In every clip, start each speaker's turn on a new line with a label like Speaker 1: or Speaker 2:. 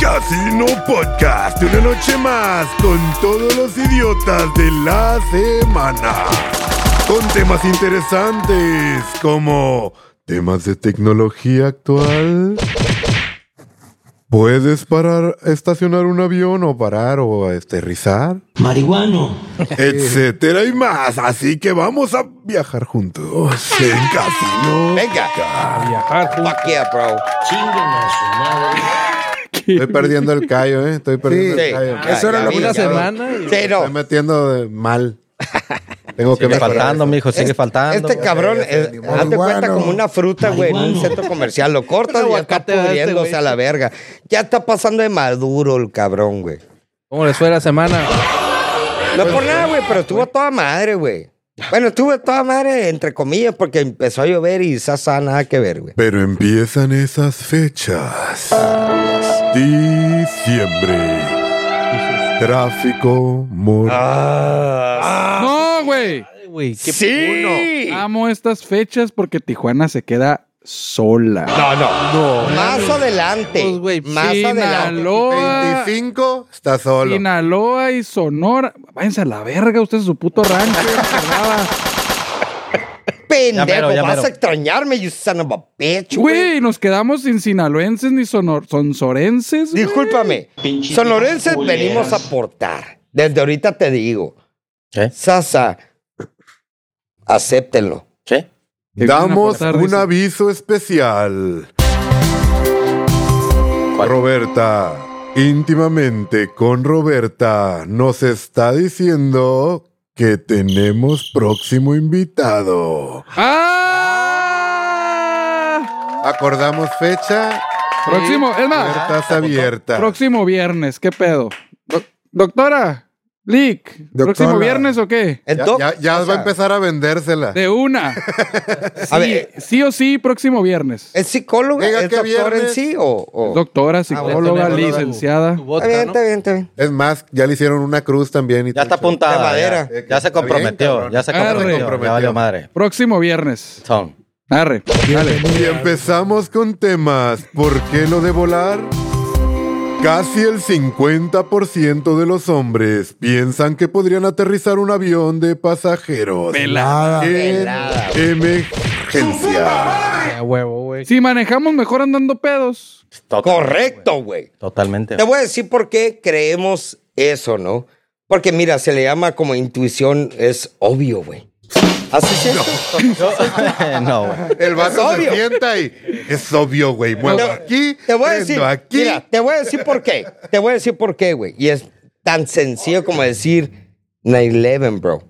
Speaker 1: Casino Podcast, una noche más con todos los idiotas de la semana. Con temas interesantes como temas de tecnología actual. ¿Puedes parar, estacionar un avión o parar o aterrizar?
Speaker 2: Marihuano.
Speaker 1: Etcétera y más. Así que vamos a viajar juntos en Casino.
Speaker 3: Venga.
Speaker 1: Podcast.
Speaker 4: Viajar juntos.
Speaker 3: Fuck yeah, bro.
Speaker 2: Chinguen a su madre.
Speaker 1: Estoy perdiendo el callo, ¿eh? Estoy perdiendo
Speaker 3: Sí.
Speaker 1: el callo.
Speaker 3: Ya,
Speaker 4: Eso era
Speaker 3: ya
Speaker 4: lo
Speaker 3: vi,
Speaker 4: una
Speaker 3: ya vi.
Speaker 4: semana. y-
Speaker 3: Sí,
Speaker 1: Estoy
Speaker 3: no.
Speaker 1: metiendo de mal. Tengo que
Speaker 5: Sigue
Speaker 1: mejorar
Speaker 5: faltando,
Speaker 1: eso.
Speaker 5: mijo, sigue
Speaker 3: Este-
Speaker 5: faltando.
Speaker 3: Este cabrón,
Speaker 1: ya sé,
Speaker 3: eh,
Speaker 1: ni modo.
Speaker 3: haz de cuenta
Speaker 1: Marihuano.
Speaker 3: como una fruta, güey, en un
Speaker 2: Marihuano.
Speaker 3: centro comercial. Lo cortas
Speaker 4: Un
Speaker 3: y ya está
Speaker 4: aguacate, ¿verdad, este
Speaker 3: pudriéndose
Speaker 4: güey?
Speaker 3: a la verga. Ya está pasando de maduro el cabrón, güey.
Speaker 4: ¿Cómo les fue la semana?
Speaker 3: No por
Speaker 5: Pues,
Speaker 3: nada, güey, pero estuvo a toda madre, güey. Bueno, estuvo a toda madre, entre comillas, porque empezó a llover y sasa nada que ver, güey.
Speaker 1: Pero empiezan esas fechas. Diciembre. Tráfico muy
Speaker 4: No, güey.
Speaker 3: ¡Sí!
Speaker 4: Amo estas fechas porque Tijuana se queda sola.
Speaker 3: No, no. Más adelante.
Speaker 4: Pues, güey,
Speaker 3: más adelante.
Speaker 4: Sinaloa,
Speaker 1: 25 está solo.
Speaker 4: Sinaloa y Sonora. Váyanse a la verga, usted es su puto rancho. Ensenada.
Speaker 3: Pendejo,
Speaker 5: Ya mero, ya
Speaker 3: vas
Speaker 5: mero.
Speaker 3: a extrañarme, you son of a bitch, güey.
Speaker 4: Güey, nos quedamos sin sinaloenses ni sonor sonsorenses. güey.
Speaker 3: Discúlpame.
Speaker 2: Pinches
Speaker 3: Sonorenses
Speaker 2: culeras.
Speaker 3: venimos a aportar. Desde ahorita te digo.
Speaker 5: ¿Sí?
Speaker 3: Sasa, acéptenlo.
Speaker 5: Sí.
Speaker 4: Que vienen a
Speaker 1: Damos
Speaker 4: aportar,
Speaker 1: un
Speaker 4: dice.
Speaker 1: aviso especial.
Speaker 5: ¿Cuál?
Speaker 1: Roberta, íntimamente con Roberta, nos está diciendo que tenemos próximo invitado.
Speaker 4: ¡Ah!
Speaker 1: Acordamos fecha,
Speaker 4: Próximo, es más,
Speaker 1: puertas abiertas.
Speaker 4: próximo viernes, ¿qué pedo? Doc- doctora, Lick, ¿próximo
Speaker 1: Doctora.
Speaker 4: viernes o qué?
Speaker 1: Ya,
Speaker 3: Entonces,
Speaker 1: ya- ya va
Speaker 3: o sea,
Speaker 1: a empezar a vendérsela.
Speaker 4: De una.
Speaker 3: A ver,
Speaker 4: Sí o sí, próximo viernes.
Speaker 3: ¿es psicóloga?
Speaker 1: Diga
Speaker 3: ¿Es
Speaker 1: qué
Speaker 3: doctor en
Speaker 1: viernes.
Speaker 3: sí o...? o-
Speaker 4: Doctora,
Speaker 3: bueno,
Speaker 4: psicóloga,
Speaker 5: también, ¿no?
Speaker 4: licenciada.
Speaker 5: Tu
Speaker 3: Está
Speaker 5: vodka,
Speaker 3: bien,
Speaker 5: ¿no?
Speaker 3: está bien, está bien.
Speaker 1: Es más, ya le hicieron una cruz también. Y
Speaker 5: Ya está
Speaker 1: todo el show.
Speaker 5: apuntada.
Speaker 3: De madera.
Speaker 5: Ya, Ya se comprometió, ya se
Speaker 4: Arre.
Speaker 5: comprometió.
Speaker 1: Comprometió.
Speaker 5: Ya valió madre.
Speaker 4: Próximo viernes.
Speaker 5: Son.
Speaker 4: Arre, dale.
Speaker 1: Y empezamos con temas. ¿Por qué lo de volar? Casi el 50% de los hombres piensan que podrían aterrizar un avión de pasajeros.
Speaker 4: Pelada.
Speaker 1: En
Speaker 3: Pelada.
Speaker 1: emergencia.
Speaker 5: huevo, güey.
Speaker 4: Si manejamos mejor andando pedos.
Speaker 3: Correcto, güey.
Speaker 5: Totalmente.
Speaker 3: Te voy a decir por qué creemos eso, ¿no? Porque mira, se le llama como intuición, es obvio, güey. Así es. esto.
Speaker 1: Eh,
Speaker 5: no, güey.
Speaker 1: El vato
Speaker 3: Es
Speaker 1: se
Speaker 3: obvio.
Speaker 1: sienta y es obvio, güey. Muevo
Speaker 3: Te-
Speaker 1: aquí,
Speaker 3: Te voy a
Speaker 1: prendo
Speaker 3: decir,
Speaker 1: aquí.
Speaker 3: mira, te voy a decir por qué. Te voy a decir por qué, güey. Y es tan sencillo como decir 9-11, bro.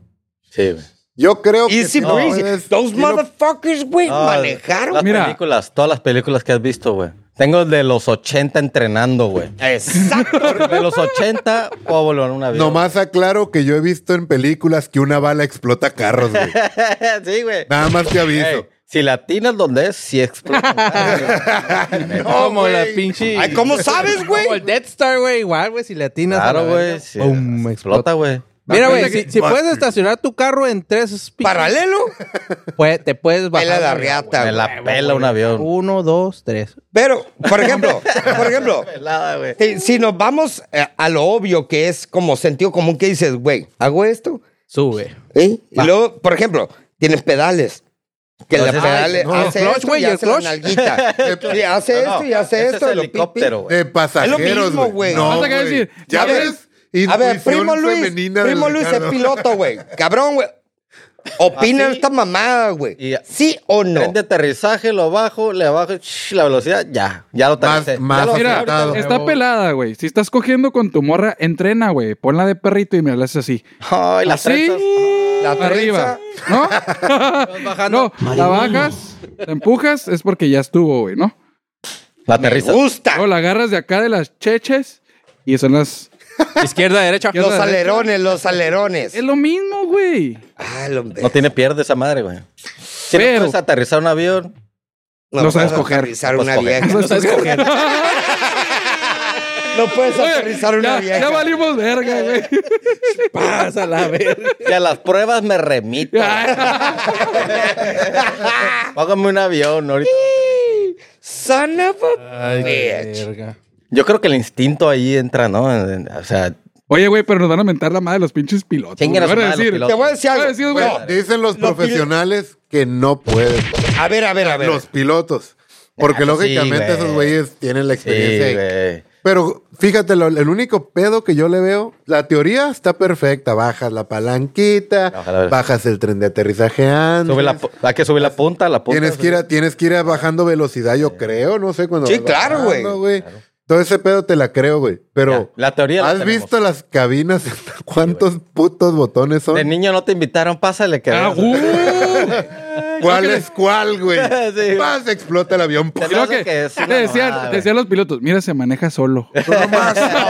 Speaker 5: Sí, güey.
Speaker 1: Yo creo que
Speaker 3: Easy
Speaker 1: sí
Speaker 3: breezy.
Speaker 1: puedes-
Speaker 3: Those
Speaker 1: sí lo-
Speaker 3: motherfuckers, güey,
Speaker 5: No,
Speaker 3: manejaron.
Speaker 5: Las
Speaker 4: Mira.
Speaker 5: películas, todas las películas que has visto, güey. Tengo de los 80 entrenando, güey.
Speaker 3: Exacto.
Speaker 5: De los 80 puedo volar un avión.
Speaker 1: Nomás aclaro que yo he visto en películas que una bala explota carros, güey.
Speaker 5: sí, güey.
Speaker 1: Nada más te aviso.
Speaker 5: Ey, si la atinas donde es, sí explota.
Speaker 6: Como
Speaker 1: güey.
Speaker 6: la pinche.
Speaker 3: Ay, ¿cómo sabes, güey?
Speaker 6: Como el Death Star, güey. Igual, güey, si le atinas. a
Speaker 5: claro,
Speaker 6: la
Speaker 5: güey.
Speaker 6: verga,
Speaker 5: sí,
Speaker 6: pum,
Speaker 5: explota, güey.
Speaker 6: Mira, güey,
Speaker 4: Acuérdate
Speaker 6: si, si puedes estacionar tu carro en tres pi-
Speaker 3: Paralelo,
Speaker 6: pue- te puedes bajar.
Speaker 3: pela la
Speaker 6: güey.
Speaker 3: riata. Ah,
Speaker 5: Me
Speaker 3: güey. Uh,
Speaker 5: la pela un avión.
Speaker 6: Uno, dos, tres.
Speaker 3: Pero, por ejemplo, por ejemplo,
Speaker 5: Pelada, güey.
Speaker 3: Si, si nos vamos eh, a lo obvio que es como sentido común que dices, güey, hago esto.
Speaker 6: Sube.
Speaker 3: ¿eh? Y luego, por ejemplo, tienes pedales. Que la
Speaker 5: Entonces,
Speaker 3: pedales
Speaker 5: ay, no.
Speaker 3: hace
Speaker 6: El clutch,
Speaker 3: esto
Speaker 6: güey,
Speaker 3: y
Speaker 6: el
Speaker 3: hace la
Speaker 6: clutch.
Speaker 3: nalguita. Y hace
Speaker 5: No,
Speaker 3: esto y hace
Speaker 5: ese
Speaker 3: esto.
Speaker 5: Es
Speaker 3: lo pi, Eh, pi.
Speaker 5: helicóptero, güey.
Speaker 1: De pasajeros,
Speaker 3: Es lo mismo, güey.
Speaker 1: No,
Speaker 4: Vas a querer
Speaker 1: güey.
Speaker 4: decir,
Speaker 1: Ya
Speaker 4: ¿sabes?
Speaker 1: ves,
Speaker 3: A ver,
Speaker 1: intuición
Speaker 3: primo Luis,
Speaker 1: femenina de
Speaker 3: primo Luis es
Speaker 1: Ricardo.
Speaker 3: piloto, güey. Cabrón, güey. Opina
Speaker 5: Así.
Speaker 3: esta mamada, güey.
Speaker 5: Y-
Speaker 3: ¿Sí o no?
Speaker 5: Tren de aterrizaje, lo bajo, le bajo shh, la velocidad, ya. Ya lo
Speaker 1: Más-
Speaker 5: aterricé.
Speaker 1: más
Speaker 5: Ya lo
Speaker 4: Mira,
Speaker 5: aterricé.
Speaker 1: acertado.
Speaker 4: está pelada, güey. Si estás cogiendo con tu morra, entrena, güey. Ponla de perrito y me la haces así.
Speaker 5: Ay, las
Speaker 4: así,
Speaker 5: trenzas.
Speaker 3: La trenza.
Speaker 4: arriba. ¿No? no, la bajas, la empujas, es porque ya estuvo, güey, ¿no?
Speaker 5: La
Speaker 3: Me
Speaker 5: aterriza.
Speaker 3: gusta.
Speaker 4: O la agarras de acá de las cheches y son las...
Speaker 6: Izquierda, derecha.
Speaker 4: Yo-
Speaker 3: Los alerones, los alerones.
Speaker 4: Es lo mismo, güey.
Speaker 3: Ah, lo-
Speaker 5: No tiene pierde esa madre, güey. Si
Speaker 4: Pero-
Speaker 5: no puedes aterrizar un avión,
Speaker 3: No,
Speaker 4: No sabes
Speaker 3: puedes
Speaker 4: coger.
Speaker 3: aterrizar
Speaker 5: No
Speaker 3: una
Speaker 5: puedes coger.
Speaker 3: vieja. No puedes coger. No puedes
Speaker 4: Oye,
Speaker 3: aterrizar una
Speaker 4: ya,
Speaker 3: vieja.
Speaker 4: ya valimos verga, güey.
Speaker 6: Pasa la verga.
Speaker 5: y a las pruebas me remito. Págame un avión ahorita.
Speaker 3: Son of a
Speaker 6: Ay, qué
Speaker 3: bitch.
Speaker 6: verga.
Speaker 5: Yo creo que el instinto ahí entra, ¿no? En- en- O sea,
Speaker 4: Oye, güey, pero nos van a mentar la madre los pinches pilotos.
Speaker 5: Chinguen a
Speaker 4: güey.
Speaker 5: su
Speaker 4: Van a
Speaker 5: madre los
Speaker 4: decir,
Speaker 5: pilotos.
Speaker 3: Te voy a decir
Speaker 4: van a
Speaker 3: algo.
Speaker 4: decir, güey,
Speaker 1: No, dicen los
Speaker 3: los pil-
Speaker 1: profesionales que no pueden.
Speaker 3: A ver, a ver, a ver.
Speaker 1: Los pilotos. Porque
Speaker 5: Ah, pues sí,
Speaker 1: lógicamente
Speaker 5: güey.
Speaker 1: esos güeyes tienen la
Speaker 5: sí,
Speaker 1: experiencia. y-
Speaker 5: güey.
Speaker 1: Pero fíjate, lo- el único pedo que yo le veo, la teoría está perfecta. Bajas la palanquita,
Speaker 5: Ojalá.
Speaker 1: bajas el tren de aterrizaje antes.
Speaker 5: Sube la, pu- hay que subir la punta, la punta.
Speaker 1: Tienes que, ir a- tienes que ir a bajando velocidad, yo creo, no sé cuando.
Speaker 3: Sí,
Speaker 1: vas
Speaker 3: claro, güey.
Speaker 1: bajando, Todo ese pedo te la creo, güey. Pero,
Speaker 5: Ya, la teoría la
Speaker 1: ¿has
Speaker 5: tenemos.
Speaker 1: visto las cabinas? ¿Cuántos putos botones son?
Speaker 5: De niño no te invitaron, pásale que.
Speaker 4: ¡Ah, güey!
Speaker 1: ¿Cuál es cuál, güey?
Speaker 5: Sí.
Speaker 1: Paz, explota el avión.
Speaker 5: Te
Speaker 4: Creo
Speaker 5: pasa
Speaker 4: que,
Speaker 5: que es una
Speaker 4: le decían,
Speaker 5: mamada, güey.
Speaker 4: decían los pilotos, mira, se maneja solo.
Speaker 3: No,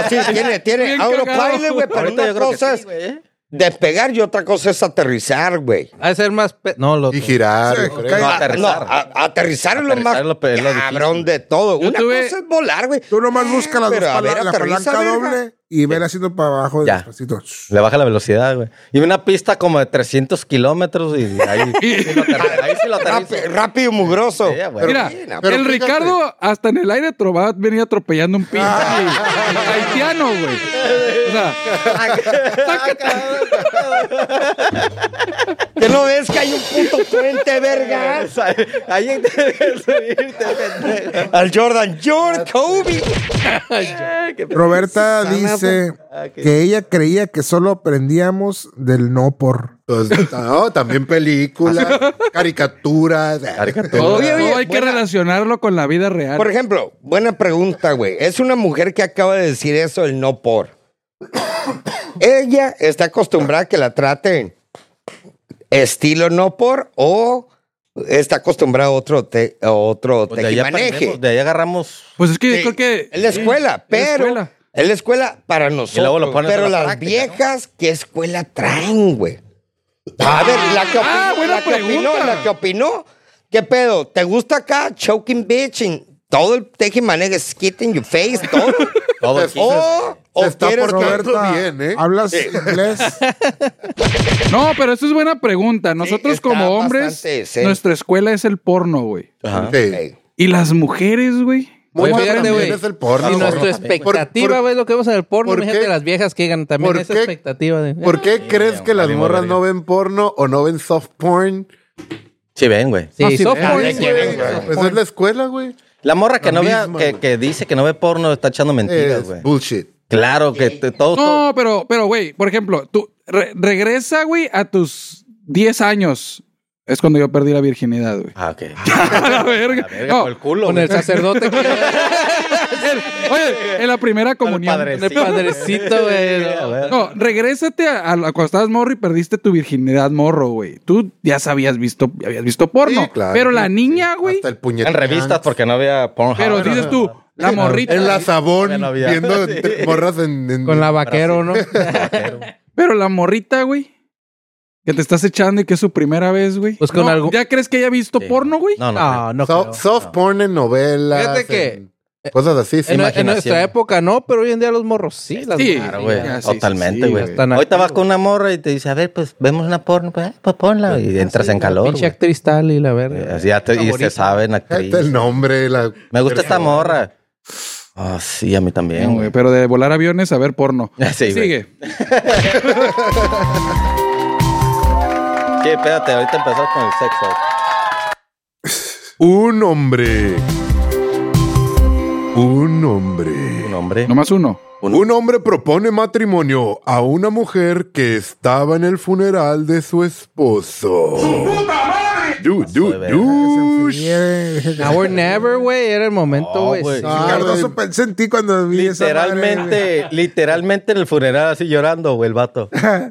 Speaker 3: sí, tiene, tiene
Speaker 4: Bien
Speaker 3: autopilot,
Speaker 4: cagado.
Speaker 3: güey, pero
Speaker 5: Ahorita
Speaker 3: una
Speaker 5: yo creo que
Speaker 3: cosa
Speaker 5: sí,
Speaker 3: es
Speaker 5: güey. ¿eh?
Speaker 3: despegar y otra cosa es aterrizar, güey.
Speaker 6: Ha de ser más. pe- No, lo.
Speaker 1: Y girar.
Speaker 7: Sí,
Speaker 1: yo creo.
Speaker 7: ok.
Speaker 5: No,
Speaker 3: A-
Speaker 5: aterrizar.
Speaker 3: no, a- aterrizar es lo más
Speaker 5: Aterrizar lo pe- es lo
Speaker 3: cabrón de todo.
Speaker 4: Yo
Speaker 3: una
Speaker 4: tuve-
Speaker 3: cosa es volar, güey.
Speaker 7: Tú nomás busca las dos
Speaker 3: Eh, Pero, a
Speaker 7: pala-
Speaker 3: ver,
Speaker 7: la
Speaker 3: aterriza,
Speaker 7: palanca
Speaker 3: verga.
Speaker 7: doble y ven haciendo para abajo
Speaker 5: Ya.
Speaker 7: despacito.
Speaker 5: Le baja la velocidad, güey. Y una pista como de 300 kilómetros y ahí, sí lo aterri- ahí
Speaker 1: Ah,
Speaker 5: sí lo aterriza.
Speaker 3: Rápido, rápido y mugroso.
Speaker 5: Sí, güey.
Speaker 4: Mira,
Speaker 3: bien,
Speaker 1: pero
Speaker 4: el
Speaker 1: fíjate.
Speaker 4: Ricardo hasta en el aire trovaba, venía atropellando un pinche haitiano, güey. O sea,
Speaker 3: Que no ves que hay un puto puente, verga.
Speaker 5: Ahí ahí tienes que subirte,
Speaker 1: Pues
Speaker 5: pendejo.
Speaker 3: Al Jordan, George Kobe.
Speaker 7: Roberta dice que ella creía que solo aprendíamos del no por.
Speaker 1: Entonces, Pues, no, también películas, caricaturas. eh.
Speaker 5: Caricaturas.
Speaker 3: Oye, oye,
Speaker 4: todo hay que
Speaker 3: buena-
Speaker 4: relacionarlo con la vida real.
Speaker 3: Por ejemplo, buena pregunta, güey. Es una mujer que acaba de decir eso, el no por. Ella está acostumbrada a que la traten estilo no por o está acostumbrada a otro, te, a otro
Speaker 5: Pues de ahí
Speaker 3: maneje.
Speaker 5: aprendemos, de ahí agarramos.
Speaker 4: Pues es que
Speaker 3: Sí,
Speaker 4: yo creo que.
Speaker 3: Es la escuela,
Speaker 4: sí, es la
Speaker 3: pero.
Speaker 4: escuela.
Speaker 3: Es la escuela para nosotros.
Speaker 5: luego lo pones
Speaker 3: pero
Speaker 5: en la
Speaker 3: las
Speaker 5: práctica,
Speaker 3: viejas, ¿qué escuela traen, güey? A ver, la que opinó,
Speaker 4: Ah, buena
Speaker 3: la que opinó,
Speaker 4: pregunta.
Speaker 3: la que opinó. ¿Qué pedo? ¿Te gusta acá? Choking bitching. Todo el tejimaneje, skit in your face, todo.
Speaker 5: Todo el
Speaker 3: o, o
Speaker 1: se está
Speaker 3: quieres-
Speaker 1: portando-
Speaker 7: Roberta,
Speaker 1: bien, ¿eh?
Speaker 7: ¿hablas inglés?
Speaker 4: No, pero eso es buena pregunta. Nosotros
Speaker 3: está
Speaker 4: como hombres,
Speaker 3: bastante serio.
Speaker 4: nuestra escuela es el porno, güey.
Speaker 5: Ajá.
Speaker 1: Sí.
Speaker 3: Ey,
Speaker 4: Y las mujeres, güey.
Speaker 1: Muy
Speaker 6: Oye, fíjate,
Speaker 1: también
Speaker 6: güey.
Speaker 1: es el porno.
Speaker 6: Y
Speaker 1: güey.
Speaker 6: nuestra expectativa,
Speaker 1: ¿Por-
Speaker 6: güey, lo que vemos en el porno,
Speaker 1: por
Speaker 6: fíjate
Speaker 1: qué?
Speaker 6: las viejas que ganan también
Speaker 1: ¿Por
Speaker 6: esa
Speaker 1: qué?
Speaker 6: expectativa de. eh,
Speaker 1: ¿Por qué crees
Speaker 5: güey,
Speaker 1: que las
Speaker 5: vale,
Speaker 1: morras
Speaker 5: vale.
Speaker 1: no ven porno o no ven soft porn? Eh,
Speaker 5: Sí, ven, güey.
Speaker 6: Sí,
Speaker 4: No, sí,
Speaker 6: soft
Speaker 4: vean,
Speaker 6: porn,
Speaker 4: de
Speaker 6: güey.
Speaker 3: que ven, güey.
Speaker 1: Pues es la escuela, güey.
Speaker 5: La morra
Speaker 1: La
Speaker 5: que no vea,
Speaker 1: misma,
Speaker 5: que,
Speaker 1: güey.
Speaker 5: que dice que no ve porno, está echando mentiras,
Speaker 1: Es
Speaker 5: güey.
Speaker 1: bullshit.
Speaker 5: Claro que te- todo. todo-
Speaker 4: No, pero, pero, güey, por ejemplo, tú re- regresa, güey, a tus 10 años. Es cuando yo perdí la virginidad, güey.
Speaker 5: Ah, ok.
Speaker 4: A la verga. pues.
Speaker 5: La verga,
Speaker 4: No,
Speaker 5: por el culo.
Speaker 6: Con
Speaker 5: güey.
Speaker 6: el sacerdote.
Speaker 4: el- oye, en la primera comunión.
Speaker 6: El padrecito, güey.
Speaker 5: A ver.
Speaker 4: No, regrésate a, a la- cuando estabas morro y perdiste tu virginidad morro, güey. Tú ya sabías visto, ya habías visto porno.
Speaker 1: Sí, claro.
Speaker 4: Pero la niña, güey.
Speaker 1: Hasta el puñetón.
Speaker 5: En revistas porque no había Pornhub.
Speaker 4: Pero
Speaker 5: Bueno,
Speaker 4: dices tú, la morrita.
Speaker 1: En la
Speaker 5: Ya
Speaker 1: sabón,
Speaker 5: no había.
Speaker 1: viendo
Speaker 5: Sí.
Speaker 1: te- morras en... en-
Speaker 6: Con la vaquero, ¿no?
Speaker 4: Pero la morrita, güey. Que te estás echando y que es su primera vez, güey.
Speaker 6: Pues con
Speaker 4: No,
Speaker 6: algo-
Speaker 4: ¿Ya crees que haya visto
Speaker 5: sí.
Speaker 4: porno, güey?
Speaker 5: Ah, No, no.
Speaker 6: No, Ah, no
Speaker 1: so-
Speaker 6: creo.
Speaker 1: soft porn en novelas.
Speaker 6: Fíjate que-
Speaker 1: en Cosas
Speaker 4: eh,
Speaker 1: así, sí.
Speaker 6: En, en
Speaker 5: imaginación.
Speaker 6: nuestra época no, pero hoy en día los morros sí. Las
Speaker 4: Sí.
Speaker 5: Claro, güey.
Speaker 4: Ya, sí, sí,
Speaker 5: Totalmente,
Speaker 4: sí,
Speaker 5: güey.
Speaker 4: güey.
Speaker 6: Están
Speaker 5: Ahorita vas
Speaker 6: activos.
Speaker 5: con una morra y te dice, a ver, pues vemos una porno, pues, ah, pues ponla. Y entras en calor.
Speaker 6: Pinche
Speaker 5: güey.
Speaker 6: actriz tal y la
Speaker 5: Eh,
Speaker 6: verga.
Speaker 5: así ya te- y
Speaker 6: Favorita.
Speaker 5: se saben actriz.
Speaker 1: Fíjate el nombre, la...
Speaker 5: Me gusta esta morra. Ah, sí, a mí también,
Speaker 4: Bien,
Speaker 5: güey.
Speaker 4: güey, pero de volar aviones a ver porno.
Speaker 5: Sí, güey.
Speaker 4: Sigue.
Speaker 5: Sí, espérate, ahorita empezamos con el sexo.
Speaker 1: Un hombre. Un hombre.
Speaker 5: Un hombre.
Speaker 4: Nomás uno.
Speaker 1: Un hombre propone matrimonio a una mujer que estaba en el funeral de su esposo. Du- du-
Speaker 5: de
Speaker 1: du-
Speaker 6: Now or never, güey. Era el momento,
Speaker 5: No,
Speaker 6: güey.
Speaker 5: güey.
Speaker 6: sí.
Speaker 7: Ah, Cardoso, pensé en ti cuando vi esa madre, güey.
Speaker 5: Literalmente, literalmente en el funeral así llorando, güey, el vato.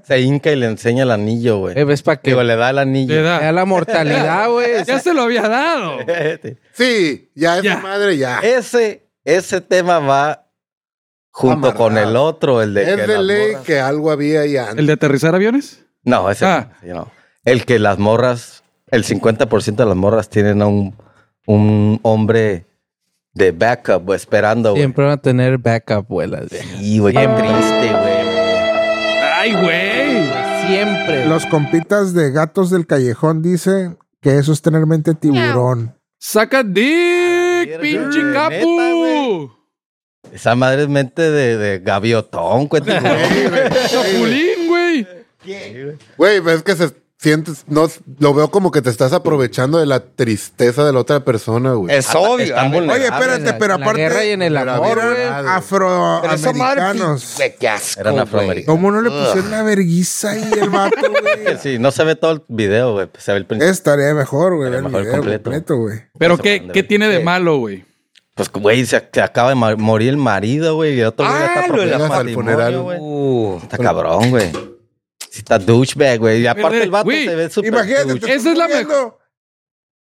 Speaker 5: Se hinca y le enseña el anillo, güey.
Speaker 6: Eh, ¿Ves para qué?
Speaker 5: Digo, le da el anillo.
Speaker 4: Le da.
Speaker 6: Ya la mortalidad, güey.
Speaker 4: Ya se lo había dado.
Speaker 1: Sí, ya es
Speaker 4: Ya.
Speaker 1: madre, ya.
Speaker 5: Este, Eh, Ese, ese tema va junto
Speaker 1: Amarrado.
Speaker 5: con el otro, el de
Speaker 1: Es
Speaker 5: que
Speaker 1: de
Speaker 5: las
Speaker 1: ley
Speaker 5: morras-
Speaker 1: que algo había ya.
Speaker 4: ¿El de aterrizar aviones?
Speaker 5: No, ese
Speaker 4: Ah.
Speaker 5: no, sí, no. El que las morras, el 50% de las morras tienen a un, un hombre de backup, güey, esperando, güey.
Speaker 6: Siempre van a tener backup, güey. las viejas.
Speaker 5: Sí, güey, qué
Speaker 6: Siempre.
Speaker 5: triste, güey.
Speaker 4: ¡Ay, güey!
Speaker 6: Siempre.
Speaker 7: Los compitas de gatos del callejón dicen que eso es tener mente tiburón.
Speaker 4: ¡Saca dick,
Speaker 5: Verga,
Speaker 4: pinche
Speaker 5: güey,
Speaker 4: capu!
Speaker 5: neta, güey. Esa madre es mente de, de gaviotón, cuenta.
Speaker 4: Chapulín, güey.
Speaker 1: Güey, ves que se sientes, no, lo veo como que te estás aprovechando de la tristeza de la otra persona, güey.
Speaker 3: Es obvio.
Speaker 5: Están
Speaker 3: amor.
Speaker 5: vulnerables.
Speaker 7: Oye, espérate,
Speaker 6: la- la
Speaker 7: pero
Speaker 6: guerra
Speaker 7: aparte
Speaker 6: y en el
Speaker 7: pero
Speaker 6: amor,
Speaker 7: eran
Speaker 3: Pero
Speaker 6: güey.
Speaker 3: esa madre,
Speaker 7: afroamericanos.
Speaker 3: güey, qué asco,
Speaker 5: Eran
Speaker 3: güey.
Speaker 5: afroamericanos.
Speaker 7: ¿Cómo no le pusieron la verguiza ahí el vato, güey?
Speaker 5: Sí, no se ve todo el video, güey. pues, Se ve el
Speaker 1: Eh.
Speaker 5: principio.
Speaker 7: Estaría mejor, güey, ver el
Speaker 5: mejor
Speaker 7: video
Speaker 5: completo.
Speaker 7: completo, güey.
Speaker 4: Pero
Speaker 5: se
Speaker 4: ¿qué,
Speaker 5: manda,
Speaker 4: qué
Speaker 5: güey.
Speaker 4: tiene de malo, güey?
Speaker 5: Pues, güey, se, se acaba de ma- morir el marido, güey. Y el otro güey ya
Speaker 3: Ah,
Speaker 5: está
Speaker 3: lo de la
Speaker 5: proponiendo
Speaker 1: fal- funeral.
Speaker 5: matrimonio, güey.
Speaker 3: Uh,
Speaker 5: Está cabrón, güey. Sí, Está douchebag, güey. Y aparte
Speaker 4: Pero,
Speaker 5: el vato
Speaker 4: güey,
Speaker 5: se ve súper
Speaker 7: Imagínate,
Speaker 5: douche.
Speaker 7: te
Speaker 4: Esa es la
Speaker 7: estás viendo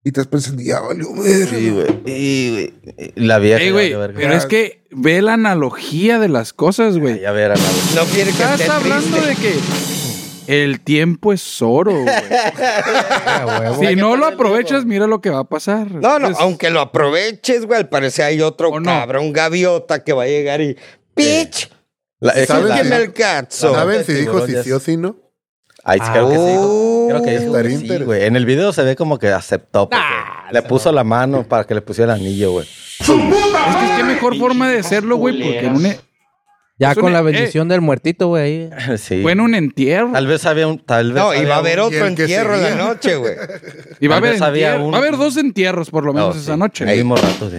Speaker 7: Y te estás pensando, ya valió,
Speaker 5: Sí,
Speaker 7: güey.
Speaker 5: güey. Y, güey, y la vieja.
Speaker 4: Ey,
Speaker 5: ya
Speaker 4: güey,
Speaker 5: valió verga.
Speaker 4: pero es que ve la analogía de las cosas, güey.
Speaker 5: Ya verán, güey.
Speaker 3: no quiere que
Speaker 4: Estás
Speaker 3: esté
Speaker 4: hablando
Speaker 3: triste.
Speaker 4: de que el tiempo es oro, güey. Si no lo aprovechas, mira lo que va a pasar.
Speaker 3: No, no,
Speaker 4: Es-
Speaker 3: aunque lo aproveches, güey, al parecer hay otro
Speaker 4: pues ¿O no?
Speaker 3: cabrón gaviota que va a llegar y... ¡Pitch!
Speaker 5: La- es que
Speaker 1: ¿Saben
Speaker 5: la-
Speaker 1: que
Speaker 3: ¡Súbeme el cazo!
Speaker 5: La-
Speaker 1: ¿Saben si dijo si
Speaker 5: tiburones.
Speaker 1: sí o si no?
Speaker 5: Ay, sí, creo que sí.
Speaker 3: Ah,
Speaker 5: Creo que dijo que
Speaker 1: Oh, estaría
Speaker 5: sí,
Speaker 1: interesante.
Speaker 5: güey. En el video se ve como que aceptó. porque le puso la mano para que le pusiera el anillo, güey.
Speaker 4: Es que es que mejor forma de hacerlo, güey, porque en un, e-
Speaker 6: Ya
Speaker 4: Es
Speaker 6: con
Speaker 4: un- e- eh.
Speaker 6: la bendición del muertito, güey. ahí.
Speaker 5: Sí.
Speaker 4: fue en un entierro.
Speaker 5: Tal vez había un. Tal vez
Speaker 3: No, y
Speaker 5: había
Speaker 3: va a haber
Speaker 5: un-
Speaker 1: un- y
Speaker 3: otro
Speaker 1: el que
Speaker 3: entierro en la
Speaker 1: seguía.
Speaker 3: noche, güey.
Speaker 4: Y va a
Speaker 5: tal
Speaker 4: haber
Speaker 5: vez había
Speaker 4: entierro-
Speaker 5: un-
Speaker 4: va a haber dos entierros por lo
Speaker 5: No,
Speaker 4: menos
Speaker 5: sí.
Speaker 4: esa noche.
Speaker 5: El mismo rato, sí.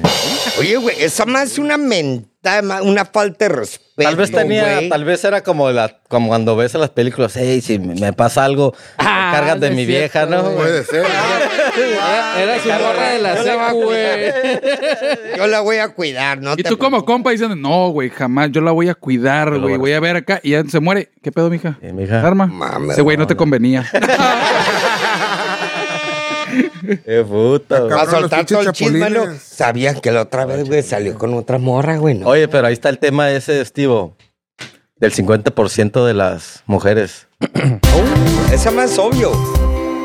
Speaker 3: Oye, güey, esa más es una mentada, ma- una falta de respeto,
Speaker 5: Tal vez tenía,
Speaker 3: güey.
Speaker 5: tal vez era como la, como cuando ves en las películas, hey, si me pasa algo,
Speaker 6: Ah,
Speaker 5: te cargas de
Speaker 6: no es
Speaker 5: mi
Speaker 6: cierto,
Speaker 5: vieja, ¿no?
Speaker 6: güey.
Speaker 1: Puede ser.
Speaker 6: Era, era su morra de la secu, güey.
Speaker 3: Yo la voy a cuidar, ¿no?
Speaker 4: Y
Speaker 3: te
Speaker 4: tú como
Speaker 3: preocupes.
Speaker 4: compa diciendo, no, güey, jamás, yo la voy a cuidar,
Speaker 5: lo
Speaker 4: güey,
Speaker 5: voy a
Speaker 4: voy a ver acá. Y ya se muere. ¿Qué pedo, mija?
Speaker 5: Sí, mija.
Speaker 4: Arma.
Speaker 3: Mames,
Speaker 4: Ese güey no te convenía.
Speaker 5: Qué puto. güey.
Speaker 3: Va a
Speaker 7: Cabrón, los
Speaker 3: soltar todo el
Speaker 7: pinches
Speaker 3: chisme, ¿no?
Speaker 7: chapulines.
Speaker 3: Sabían que la otra vez, güey, salió con otra morra, güey, ¿no?
Speaker 5: Oye, pero ahí está el tema ese, Estivo, del 50% de las mujeres.
Speaker 3: Oh, Esa más obvio.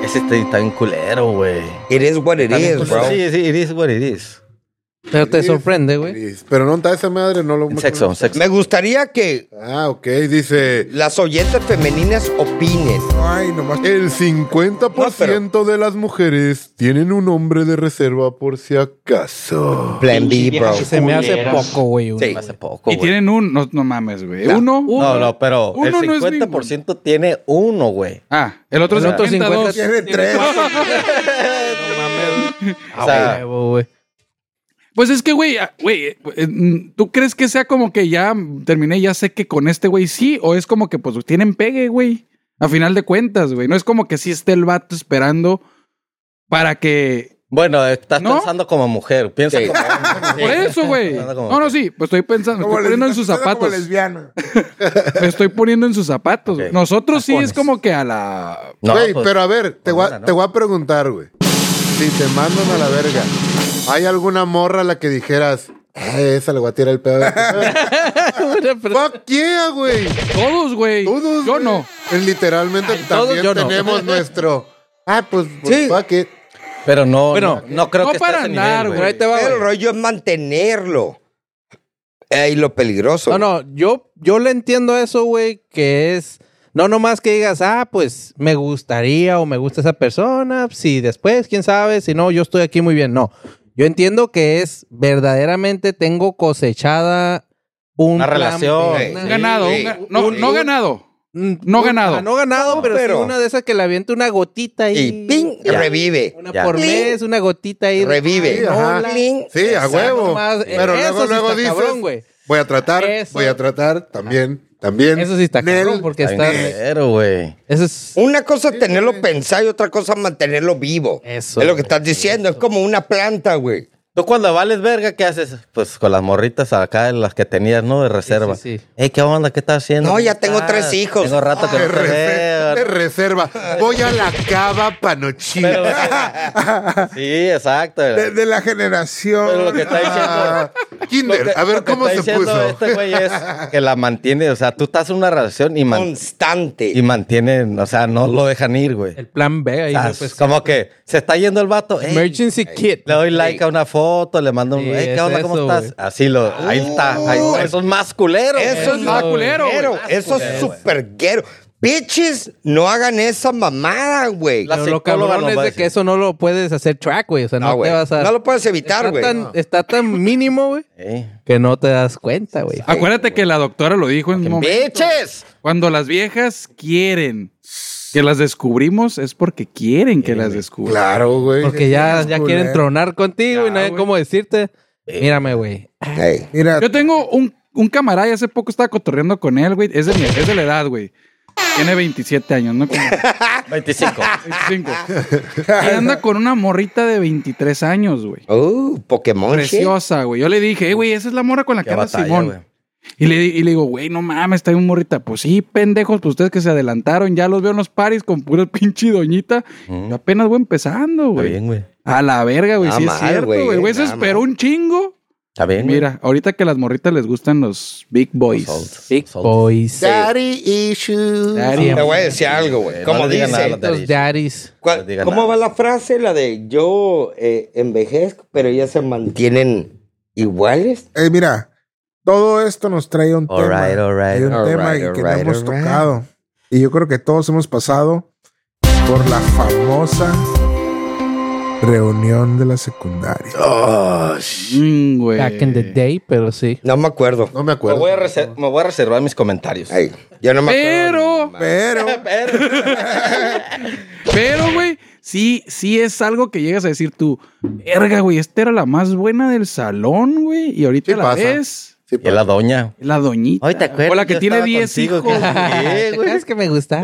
Speaker 5: Ese te- está bien culero, güey.
Speaker 3: It is what it
Speaker 5: También,
Speaker 3: is,
Speaker 5: pues,
Speaker 3: bro.
Speaker 5: Sí, sí, it is what it is.
Speaker 6: Pero te sorprende, güey.
Speaker 1: Pero no está esa madre, no lo
Speaker 5: En sexo, en sexo.
Speaker 3: Me gustaría que
Speaker 1: Ah, ok, dice.
Speaker 3: las oyentes femeninas opinen.
Speaker 7: Ay, nomás.
Speaker 1: El 50% de las mujeres tienen un hombre de reserva por si acaso.
Speaker 3: Plan B, bro.
Speaker 6: Se me hace
Speaker 2: Culeras.
Speaker 6: poco, güey. uno.
Speaker 3: Sí.
Speaker 5: Hace poco,
Speaker 4: y
Speaker 5: güey.
Speaker 4: tienen un, no, no mames, güey. Uno,
Speaker 5: No, no, pero el
Speaker 4: Uno no es
Speaker 5: 50% tiene uno, güey.
Speaker 4: Ah, el otro
Speaker 6: El otro
Speaker 4: 52.
Speaker 7: Tiene tres.
Speaker 4: Ah,
Speaker 5: O sea,
Speaker 6: Huevo, güey.
Speaker 4: Pues es que, güey, ah, güey, eh, eh, mm, ¿tú crees que sea como que ya mm, terminé, ya sé que con este güey sí? ¿O es como que pues tienen pegue, güey? A final de cuentas, güey. No es como que sí esté el vato esperando para que...
Speaker 5: bueno, estás
Speaker 4: ¿No?
Speaker 5: pensando como mujer. Piensa
Speaker 3: Sí.
Speaker 5: como
Speaker 4: Por eso, güey.
Speaker 5: Nada como
Speaker 4: No, no,
Speaker 5: que-
Speaker 4: sí. Pues estoy pensando, me
Speaker 7: Como
Speaker 4: estoy poniendo en sus
Speaker 7: lesbiana, como
Speaker 4: zapatos.
Speaker 7: lesbiana.
Speaker 4: Me estoy poniendo en sus zapatos. güey.
Speaker 5: Ok.
Speaker 4: Nosotros sí
Speaker 5: Tacones.
Speaker 4: es como que a la...
Speaker 5: No,
Speaker 1: güey,
Speaker 5: pues,
Speaker 1: pero a ver, te,
Speaker 5: pues
Speaker 1: voy a-
Speaker 5: nada, ¿no?
Speaker 1: te voy a preguntar, güey. Si te mandan a la verga, ¿hay alguna morra a la que dijeras, ah, esa le voy a tirar el pedo? Fuck yeah, güey.
Speaker 4: Todos, güey.
Speaker 1: Todos.
Speaker 4: Yo
Speaker 1: güey.
Speaker 4: no.
Speaker 1: Es literalmente también
Speaker 6: yo no.
Speaker 1: tenemos nuestro. Ah, pues,
Speaker 3: Sí.
Speaker 1: pues fuck it.
Speaker 5: pero no,
Speaker 6: Bueno,
Speaker 5: no, no creo
Speaker 4: no
Speaker 5: que esté
Speaker 4: para
Speaker 5: a ese
Speaker 4: andar,
Speaker 5: nivel,
Speaker 4: güey.
Speaker 6: Pero ahí te va,
Speaker 3: Pero el
Speaker 6: güey.
Speaker 3: rollo es mantenerlo. Ahí lo peligroso.
Speaker 6: No, no, yo, yo le entiendo eso, güey, que es. No nomás que digas, ah, pues me gustaría o me gusta esa persona, si después, quién sabe, si no, yo estoy aquí muy bien. No, yo entiendo que es verdaderamente tengo cosechada un
Speaker 5: Una
Speaker 6: plan
Speaker 5: relación.
Speaker 6: B, una-
Speaker 3: Sí.
Speaker 4: Ganado.
Speaker 3: güey.
Speaker 4: un ga- No,
Speaker 3: Sí.
Speaker 4: no ganado.
Speaker 6: un-
Speaker 4: No
Speaker 6: un-
Speaker 4: ganado.
Speaker 6: ah, No ganado,
Speaker 3: No,
Speaker 6: pero, sí
Speaker 3: pero-
Speaker 6: una de esas que le avienta una gotita ahí.
Speaker 3: Y ping,
Speaker 5: Ya.
Speaker 3: revive.
Speaker 6: Una
Speaker 5: Ya.
Speaker 6: por
Speaker 3: Pling.
Speaker 6: mes, una gotita ahí.
Speaker 3: Revive.
Speaker 1: Sí, ajá.
Speaker 6: hola.
Speaker 3: Pling.
Speaker 1: Sí, a
Speaker 6: Esa
Speaker 1: huevo.
Speaker 6: nomás- eh,
Speaker 1: Pero
Speaker 6: eso
Speaker 1: luego,
Speaker 6: sí
Speaker 1: luego
Speaker 6: está
Speaker 1: dices,
Speaker 6: cabrón, güey.
Speaker 1: voy a tratar,
Speaker 6: Eso.
Speaker 1: voy a tratar, también, también.
Speaker 6: Eso sí está
Speaker 1: Nel,
Speaker 6: cabrón, porque
Speaker 5: Está
Speaker 6: está.
Speaker 5: bien culero, güey.
Speaker 6: Eso es.
Speaker 3: Una cosa es tenerlo pensado y otra cosa es mantenerlo vivo.
Speaker 6: Eso,
Speaker 3: Es lo que
Speaker 6: güey.
Speaker 3: estás diciendo. Es como una planta, güey.
Speaker 5: Tú cuando vales verga, ¿qué haces? Pues con las morritas acá, las que tenías, ¿no? De reserva.
Speaker 6: sí, sí.
Speaker 5: Ey, ¿qué onda? ¿Qué estás haciendo?
Speaker 3: No,
Speaker 5: ¿Dónde
Speaker 3: ya tengo
Speaker 5: estás?
Speaker 3: tres hijos.
Speaker 5: Tengo rato que
Speaker 1: De,
Speaker 5: no te
Speaker 1: reserva, de
Speaker 5: veo.
Speaker 1: reserva. Voy a la cava panochila.
Speaker 5: Sí, exacto.
Speaker 6: eh,
Speaker 7: De, de la generación.
Speaker 5: Pero lo que está diciendo-
Speaker 7: Ah,
Speaker 5: Lo
Speaker 1: Kinder,
Speaker 5: que-
Speaker 1: a
Speaker 5: lo
Speaker 1: ver
Speaker 5: que
Speaker 1: cómo
Speaker 5: está
Speaker 1: se
Speaker 5: diciendo
Speaker 1: puso.
Speaker 5: Este güey es que la mantiene, o sea, tú estás en una relación y, man-
Speaker 3: Constante.
Speaker 5: y mantienen, o sea, no lo dejan ir, güey.
Speaker 6: El plan B
Speaker 5: O
Speaker 6: ahí.
Speaker 5: sea,
Speaker 6: güey, pues,
Speaker 5: como que se está yendo el vato. ey,
Speaker 6: Emergency kit.
Speaker 5: le doy like a una foto, le mando un.
Speaker 6: Sí,
Speaker 5: "Ey,
Speaker 6: es
Speaker 5: ¿Qué onda? ¿Cómo
Speaker 6: eso,
Speaker 5: estás?
Speaker 6: güey.
Speaker 5: Así lo. Ahí está. ahí- eso es más culero. güey.
Speaker 3: Eso es
Speaker 4: Está culero, güey.
Speaker 3: Eso es súper guero. Bitches, no hagan esa mamada, güey. Ah,
Speaker 5: La
Speaker 6: Pero lo
Speaker 5: psicóloga
Speaker 6: cabrón
Speaker 5: nos
Speaker 6: es
Speaker 5: va a
Speaker 6: de
Speaker 5: decir.
Speaker 6: que eso no lo puedes hacer track, güey. O sea, no,
Speaker 3: No, güey.
Speaker 6: te vas a...
Speaker 3: No lo puedes evitar,
Speaker 6: está
Speaker 3: güey.
Speaker 6: tan- Está tan mínimo, güey,
Speaker 5: Eh,
Speaker 6: que no te das cuenta, güey.
Speaker 3: Ah,
Speaker 4: Acuérdate que la doctora lo dijo en un momento.
Speaker 3: Bitches.
Speaker 4: Cuando las viejas quieren que las descubrimos, es porque quieren que las descubran.
Speaker 7: Claro,
Speaker 3: pues,
Speaker 7: güey.
Speaker 6: Porque ya, ya quieren
Speaker 7: Culero.
Speaker 6: tronar contigo y no hay cómo decirte. Mírame, güey.
Speaker 3: Ey.
Speaker 7: Mira,
Speaker 4: Yo tengo un, un camarada, y hace poco estaba cotorreando con él, güey. Es de, mi- es de la edad, güey. Tiene 27 años, ¿no? Como
Speaker 5: 25.
Speaker 4: 25. Y anda con una morrita de 23 años, güey.
Speaker 3: Uh, Pokémon shit.
Speaker 4: Preciosa, güey. Yo le dije, "Eh, güey, esa es la morra con la que
Speaker 5: Qué
Speaker 4: anda
Speaker 5: batalla,
Speaker 4: Simón.
Speaker 5: güey.
Speaker 4: Y le, y le digo, güey, no mames, está bien morrita. Pues sí, pendejos, pues ustedes que se adelantaron, ya los veo en los paris con pura pinche doñita.
Speaker 5: Ujú.
Speaker 4: Yo apenas voy empezando,
Speaker 5: Está
Speaker 4: güey.
Speaker 5: bien, güey.
Speaker 4: A la verga, güey,
Speaker 3: Nada
Speaker 4: sí es
Speaker 3: mal,
Speaker 4: cierto,
Speaker 3: güey,
Speaker 4: güey. El Güey, se
Speaker 3: nada
Speaker 4: esperó
Speaker 3: mal.
Speaker 4: un chingo.
Speaker 5: Está bien, güey.
Speaker 4: Mira, pues, ahorita que las morritas les gustan los big boys.
Speaker 5: Salt,
Speaker 6: Big
Speaker 5: salt.
Speaker 6: boys.
Speaker 7: Daddy issues.
Speaker 4: Daddy,
Speaker 3: Te voy a decir algo, güey.
Speaker 5: Eh,
Speaker 3: Como
Speaker 5: no le
Speaker 3: dice,
Speaker 5: digan nada a la tele.
Speaker 6: Los daddies.
Speaker 3: ¿cuál-
Speaker 5: No digan
Speaker 3: ¿cómo
Speaker 5: nada.
Speaker 3: va la frase? La de yo eh, envejezco, pero ellas se mantienen iguales.
Speaker 7: Eh, mira, todo esto nos trae un
Speaker 5: All
Speaker 7: tema.
Speaker 5: right, all right,
Speaker 7: Hay un
Speaker 3: all
Speaker 7: tema
Speaker 3: right,
Speaker 7: y
Speaker 3: all
Speaker 7: que
Speaker 3: right,
Speaker 7: no hemos
Speaker 3: all right.
Speaker 7: tocado. Y yo creo que todos hemos pasado por la famosa reunión de la secundaria.
Speaker 1: Oh,
Speaker 4: Mm, güey.
Speaker 6: Back in the day, pero sí.
Speaker 3: No me acuerdo.
Speaker 1: No me
Speaker 5: Me
Speaker 1: acuerdo.
Speaker 5: voy, a reser- me voy a reservar mis comentarios.
Speaker 3: Ey, yo no me
Speaker 4: Pero-
Speaker 3: acuerdo.
Speaker 7: Pero
Speaker 4: Pero, güey, sí, sí es algo que llegas a decir tú, verga, güey, esta era la más buena del salón, güey. Y ahorita
Speaker 1: Sí
Speaker 4: la
Speaker 1: pasa.
Speaker 4: ves,
Speaker 1: Sí, pues,
Speaker 5: Y la doña.
Speaker 4: la doñita.
Speaker 5: Ay, ¿te acuerdas?
Speaker 4: O la que
Speaker 5: Yo
Speaker 4: tiene
Speaker 5: estaba
Speaker 4: 10
Speaker 5: contigo,
Speaker 4: hijos.
Speaker 5: que-
Speaker 4: güey.
Speaker 5: Eh,
Speaker 6: ¿Te acuerdas que me gusta?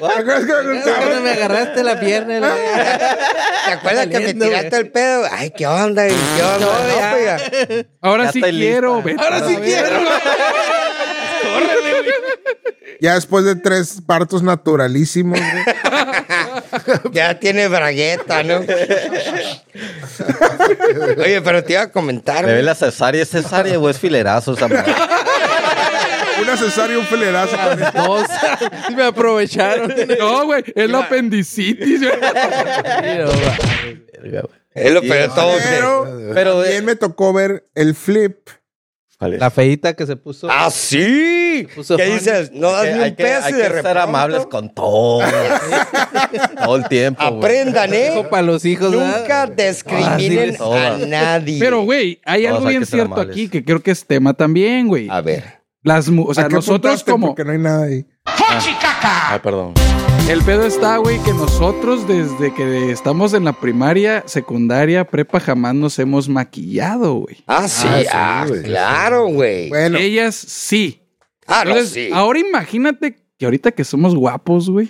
Speaker 6: Cuando me agarraste la pierna.
Speaker 3: ¿Te acuerdas que me
Speaker 6: Saliendo, güey.
Speaker 3: tiraste el pedo? Ay, ¿qué onda? ¿Qué onda? No, pues oiga.
Speaker 4: Ahora
Speaker 5: Ya
Speaker 4: sí
Speaker 5: estoy lista.
Speaker 4: quiero, vete a la
Speaker 6: sí
Speaker 4: verga.
Speaker 6: quiero.
Speaker 7: ya después de tres partos naturalísimos, güey,
Speaker 3: Ya tiene bragueta, ¿no? Oye, pero te iba a comentar.
Speaker 5: Me ve
Speaker 3: güey.
Speaker 5: la cesárea, es cesárea o es filerazo esa madre?
Speaker 7: una cesárea, un filerazo.
Speaker 6: Dos. me aprovecharon.
Speaker 4: No, güey, es la apendicitis. güey.
Speaker 5: Verga, güey.
Speaker 3: Es lo peor de todo. que-
Speaker 7: Pero,
Speaker 5: Pero,
Speaker 7: también
Speaker 5: eh,
Speaker 7: me tocó ver el flip.
Speaker 5: ¿Cuál es?
Speaker 6: La feita que se puso.
Speaker 3: ¡Ah, sí!
Speaker 6: puso
Speaker 3: ¿Qué
Speaker 6: fan.
Speaker 3: dices? No das
Speaker 5: Hay
Speaker 3: ni
Speaker 5: que-
Speaker 3: un peso
Speaker 5: hay
Speaker 3: y de
Speaker 5: que ser
Speaker 3: repente.
Speaker 5: amables con todo. todo el tiempo. güey.
Speaker 3: Aprendan, ¿eh?
Speaker 6: Dijo para los hijos. ¿verdad? Ah,
Speaker 3: Nunca discriminen
Speaker 5: Ah, sí, todas.
Speaker 3: a nadie.
Speaker 4: Pero, güey, hay
Speaker 5: Todos
Speaker 4: algo
Speaker 5: hay
Speaker 4: bien
Speaker 5: que ser
Speaker 4: cierto
Speaker 5: amables.
Speaker 4: aquí que creo que es tema también, güey.
Speaker 3: A ver.
Speaker 4: Las, mu- o sea,
Speaker 7: ¿A qué
Speaker 4: nosotros
Speaker 7: apuntaste?
Speaker 4: como...
Speaker 7: Porque no hay nada ahí.
Speaker 5: Ay, perdón.
Speaker 4: El pedo está, güey, que nosotros desde que estamos en la primaria, secundaria, prepa, jamás nos hemos maquillado, güey.
Speaker 3: Ah, sí.
Speaker 1: Ah, sí,
Speaker 3: Ah,
Speaker 1: güey.
Speaker 3: claro, güey.
Speaker 7: Bueno,
Speaker 4: Ellas sí.
Speaker 3: Ah, no,
Speaker 4: Entonces,
Speaker 3: sí.
Speaker 4: ahora imagínate que ahorita que somos guapos, güey,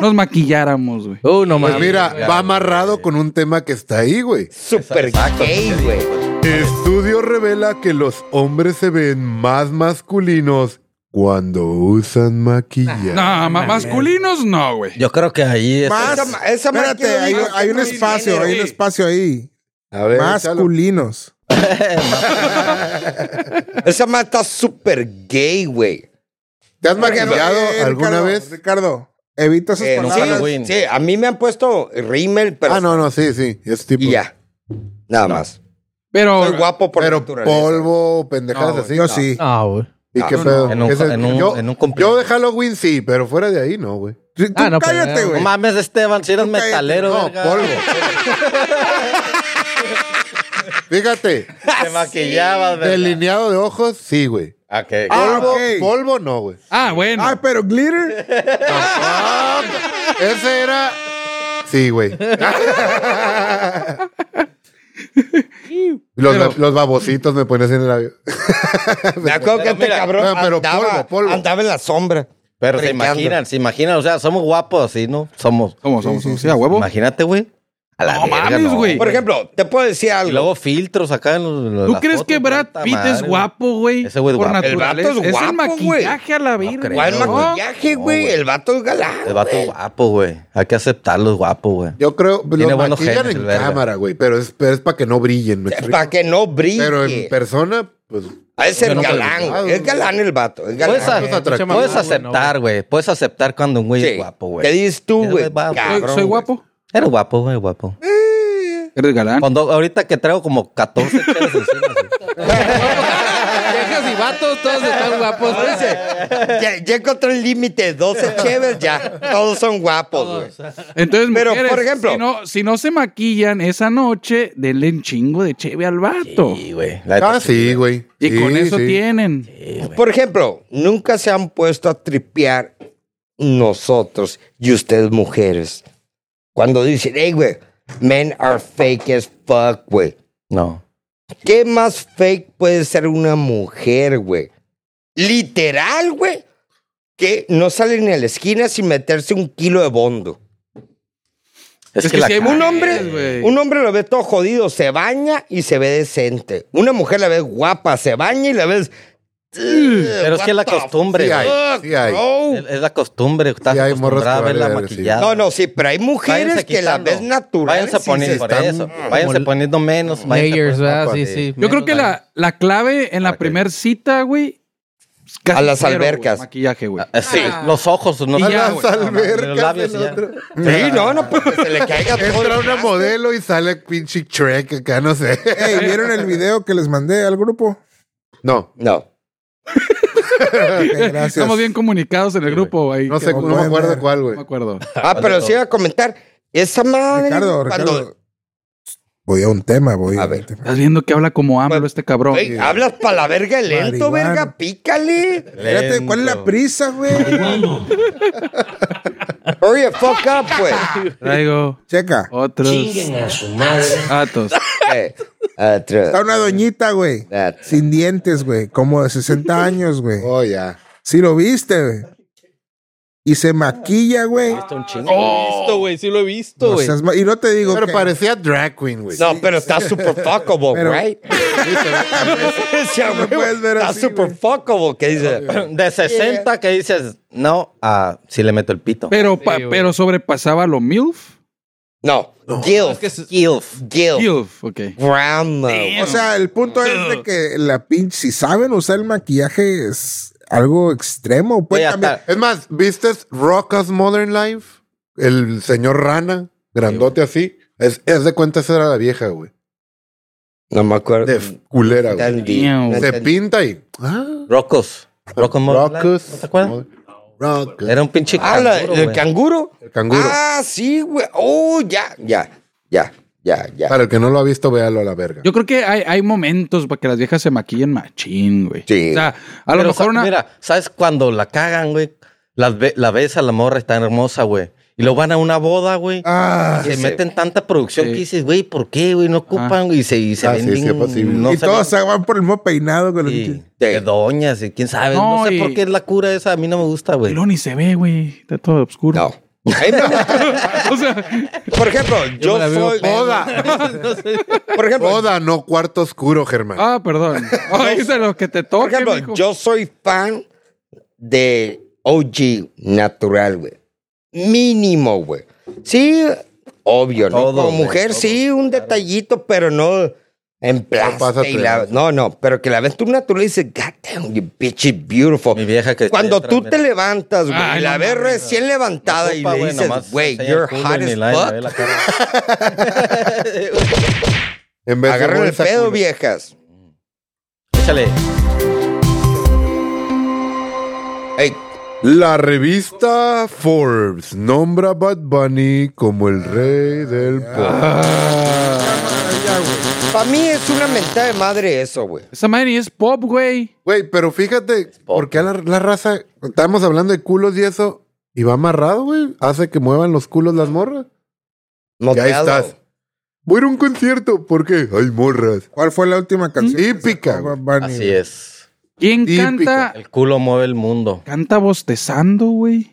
Speaker 4: nos maquilláramos, güey.
Speaker 6: Uh, no
Speaker 1: Pues
Speaker 6: mames.
Speaker 1: mira, va amarrado con un tema que está ahí, güey.
Speaker 3: Super gay, güey.
Speaker 5: pues.
Speaker 1: Estudio revela que los hombres se ven más masculinos cuando usan maquillaje.
Speaker 4: No, ma- masculinos no, güey.
Speaker 5: Yo creo que ahí es.
Speaker 7: más.
Speaker 3: Esa ma- esa madre
Speaker 7: espérate,
Speaker 3: quiero
Speaker 7: hay,
Speaker 3: decir,
Speaker 7: hay un
Speaker 3: quiero decir
Speaker 7: espacio,
Speaker 3: género.
Speaker 7: hay un espacio ahí.
Speaker 1: A ver, échalo.
Speaker 7: Masculinos.
Speaker 3: Esa madre está super gay, güey.
Speaker 1: ¿Te has
Speaker 7: Porque no-
Speaker 1: maquillado
Speaker 7: eh,
Speaker 1: alguna
Speaker 7: Ricardo,
Speaker 1: vez?
Speaker 7: Ricardo, evita esas
Speaker 3: Eh,
Speaker 5: nunca
Speaker 3: sí,
Speaker 5: lo
Speaker 7: palabras.
Speaker 5: voy-
Speaker 3: sí, a mí me han puesto rímel, pero
Speaker 1: Ah, no, no, sí, sí. Es tipo.
Speaker 3: y ya. Nada más.
Speaker 4: Pero,
Speaker 3: Soy guapo por
Speaker 1: Pero
Speaker 3: naturaleza.
Speaker 1: polvo, pendejadas
Speaker 4: No,
Speaker 1: así.
Speaker 7: Yo sí.
Speaker 6: No, güey.
Speaker 1: ¿Y
Speaker 3: No,
Speaker 1: qué
Speaker 3: no,
Speaker 1: pedo?
Speaker 5: no. En un-
Speaker 1: Ese-
Speaker 5: en un-
Speaker 1: yo,
Speaker 5: en un complejo.
Speaker 1: yo de Halloween sí, pero fuera de ahí no, güey.
Speaker 7: Tú
Speaker 6: Ah, no, pero-
Speaker 7: cállate,
Speaker 5: No
Speaker 7: güey.
Speaker 5: mames, Esteban, si eres
Speaker 7: Cállate,
Speaker 5: metalero.
Speaker 1: No,
Speaker 5: verga.
Speaker 1: polvo. Fíjate,
Speaker 5: Te maquillabas, ¿verdad?
Speaker 1: delineado de ojos, sí, güey.
Speaker 5: Ok.
Speaker 7: Ah,
Speaker 1: Polvo,
Speaker 7: ok.
Speaker 1: polvo no, güey.
Speaker 4: ah, bueno.
Speaker 7: Ah, pero glitter.
Speaker 1: Ese era. Sí, güey. Los,
Speaker 4: Pero-
Speaker 1: los babositos me pones en el labio.
Speaker 3: Me acuerdo que este
Speaker 5: mira,
Speaker 3: cabrón
Speaker 1: no, pero
Speaker 3: andaba,
Speaker 1: polvo, polvo.
Speaker 3: andaba en la sombra.
Speaker 5: Pero se
Speaker 3: brincando.
Speaker 5: imaginan, se imaginan. O sea, somos guapos, ¿sí? ¿No? Somos.
Speaker 4: ¿Cómo somos? somos? Sí, a huevo.
Speaker 5: Imagínate, güey. A la
Speaker 4: No
Speaker 5: verga,
Speaker 4: mames,
Speaker 5: no,
Speaker 4: güey.
Speaker 3: Por ejemplo, te puedo decir
Speaker 5: Y
Speaker 3: algo.
Speaker 5: luego filtros acá en los. en
Speaker 4: ¿Tú
Speaker 5: las
Speaker 4: crees
Speaker 5: fotos,
Speaker 4: que Brad
Speaker 5: tanta
Speaker 4: Pitt es
Speaker 5: madre,
Speaker 4: guapo, güey?
Speaker 5: Ese güey es
Speaker 4: Por
Speaker 5: guapo.
Speaker 3: El vato es
Speaker 4: naturaleza. Es,
Speaker 3: guapo,
Speaker 4: el maquillaje a la
Speaker 5: No
Speaker 4: verga.
Speaker 5: creo.
Speaker 3: ¿Cuál
Speaker 5: No,
Speaker 3: maquillaje,
Speaker 5: no,
Speaker 3: güey?
Speaker 5: güey.
Speaker 3: el vato es galán.
Speaker 5: El vato es
Speaker 3: güey.
Speaker 5: guapo, güey. Hay que aceptarlos guapo, güey.
Speaker 1: Yo creo que
Speaker 5: Tiene
Speaker 1: lo
Speaker 5: buenos
Speaker 1: maquillan
Speaker 5: genes, el
Speaker 1: en
Speaker 5: verga.
Speaker 1: cámara, güey. Pero es, pero es para que no brillen. ¿me explico?
Speaker 3: Para que no brille.
Speaker 1: Pero en persona, pues.
Speaker 3: Ah, es el
Speaker 1: Yo nunca lo ah, he
Speaker 3: galán,
Speaker 1: buscado,
Speaker 3: güey. Es galán el vato. Es galán.
Speaker 5: Puedes, a-
Speaker 1: es atractivo.
Speaker 5: puedes
Speaker 6: No, güey,
Speaker 5: aceptar, güey. Puedes aceptar cuando un güey
Speaker 3: Sí.
Speaker 5: es guapo,
Speaker 3: ¿Qué
Speaker 5: güey.
Speaker 3: dices tú,
Speaker 5: Ese
Speaker 3: güey?
Speaker 5: es guapo.
Speaker 4: Soy,
Speaker 3: Cabrón,
Speaker 4: soy
Speaker 3: güey.
Speaker 4: guapo. Pues,
Speaker 5: Eres guapo, güey, guapo.
Speaker 4: Eres galán.
Speaker 5: Cuando, ahorita que traigo como 14 chelas encima, güey.
Speaker 4: Dejas
Speaker 6: y vatos, todos están guapos.
Speaker 3: Ya, ya encontré el límite, 12 chéves, ya. Todos son guapos, güey.
Speaker 4: Entonces,
Speaker 3: Pero,
Speaker 4: mujeres,
Speaker 3: por ejemplo-
Speaker 4: si no, si no se maquillan esa noche, denle un chingo de cheve al vato.
Speaker 5: Sí, güey. La neta
Speaker 1: Ah,
Speaker 5: sí.
Speaker 1: sí, güey.
Speaker 4: y
Speaker 1: Sí,
Speaker 4: con eso
Speaker 1: sí.
Speaker 4: tienen.
Speaker 6: eh.
Speaker 3: Por ejemplo, nunca se han puesto a tripear nosotros y ustedes mujeres. Cuando dicen, hey, güey, men are fake as fuck, güey.
Speaker 5: No.
Speaker 3: ¿Qué más fake puede ser una mujer, güey? Literal, güey. Que no sale ni a la esquina sin meterse un kilo de bondo.
Speaker 5: Es, que, la
Speaker 4: si hay
Speaker 5: ca-
Speaker 3: Un
Speaker 4: mujeres,
Speaker 3: hombre,
Speaker 4: güey.
Speaker 3: un hombre lo ve todo jodido, se baña y se ve decente. Una mujer la ves guapa, se baña y la ves. Pero
Speaker 5: Mm, Pero es que la costumbre,
Speaker 1: Sí
Speaker 5: güey.
Speaker 1: hay, sí hay.
Speaker 5: Es es la costumbre. Estás
Speaker 1: Sí, hay morros que
Speaker 5: acostumbrada a verla
Speaker 1: vale verga, sí.
Speaker 5: maquillada.
Speaker 3: No, no, sí, pero hay mujeres
Speaker 5: Váyanse
Speaker 3: que la
Speaker 5: quitando.
Speaker 3: ves natural.
Speaker 5: Váyanse poniendo,
Speaker 1: sí,
Speaker 5: por
Speaker 1: están
Speaker 5: eso.
Speaker 1: como
Speaker 5: Váyanse
Speaker 6: l-
Speaker 5: poniendo menos. váyanse
Speaker 6: Mayors,
Speaker 5: poniendo
Speaker 6: ¿verdad?
Speaker 5: poco,
Speaker 6: Sí,
Speaker 5: sí.
Speaker 6: sí.
Speaker 4: Yo creo que la, la clave en la
Speaker 5: Ok.
Speaker 4: primer cita, güey. es casi
Speaker 3: A las
Speaker 4: cero, güey,
Speaker 3: albercas.
Speaker 4: maquillaje, güey.
Speaker 5: Ah, Sí, los ojos. No,
Speaker 4: Y
Speaker 1: A
Speaker 4: ya,
Speaker 1: las
Speaker 4: güey.
Speaker 1: albercas
Speaker 5: Los labios
Speaker 1: del
Speaker 5: y ya.
Speaker 1: otro.
Speaker 3: Sí, no, no,
Speaker 5: pues,
Speaker 3: porque se le caiga todo.
Speaker 1: Entra una modelo y sale pinche Trek acá, no sé.
Speaker 7: Ey, ¿vieron el video que les mandé al grupo?
Speaker 1: No,
Speaker 3: No.
Speaker 7: Ok, gracias.
Speaker 4: Estamos bien comunicados en el grupo, güey.
Speaker 1: no
Speaker 4: que
Speaker 1: sé,
Speaker 7: no
Speaker 1: no me acuerdo
Speaker 7: pueden ver.
Speaker 1: cuál,
Speaker 4: No me
Speaker 1: güey.
Speaker 4: acuerdo.
Speaker 3: Ah, pero sí iba a comentar. Esa madre.
Speaker 7: Ricardo,
Speaker 3: cuando-
Speaker 7: Ricardo. Voy a un tema, voy a,
Speaker 3: A
Speaker 7: un
Speaker 3: ver.
Speaker 7: tema.
Speaker 4: Estás viendo que habla como AMLO este cabrón.
Speaker 3: Ey, ah, hablas para la verga lento,
Speaker 7: Marihuana.
Speaker 3: verga, pícale.
Speaker 7: Espérate, ¿cuál es la
Speaker 5: Lento.
Speaker 7: prisa, güey?
Speaker 2: Marihuano.
Speaker 3: Hurry the fuck up, pues.
Speaker 4: Traigo
Speaker 7: Checa.
Speaker 4: otros
Speaker 2: Chinguen a su madre.
Speaker 4: datos.
Speaker 3: Eh, otro.
Speaker 7: Está una doñita, güey.
Speaker 3: That.
Speaker 7: Sin dientes, güey. Como de 60 años, güey.
Speaker 1: Oh, ya.
Speaker 7: Sí lo viste, güey. Y se maquilla, güey.
Speaker 6: Esto, güey, sí lo he visto,
Speaker 7: O
Speaker 6: güey.
Speaker 7: sea, es ma- y no te digo
Speaker 1: Pero
Speaker 7: que-
Speaker 1: parecía drag queen, güey.
Speaker 3: No, pero está super fuckable,
Speaker 7: Pero-
Speaker 3: right? Sí, a
Speaker 7: me
Speaker 3: huevo,
Speaker 7: puedes ver
Speaker 3: está
Speaker 7: así,
Speaker 3: super
Speaker 7: güey.
Speaker 3: fuckable, que dice.
Speaker 5: De 60 que dices, no, ah, sí le meto el pito.
Speaker 4: Pero, pa-
Speaker 6: güey.
Speaker 4: pero sobrepasaba lo MILF.
Speaker 3: No, Gil,
Speaker 6: Es que se-
Speaker 5: Ilf.
Speaker 3: Gil, uh,
Speaker 4: MILF, ok.
Speaker 3: grandma.
Speaker 7: O sea, el punto es de que la pinche, si saben usar el maquillaje es algo extremo,
Speaker 5: Voy
Speaker 7: pues. puede
Speaker 5: a
Speaker 7: cambiar.
Speaker 5: estar-
Speaker 1: Es más, ¿viste Rocka's Modern Life? El señor Rana, grandote así. Es, es de cuenta, esa era la vieja, güey.
Speaker 3: No me acuerdo.
Speaker 1: De f- culera, güey.
Speaker 3: Entendí.
Speaker 4: Damn,
Speaker 3: No
Speaker 4: güey.
Speaker 1: Se
Speaker 3: entendí.
Speaker 1: pinta y. Ah,
Speaker 5: Rocos. Rocos
Speaker 1: Rockus.
Speaker 5: ¿No te acuerdas? Eh,
Speaker 1: Rockus.
Speaker 5: Era un pinche
Speaker 3: Ah, la-
Speaker 5: canguro,
Speaker 3: el
Speaker 5: güey.
Speaker 3: canguro.
Speaker 1: El canguro.
Speaker 3: Ah, sí, güey. Oh, ya, ya, ya, ya, ya.
Speaker 1: Para el que no lo ha visto, véalo a la verga.
Speaker 4: Yo creo que hay, hay momentos para que las viejas se maquillen machín, güey.
Speaker 3: Sí.
Speaker 4: O sea, a lo
Speaker 5: Pero,
Speaker 4: mejor
Speaker 5: sa-
Speaker 4: una.
Speaker 5: Mira, ¿sabes cuando la cagan, güey? Las ve- la ves a la morra, está hermosa, güey. Y lo van a una boda, güey.
Speaker 7: Ah,
Speaker 5: se
Speaker 3: sí.
Speaker 5: meten tanta producción
Speaker 4: Sí.
Speaker 5: que dices, güey, ¿por qué, güey? No ocupan, güey. Y se, y se
Speaker 1: Ah,
Speaker 5: ven
Speaker 1: sí,
Speaker 5: bien-
Speaker 1: sí, es posible.
Speaker 5: no
Speaker 7: y
Speaker 5: se
Speaker 7: todos
Speaker 5: ven-
Speaker 7: se Ah, van por el mismo peinado con los
Speaker 5: sí,
Speaker 7: pinches-
Speaker 5: de doñas y quién sabe. No,
Speaker 4: No,
Speaker 5: sé
Speaker 4: y-
Speaker 5: por qué es la cura esa. A mí no me gusta,
Speaker 4: Y
Speaker 5: güey.
Speaker 4: luego ni se ve, güey. Está todo oscuro.
Speaker 3: No. Ahí me-
Speaker 4: O sea,
Speaker 3: Por ejemplo, yo,
Speaker 6: me la veo
Speaker 3: soy.
Speaker 1: Boda.
Speaker 3: Por ejemplo,
Speaker 1: Boda, no cuarto oscuro, Germán.
Speaker 4: ah, perdón. Ay, es de lo que te
Speaker 3: por
Speaker 4: toca.
Speaker 3: ejemplo yo soy fan de OG natural, güey. Mínimo, güey. Sí, obvio, ¿no?
Speaker 5: Todo,
Speaker 3: Como
Speaker 5: güey,
Speaker 3: mujer,
Speaker 5: todo,
Speaker 3: sí, un detallito, pero no en
Speaker 1: pasa
Speaker 3: plástica. y la-
Speaker 1: tres.
Speaker 3: No, no, pero que la ves tú natural y dices, God damn, you bitch is beautiful.
Speaker 5: Mi vieja que está
Speaker 3: Cuando
Speaker 5: allá atrás,
Speaker 3: tú te
Speaker 5: mira.
Speaker 3: levantas, güey,
Speaker 4: Ay,
Speaker 3: y la
Speaker 4: no
Speaker 3: ves
Speaker 4: mames,
Speaker 3: recién levantada
Speaker 5: Ocupa,
Speaker 3: y le
Speaker 5: güey, nomás
Speaker 3: dices, güey,
Speaker 5: enseña el
Speaker 3: you're
Speaker 5: culo
Speaker 3: hot
Speaker 5: y ni
Speaker 3: as
Speaker 5: la- la ve
Speaker 3: fuck.
Speaker 5: la cara.
Speaker 1: En vez de
Speaker 3: Agarren el
Speaker 1: bolsa,
Speaker 3: pedo,
Speaker 1: culo.
Speaker 3: viejas.
Speaker 5: Échale.
Speaker 3: Ey,
Speaker 1: La revista Forbes nombra a Bad Bunny como el rey del pop.
Speaker 3: Para mí es una mentada de madre eso, güey.
Speaker 4: Esa madre ni es pop, güey.
Speaker 1: Güey, pero fíjate, ¿por qué la, la raza? Estamos hablando de culos y eso, y va amarrado, güey. Hace que muevan los culos las morras. Y ahí
Speaker 3: Moteado.
Speaker 1: estás. Voy a ir a un concierto, ¿por qué? Hay morras.
Speaker 7: ¿Cuál fue la
Speaker 6: ¿Mm?
Speaker 7: última canción? que
Speaker 1: Típica,
Speaker 7: sacó
Speaker 1: güey.
Speaker 7: Bad Bunny?
Speaker 5: Así es.
Speaker 4: ¿Quién
Speaker 1: Típico.
Speaker 4: canta?
Speaker 5: El culo mueve el mundo.
Speaker 4: Canta bostezando, güey.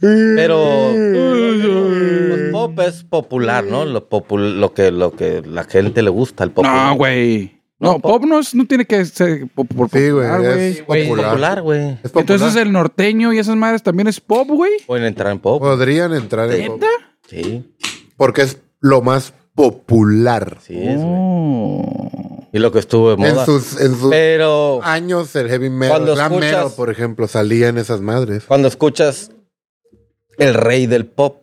Speaker 5: Pero
Speaker 4: Mm.
Speaker 5: pues, pop es popular, ¿no? Lo, popul- lo que lo que la gente le gusta, el popular.
Speaker 4: No, güey. No, pop, no, es, no tiene que ser pop por
Speaker 1: Sí, Ah, güey,
Speaker 4: popular, güey.
Speaker 1: es
Speaker 6: güey,
Speaker 1: popular.
Speaker 5: Popular, güey.
Speaker 1: Es popular.
Speaker 4: Entonces el norteño y esas madres también es pop, güey.
Speaker 5: Pueden entrar en pop.
Speaker 1: Podrían entrar en pop,
Speaker 4: ¿Neta?
Speaker 5: Sí,
Speaker 1: porque es lo más popular.
Speaker 5: sí es, güey.
Speaker 4: Oh.
Speaker 5: Y lo que estuvo de
Speaker 1: En
Speaker 5: moda.
Speaker 1: sus, en sus
Speaker 5: Pero
Speaker 1: años el heavy metal,
Speaker 5: Cuando
Speaker 1: glam
Speaker 5: escuchas-
Speaker 1: metal, por ejemplo, salían esas madres.
Speaker 5: cuando escuchas el rey del pop,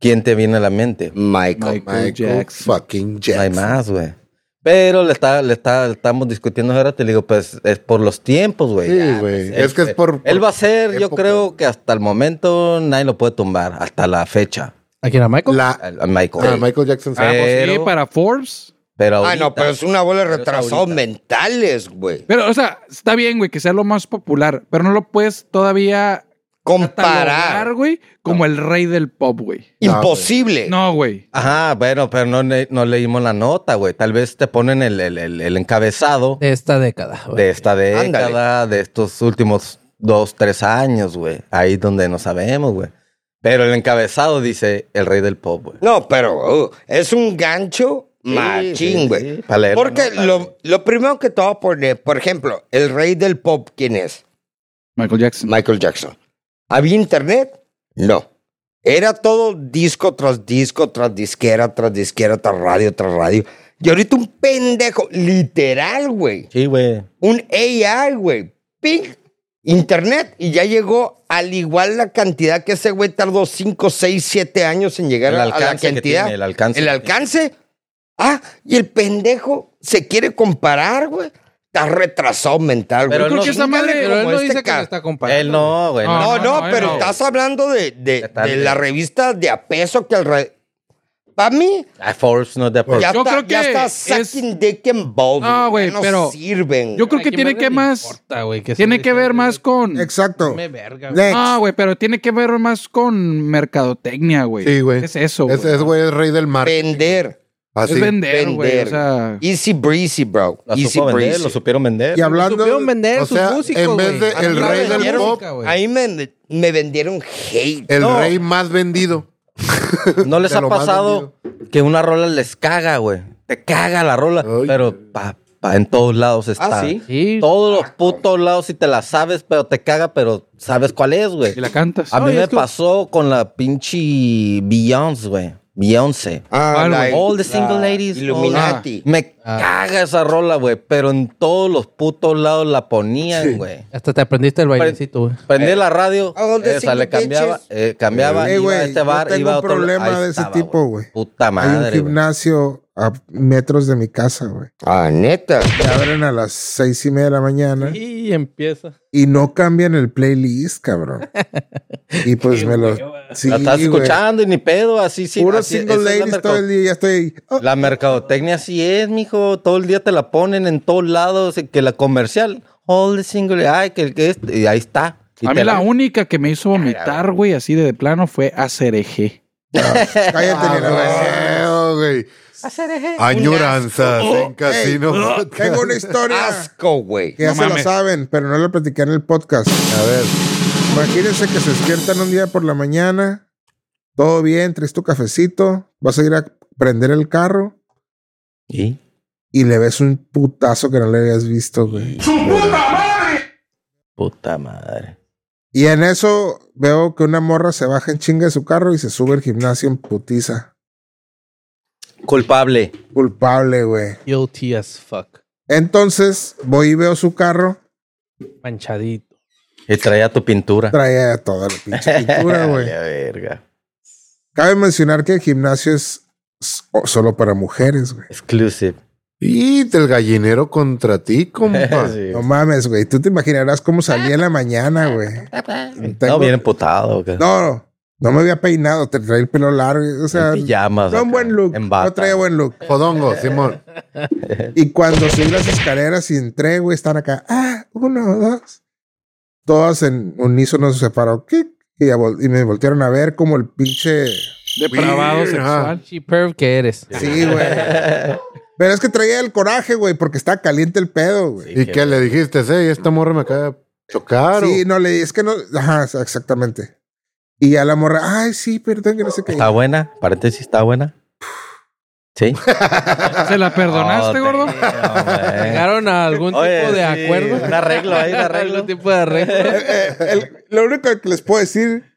Speaker 5: ¿quién te viene a la mente?
Speaker 3: Michael.
Speaker 4: Michael
Speaker 1: Michael
Speaker 4: Jackson.
Speaker 1: fucking
Speaker 5: No hay
Speaker 1: Jackson.
Speaker 5: más, güey. Pero le, está, le, está, le estamos discutiendo ahora, te digo, pues es por los tiempos, güey.
Speaker 1: Sí,
Speaker 5: Ya,
Speaker 1: güey.
Speaker 5: pues,
Speaker 1: Es que es por-
Speaker 5: Él va a
Speaker 1: por
Speaker 5: ser, yo
Speaker 1: época.
Speaker 5: creo que hasta el momento nadie lo puede tumbar, hasta la fecha,
Speaker 6: ¿Aquí era Michael?
Speaker 1: La,
Speaker 5: al- Eh, al Michael.
Speaker 1: ah, Michael Jackson.
Speaker 4: Ah, pues sí,
Speaker 5: Pero-
Speaker 4: para Forbes.
Speaker 5: Pero
Speaker 3: Ah, no,
Speaker 5: ahorita-
Speaker 3: pero es una bola de
Speaker 5: pero es
Speaker 3: retrasados
Speaker 5: ahorita.
Speaker 3: mentales, güey.
Speaker 4: Pero, o sea, está bien, güey, que sea lo más popular, pero no lo puedes todavía
Speaker 3: Comparar.
Speaker 4: catalogar, güey, como el rey del pop, güey.
Speaker 3: Imposible.
Speaker 4: No, güey.
Speaker 5: Ajá, bueno, pero no, le- no leímos la nota, güey. Tal vez te ponen el, el- el- el encabezado
Speaker 6: De esta década. güey.
Speaker 5: de esta
Speaker 3: Ándale.
Speaker 5: década, de estos últimos dos, tres años, güey. Ahí donde no sabemos, güey. Pero el encabezado dice el rey del pop, güey.
Speaker 3: No, pero uh, es un gancho
Speaker 5: sí,
Speaker 3: machín, güey.
Speaker 5: sí, pa' leer la
Speaker 3: Porque
Speaker 5: nota,
Speaker 3: lo, lo primero que te voy a poner, por ejemplo, el rey del pop, ¿quién es?
Speaker 4: Michael Jackson.
Speaker 3: Michael Jackson. ¿Había internet? No. Era todo disco tras disco, tras disquera, tras disquera, tras radio, tras radio. Y ahorita un pendejo, literal, güey.
Speaker 5: Sí, güey.
Speaker 3: Un AI, güey. Ping. Internet. Y ya llegó al igual la cantidad que ese güey tardó 5, 6, 7 años en llegar
Speaker 5: El
Speaker 3: a- a la
Speaker 5: alcance que
Speaker 3: cantidad.
Speaker 5: tiene, el alcance
Speaker 3: El
Speaker 5: que
Speaker 3: alcance. Ah, y el pendejo se quiere comparar, güey. Está retrasado mental, güey.
Speaker 5: Pero él no-
Speaker 4: madre-
Speaker 6: Pero él
Speaker 3: como
Speaker 6: no
Speaker 3: este
Speaker 6: dice que
Speaker 3: ca-
Speaker 6: le está comparando.
Speaker 5: Él no, güey.
Speaker 4: No,
Speaker 5: no.
Speaker 3: no, no,
Speaker 4: no,
Speaker 3: pero
Speaker 4: ¿eh? no.
Speaker 3: estás hablando de, de-
Speaker 5: Ya está
Speaker 3: de la
Speaker 5: bien.
Speaker 3: revista de a peso que al Para mí,
Speaker 5: Ah, Forbes no es de Forbes.
Speaker 3: ya,
Speaker 4: Yo
Speaker 3: está,
Speaker 4: creo
Speaker 3: ya
Speaker 4: que
Speaker 3: está
Speaker 4: es-
Speaker 3: sucking dick and balls,
Speaker 4: No, güey,
Speaker 3: ya no
Speaker 4: pero-
Speaker 3: sirven.
Speaker 4: Yo
Speaker 3: güey.
Speaker 4: creo que
Speaker 6: ¿A quién
Speaker 4: tiene
Speaker 6: verga
Speaker 4: que
Speaker 6: le
Speaker 4: más.
Speaker 6: importa, güey, que
Speaker 4: Tiene
Speaker 6: se-
Speaker 4: que ver más con.
Speaker 7: Exacto.
Speaker 6: Me verga, güey.
Speaker 7: Next.
Speaker 4: Ah, güey, pero tiene que ver más con mercadotecnia, güey.
Speaker 1: Sí, güey.
Speaker 4: Es eso, güey.
Speaker 1: Es, es, güey, es rey del mar.
Speaker 3: Vender.
Speaker 1: Así.
Speaker 4: Es vender, güey.
Speaker 3: Vender.
Speaker 4: O sea.
Speaker 3: Easy breezy, bro.
Speaker 5: La
Speaker 3: Easy
Speaker 5: supo vender,
Speaker 3: breezy.
Speaker 5: lo supieron vender.
Speaker 7: Y hablando.
Speaker 6: Supieron vender
Speaker 1: o
Speaker 6: sus
Speaker 1: sea,
Speaker 6: músicos,
Speaker 1: en vez
Speaker 6: güey.
Speaker 1: de
Speaker 6: A
Speaker 1: el
Speaker 6: mí me
Speaker 1: rey del
Speaker 6: vendieron
Speaker 1: pop,
Speaker 6: música, güey.
Speaker 3: A mí me, me vendieron hate.
Speaker 1: El
Speaker 5: No.
Speaker 1: rey más vendido.
Speaker 5: ¿No les
Speaker 1: de
Speaker 5: ha
Speaker 1: lo más
Speaker 5: pasado que una rola les caga, güey? Te caga la rola.
Speaker 1: Ay.
Speaker 5: Pero pa, pa, en todos lados está.
Speaker 3: sí?
Speaker 6: Sí.
Speaker 5: Todos los putos lados si te la sabes, pero te caga, pero sabes cuál es, güey.
Speaker 4: Y la cantas.
Speaker 5: A mí
Speaker 6: Ay,
Speaker 5: me
Speaker 6: es que-
Speaker 5: pasó con la pinche Beyoncé, güey. Beyoncé.
Speaker 3: Ah,
Speaker 4: la-
Speaker 5: All the single ladies.
Speaker 3: Illuminati.
Speaker 5: all- Me
Speaker 6: Ah.
Speaker 5: caga esa rola, güey. Pero en todos los putos lados la ponían, güey.
Speaker 6: Hasta te aprendiste el bailecito, güey.
Speaker 5: Prendí la radio,
Speaker 3: ¿a dónde
Speaker 5: esa,
Speaker 3: cinco
Speaker 5: le cambiaba,
Speaker 3: bitches?
Speaker 5: eh, cambiaba,
Speaker 7: Eh,
Speaker 5: iba
Speaker 7: güey,
Speaker 5: a este
Speaker 7: yo
Speaker 5: bar,
Speaker 7: tengo
Speaker 5: iba a
Speaker 7: un
Speaker 5: otro
Speaker 7: problema
Speaker 5: ahí
Speaker 7: de ese
Speaker 5: estaba,
Speaker 7: tipo, güey.
Speaker 5: Puta
Speaker 7: Hay un
Speaker 5: madre, güey.
Speaker 7: gimnasio a metros de mi casa, güey.
Speaker 3: Ah, neta.
Speaker 7: Te abren a las seis y media de la mañana
Speaker 6: Y empieza.
Speaker 7: y no cambian el playlist, cabrón. Y pues me lo. Sí,
Speaker 5: La estás
Speaker 7: güey.
Speaker 5: escuchando y ni pedo, así sí.
Speaker 7: Puro
Speaker 5: así-
Speaker 7: single
Speaker 5: esa es la
Speaker 7: ladies
Speaker 5: mercado-
Speaker 7: todo el día. Ya estoy. oh,
Speaker 5: La mercadotecnia así es, mijo. Todo el día te la ponen en todos lados, y que la comercial, all the single, ay, que, que este, y ahí está. Y
Speaker 4: A
Speaker 5: te
Speaker 4: mí la única que me hizo vomitar, güey, así de plano fue hacer eje.
Speaker 7: cállate, ni la ves.
Speaker 1: Ah, güey. Añoranzas en casino.
Speaker 7: Ey, Tengo una historia.
Speaker 3: Asco, güey.
Speaker 7: Que ya se la saben, pero no la platiqué en el podcast.
Speaker 1: A ver.
Speaker 7: Imagínense que se despiertan un día por la mañana, todo bien, traes tu cafecito, vas a ir a prender el carro
Speaker 5: ¿Y?
Speaker 7: y le ves un putazo que no le habías visto, güey.
Speaker 5: Puta madre.
Speaker 7: Y en eso veo que una morra se baja en chinga de su carro y se sube al gimnasio en putiza.
Speaker 5: Culpable.
Speaker 7: Culpable, güey.
Speaker 6: Guilty as fuck.
Speaker 7: Entonces voy y veo su carro,
Speaker 6: Manchadito.
Speaker 5: Y traía tu pintura.
Speaker 7: trae toda la pinche pintura, güey.
Speaker 5: Vale, verga.
Speaker 7: Cabe mencionar que el gimnasio es s- solo para mujeres, güey.
Speaker 5: Exclusive.
Speaker 1: Y del gallinero contra ti, compa.
Speaker 5: Sí.
Speaker 7: No mames, güey. Tú te imaginarás cómo salía en la mañana, güey.
Speaker 5: No,
Speaker 7: Tengo-
Speaker 5: bien emputado. güey.
Speaker 7: No, no me había peinado, te traía el pelo largo. O sea,
Speaker 5: en pijamas.
Speaker 7: no
Speaker 5: Este
Speaker 7: un
Speaker 5: acá,
Speaker 7: buen look.
Speaker 5: En bata.
Speaker 7: No traía buen look.
Speaker 1: Jodongo, Simón.
Speaker 7: Y cuando subí las escaleras y entré, güey, están acá. Ah, uno, dos. Todas en unísono se separaron. ¿qué? Y, ya vol- y me voltearon a ver como el pinche.
Speaker 4: Depravado
Speaker 1: Weird, ajá.
Speaker 4: sexual.
Speaker 6: Pinche perv que eres.
Speaker 7: Sí, güey. Pero es que traía el coraje, güey, porque está caliente el pedo, güey.
Speaker 1: ¿Y qué le dijiste? Ey, esta morra me acaba de chocar. o-
Speaker 7: Sí, no le es que no. Ajá, exactamente. Y ya la morra, ay, sí, perdón, que no sé qué.
Speaker 5: ¿Está buena? Paréntesis, ¿está buena? Sí.
Speaker 4: ¿Se la perdonaste,
Speaker 5: Oh,
Speaker 4: gordo?
Speaker 5: damn, güey.
Speaker 6: ¿Llegaron a algún
Speaker 5: Oye,
Speaker 6: tipo de
Speaker 5: sí,
Speaker 6: acuerdo?
Speaker 5: Un arreglo ahí, un arreglo.
Speaker 6: ¿Algún tipo de arreglo?
Speaker 7: Eh, el- lo único que les puedo decir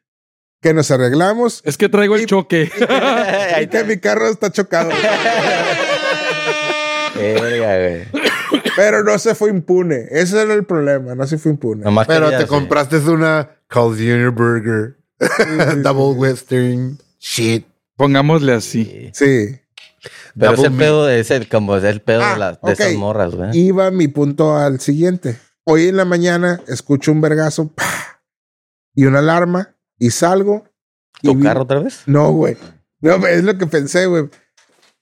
Speaker 7: que nos arreglamos
Speaker 4: Es que traigo el choque.
Speaker 5: Ahí
Speaker 7: y que
Speaker 5: está.
Speaker 7: mi carro está chocado.
Speaker 5: Verga, güey.
Speaker 7: pero no se fue impune. Ese era el problema, no se fue impune.
Speaker 5: Nomás
Speaker 1: Pero
Speaker 5: quería,
Speaker 1: te
Speaker 5: sí.
Speaker 1: compraste una Carl Jr. Burger. Double Western. Shit.
Speaker 4: Pongámosle así.
Speaker 7: Sí.
Speaker 5: Pero es el
Speaker 1: Double
Speaker 5: pedo, de- es el, como es el pedo
Speaker 7: Ah,
Speaker 5: de, las de
Speaker 7: ok.
Speaker 5: esas morras, güey.
Speaker 7: Iba mi punto al siguiente. Hoy en la mañana escucho un vergazo ¡pah! y una alarma y salgo. y
Speaker 5: ¿Tu
Speaker 7: vi-
Speaker 5: carro otra vez?
Speaker 7: No, güey. No, es lo que pensé, güey.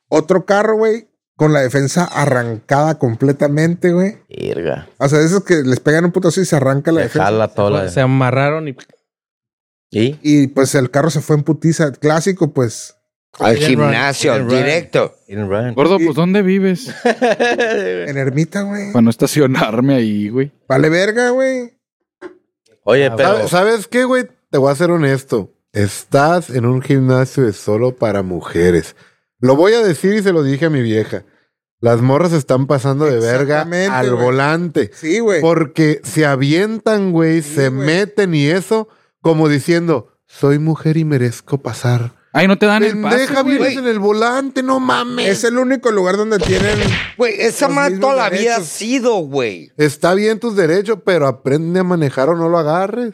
Speaker 7: Otro carro, güey, con la defensa arrancada completamente, güey.
Speaker 5: Irga.
Speaker 7: O sea, esos que les pegan un putazo y se arranca la
Speaker 5: Se
Speaker 7: defensa.
Speaker 5: jala toda la...
Speaker 6: Se amarraron y
Speaker 5: ¿Y?
Speaker 7: Y pues el carro se fue en putiza. Clásico, pues.
Speaker 3: Al
Speaker 6: Hit and run,
Speaker 3: gimnasio,
Speaker 6: hit and run.
Speaker 3: directo.
Speaker 5: Hit and run.
Speaker 4: Gordo,
Speaker 7: Y-
Speaker 4: pues ¿dónde vives?
Speaker 7: En ermita, güey.
Speaker 4: Para no estacionarme ahí, güey.
Speaker 7: Vale verga, güey.
Speaker 5: Oye,
Speaker 6: Ah,
Speaker 5: pero...
Speaker 1: ¿Sabes, sabes qué, güey? Te voy a ser honesto. Estás en un gimnasio de solo para mujeres. Lo voy a decir y se lo dije a mi vieja. Las morras están pasando de verga
Speaker 7: Exactamente,
Speaker 1: al
Speaker 7: güey.
Speaker 1: volante.
Speaker 7: Sí, güey.
Speaker 1: Porque se avientan, güey,
Speaker 7: Sí,
Speaker 1: se
Speaker 7: güey.
Speaker 1: meten y eso, como diciendo, soy mujer y merezco pasar.
Speaker 4: Ay, no te dan el pase.
Speaker 1: Pendeja,
Speaker 4: güey.
Speaker 1: vienes en el volante, no mames.
Speaker 7: Es el único lugar donde tienen.
Speaker 3: Güey, esa
Speaker 7: Los
Speaker 3: madre
Speaker 7: mismos
Speaker 3: toda la vida ha
Speaker 7: derechos.
Speaker 3: sido, güey.
Speaker 1: Está bien tus derechos, pero aprende a manejar o no lo agarres.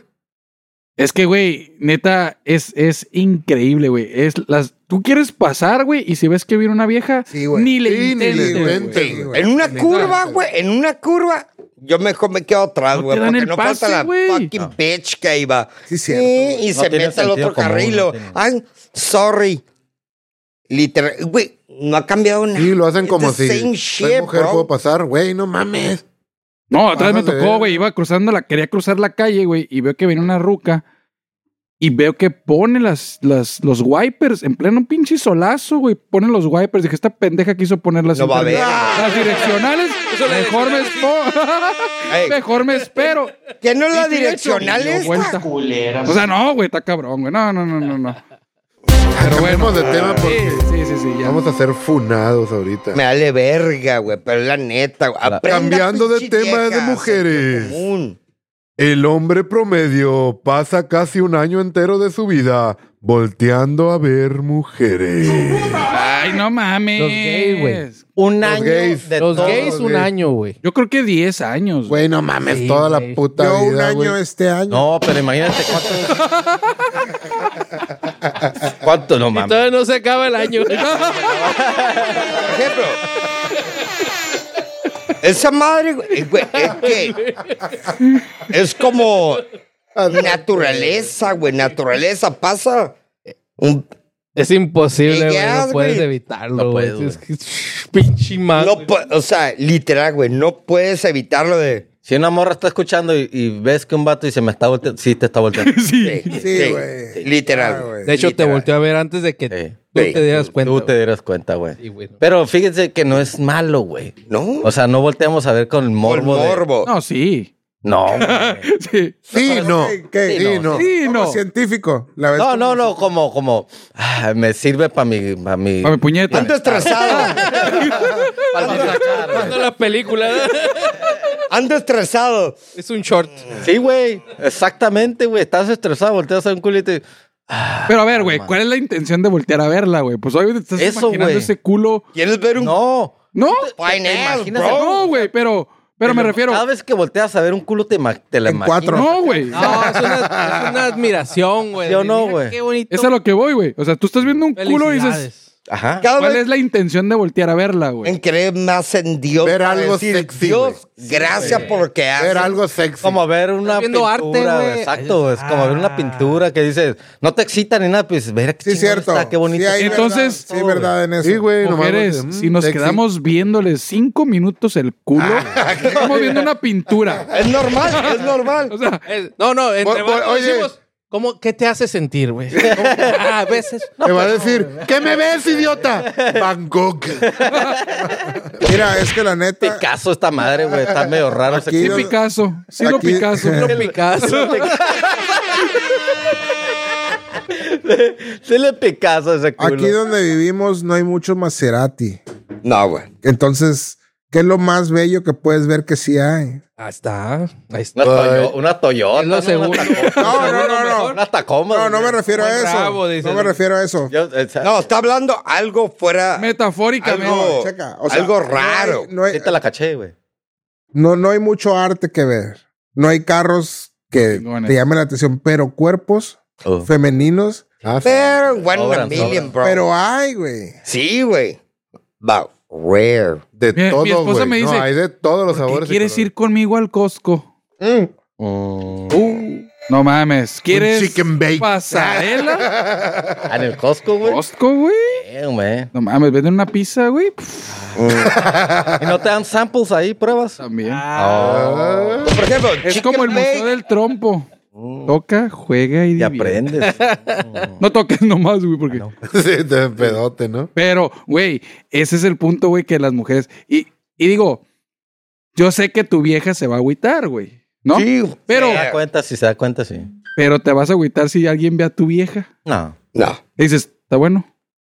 Speaker 4: Es que, güey, neta, es, es increíble, güey. Es las. Tú quieres pasar, güey, y si ves que viene una vieja,
Speaker 7: Sí, güey.
Speaker 4: ni le
Speaker 1: Sí, ni le
Speaker 4: intentes, güey.
Speaker 1: inventes.
Speaker 7: Sí,
Speaker 1: güey.
Speaker 7: güey.
Speaker 3: En una
Speaker 7: Neta.
Speaker 3: curva, güey, en una curva, yo mejor me quedo atrás,
Speaker 4: No
Speaker 3: güey,
Speaker 4: te dan
Speaker 3: porque
Speaker 4: el
Speaker 3: no
Speaker 4: pase,
Speaker 3: falta la
Speaker 4: güey.
Speaker 3: fucking bitch que ahí va.
Speaker 7: Sí, cierto,
Speaker 3: Sí,
Speaker 7: güey.
Speaker 3: y
Speaker 5: No
Speaker 3: se mete
Speaker 5: tiene
Speaker 3: al
Speaker 5: sentido
Speaker 3: otro
Speaker 5: común,
Speaker 3: carril.
Speaker 5: no
Speaker 3: o,
Speaker 5: tiene.
Speaker 3: Ay, sorry. Literal, güey, no ha cambiado nada.
Speaker 1: Y lo hacen como
Speaker 3: It's the
Speaker 1: si soy
Speaker 3: same shit,
Speaker 1: mujer,
Speaker 3: bro.
Speaker 1: puedo pasar, güey, no mames.
Speaker 4: No, atrás me
Speaker 1: Pasas de
Speaker 4: tocó,
Speaker 1: verga.
Speaker 4: güey. Iba cruzando la, quería cruzar la calle, güey, y veo que viene una ruca. Y veo que pone las, las, los wipers en pleno pinche solazo, güey. Pone los wipers. Dije, esta pendeja quiso poner las,
Speaker 3: No va a
Speaker 4: inter-
Speaker 3: haber, güey.
Speaker 4: las direccionales. Mejor me,
Speaker 3: Ey.
Speaker 4: espo- mejor me espero.
Speaker 3: ¿Que no es la
Speaker 4: Sí, sí, de hecho,
Speaker 3: direccional
Speaker 4: dio
Speaker 3: esta?
Speaker 4: vuelta.
Speaker 2: Culera.
Speaker 4: O sea, no, güey, está cabrón, güey. No, no, no, no, no.
Speaker 1: Pero de tema porque
Speaker 4: Sí, sí, sí, eh, ya.
Speaker 1: vamos a ser funados ahorita.
Speaker 3: Me vale verga, güey, pero es la neta, güey. Aprenda,
Speaker 1: Cambiando de
Speaker 3: pinche
Speaker 1: tema de
Speaker 3: vieja,
Speaker 1: mujeres.
Speaker 3: sentido común.
Speaker 1: El hombre promedio pasa casi un año entero de su vida volteando a ver mujeres.
Speaker 4: Ay, no mames.
Speaker 6: Los gays, güey.
Speaker 5: Un
Speaker 1: Los
Speaker 5: año
Speaker 1: gays.
Speaker 5: de
Speaker 6: Los
Speaker 5: todo,
Speaker 6: gays un
Speaker 1: güey.
Speaker 6: año, güey.
Speaker 4: Yo creo que 10 años.
Speaker 1: Güey,
Speaker 4: güey.
Speaker 1: no mames,
Speaker 6: Sí,
Speaker 1: toda
Speaker 6: güey.
Speaker 1: la puta
Speaker 7: Yo un
Speaker 1: vida,
Speaker 7: año
Speaker 1: güey.
Speaker 7: este año.
Speaker 5: No, pero imagínate cuánto... ¿Cuánto no mames?
Speaker 6: Todavía no se acaba el año.
Speaker 3: Por ejemplo. Esa madre, güey, eh, güey, es que es como naturaleza, güey, naturaleza pasa. Un-
Speaker 6: es imposible, güey.
Speaker 3: Ellas,
Speaker 6: No puedes
Speaker 3: güey.
Speaker 5: No
Speaker 6: evitarlo, güey.
Speaker 5: puedes,
Speaker 6: Es que- pinche madre.
Speaker 3: no pu- o sea, literal, güey, no puedes evitarlo de.
Speaker 5: Si una morra está escuchando y, y ves que un vato y se me está volteando, sí te está volteando.
Speaker 4: Sí.
Speaker 7: Sí, güey.
Speaker 3: literal.
Speaker 7: Ah,
Speaker 3: güey.
Speaker 7: güey.
Speaker 6: de hecho, te
Speaker 3: literal.
Speaker 6: volteó a ver antes de que
Speaker 5: Sí.
Speaker 6: tú
Speaker 3: Sí.
Speaker 6: te dieras cuenta.
Speaker 5: Tú
Speaker 6: güey.
Speaker 5: te dieras cuenta, güey.
Speaker 6: Sí, güey.
Speaker 5: Pero fíjense que no es malo, güey.
Speaker 3: No,
Speaker 5: O sea, no volteamos a ver con el
Speaker 3: por
Speaker 5: morbo. de-
Speaker 3: morbo.
Speaker 4: No, sí.
Speaker 5: No, güey.
Speaker 4: Sí.
Speaker 1: Sí, no.
Speaker 7: ¿Qué?
Speaker 1: Sí, no.
Speaker 4: Sí,
Speaker 7: Como
Speaker 4: no.
Speaker 7: científico. La vez
Speaker 5: No,
Speaker 7: que-
Speaker 5: no, no, como, como, ah, me sirve para mi, para mi,
Speaker 4: A mi puñeta.
Speaker 3: Ando estresado,
Speaker 5: pa' mi sacar, güey.
Speaker 6: la película.
Speaker 3: ando estresado.
Speaker 6: es un short.
Speaker 5: Sí, güey, exactamente, güey, estás estresado, volteas a un culo y te...
Speaker 4: Pero a ver, güey, ¿cuál es la intención de voltear a verla, güey? Pues hoy te estás
Speaker 5: Eso,
Speaker 4: imaginando
Speaker 5: güey.
Speaker 4: ese culo.
Speaker 3: ¿Quieres ver un
Speaker 5: No,
Speaker 4: No,
Speaker 3: pineapple,
Speaker 5: imaginas
Speaker 3: bro?
Speaker 4: no, güey, pero, pero me refiero.
Speaker 5: Cada vez que volteas a ver un culo te, ima- te la
Speaker 7: En
Speaker 5: imaginas.
Speaker 7: cuatro.
Speaker 4: No, güey.
Speaker 6: No, es una, es una admiración, güey.
Speaker 5: ¿Sí o no,
Speaker 6: Mira
Speaker 5: güey?
Speaker 6: Qué bonito.
Speaker 4: Es a lo que voy, güey. O sea, tú estás viendo un culo y dices,
Speaker 6: Felicidades.
Speaker 5: Ajá.
Speaker 3: Cada
Speaker 4: ¿cuál
Speaker 3: vez
Speaker 4: es la intención de voltear a verla, güey?
Speaker 3: en creer más en Dios.
Speaker 1: Ver
Speaker 3: para
Speaker 1: algo sexy,
Speaker 3: Dios, gracias por lo que haces.
Speaker 1: Ver algo sexy.
Speaker 5: Como ver
Speaker 6: Estás
Speaker 5: una
Speaker 6: viendo
Speaker 5: pintura,
Speaker 6: arte,
Speaker 5: güey,
Speaker 6: güey.
Speaker 5: exacto, es como ver una
Speaker 6: Ah.
Speaker 5: pintura que dices, no te excita ni nada, pues mira qué
Speaker 7: Sí,
Speaker 5: chingón
Speaker 7: cierto.
Speaker 5: está, qué bonito.
Speaker 7: Sí, hay
Speaker 5: está.
Speaker 4: Entonces-
Speaker 7: verdad, sí, verdad en eso.
Speaker 1: Sí, güey, nomás
Speaker 4: Mujeres,
Speaker 1: volteas,
Speaker 4: si
Speaker 1: mm,
Speaker 4: nos
Speaker 1: sexy.
Speaker 4: quedamos viéndole cinco minutos el culo, estamos viendo una pintura.
Speaker 3: Es normal, es normal.
Speaker 4: O sea,
Speaker 6: Es- no, no, entre
Speaker 1: Bo- bo-
Speaker 6: vatos
Speaker 1: oye.
Speaker 6: decimos, ¿cómo, ¿qué te hace sentir, güey? ¿Cómo- ah, a veces. No,
Speaker 1: Te va a decir, ¿qué me ves, idiota? Bangkok.
Speaker 7: Mira, es que la neta.
Speaker 5: Picasso esta madre, güey, está medio raro. ese
Speaker 7: Aquí
Speaker 4: sí,
Speaker 5: culo.
Speaker 7: los-
Speaker 4: Picasso. Sí, lo
Speaker 7: aquí-
Speaker 4: Picasso.
Speaker 6: pero Picasso.
Speaker 5: Se le Picasso a ese culo.
Speaker 7: Aquí donde vivimos no hay mucho Maserati.
Speaker 3: No, güey.
Speaker 7: Entonces, ¿qué es lo más bello que puedes ver que sí hay?
Speaker 6: Ahí está. Ahí
Speaker 5: Una,
Speaker 6: está.
Speaker 5: Toyo- una Toyota.
Speaker 6: Es lo
Speaker 5: ¿no?
Speaker 6: seguro.
Speaker 5: Una Tacoma.
Speaker 7: No, no, no, no.
Speaker 5: Una Tacoma.
Speaker 7: No, no me
Speaker 5: güey.
Speaker 7: refiero
Speaker 6: Buen
Speaker 7: a eso.
Speaker 6: rabo, dice.
Speaker 7: no me refiero a eso.
Speaker 5: Yo, eh, sa-
Speaker 3: No, está hablando algo fuera.
Speaker 4: Metafóricamente.
Speaker 3: Algo-
Speaker 7: No, checa. o sea,
Speaker 3: algo
Speaker 7: no hay-
Speaker 3: raro.
Speaker 7: No hay,
Speaker 5: sí te la caché, güey.
Speaker 7: no, no hay mucho arte que ver. No hay carros que
Speaker 4: Chingones.
Speaker 7: te llamen la atención, pero cuerpos femeninos.
Speaker 1: Ah, sí.
Speaker 3: Pero en one in a
Speaker 5: Sobran,
Speaker 3: million,
Speaker 5: sobran.
Speaker 3: bro.
Speaker 7: Pero hay, güey.
Speaker 3: Sí, güey. but rare.
Speaker 7: De
Speaker 4: Mi- mi
Speaker 7: todo,
Speaker 4: esposa
Speaker 7: güey.
Speaker 4: me
Speaker 7: No,
Speaker 4: dice,
Speaker 7: hay de todos los
Speaker 4: ¿Por qué
Speaker 7: sabores. y
Speaker 4: quieres
Speaker 7: colores.
Speaker 4: ir conmigo al Costco?
Speaker 3: Mm.
Speaker 4: No mames. ¿Quieres
Speaker 7: chicken bake.
Speaker 4: pasarela?
Speaker 5: Ah, En el Costco, güey.
Speaker 4: Costco, güey.
Speaker 5: Damn, man.
Speaker 4: No mames, venden una pizza, güey. Pff,
Speaker 5: ¿Y no te dan samples ahí, pruebas?
Speaker 4: También.
Speaker 5: Ah,
Speaker 4: Ah.
Speaker 5: Oh,
Speaker 3: Por ejemplo,
Speaker 4: es
Speaker 3: chicken
Speaker 4: como el
Speaker 3: bake.
Speaker 4: Museo del Trompo. Toca, juega y
Speaker 5: y
Speaker 4: divierte.
Speaker 5: aprendes.
Speaker 4: No toques nomás, güey, porque...
Speaker 7: sí, de pedote, ¿no?
Speaker 4: Pero, güey, ese es el punto, güey, que las mujeres... Y, y digo, yo sé que tu vieja se va a agüitar, güey. ¿No?
Speaker 3: Sí,
Speaker 4: Pero-
Speaker 5: Se da cuenta, si se da cuenta, sí.
Speaker 4: Pero te vas a agüitar si alguien ve a tu vieja.
Speaker 5: No.
Speaker 3: No,
Speaker 4: Y dices, está bueno.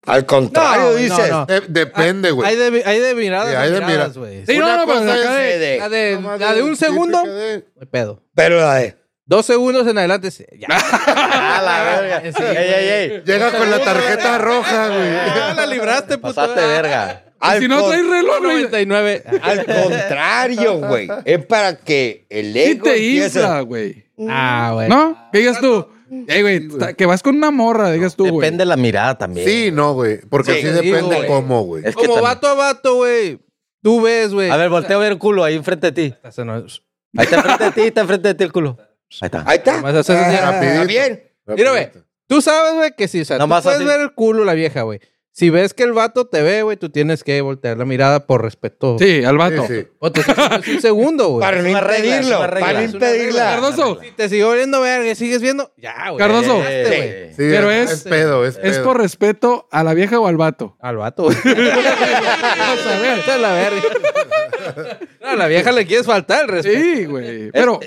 Speaker 3: al contrario,
Speaker 6: No, no,
Speaker 3: dices.
Speaker 6: no.
Speaker 7: Eh, depende, güey.
Speaker 6: Hay de, hay de miradas,
Speaker 7: Sí,
Speaker 6: a
Speaker 7: hay de
Speaker 6: miradas,
Speaker 7: miradas.
Speaker 6: güey.
Speaker 4: Sí, no,
Speaker 7: Una
Speaker 4: no, pero
Speaker 7: cosa
Speaker 4: acá
Speaker 3: es
Speaker 4: de-
Speaker 3: de-
Speaker 6: La de,
Speaker 7: Nomás
Speaker 6: la de un
Speaker 7: típica
Speaker 6: segundo, no
Speaker 7: de-
Speaker 6: hay pedo.
Speaker 3: Pero la de.
Speaker 6: Dos segundos en adelante, sí, ya.
Speaker 5: Ah, la verga.
Speaker 6: Sí,
Speaker 5: ey, ey, ey.
Speaker 7: Llega con la tarjeta roja,
Speaker 6: Ah,
Speaker 7: güey.
Speaker 6: la libraste, puto.
Speaker 5: Pasaste verga.
Speaker 4: Y
Speaker 3: Al,
Speaker 4: si no
Speaker 3: con-
Speaker 4: traes
Speaker 6: Ah,
Speaker 4: reloj, güey.
Speaker 6: 99.
Speaker 3: al contrario, güey. Es para que el
Speaker 4: Sí
Speaker 3: ego
Speaker 4: te
Speaker 3: empiece-
Speaker 4: infla, güey.
Speaker 6: Ah, güey.
Speaker 4: ¿No? Que digas tú. Ey, güey, ta- que vas con una morra, digas tú, güey.
Speaker 5: Depende la mirada también.
Speaker 7: Sí, no, güey. Porque
Speaker 3: Sí,
Speaker 7: sí,
Speaker 3: digo,
Speaker 7: depende
Speaker 3: güey.
Speaker 7: cómo, güey.
Speaker 5: Es que
Speaker 6: Como
Speaker 5: también-
Speaker 6: vato a vato, güey. Tú ves, güey.
Speaker 5: A ver, voltea a ver el culo ahí enfrente de ti.
Speaker 6: Eso no es-
Speaker 5: Ahí está enfrente de ti, está enfrente de ti el culo. Ahí está.
Speaker 3: Ahí está.
Speaker 6: Nomás haces así,
Speaker 3: Ah,
Speaker 7: rapidito.
Speaker 3: Está bien.
Speaker 6: Mira, güey. Tú sabes, güey, que si, o sea, tú
Speaker 5: Nomás
Speaker 6: puedes
Speaker 5: así.
Speaker 6: ver el culo la vieja, güey. Si ves que el vato te ve, güey, tú tienes que voltear la mirada por respeto.
Speaker 4: Sí, al vato.
Speaker 7: Sí, sí.
Speaker 6: O te Pues, es un segundo, güey.
Speaker 3: Para no
Speaker 5: una regla,
Speaker 3: impedirlo.
Speaker 5: es una regla.
Speaker 3: Para
Speaker 5: Es
Speaker 6: una
Speaker 3: impedirla.
Speaker 6: regla.
Speaker 4: Cardoso,
Speaker 6: Si te sigo oliendo verga y sigues viendo, ya, güey.
Speaker 4: Cardoso.
Speaker 6: Ya llegaste, güey.
Speaker 5: Eh, Sí.
Speaker 7: Sí,
Speaker 4: Pero
Speaker 7: es,
Speaker 4: es-
Speaker 7: es pedo, es pedo.
Speaker 4: ¿es por respeto a la vieja o al vato?
Speaker 6: Al vato, güey.
Speaker 4: Vamos a ver.
Speaker 6: Esta es la verga. No, a la vieja le quieres faltar el respeto.
Speaker 4: Sí, güey. Pero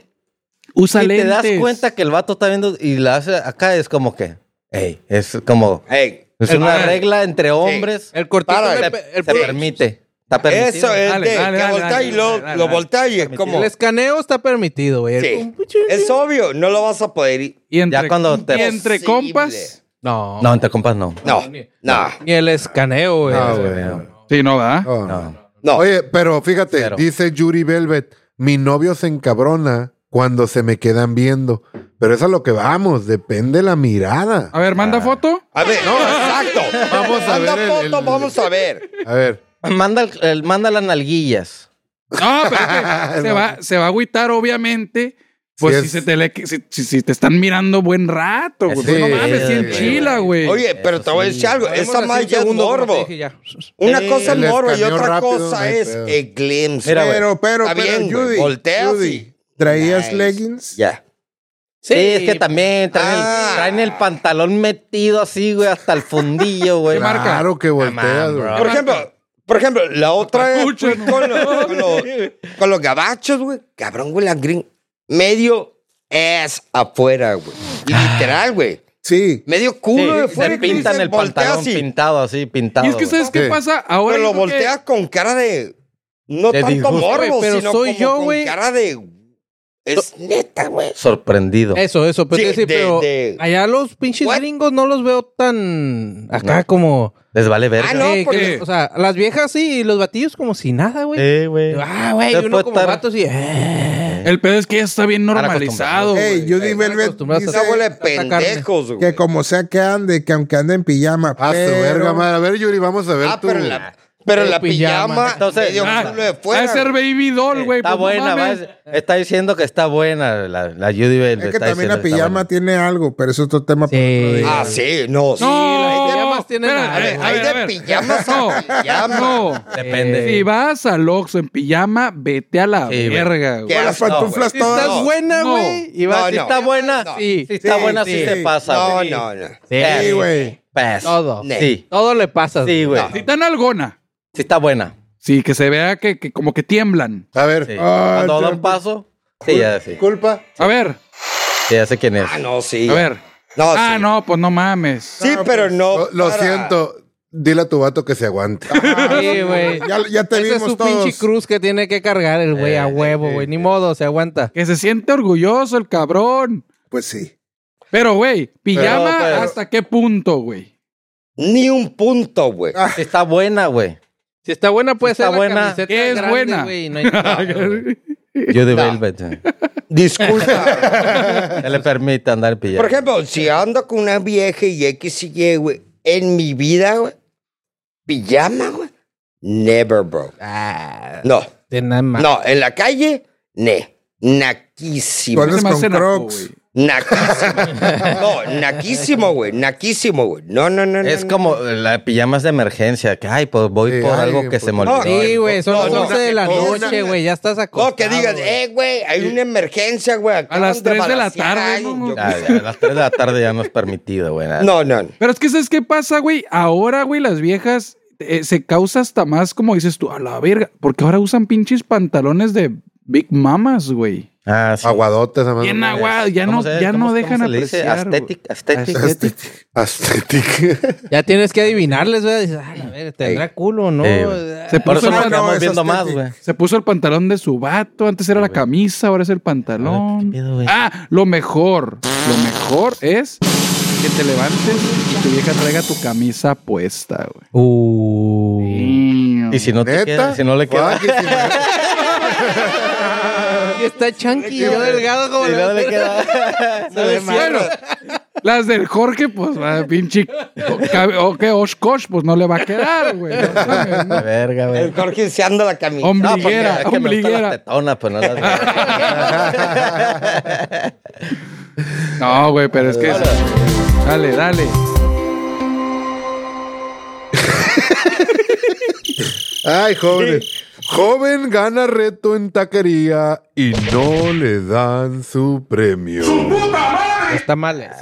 Speaker 4: usa
Speaker 5: Y te
Speaker 4: lentes.
Speaker 5: das cuenta que el vato está viendo y la hace acá, es como que, ey, es como,
Speaker 3: Ey,
Speaker 5: es
Speaker 6: El-
Speaker 5: una
Speaker 6: ah,
Speaker 5: regla entre hombres.
Speaker 6: El cortito
Speaker 3: Para,
Speaker 6: le
Speaker 5: se,
Speaker 6: pe- el,
Speaker 5: se
Speaker 6: pu-
Speaker 5: permite. Está permitido.
Speaker 3: eso es
Speaker 4: Dale,
Speaker 3: de
Speaker 4: dale,
Speaker 3: que
Speaker 4: dale,
Speaker 3: voltea
Speaker 4: dale,
Speaker 3: y lo,
Speaker 4: dale, dale,
Speaker 3: lo
Speaker 4: dale.
Speaker 3: voltea y es como.
Speaker 6: el escaneo está permitido, güey. El
Speaker 3: Sí.
Speaker 6: pum, puchun.
Speaker 3: Es obvio, no lo vas a poder. ir-
Speaker 4: Y entre,
Speaker 5: Ya cuando te-
Speaker 4: y entre
Speaker 3: Posible.
Speaker 4: compas.
Speaker 6: No,
Speaker 5: No, entre compas no.
Speaker 3: No, no,
Speaker 6: Ni el escaneo, güey.
Speaker 7: No,
Speaker 6: O sea,
Speaker 7: güey. no.
Speaker 4: Sí, no, ¿verdad?
Speaker 7: No, no.
Speaker 5: No.
Speaker 3: no.
Speaker 7: Oye, pero fíjate,
Speaker 5: Cero.
Speaker 7: dice Yuri Velvet, mi novio se encabrona cuando se me quedan viendo. Pero eso es a lo que vamos, depende la mirada.
Speaker 4: A ver, manda foto.
Speaker 3: A ver, no, exacto.
Speaker 7: Vamos a
Speaker 3: Anda
Speaker 7: ver el-
Speaker 3: foto,
Speaker 7: el-
Speaker 3: vamos a ver.
Speaker 7: A ver.
Speaker 5: Manda, el- el- manda las nalguillas.
Speaker 4: No, pero es que se, va, se va a agüitar, obviamente. Pues
Speaker 7: Sí,
Speaker 4: si,
Speaker 7: es-
Speaker 4: se te le- si, si- si te están mirando buen rato, güey.
Speaker 5: Sí,
Speaker 4: Pues, no mames, sí,
Speaker 5: sí,
Speaker 4: en
Speaker 5: güey.
Speaker 4: chila, güey.
Speaker 3: Oye, pero
Speaker 5: Eso
Speaker 3: te voy a
Speaker 5: sí.
Speaker 3: decir algo.
Speaker 6: Podemos
Speaker 3: Esa
Speaker 6: hacer
Speaker 3: más
Speaker 6: un
Speaker 3: ya es
Speaker 6: segundo, como te
Speaker 3: morbo.
Speaker 6: dije, ya.
Speaker 3: Una cosa es
Speaker 7: el
Speaker 3: morbo y
Speaker 7: escaneo
Speaker 3: otra
Speaker 7: rápido, no
Speaker 3: cosa
Speaker 7: hay
Speaker 3: es
Speaker 7: pedo.
Speaker 3: el glimpse.
Speaker 5: Mira, güey.
Speaker 7: Pero, pero,
Speaker 3: Está
Speaker 7: pero,
Speaker 3: bien, güey.
Speaker 7: Judy.
Speaker 3: Voltea
Speaker 7: Judy,
Speaker 3: así.
Speaker 7: ¿Traías
Speaker 3: Nice.
Speaker 7: leggings?
Speaker 3: Ya.
Speaker 5: Sí, es que también traen,
Speaker 3: Ah.
Speaker 5: el, traen el pantalón metido así, güey, hasta el fundillo, güey.
Speaker 7: Claro que volteas,
Speaker 5: on,
Speaker 7: güey.
Speaker 5: bro.
Speaker 3: Por ejemplo, por ejemplo, la otra es
Speaker 4: Escucha,
Speaker 3: güey,
Speaker 4: no.
Speaker 3: con, los- con los, con los gabachos, güey. Cabrón, güey, la green. Medio es afuera, güey. Literal, güey.
Speaker 7: Sí.
Speaker 3: Medio
Speaker 5: Sí,
Speaker 3: culo de fuera.
Speaker 5: se
Speaker 3: y tú
Speaker 5: pintan
Speaker 3: dices,
Speaker 5: el
Speaker 3: "Voltea
Speaker 5: pantalón
Speaker 3: así".
Speaker 5: pintado así, pintado.
Speaker 4: y es que
Speaker 5: güey.
Speaker 4: ¿sabes qué
Speaker 7: ¿Qué?
Speaker 4: pasa? Ahora
Speaker 3: Pero lo
Speaker 4: yo creo que-
Speaker 3: volteas con cara de. No
Speaker 5: De
Speaker 3: tanto
Speaker 5: disgusto.
Speaker 3: morbo,
Speaker 6: Güey, pero
Speaker 3: sino
Speaker 6: soy
Speaker 3: como
Speaker 6: yo,
Speaker 3: con
Speaker 6: güey.
Speaker 3: cara de. Es neta, güey.
Speaker 5: Sorprendido.
Speaker 6: Eso, eso. Pero,
Speaker 3: Sí,
Speaker 6: te decía,
Speaker 3: de-
Speaker 6: pero
Speaker 3: de-
Speaker 6: allá los pinches
Speaker 3: What?
Speaker 6: gringos no los veo tan acá
Speaker 5: No.
Speaker 6: como...
Speaker 5: Les vale verga.
Speaker 3: Ah, no,
Speaker 6: Eh,
Speaker 3: porque-
Speaker 6: que- o sea, las viejas sí y los batillos como si nada, güey.
Speaker 5: Eh, güey.
Speaker 6: Ah, güey,
Speaker 5: Te
Speaker 6: uno
Speaker 5: puede
Speaker 6: como
Speaker 5: estar-
Speaker 6: vato sí. eh.
Speaker 4: El pedo es que ya está bien
Speaker 5: Están
Speaker 4: normalizado. güey.
Speaker 7: Hey, Judy
Speaker 6: están
Speaker 7: Velvet
Speaker 6: acostumbrados a
Speaker 7: dice
Speaker 3: Esa huele de
Speaker 6: Esa carne.
Speaker 3: pendejos, güey.
Speaker 7: que como sea que ande, que aunque ande en pijama,
Speaker 1: Ah, su
Speaker 7: pero-
Speaker 1: verga madre. A ver, Yuri, vamos a ver
Speaker 3: Ah,
Speaker 1: tú.
Speaker 3: pero la, pero
Speaker 6: Eh,
Speaker 3: la
Speaker 6: pijama.
Speaker 3: pijama,
Speaker 5: Entonces,
Speaker 3: medio
Speaker 5: ah,
Speaker 3: culo de
Speaker 4: Va
Speaker 3: fuera.
Speaker 4: a ser baby doll, güey.
Speaker 5: está
Speaker 4: pues, no
Speaker 5: buena,
Speaker 4: mames.
Speaker 5: va- está diciendo que está buena la, la Judy Velvet.
Speaker 7: Es que
Speaker 5: está
Speaker 7: también
Speaker 5: diciendo
Speaker 7: la
Speaker 5: que está
Speaker 7: pijama
Speaker 5: buena.
Speaker 7: tiene algo, pero es otro tema. para
Speaker 6: Sí.
Speaker 7: otro día.
Speaker 3: Ah, sí, no. sí.
Speaker 4: No,
Speaker 6: las pijamas tienen
Speaker 4: espérate,
Speaker 6: algo.
Speaker 4: a
Speaker 3: Hay
Speaker 4: ver,
Speaker 3: de
Speaker 4: a ver.
Speaker 3: pijamas a pijamas.
Speaker 4: No.
Speaker 5: Depende.
Speaker 4: Si vas al Oxxo en pijama, vete a la
Speaker 5: Sí, güey.
Speaker 4: verga, güey.
Speaker 3: Qué
Speaker 7: Las
Speaker 3: asco,
Speaker 7: pantuflas
Speaker 3: güey.
Speaker 7: todas.
Speaker 6: Estás
Speaker 3: No,
Speaker 6: buena,
Speaker 4: no.
Speaker 6: güey. y vas
Speaker 3: No,
Speaker 6: y
Speaker 3: no.
Speaker 5: está buena.
Speaker 3: No.
Speaker 5: Sí, está
Speaker 7: Sí,
Speaker 5: buena, sí,
Speaker 7: sí.
Speaker 5: se pasa.
Speaker 3: No,
Speaker 5: güey.
Speaker 3: no, no.
Speaker 7: Sí,
Speaker 5: Sí,
Speaker 7: güey.
Speaker 5: Paz.
Speaker 6: Todo.
Speaker 5: Sí.
Speaker 6: Todo le pasa.
Speaker 5: Sí, güey.
Speaker 3: No.
Speaker 4: Si tan algona.
Speaker 5: Sí está buena.
Speaker 4: Sí, que se vea que, que como que tiemblan.
Speaker 7: A ver.
Speaker 5: Sí.
Speaker 7: Ah,
Speaker 5: Cuando da
Speaker 7: ya-
Speaker 5: un paso, sí, ya sí.
Speaker 7: Culpa.
Speaker 4: A ver,
Speaker 5: Sí, ya sé quién es.
Speaker 3: Ah, no, sí.
Speaker 4: a ver.
Speaker 3: No,
Speaker 4: Ah,
Speaker 3: sí.
Speaker 4: no, pues no pues, mames.
Speaker 3: Sí, pero no.
Speaker 7: Lo, lo
Speaker 3: para-
Speaker 7: siento. Dile a tu vato que se aguante.
Speaker 6: Sí, güey.
Speaker 7: ya, ya
Speaker 6: Esa
Speaker 7: te
Speaker 6: es
Speaker 7: vimos
Speaker 6: su
Speaker 7: todos.
Speaker 6: pinche cruz que tiene que cargar el güey a
Speaker 5: Eh,
Speaker 6: huevo, güey. Ni modo, se aguanta.
Speaker 4: Que se siente orgulloso el cabrón.
Speaker 7: Pues sí.
Speaker 4: Pero, güey, pijama
Speaker 5: Pero, pero-
Speaker 4: hasta qué punto, güey.
Speaker 3: Ni un punto, güey.
Speaker 4: Ah.
Speaker 5: Sí está buena, güey.
Speaker 6: Si está buena, puede
Speaker 5: Está
Speaker 6: ser la
Speaker 5: buena.
Speaker 6: camiseta
Speaker 4: ¿Qué es
Speaker 6: grande,
Speaker 4: buena?
Speaker 6: güey, no hay pedo, güey.
Speaker 5: Judy Velvet. sí.
Speaker 3: Disculpa.
Speaker 5: Se le permite andar en pijama.
Speaker 3: Por ejemplo, si ando con una vieja y X y Y, güey, en mi vida, güey, pijama, güey, Never, bro.
Speaker 6: Ah,
Speaker 3: No,
Speaker 6: de nada más.
Speaker 3: no, en la calle, ne. Naquísimo.
Speaker 7: ¿Cuál es
Speaker 4: Se me
Speaker 7: con
Speaker 4: hace naco,
Speaker 7: Crocs?
Speaker 4: güey.
Speaker 3: Naquísimo. No, naquísimo, güey. Naquísimo, güey. No, no, no. no,
Speaker 5: Es
Speaker 3: no.
Speaker 5: como la pijamas de emergencia. Que, ay, pues voy
Speaker 7: Sí,
Speaker 5: por
Speaker 7: ay,
Speaker 5: algo que
Speaker 7: pues,
Speaker 5: se me
Speaker 3: no,
Speaker 5: olvidó.
Speaker 6: Sí, güey, son
Speaker 3: No,
Speaker 6: las
Speaker 3: no,
Speaker 6: 11 de la
Speaker 3: no, no,
Speaker 6: noche,
Speaker 3: no.
Speaker 6: güey. Ya estás acostado.
Speaker 3: No, que digas,
Speaker 6: güey.
Speaker 3: eh, güey, hay una emergencia, güey. acaban
Speaker 4: las tres de la
Speaker 3: balacear
Speaker 4: tarde,
Speaker 3: a alguien".
Speaker 4: ¿no?
Speaker 3: Yo-
Speaker 5: Ah, ya, a las 3 de la tarde ya no es permitido, güey. nada.
Speaker 3: No, no, no.
Speaker 4: Pero es que, ¿sabes qué pasa, güey? Ahora, güey, las viejas eh, se causa hasta más, como dices tú, a la verga. Porque ahora usan pinches pantalones de Big Mamas, güey.
Speaker 5: Ah, sí.
Speaker 1: Aguadotes, además.
Speaker 4: Bien aguado, ya
Speaker 5: ¿Cómo
Speaker 4: no,
Speaker 5: se-
Speaker 4: ya
Speaker 5: cómo-
Speaker 4: no
Speaker 5: cómo
Speaker 4: dejan
Speaker 5: se le dice?
Speaker 4: apreciar. güey.
Speaker 5: Aesthetic, aesthetic.
Speaker 1: Aesthetic.
Speaker 6: Ya tienes que adivinarles, güey. Dices, ah, a ver, tendrá culo, ¿no?
Speaker 5: Sí, güey.
Speaker 6: Ah,
Speaker 4: Se
Speaker 5: Por
Speaker 4: puso,
Speaker 5: eso
Speaker 4: el
Speaker 5: nos
Speaker 4: pan-
Speaker 5: estamos
Speaker 7: no, es
Speaker 5: viendo más,
Speaker 7: aesthetic.
Speaker 5: güey.
Speaker 4: se puso el pantalón de su vato, antes era la camisa, ahora es el pantalón.
Speaker 5: ¿qué pedo, güey?
Speaker 4: ah, lo mejor, lo mejor es que te levantes y tu vieja traiga tu camisa puesta, güey. Uh. Mm.
Speaker 5: Y si no, te
Speaker 1: ¿Neta?
Speaker 5: queda, si no le queda.
Speaker 1: Fuck, y si me-
Speaker 6: Y está chunky, yo delgado como
Speaker 5: si
Speaker 6: la-
Speaker 5: no le queda.
Speaker 6: Se ve mal.
Speaker 4: Bueno, las del Jorge, pues, va, pinche. O, cabe- o que Oshkosh, pues no le va a quedar, güey. No mames,
Speaker 5: La
Speaker 4: ¿no?
Speaker 5: verga, güey.
Speaker 3: El Jorge se anda la camisa.
Speaker 4: Hombre.
Speaker 5: No, porque
Speaker 4: Ombliguera,
Speaker 5: pues, es que me gustan
Speaker 4: ombliguera.
Speaker 5: las tetonas, pues no las-
Speaker 4: No, güey, pero es que. Dale, dale.
Speaker 1: Ay, joven. Joven gana reto en taquería y no le dan su premio.
Speaker 6: Está mal. eso.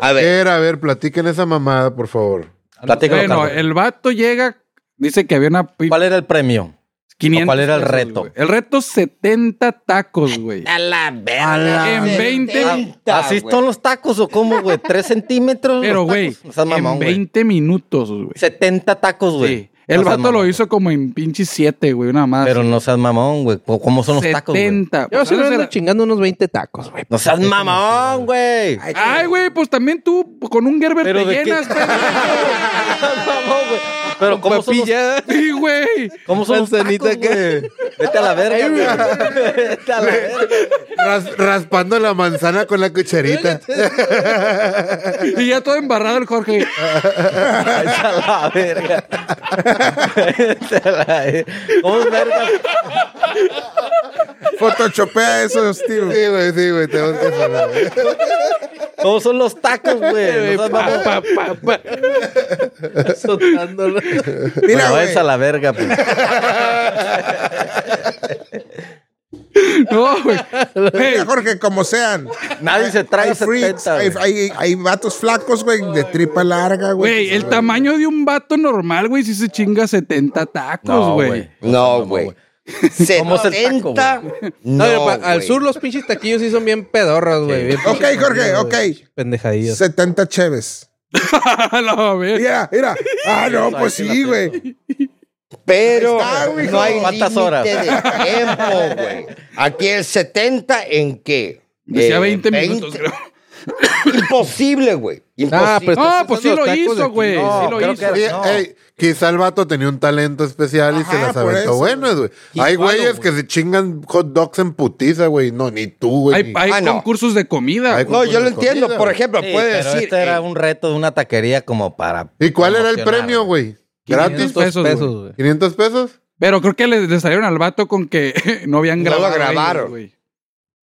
Speaker 3: A
Speaker 4: Eh,
Speaker 3: ver,
Speaker 1: Era, a ver, platiquen esa mamada, por favor.
Speaker 5: Platícalo,
Speaker 4: Bueno,
Speaker 5: Carlos.
Speaker 4: el vato llega, dice que había una. pi-
Speaker 5: ¿Cuál era el premio?
Speaker 4: 500
Speaker 5: ¿Cuál era el
Speaker 4: pesos,
Speaker 5: reto? Ah,
Speaker 4: güey. El reto 70 tacos, güey.
Speaker 3: a la verga.
Speaker 4: En 20
Speaker 3: 70,
Speaker 5: ¿Así
Speaker 3: güey.
Speaker 5: son los tacos o cómo, güey? ¿Tres centímetros? los
Speaker 4: Pero,
Speaker 5: tacos?
Speaker 4: güey,
Speaker 5: No seas mamón,
Speaker 4: en
Speaker 5: güey.
Speaker 4: 20 minutos, güey.
Speaker 5: 70 tacos, güey.
Speaker 4: Sí. El
Speaker 5: No seas
Speaker 4: vato lo
Speaker 5: mamón,
Speaker 4: hizo como en pinche 7, güey, una más.
Speaker 5: güey. Pero no seas mamón, güey. ¿Cómo cómo son los tacos, güey?
Speaker 4: 70.
Speaker 6: Yo sí
Speaker 4: Pues,
Speaker 6: le ando
Speaker 4: era-
Speaker 6: chingando unos 20 tacos, güey.
Speaker 5: No seas mamón, güey.
Speaker 4: Ay, güey, pues también tú con un Gerber
Speaker 5: Pero
Speaker 4: te
Speaker 5: de qué-
Speaker 4: llenas, pendejo.
Speaker 5: Mamón, güey. Pero ¿cómo son los
Speaker 6: Papilla.
Speaker 4: Sí, güey.
Speaker 5: ¿Cómo son los tacos,
Speaker 6: Manzanita acá.
Speaker 5: güey? Vete a la verga, güey. Vete a la verga.
Speaker 1: Ras- raspando la manzana con la cucharita.
Speaker 4: Y ya todo embarrado el Jorge.
Speaker 5: Vete a la verga. Vete a la verga. ¿Cómo es verga?
Speaker 7: Photoshopea esos, tío.
Speaker 1: Sí, güey, sí, güey, tenemos que hacerlo, güey.
Speaker 5: ¿Cómo son los tacos, güey? No seas mamón.
Speaker 4: Pa, pa, pa.
Speaker 6: Soltándolo.
Speaker 7: Mira,
Speaker 5: Bueno,
Speaker 7: güey.
Speaker 5: váyanse a la verga, pues.
Speaker 4: No, güey. Ey,
Speaker 7: Mira, Jorge, como sean.
Speaker 5: Nadie se trae
Speaker 7: Hay freaks,
Speaker 5: 70,
Speaker 7: hay,
Speaker 5: güey.
Speaker 7: hay, hay vatos flacos, güey, de tripa larga, güey.
Speaker 5: Pues,
Speaker 4: Güey, el tamaño de un vato normal, güey, si se chinga 70 tacos,
Speaker 5: No,
Speaker 4: güey.
Speaker 5: güey.
Speaker 3: No, güey.
Speaker 5: ¿Cómo es el
Speaker 3: 70.
Speaker 5: taco,
Speaker 6: No,
Speaker 3: No,
Speaker 6: pa- al
Speaker 3: güey.
Speaker 6: sur los pinches taquillos sí son bien pedorros, güey. Bien
Speaker 7: Ok,
Speaker 6: pinches
Speaker 7: Jorge,
Speaker 6: taquillos,
Speaker 7: ok.
Speaker 6: güey. Pendejadillos.
Speaker 7: 70 cheves.
Speaker 4: A la verga.
Speaker 7: Mira, mira. Ah, no, pues sí, güey.
Speaker 3: Pero
Speaker 7: Ahí está, güey.
Speaker 3: no hay
Speaker 5: ¿Cuántas
Speaker 3: ¿Cuántas
Speaker 5: horas?
Speaker 3: horas? de tiempo, güey. Aquí el 70 en qué?
Speaker 4: Decía
Speaker 3: Eh,
Speaker 4: 20 minutos,
Speaker 3: 20.
Speaker 4: creo.
Speaker 3: Imposible, güey. Imposible.
Speaker 6: Ah, pero estás
Speaker 4: No, pues sí
Speaker 6: usando
Speaker 4: lo
Speaker 6: los tacos de
Speaker 4: hizo,
Speaker 6: aquí.
Speaker 4: güey.
Speaker 5: No,
Speaker 4: Sí lo
Speaker 5: creo
Speaker 4: hizo.
Speaker 5: que-
Speaker 1: Oye,
Speaker 5: No.
Speaker 1: ey, quizá el vato tenía un talento especial y se
Speaker 7: Ajá,
Speaker 1: las
Speaker 7: por
Speaker 1: aventó
Speaker 7: eso,
Speaker 1: buenas, güey. Hay güeyes que se chingan hot dogs en putiza, güey. No, ni tú, güey.
Speaker 4: Hay,
Speaker 1: ni-
Speaker 4: hay
Speaker 3: Ah, no.
Speaker 4: concursos de comida.
Speaker 1: Hay
Speaker 4: güey.
Speaker 3: No, yo lo
Speaker 1: con
Speaker 3: entiendo.
Speaker 1: comida,
Speaker 3: Por
Speaker 1: güey.
Speaker 3: ejemplo,
Speaker 5: Sí,
Speaker 3: puede
Speaker 5: pero
Speaker 3: decir.
Speaker 5: este
Speaker 3: eh,
Speaker 5: era un reto de una taquería como para.
Speaker 1: ¿Y cuál era el
Speaker 5: promocionar,
Speaker 1: premio, güey?
Speaker 6: 500
Speaker 1: ¿Gratis?
Speaker 4: pesos,
Speaker 6: pesos, güey.
Speaker 1: ¿500 pesos?
Speaker 4: Pero creo que le, le salieron al vato con que no habían
Speaker 3: No lo
Speaker 4: grabado. ellos,
Speaker 3: grabaron.
Speaker 4: güey.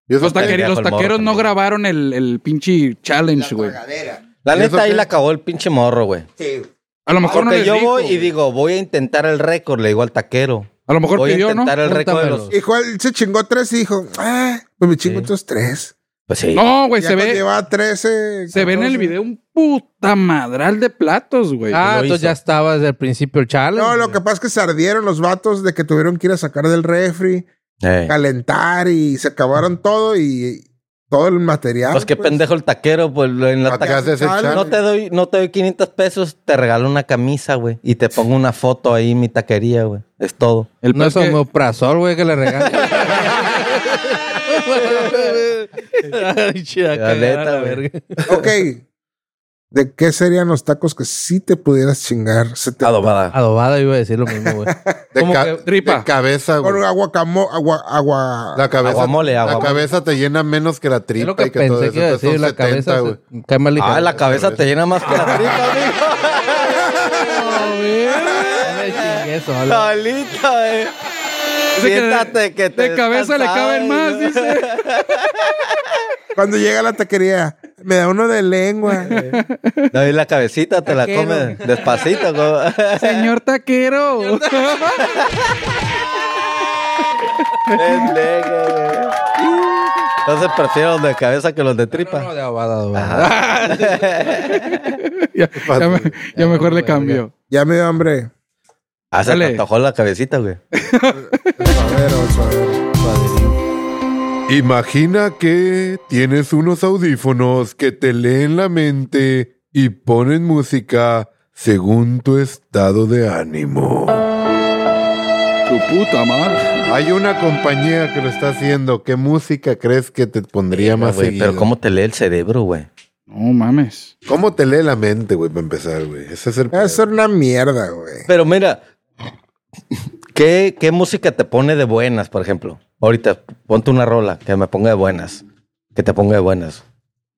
Speaker 1: ¿Y eso
Speaker 4: Los,
Speaker 1: qué?
Speaker 4: taqueri-
Speaker 5: pendejo
Speaker 4: los
Speaker 5: el morro
Speaker 4: taqueros no
Speaker 5: también.
Speaker 4: grabaron el, el pinche challenge, güey.
Speaker 3: tragadera.
Speaker 5: La
Speaker 1: ¿Y eso
Speaker 5: neta ahí
Speaker 1: qué?
Speaker 5: la acabó el pinche morro, güey.
Speaker 3: Sí.
Speaker 4: A lo mejor no
Speaker 5: Porque
Speaker 4: les
Speaker 5: yo
Speaker 4: dijo,
Speaker 5: voy y
Speaker 4: güey.
Speaker 5: digo, voy a intentar el récord, le digo al taquero.
Speaker 4: A lo mejor
Speaker 5: Voy a
Speaker 4: pidió, ¿no?
Speaker 5: intentar el récord de los.
Speaker 6: Cuéntamelo.
Speaker 7: Y Juan se chingó tres y dijo, ah, pues me chingo otros tres.
Speaker 5: Pues sí.
Speaker 4: No, güey,
Speaker 7: Ya
Speaker 4: se
Speaker 7: cuando
Speaker 4: ve,
Speaker 7: Llevaba 13.
Speaker 4: se ve en el
Speaker 7: 14.
Speaker 4: video un puta madral de platos, güey.
Speaker 6: Ah,
Speaker 5: lo
Speaker 6: entonces
Speaker 5: hizo.
Speaker 6: ya estaba desde el principio el challenge.
Speaker 7: No, lo
Speaker 6: güey.
Speaker 7: que pasa es que se ardieron los vatos de que tuvieron que ir a sacar del refri,
Speaker 5: Eh.
Speaker 7: Ah, calentar y se acabaron todo y todo el material.
Speaker 5: Pues qué pendejo el taquero, pues lo- en la
Speaker 1: ¿Para qué
Speaker 5: taquería.
Speaker 1: haces el
Speaker 7: No
Speaker 5: No
Speaker 1: challenge?
Speaker 5: te doy, no te doy 500 pesos, te regalo una camisa, güey. Y te pongo una foto ahí en mi taquería, güey. Es todo.
Speaker 4: El
Speaker 6: No
Speaker 4: peor
Speaker 6: es
Speaker 4: que-
Speaker 6: omeprazol, güey, que le regalan. Ay, chida,
Speaker 5: La neta,
Speaker 6: cagada,
Speaker 5: güey.
Speaker 6: verga.
Speaker 7: Ok. ¿De qué serían los tacos que sí te pudieras chingar? Se te-
Speaker 5: Adobada.
Speaker 6: Adobada iba a decir lo mismo, güey.
Speaker 1: De,
Speaker 6: Como
Speaker 1: ca-
Speaker 6: que
Speaker 4: tripa.
Speaker 1: de cabeza,
Speaker 7: Con
Speaker 1: güey.
Speaker 7: aguacamo, agua, agua.
Speaker 1: La cabeza,
Speaker 5: Aguamole,
Speaker 1: la
Speaker 5: aguamole.
Speaker 1: cabeza te llena menos que la tripa
Speaker 6: Es lo que
Speaker 1: y que todo
Speaker 6: pensé
Speaker 1: eso.
Speaker 6: que iba a
Speaker 1: Entonces
Speaker 6: decir.
Speaker 1: son
Speaker 6: La
Speaker 1: 70,
Speaker 6: cabeza
Speaker 1: güey.
Speaker 6: se- cae más ligera.
Speaker 5: Ah, la cabeza te llena más que la tripa, amigo.
Speaker 4: A ver.
Speaker 6: Ya me chingué eso.
Speaker 5: Ah.
Speaker 6: la-
Speaker 5: Solita, eh.
Speaker 4: Dice que de-
Speaker 5: Siéntate que te.
Speaker 4: de cabeza le caben más, dice.
Speaker 7: Cuando llega a la taquería, me da uno de lengua.
Speaker 5: No, y la cabecita te la
Speaker 6: Taquero.
Speaker 5: come despacito. como-
Speaker 4: Señor taquero.
Speaker 5: Pendejo, güey. Entonces prefiero los de cabeza que los de tripa.
Speaker 6: No, de abada, de abada.
Speaker 4: ya, ya me- ya mejor le cambió.
Speaker 7: Ya me dio hambre.
Speaker 5: Ah, se
Speaker 4: Dale.
Speaker 5: te antojó la cabecita, güey.
Speaker 7: Suadero, suadero.
Speaker 1: Imagina que tienes unos audífonos que te leen la mente y ponen música según tu estado de ánimo.
Speaker 4: Tu puta madre.
Speaker 1: Hay una compañía que lo está haciendo. ¿Qué música crees que te pondría más
Speaker 5: Güey,
Speaker 1: seguido?
Speaker 5: Pero cómo te lee el cerebro, güey.
Speaker 4: No mames.
Speaker 1: ¿Cómo te lee la mente, güey, para empezar, güey? Ese es el...
Speaker 7: Eso es una mierda, güey.
Speaker 5: Pero mira, ¿qué, qué música te pone de buenas, por ejemplo? Ahorita, ponte una rola que me ponga de buenas. Que te ponga de buenas.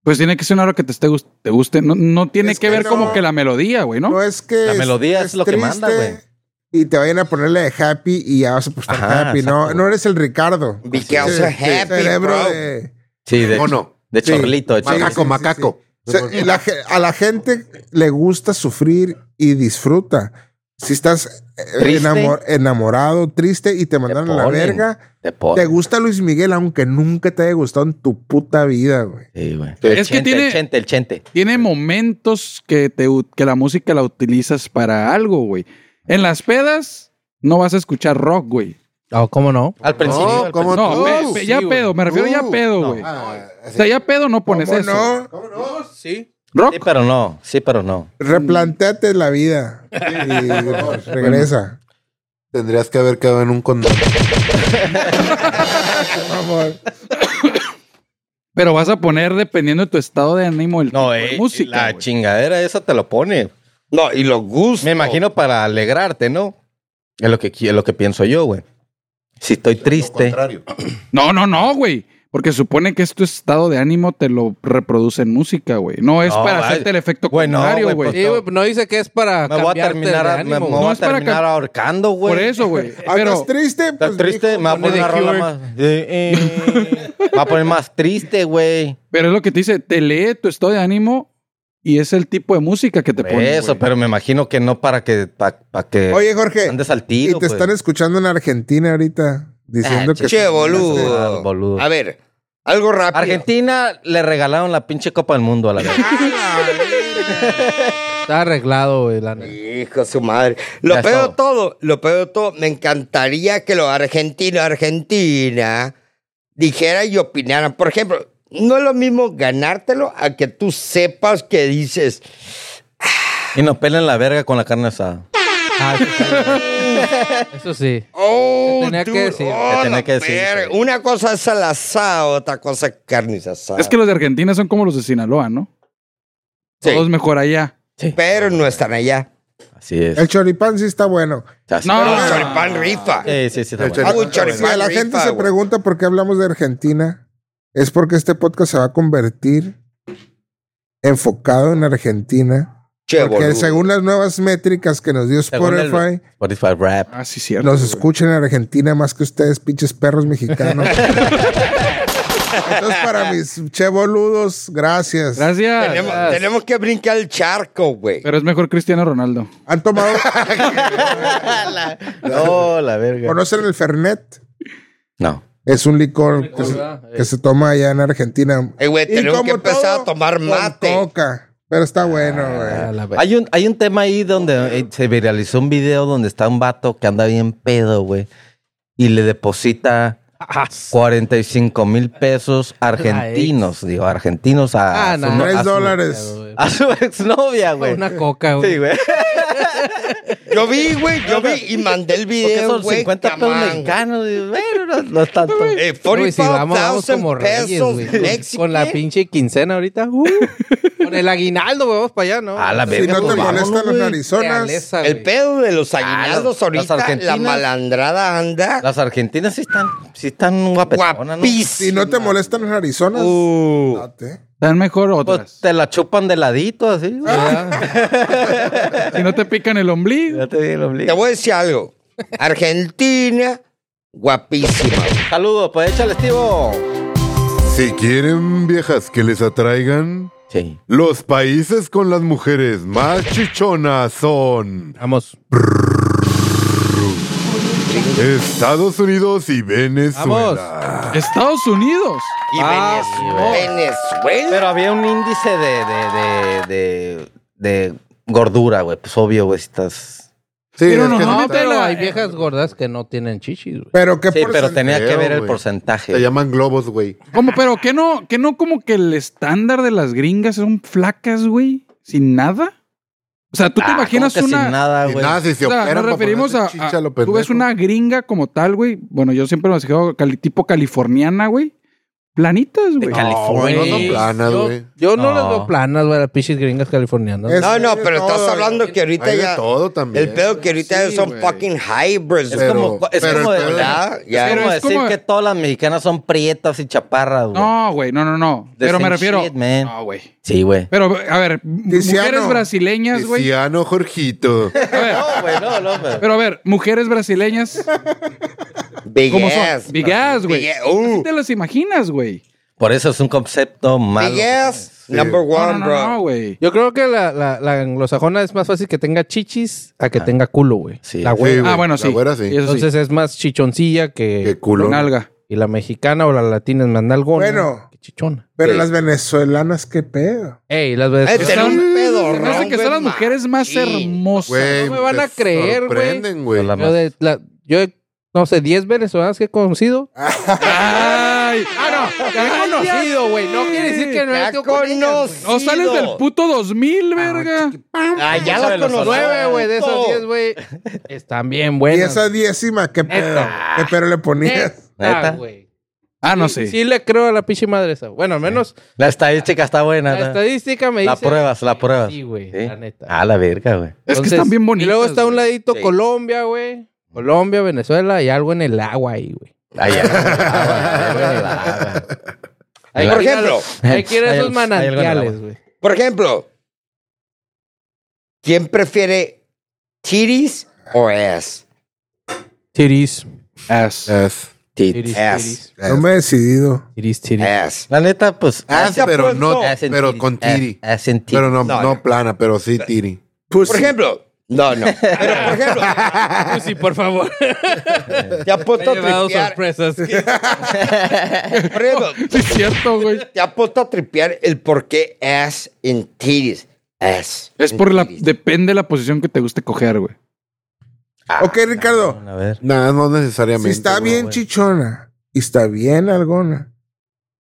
Speaker 4: Pues tiene que ser una hora que te, esté gust- te guste. No, no tiene
Speaker 7: Es
Speaker 4: que,
Speaker 7: que
Speaker 4: ver
Speaker 7: no.
Speaker 4: como que la melodía, güey, ¿no?
Speaker 7: No es que.
Speaker 5: La melodía es lo que manda,
Speaker 7: triste
Speaker 5: güey.
Speaker 7: Y te vayan a ponerle de happy y ya vas a estar
Speaker 5: Ajá,
Speaker 7: happy. No,
Speaker 5: exacto.
Speaker 7: no eres el Ricardo.
Speaker 3: Because
Speaker 7: Sí,
Speaker 3: I'm
Speaker 7: sí,
Speaker 3: happy,
Speaker 7: cerebro
Speaker 3: bro.
Speaker 7: de-
Speaker 5: Sí, de,
Speaker 1: Mono.
Speaker 5: de
Speaker 7: Sí.
Speaker 5: chorlito, de chorlito.
Speaker 1: Macaco,
Speaker 7: sí,
Speaker 1: macaco.
Speaker 7: O sea, y la ge- a la gente le gusta sufrir y disfruta. Si estás eh,
Speaker 5: Triste.
Speaker 7: enamor- enamorado, triste y te mandan a la
Speaker 5: ponen.
Speaker 7: verga,
Speaker 5: Te pone.
Speaker 7: te gusta Luis Miguel, aunque nunca te haya gustado en tu puta vida, güey.
Speaker 5: Sí, güey.
Speaker 4: que
Speaker 5: El chente,
Speaker 4: tiene-
Speaker 5: El chente, el chente.
Speaker 4: Tiene momentos que, te, u- que la música la utilizas para algo, güey. En las pedas no vas a escuchar rock, güey.
Speaker 6: Oh, ¿Cómo no?
Speaker 5: Al principio.
Speaker 1: No,
Speaker 5: al
Speaker 1: ¿cómo
Speaker 5: principio.
Speaker 4: No,
Speaker 1: tú?
Speaker 4: pe- pe- ya
Speaker 6: sí, güey.
Speaker 4: pedo, me refiero ya pedo, güey.
Speaker 1: Ah,
Speaker 4: o sea, ya pedo no pones
Speaker 7: ¿Cómo
Speaker 4: eso.
Speaker 7: no?
Speaker 6: Sí.
Speaker 4: Rock.
Speaker 5: Sí, pero no. Sí, pero no.
Speaker 7: Replantéate la vida y regresa.
Speaker 1: Tendrías que haber quedado en un condón.
Speaker 7: Por favor.
Speaker 4: Pero vas a poner, dependiendo de tu estado de ánimo, el tipo
Speaker 5: No,
Speaker 4: de
Speaker 5: eh,
Speaker 4: música.
Speaker 5: la
Speaker 4: güey.
Speaker 5: chingadera esa te lo pone.
Speaker 3: No, y los gustos.
Speaker 5: Me imagino para alegrarte, ¿no? Es lo que, qui- es lo que pienso yo, güey. Si estoy triste.
Speaker 4: No, no, no, güey. Porque supone que es tu estado de ánimo, te lo reproduce en música, güey. No es
Speaker 5: No,
Speaker 4: para
Speaker 5: güey.
Speaker 4: hacerte el efecto
Speaker 5: Güey, no,
Speaker 4: contrario,
Speaker 5: güey,
Speaker 4: güey.
Speaker 5: pues,
Speaker 6: Sí, güey, no dice que es para
Speaker 5: Me voy a
Speaker 6: cambiarte
Speaker 5: terminar,
Speaker 6: de
Speaker 5: a- me,
Speaker 6: ánimo,
Speaker 5: me
Speaker 6: güey.
Speaker 5: voy
Speaker 4: No
Speaker 5: a
Speaker 4: es para
Speaker 5: terminar
Speaker 4: cam-
Speaker 5: ahorcando, güey.
Speaker 4: Por eso, güey.
Speaker 7: Ah,
Speaker 4: Pero,
Speaker 7: ¿Estás triste?
Speaker 5: ¿Estás
Speaker 7: Pues,
Speaker 5: triste? Me va a
Speaker 7: pone
Speaker 5: poner
Speaker 7: de
Speaker 5: una rola
Speaker 7: Cure.
Speaker 5: más. Eh, eh. Me va a poner más triste, güey.
Speaker 4: pero es lo que te dice, te lee tu estado de ánimo y es el tipo de música que te
Speaker 5: Por
Speaker 4: pone.
Speaker 5: eso,
Speaker 4: güey.
Speaker 5: pero me imagino que no para que, para que
Speaker 7: Oye, Jorge,
Speaker 5: andes al
Speaker 7: y
Speaker 5: tiro.
Speaker 7: te
Speaker 5: pues.
Speaker 7: están escuchando en Argentina ahorita diciendo que.
Speaker 3: Che, boludo.
Speaker 5: Ah, boludo.
Speaker 3: A ver, algo rápido.
Speaker 5: Argentina le regalaron la pinche Copa del Mundo a la verga.
Speaker 6: Está arreglado, güey, la neta.
Speaker 3: Hijo de su madre. Lo
Speaker 5: Ya es
Speaker 3: peor de todo, lo peor de todo, me encantaría que los argentinos, Argentina, dijeran y opinaran. Por ejemplo, no es lo mismo ganártelo a que tú sepas que dices,
Speaker 5: y nos pelan la verga con la carne asada.
Speaker 6: Ah, eso sí. Eso sí.
Speaker 3: oh,
Speaker 6: Te tenía que
Speaker 3: dude,
Speaker 6: decir.
Speaker 3: oh,
Speaker 5: Te tenía
Speaker 3: la
Speaker 5: que decir,
Speaker 3: verga".
Speaker 5: sí.
Speaker 3: Una cosa es al asado, otra cosa es carne
Speaker 5: pues,
Speaker 3: asada.
Speaker 4: Es que los de Argentina son como los de Sinaloa, ¿no?
Speaker 3: Sí,
Speaker 4: Todos mejor allá.
Speaker 3: pero no están allá.
Speaker 5: Así es.
Speaker 7: El choripán sí está bueno.
Speaker 5: Así-
Speaker 4: No,
Speaker 3: Pero
Speaker 4: Ah.
Speaker 3: un choripán rifa.
Speaker 5: Sí, sí, sí. está
Speaker 1: El chorizo.
Speaker 3: Un
Speaker 5: bueno.
Speaker 7: Si a
Speaker 3: choripán
Speaker 7: la
Speaker 3: rifa,
Speaker 7: gente se
Speaker 3: güey.
Speaker 7: pregunta por qué hablamos de Argentina, es porque este podcast se va a convertir enfocado en Argentina.
Speaker 3: Che,
Speaker 7: porque
Speaker 3: boludo.
Speaker 7: según las nuevas métricas que nos dio
Speaker 5: Según el-
Speaker 7: Spotify,
Speaker 5: Spotify Rap.
Speaker 4: Ah, sí, cierto.
Speaker 7: nos escuchan en Argentina más que ustedes, pinches perros mexicanos. Entonces, para mis che boludos, gracias.
Speaker 4: Gracias.
Speaker 3: Tenemos, tenemos que brincar el charco, güey.
Speaker 4: Ah, Pero es mejor Cristiano Ronaldo.
Speaker 7: ¿Han tomado,
Speaker 5: No, Oh, la verga.
Speaker 7: conocen el Fernet?
Speaker 5: No.
Speaker 7: Es un licor que se, que se toma allá en Argentina.
Speaker 3: Eh, güey,
Speaker 7: Y
Speaker 3: tenemos que
Speaker 7: como
Speaker 3: empezar
Speaker 7: todo,
Speaker 3: a tomar
Speaker 7: con
Speaker 3: mate.
Speaker 7: coca. Pero está bueno,
Speaker 6: Ah,
Speaker 7: güey.
Speaker 6: la verga.
Speaker 5: Hay un, hay un tema ahí donde eh, se viralizó un video donde está un vato que anda bien pedo, güey. Y le deposita
Speaker 6: Ah,
Speaker 5: 45 mil pesos argentinos, digo, argentinos a,
Speaker 6: Ah,
Speaker 5: su,
Speaker 6: no.
Speaker 5: no- a
Speaker 7: Tres
Speaker 5: su-
Speaker 7: dólares.
Speaker 5: a su exnovia, güey.
Speaker 6: Una coca, Ah, güey.
Speaker 5: Sí, güey.
Speaker 3: Yo vi, güey, yo vi y mandé el
Speaker 5: Porque
Speaker 3: video,
Speaker 5: son
Speaker 3: güey.
Speaker 5: 50 pesos
Speaker 3: camán.
Speaker 5: mexicanos. digo, Bueno, no, no es tanto.
Speaker 3: Eh,
Speaker 6: Güey, si vamos, vamos
Speaker 3: 45,000
Speaker 6: como reyes,
Speaker 3: pesos
Speaker 6: güey. Con-
Speaker 3: mexican.
Speaker 6: Con la pinche quincena ahorita. uh. con el aguinaldo, güey, vamos para allá, ¿no?
Speaker 5: A la
Speaker 7: Si
Speaker 5: verga.
Speaker 7: no te
Speaker 5: pues, vámonos,
Speaker 7: molestan los
Speaker 5: güey.
Speaker 7: narizonas,
Speaker 6: Realeza,
Speaker 3: El
Speaker 6: güey.
Speaker 3: pedo de los
Speaker 5: Ah,
Speaker 3: aguinaldos
Speaker 5: los- los
Speaker 3: ahorita, la
Speaker 5: argentinos.
Speaker 3: malandrada anda.
Speaker 5: Las argentinas sí están sí están guapetonas. ¿no?
Speaker 3: Guapísimo.
Speaker 7: Si no te molestan las Arizonas,
Speaker 5: Uh,
Speaker 7: date.
Speaker 4: Están mejor
Speaker 5: pues
Speaker 4: otras.
Speaker 5: te la chupan de ladito así. güey.
Speaker 4: Si no te pican el ombligo.
Speaker 5: Ya te di el
Speaker 3: Te
Speaker 5: ombligo.
Speaker 3: voy a decir algo. Argentina, guapísima.
Speaker 5: Saludos, pues échale, Estivo.
Speaker 1: Si quieren viejas que les atraigan,
Speaker 5: Sí.
Speaker 1: los países con las mujeres más chichonas son
Speaker 6: Vamos.
Speaker 1: Estados Unidos y Venezuela.
Speaker 4: Estados Unidos.
Speaker 3: Y
Speaker 6: Ah,
Speaker 3: Venezuela. Venezuela.
Speaker 5: Pero había un índice de, de, de, de, de gordura, güey. Pues obvio, güey, estás...
Speaker 1: Sí,
Speaker 4: Pero
Speaker 1: es que
Speaker 4: no,
Speaker 1: sí,
Speaker 4: te-
Speaker 6: Pero
Speaker 4: la-
Speaker 6: hay viejas gordas que no tienen chichis, güey.
Speaker 7: Pero qué
Speaker 5: Sí, pero
Speaker 7: porcentaje?
Speaker 5: tenía que ver el
Speaker 1: güey.
Speaker 5: porcentaje.
Speaker 1: te llaman globos, güey.
Speaker 4: Como, pero que no, que no como que el estándar de las gringas son flacas, güey. Sin nada. O sea, tú te
Speaker 5: Ah,
Speaker 4: imaginas
Speaker 5: ¿cómo que
Speaker 4: una.
Speaker 5: Sin nada,
Speaker 1: Y
Speaker 5: Ah, güey.
Speaker 1: nada, si se
Speaker 4: o sea,
Speaker 1: operan
Speaker 4: nos
Speaker 1: para
Speaker 4: referimos a,
Speaker 1: ponerse
Speaker 4: a-
Speaker 1: chicha, lo
Speaker 4: tú ves
Speaker 1: pendejo.
Speaker 4: una gringa como tal, güey. Bueno, yo siempre me he cali, tipo californiana, güey. Planitas, güey.
Speaker 1: Bueno,
Speaker 5: California.
Speaker 1: no
Speaker 6: güey.
Speaker 1: planas,
Speaker 6: Yo-
Speaker 1: güey.
Speaker 6: Yo no,
Speaker 5: No.
Speaker 6: las veo planas, güey, las pichis gringas californianas.
Speaker 7: Es-
Speaker 3: No, no,
Speaker 7: Sí,
Speaker 3: pero
Speaker 7: todo,
Speaker 3: estás
Speaker 7: güey.
Speaker 3: hablando que ahorita
Speaker 1: Hay de
Speaker 3: ya.
Speaker 1: todo también.
Speaker 3: El pedo que ahorita
Speaker 4: Sí,
Speaker 3: son
Speaker 4: güey.
Speaker 3: fucking hybrids,
Speaker 5: Es
Speaker 3: güey.
Speaker 5: como, es
Speaker 1: pero
Speaker 5: como,
Speaker 1: el pedo-
Speaker 3: ¿Verdad? Ya.
Speaker 5: es como
Speaker 4: Pero es
Speaker 5: decir
Speaker 4: como-
Speaker 5: que todas las mexicanas son prietas y chaparras, güey.
Speaker 4: No, güey, no, no, no.
Speaker 5: The
Speaker 4: pero me
Speaker 5: same
Speaker 4: refiero.
Speaker 5: shit, man.
Speaker 4: No, güey.
Speaker 5: Sí, güey.
Speaker 4: Pero, a ver, m-
Speaker 7: Tiziano.
Speaker 4: mujeres brasileñas, güey.
Speaker 1: Tiziano, Jorgito.
Speaker 4: A ver,
Speaker 5: No, güey, no, no, pero-
Speaker 4: pero a ver, mujeres brasileñas,
Speaker 3: Big
Speaker 4: ¿cómo
Speaker 3: ass.
Speaker 4: son? Big ass, güey.
Speaker 3: Big ass, uh.
Speaker 4: Así te las imaginas, güey.
Speaker 5: Por eso es un concepto malo.
Speaker 3: Big ass, number
Speaker 4: No,
Speaker 3: one,
Speaker 4: no, no,
Speaker 3: bro.
Speaker 4: no, güey.
Speaker 6: Yo creo que la, la, la anglosajona es más fácil que tenga chichis a que tenga culo, güey.
Speaker 5: Sí.
Speaker 6: La
Speaker 5: Sí,
Speaker 6: güey.
Speaker 1: güey,
Speaker 4: Ah, bueno,
Speaker 1: la
Speaker 4: sí.
Speaker 1: güera sí.
Speaker 4: Y eso
Speaker 6: Entonces es más chichoncilla que...
Speaker 1: Qué culo.
Speaker 4: Nalga.
Speaker 6: Y la mexicana o la latina es más nalgona.
Speaker 7: Bueno.
Speaker 6: Que chichona.
Speaker 7: Pero
Speaker 3: Sí.
Speaker 7: las venezolanas, qué pedo.
Speaker 6: Ey, las veces...
Speaker 3: Este era un
Speaker 4: Se me hace
Speaker 3: pedorrón,
Speaker 4: que
Speaker 3: güey,
Speaker 4: son las mujeres más
Speaker 3: machín.
Speaker 4: hermosas.
Speaker 1: Güey,
Speaker 6: no me van a
Speaker 1: te
Speaker 6: creer, güey.
Speaker 1: sorprenden, güey.
Speaker 5: Con la-
Speaker 6: Yo, de la- yo de- no sé, 10 venezolanas que he conocido.
Speaker 4: ¡Ay! ¡Ah, no!
Speaker 6: Que he conocido, güey. No quiere decir que no
Speaker 3: Ya
Speaker 6: he estado con ellas, güey.
Speaker 3: conocido.
Speaker 4: ¡No sales del puto
Speaker 7: Ah,
Speaker 4: 2000, verga!
Speaker 3: Ah, ya
Speaker 5: Muchas
Speaker 3: la
Speaker 5: de las
Speaker 3: conocí.
Speaker 6: Nueve, güey, de esas 10, güey. Están bien buenas. Eh,
Speaker 7: Y esa décima, qué pedo.
Speaker 6: Neta.
Speaker 7: ¿Qué pedo le ponías?
Speaker 6: Neta,
Speaker 5: Neta.
Speaker 6: güey.
Speaker 4: Ah, no
Speaker 6: Sí.
Speaker 4: sé.
Speaker 6: le creo a la pinche madre esa. Bueno, al menos
Speaker 5: La estadística está buena.
Speaker 6: la
Speaker 5: La,
Speaker 6: estadística me
Speaker 5: la
Speaker 6: dice...
Speaker 5: pruebas, la pruebas.
Speaker 6: Sí, güey,
Speaker 5: Sí.
Speaker 6: la neta.
Speaker 5: Ah, la verga, güey.
Speaker 4: Es que
Speaker 6: Entonces,
Speaker 4: están bien bonitas.
Speaker 6: Y luego está a un
Speaker 4: güey.
Speaker 6: ladito
Speaker 5: Sí.
Speaker 6: Colombia, güey. Colombia, Venezuela y algo en el agua ahí, güey.
Speaker 5: Ay, ya. Ah, güey, algo en el agua.
Speaker 6: Ahí
Speaker 3: Por
Speaker 6: quiere-
Speaker 3: ejemplo,
Speaker 6: ahí quiere
Speaker 5: Hay
Speaker 6: esos
Speaker 5: algo- hay algo en el
Speaker 6: manantiales,
Speaker 5: agua.
Speaker 6: güey.
Speaker 3: por ejemplo, ¿quién prefiere titties o ass?
Speaker 6: Tiris.
Speaker 4: Ass.
Speaker 1: Yes.
Speaker 5: Tit.
Speaker 6: Tiris,
Speaker 3: Ass.
Speaker 6: tiris.
Speaker 7: No me he decidido.
Speaker 6: Tiris, tiris.
Speaker 3: Ass.
Speaker 5: La neta, pues.
Speaker 1: Ah,
Speaker 3: Hasta
Speaker 1: pero
Speaker 3: pronto.
Speaker 1: no,
Speaker 5: hacen
Speaker 1: pero
Speaker 5: tiri.
Speaker 1: con tiri.
Speaker 5: Ah, hacen tiri.
Speaker 1: Pero no,
Speaker 3: No,
Speaker 1: no,
Speaker 3: no.
Speaker 1: plana, pero sí tiri.
Speaker 3: Por ejemplo, no, no. Pero por ejemplo,
Speaker 6: Sí, por favor.
Speaker 3: te ha puesto a tripear.
Speaker 6: sorpresas.
Speaker 3: Por ejemplo,
Speaker 4: Sí, es cierto, güey.
Speaker 3: te ha puesto a tripear el por qué ass en titties. Ass.
Speaker 4: Es
Speaker 3: en
Speaker 4: por la.
Speaker 3: titties.
Speaker 4: Depende de la posición que te guste coger, güey.
Speaker 3: Ah.
Speaker 7: ok, Ricardo.
Speaker 5: A ver.
Speaker 1: Nada, no
Speaker 7: Si
Speaker 1: necesariamente.
Speaker 7: está
Speaker 1: güey.
Speaker 7: bien
Speaker 5: güey.
Speaker 7: chichona y está bien algona,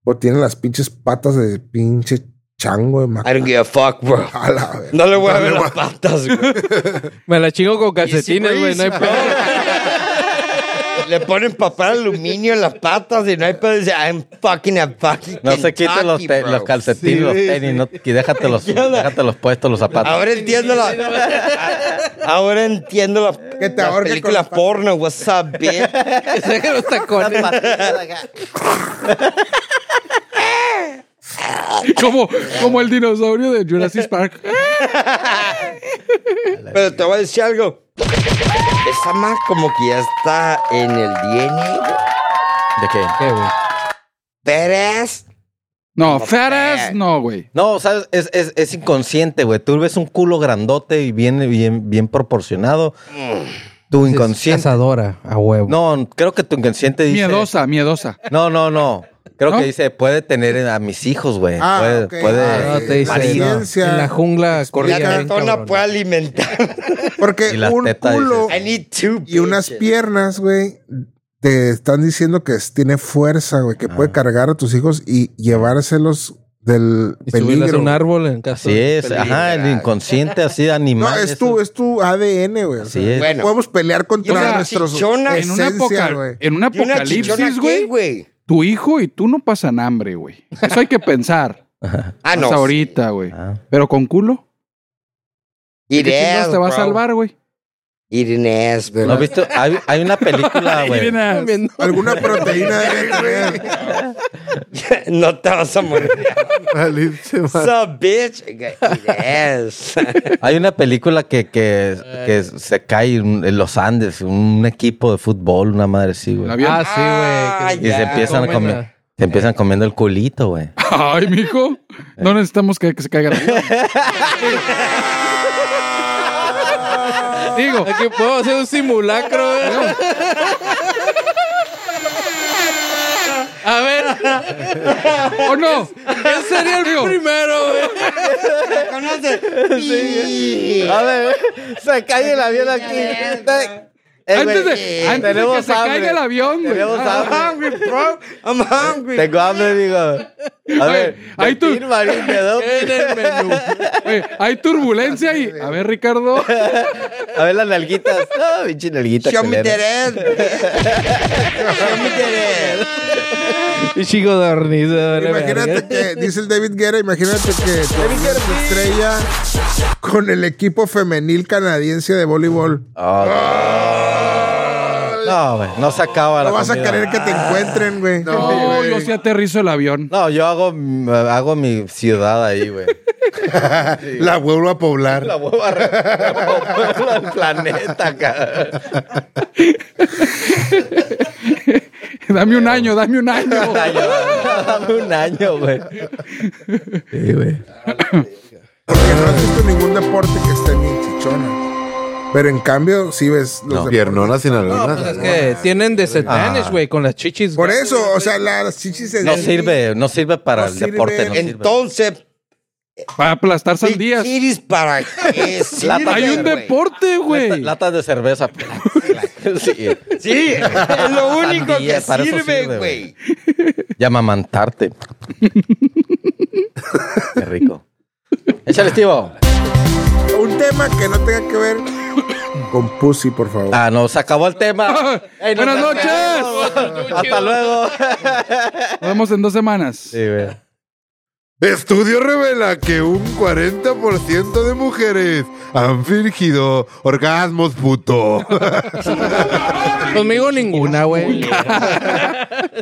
Speaker 7: o tiene las pinches patas de pinche chango de
Speaker 3: I don't
Speaker 7: macaco.
Speaker 3: give a fuck, bro.
Speaker 7: A la verga.
Speaker 3: No le voy a ver las patas, güey.
Speaker 6: Me la chingo con calcetines,
Speaker 3: Easy
Speaker 6: güey. No hay
Speaker 3: breezy,
Speaker 6: pedo.
Speaker 3: bro. Le ponen papel aluminio en las patas y no hay pedo. Dice, I'm fucking a fucking
Speaker 5: No se quiten los,
Speaker 3: Kentucky,
Speaker 5: te-
Speaker 3: bro.
Speaker 5: los calcetines, los tenis, no, y déjate los, déjate los puestos, los zapatos.
Speaker 3: Ahora entiendo la... Ahora entiendo la...
Speaker 7: Que te
Speaker 3: las
Speaker 7: ahorque con
Speaker 3: películas
Speaker 7: las patas.
Speaker 3: porno, what's up, bitch?
Speaker 6: Saca los tacones.
Speaker 4: Como, como el dinosaurio de Jurassic Park.
Speaker 3: Pero te voy a decir algo. Esa más como que ya está en el DNA.
Speaker 5: ¿De qué?
Speaker 6: ¿Qué, güey?
Speaker 3: Pérez.
Speaker 4: No,
Speaker 3: No, eh.
Speaker 4: feras, no, güey.
Speaker 5: No, sabes, es, es, es inconsciente, güey. Tú ves un culo grandote y bien, bien, bien proporcionado. Tu inconsciente.
Speaker 6: Cazadora, a huevo.
Speaker 5: No, creo que tu inconsciente dice.
Speaker 4: Miedosa, miedosa.
Speaker 5: No, no, no. Creo
Speaker 4: ¿No?
Speaker 5: que dice, puede tener a mis hijos, güey.
Speaker 7: Ah,
Speaker 5: puede,
Speaker 7: ok.
Speaker 5: puede.
Speaker 7: Ah,
Speaker 6: No te dice.
Speaker 5: marido.
Speaker 6: no.
Speaker 7: Paciencia.
Speaker 6: En la jungla
Speaker 3: La
Speaker 6: corría. bien
Speaker 3: tetona
Speaker 6: cabrón.
Speaker 3: puede alimentar.
Speaker 7: Porque
Speaker 5: Y la
Speaker 7: un
Speaker 5: teta,
Speaker 7: culo
Speaker 3: I need two.
Speaker 7: y unas
Speaker 3: bitches.
Speaker 7: piernas, güey, te están diciendo que es- tiene fuerza, güey, que puede cargar a tus hijos y llevárselos del
Speaker 6: Y subirlas a
Speaker 7: peligro.
Speaker 6: un árbol en casa.
Speaker 5: Así es, ajá, el inconsciente así
Speaker 7: No,
Speaker 5: animal.
Speaker 7: es
Speaker 5: eso.
Speaker 7: tu, es tu ADN, güey. o sea,
Speaker 5: Así es.
Speaker 3: Bueno.
Speaker 7: Podemos
Speaker 3: Y
Speaker 7: pelear
Speaker 3: una
Speaker 7: contra nuestros
Speaker 3: chichona,
Speaker 4: En un,
Speaker 7: esencia,
Speaker 4: apocal-
Speaker 7: güey.
Speaker 4: en un
Speaker 3: y una chichona,
Speaker 4: apocalipsis,
Speaker 3: ¿qué,
Speaker 4: güey,
Speaker 3: güey.
Speaker 4: tu hijo y tú no pasan hambre, güey. Eso hay que pensar.
Speaker 3: Ah, no.
Speaker 4: hasta
Speaker 3: sí.
Speaker 4: ahorita, güey.
Speaker 5: Ah.
Speaker 4: Pero con culo, ¿qué
Speaker 3: Ideas,
Speaker 4: chingados te va a
Speaker 3: bro.
Speaker 4: salvar, güey?
Speaker 3: Irinés,
Speaker 5: ¿No has visto? Hay, hay una película,
Speaker 4: Ahí
Speaker 5: güey.
Speaker 4: viene a-
Speaker 7: Alguna proteína debe tener.
Speaker 3: no te vas a morir.
Speaker 1: Valirse madre.
Speaker 3: Sup, bitch. Irinés.
Speaker 5: Hay una película que, que, que se cae en en los Andes, un equipo de fútbol, una madre así,
Speaker 4: el
Speaker 5: güey.
Speaker 4: avión.
Speaker 6: Ah, sí,
Speaker 3: Ah,
Speaker 6: güey.
Speaker 5: Y
Speaker 3: ya,
Speaker 5: se empiezan a
Speaker 6: comen
Speaker 5: comer.
Speaker 6: la-
Speaker 5: Se empiezan comiendo el culito, güey.
Speaker 4: Ay, mijo.
Speaker 6: Eh.
Speaker 4: No necesitamos que, que se caiga el avión. Digo,
Speaker 6: Aquí puedo hacer un simulacro, eh. güey. A ver,
Speaker 4: o no.
Speaker 6: ¿quién sería el
Speaker 4: Digo,
Speaker 6: primero, güey?
Speaker 3: ¿Me conoces? Sí.
Speaker 5: A ver, se cae el avión aquí.
Speaker 4: Antes de, antes de que se caiga el avión, güey.
Speaker 5: Tenemos
Speaker 4: Ah,
Speaker 5: hambre.
Speaker 3: I'm hungry.
Speaker 5: Tengo hambre, digo. A
Speaker 4: Oye,
Speaker 5: ver,
Speaker 4: ahí tú-
Speaker 5: Pepín, Marín, me da un-
Speaker 6: En el menú.
Speaker 4: güey, hay turbulencia y. A ver, Ricardo.
Speaker 5: A ver las nalguitas. Ah, pinche nalguita
Speaker 3: Show me
Speaker 5: culera.
Speaker 3: the red. Show me the red.
Speaker 6: Y chico de hornizo, vale,
Speaker 7: Imagínate
Speaker 6: verga.
Speaker 7: que, dice el David Guerra, imagínate que tu amiga se estrella con el equipo femenil canadiense de voleibol.
Speaker 5: No, güey, no se acaba la
Speaker 7: No vas a
Speaker 5: comida.
Speaker 7: querer que te encuentren, güey.
Speaker 4: No, yo sí aterrizo el avión.
Speaker 5: No, yo hago, mm, hago mi ciudad ahí, güey.
Speaker 7: La vuelvo a poblar.
Speaker 5: La huevo al planeta, cabrón.
Speaker 4: Dame un año, dame un año.
Speaker 5: Dame un año, güey. Sí, güey.
Speaker 7: Porque no has visto ningún deporte que esté bien chichona. Pero en cambio, sí ves los deportes.
Speaker 1: Piernonas sin alguna.
Speaker 6: pues Es que tienen desventajas, güey, con las chichis.
Speaker 7: Por
Speaker 6: güey.
Speaker 7: eso, o sea, la- las chichis se
Speaker 5: No sirve, no sirve para
Speaker 7: No
Speaker 5: el
Speaker 7: sirve.
Speaker 5: deporte. No sirve.
Speaker 3: Entonces,
Speaker 4: Para aplastar
Speaker 3: Big
Speaker 4: sandías.
Speaker 3: Titties para qué sirve,
Speaker 4: Hay un
Speaker 3: güey?
Speaker 4: deporte, güey.
Speaker 5: Latas de cerveza. Sí.
Speaker 3: Sí, es lo único
Speaker 5: Sandía, para
Speaker 3: que
Speaker 5: eso sirve,
Speaker 3: sirve,
Speaker 5: güey.
Speaker 3: güey.
Speaker 5: Y amamantarte. Qué rico. Échale, Estivo.
Speaker 7: Un tema que no tenga que ver con pussy, por favor.
Speaker 5: Ah, no, se acabó el tema. Ey, no
Speaker 4: Buenas
Speaker 5: te-
Speaker 4: noches.
Speaker 5: Hasta luego.
Speaker 4: Nos vemos en dos semanas.
Speaker 5: Sí, güey.
Speaker 1: Estudio revela que un 40% de mujeres han fingido orgasmos, puto.
Speaker 6: Conmigo ninguna, güey.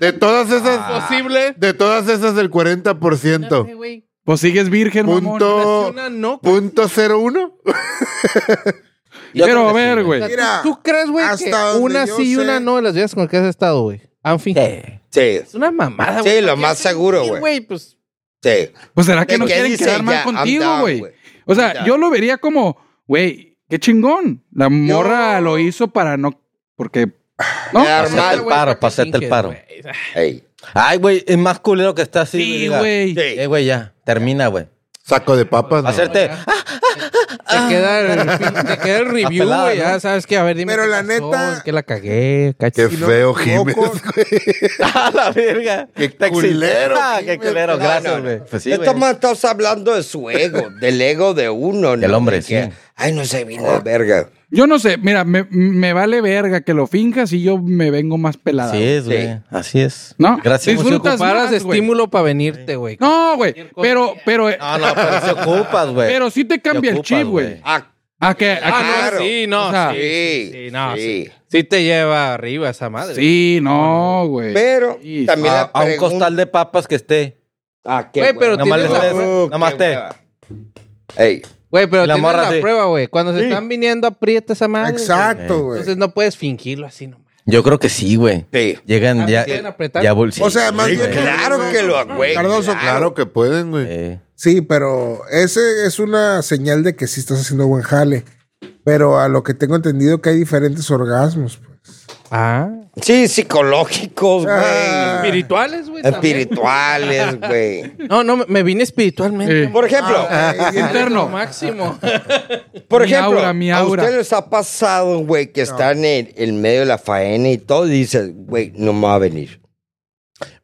Speaker 1: De todas esas,
Speaker 6: Posible.
Speaker 1: de todas esas, el 40%.
Speaker 4: Pues sigues virgen, mamón.
Speaker 1: Punto,
Speaker 6: Una no.
Speaker 1: punto cero uno.
Speaker 4: Pero
Speaker 5: Yo creo
Speaker 4: a
Speaker 5: que sí,
Speaker 4: ver, güey.
Speaker 7: Mira,
Speaker 6: ¿Tú crees, güey, que
Speaker 7: hasta donde
Speaker 6: una
Speaker 7: yo
Speaker 6: sí y
Speaker 7: sé-
Speaker 6: una no de las veces con las que has estado, güey? Han fingido.
Speaker 5: Sí.
Speaker 3: Sí,
Speaker 6: Es una mamada, güey.
Speaker 3: sí, lo más seguro,
Speaker 6: Sí,
Speaker 3: güey.
Speaker 6: güey, pues.
Speaker 3: Sí.
Speaker 4: Pues será que
Speaker 3: ¿De
Speaker 4: no
Speaker 3: qué
Speaker 4: quieren
Speaker 3: dice?
Speaker 4: quedar mal
Speaker 3: Ya, I'm
Speaker 4: contigo,
Speaker 3: down,
Speaker 4: güey. O sea,
Speaker 3: Ya.
Speaker 4: yo lo vería como, güey, qué chingón. La morra lo hizo para no. Porque. ¿No?
Speaker 3: Quedar
Speaker 5: Para hacerte
Speaker 3: mal,
Speaker 5: el
Speaker 3: güey,
Speaker 5: paro, para hacerte el paro.
Speaker 3: Ey,
Speaker 5: Ay, güey, es más culero que está así.
Speaker 4: Sí,
Speaker 5: diga.
Speaker 4: güey.
Speaker 3: sí.
Speaker 5: Eh, güey, ya. Termina, güey.
Speaker 1: Saco de papas. no.
Speaker 5: Hacerte. Ah,
Speaker 6: Te
Speaker 7: Ah.
Speaker 6: queda el, te queda el review,
Speaker 5: Apelada,
Speaker 6: güey.
Speaker 5: ¿no?
Speaker 6: Ya sabes que, a ver, dime.
Speaker 7: Pero
Speaker 6: qué
Speaker 7: la neta-
Speaker 6: es Que la cagué,
Speaker 1: Qué
Speaker 6: caché.
Speaker 7: si no
Speaker 1: feo,
Speaker 7: me equivoco,
Speaker 1: Jiménez. güey.
Speaker 5: a la verga.
Speaker 1: Qué
Speaker 5: Te exhibí.
Speaker 1: culero,
Speaker 5: Ah, Qué
Speaker 1: Jiménez.
Speaker 5: culero,
Speaker 3: No,
Speaker 5: gracias,
Speaker 3: no,
Speaker 5: güey. Pues sí,
Speaker 3: Estos
Speaker 5: güey.
Speaker 3: más estás hablando de su ego, del ego de uno, ¿no?
Speaker 5: Del hombre,
Speaker 3: De que,
Speaker 5: sí.
Speaker 3: Ay, no se vino de verga.
Speaker 4: Yo no sé, mira, me, me vale verga que lo finjas y yo me vengo más pelada.
Speaker 5: Así es, güey.
Speaker 3: Sí.
Speaker 5: Así es.
Speaker 4: ¿No?
Speaker 5: Gracias.
Speaker 4: Disfruta-
Speaker 6: Si
Speaker 4: frutas
Speaker 6: ocuparas
Speaker 4: más, güey.
Speaker 6: estímulo para venirte, güey.
Speaker 4: No, güey. Pero, pero,
Speaker 5: No, no, pero se ocupas, güey.
Speaker 4: pero sí te cambia el
Speaker 5: ocupas,
Speaker 4: chip, güey.
Speaker 5: güey.
Speaker 3: Ah,
Speaker 4: A que, a que-
Speaker 6: Ah,
Speaker 3: Claro.
Speaker 6: no, sí, no,
Speaker 4: O sea,
Speaker 6: sí,
Speaker 3: sí,
Speaker 6: sí, sí, no,
Speaker 3: sí.
Speaker 6: sí. Sí te lleva arriba esa madre.
Speaker 4: sí, no, güey.
Speaker 3: pero
Speaker 4: Sí.
Speaker 3: también
Speaker 5: A,
Speaker 3: la
Speaker 5: a un
Speaker 3: pregunta-
Speaker 5: costal de papas que esté.
Speaker 3: Ah, qué
Speaker 6: Güey,
Speaker 3: hueva.
Speaker 6: pero
Speaker 5: Nomás le
Speaker 6: tienes la-
Speaker 5: estés.
Speaker 3: Uh,
Speaker 5: Nomás
Speaker 3: qué
Speaker 5: te.
Speaker 3: hueva. Ey,
Speaker 6: Güey, pero
Speaker 5: Y la
Speaker 6: tienes
Speaker 5: morra
Speaker 6: la
Speaker 5: sí.
Speaker 6: prueba, güey. Cuando se están viniendo, aprieta esa madre. güey.
Speaker 7: Exacto, güey.
Speaker 6: Ah, Entonces no puedes fingirlo así nomás.
Speaker 5: Yo creo que sí, güey.
Speaker 3: sí.
Speaker 5: Llegan
Speaker 6: Ah,
Speaker 5: ya.
Speaker 6: ¿sí pueden apretar?
Speaker 5: Ya bolsillo.
Speaker 7: O sea, más bien-
Speaker 3: Claro que lo agüey.
Speaker 7: Cardoso,
Speaker 1: Claro que pueden,
Speaker 5: Eh,
Speaker 1: güey.
Speaker 7: Sí, pero ese es una señal de que sí estás haciendo buen jale. Pero a lo que tengo entendido que hay diferentes orgasmos. pues.
Speaker 6: Ah.
Speaker 3: Sí, psicológicos, güey.
Speaker 7: Ah.
Speaker 6: Espirituales, güey. también.
Speaker 3: Espirituales, güey.
Speaker 6: No, no, me- me vine espiritualmente.
Speaker 4: Sí.
Speaker 3: Por ejemplo,
Speaker 7: Ah, Eh,
Speaker 4: Interno.
Speaker 6: Lo máximo.
Speaker 3: por
Speaker 4: Mi
Speaker 3: ejemplo,
Speaker 4: aura, mi
Speaker 3: a
Speaker 4: aura.
Speaker 3: ustedes les ha pasado, güey, que están en, en medio de la faena y todo, y dices, güey, no me va a venir.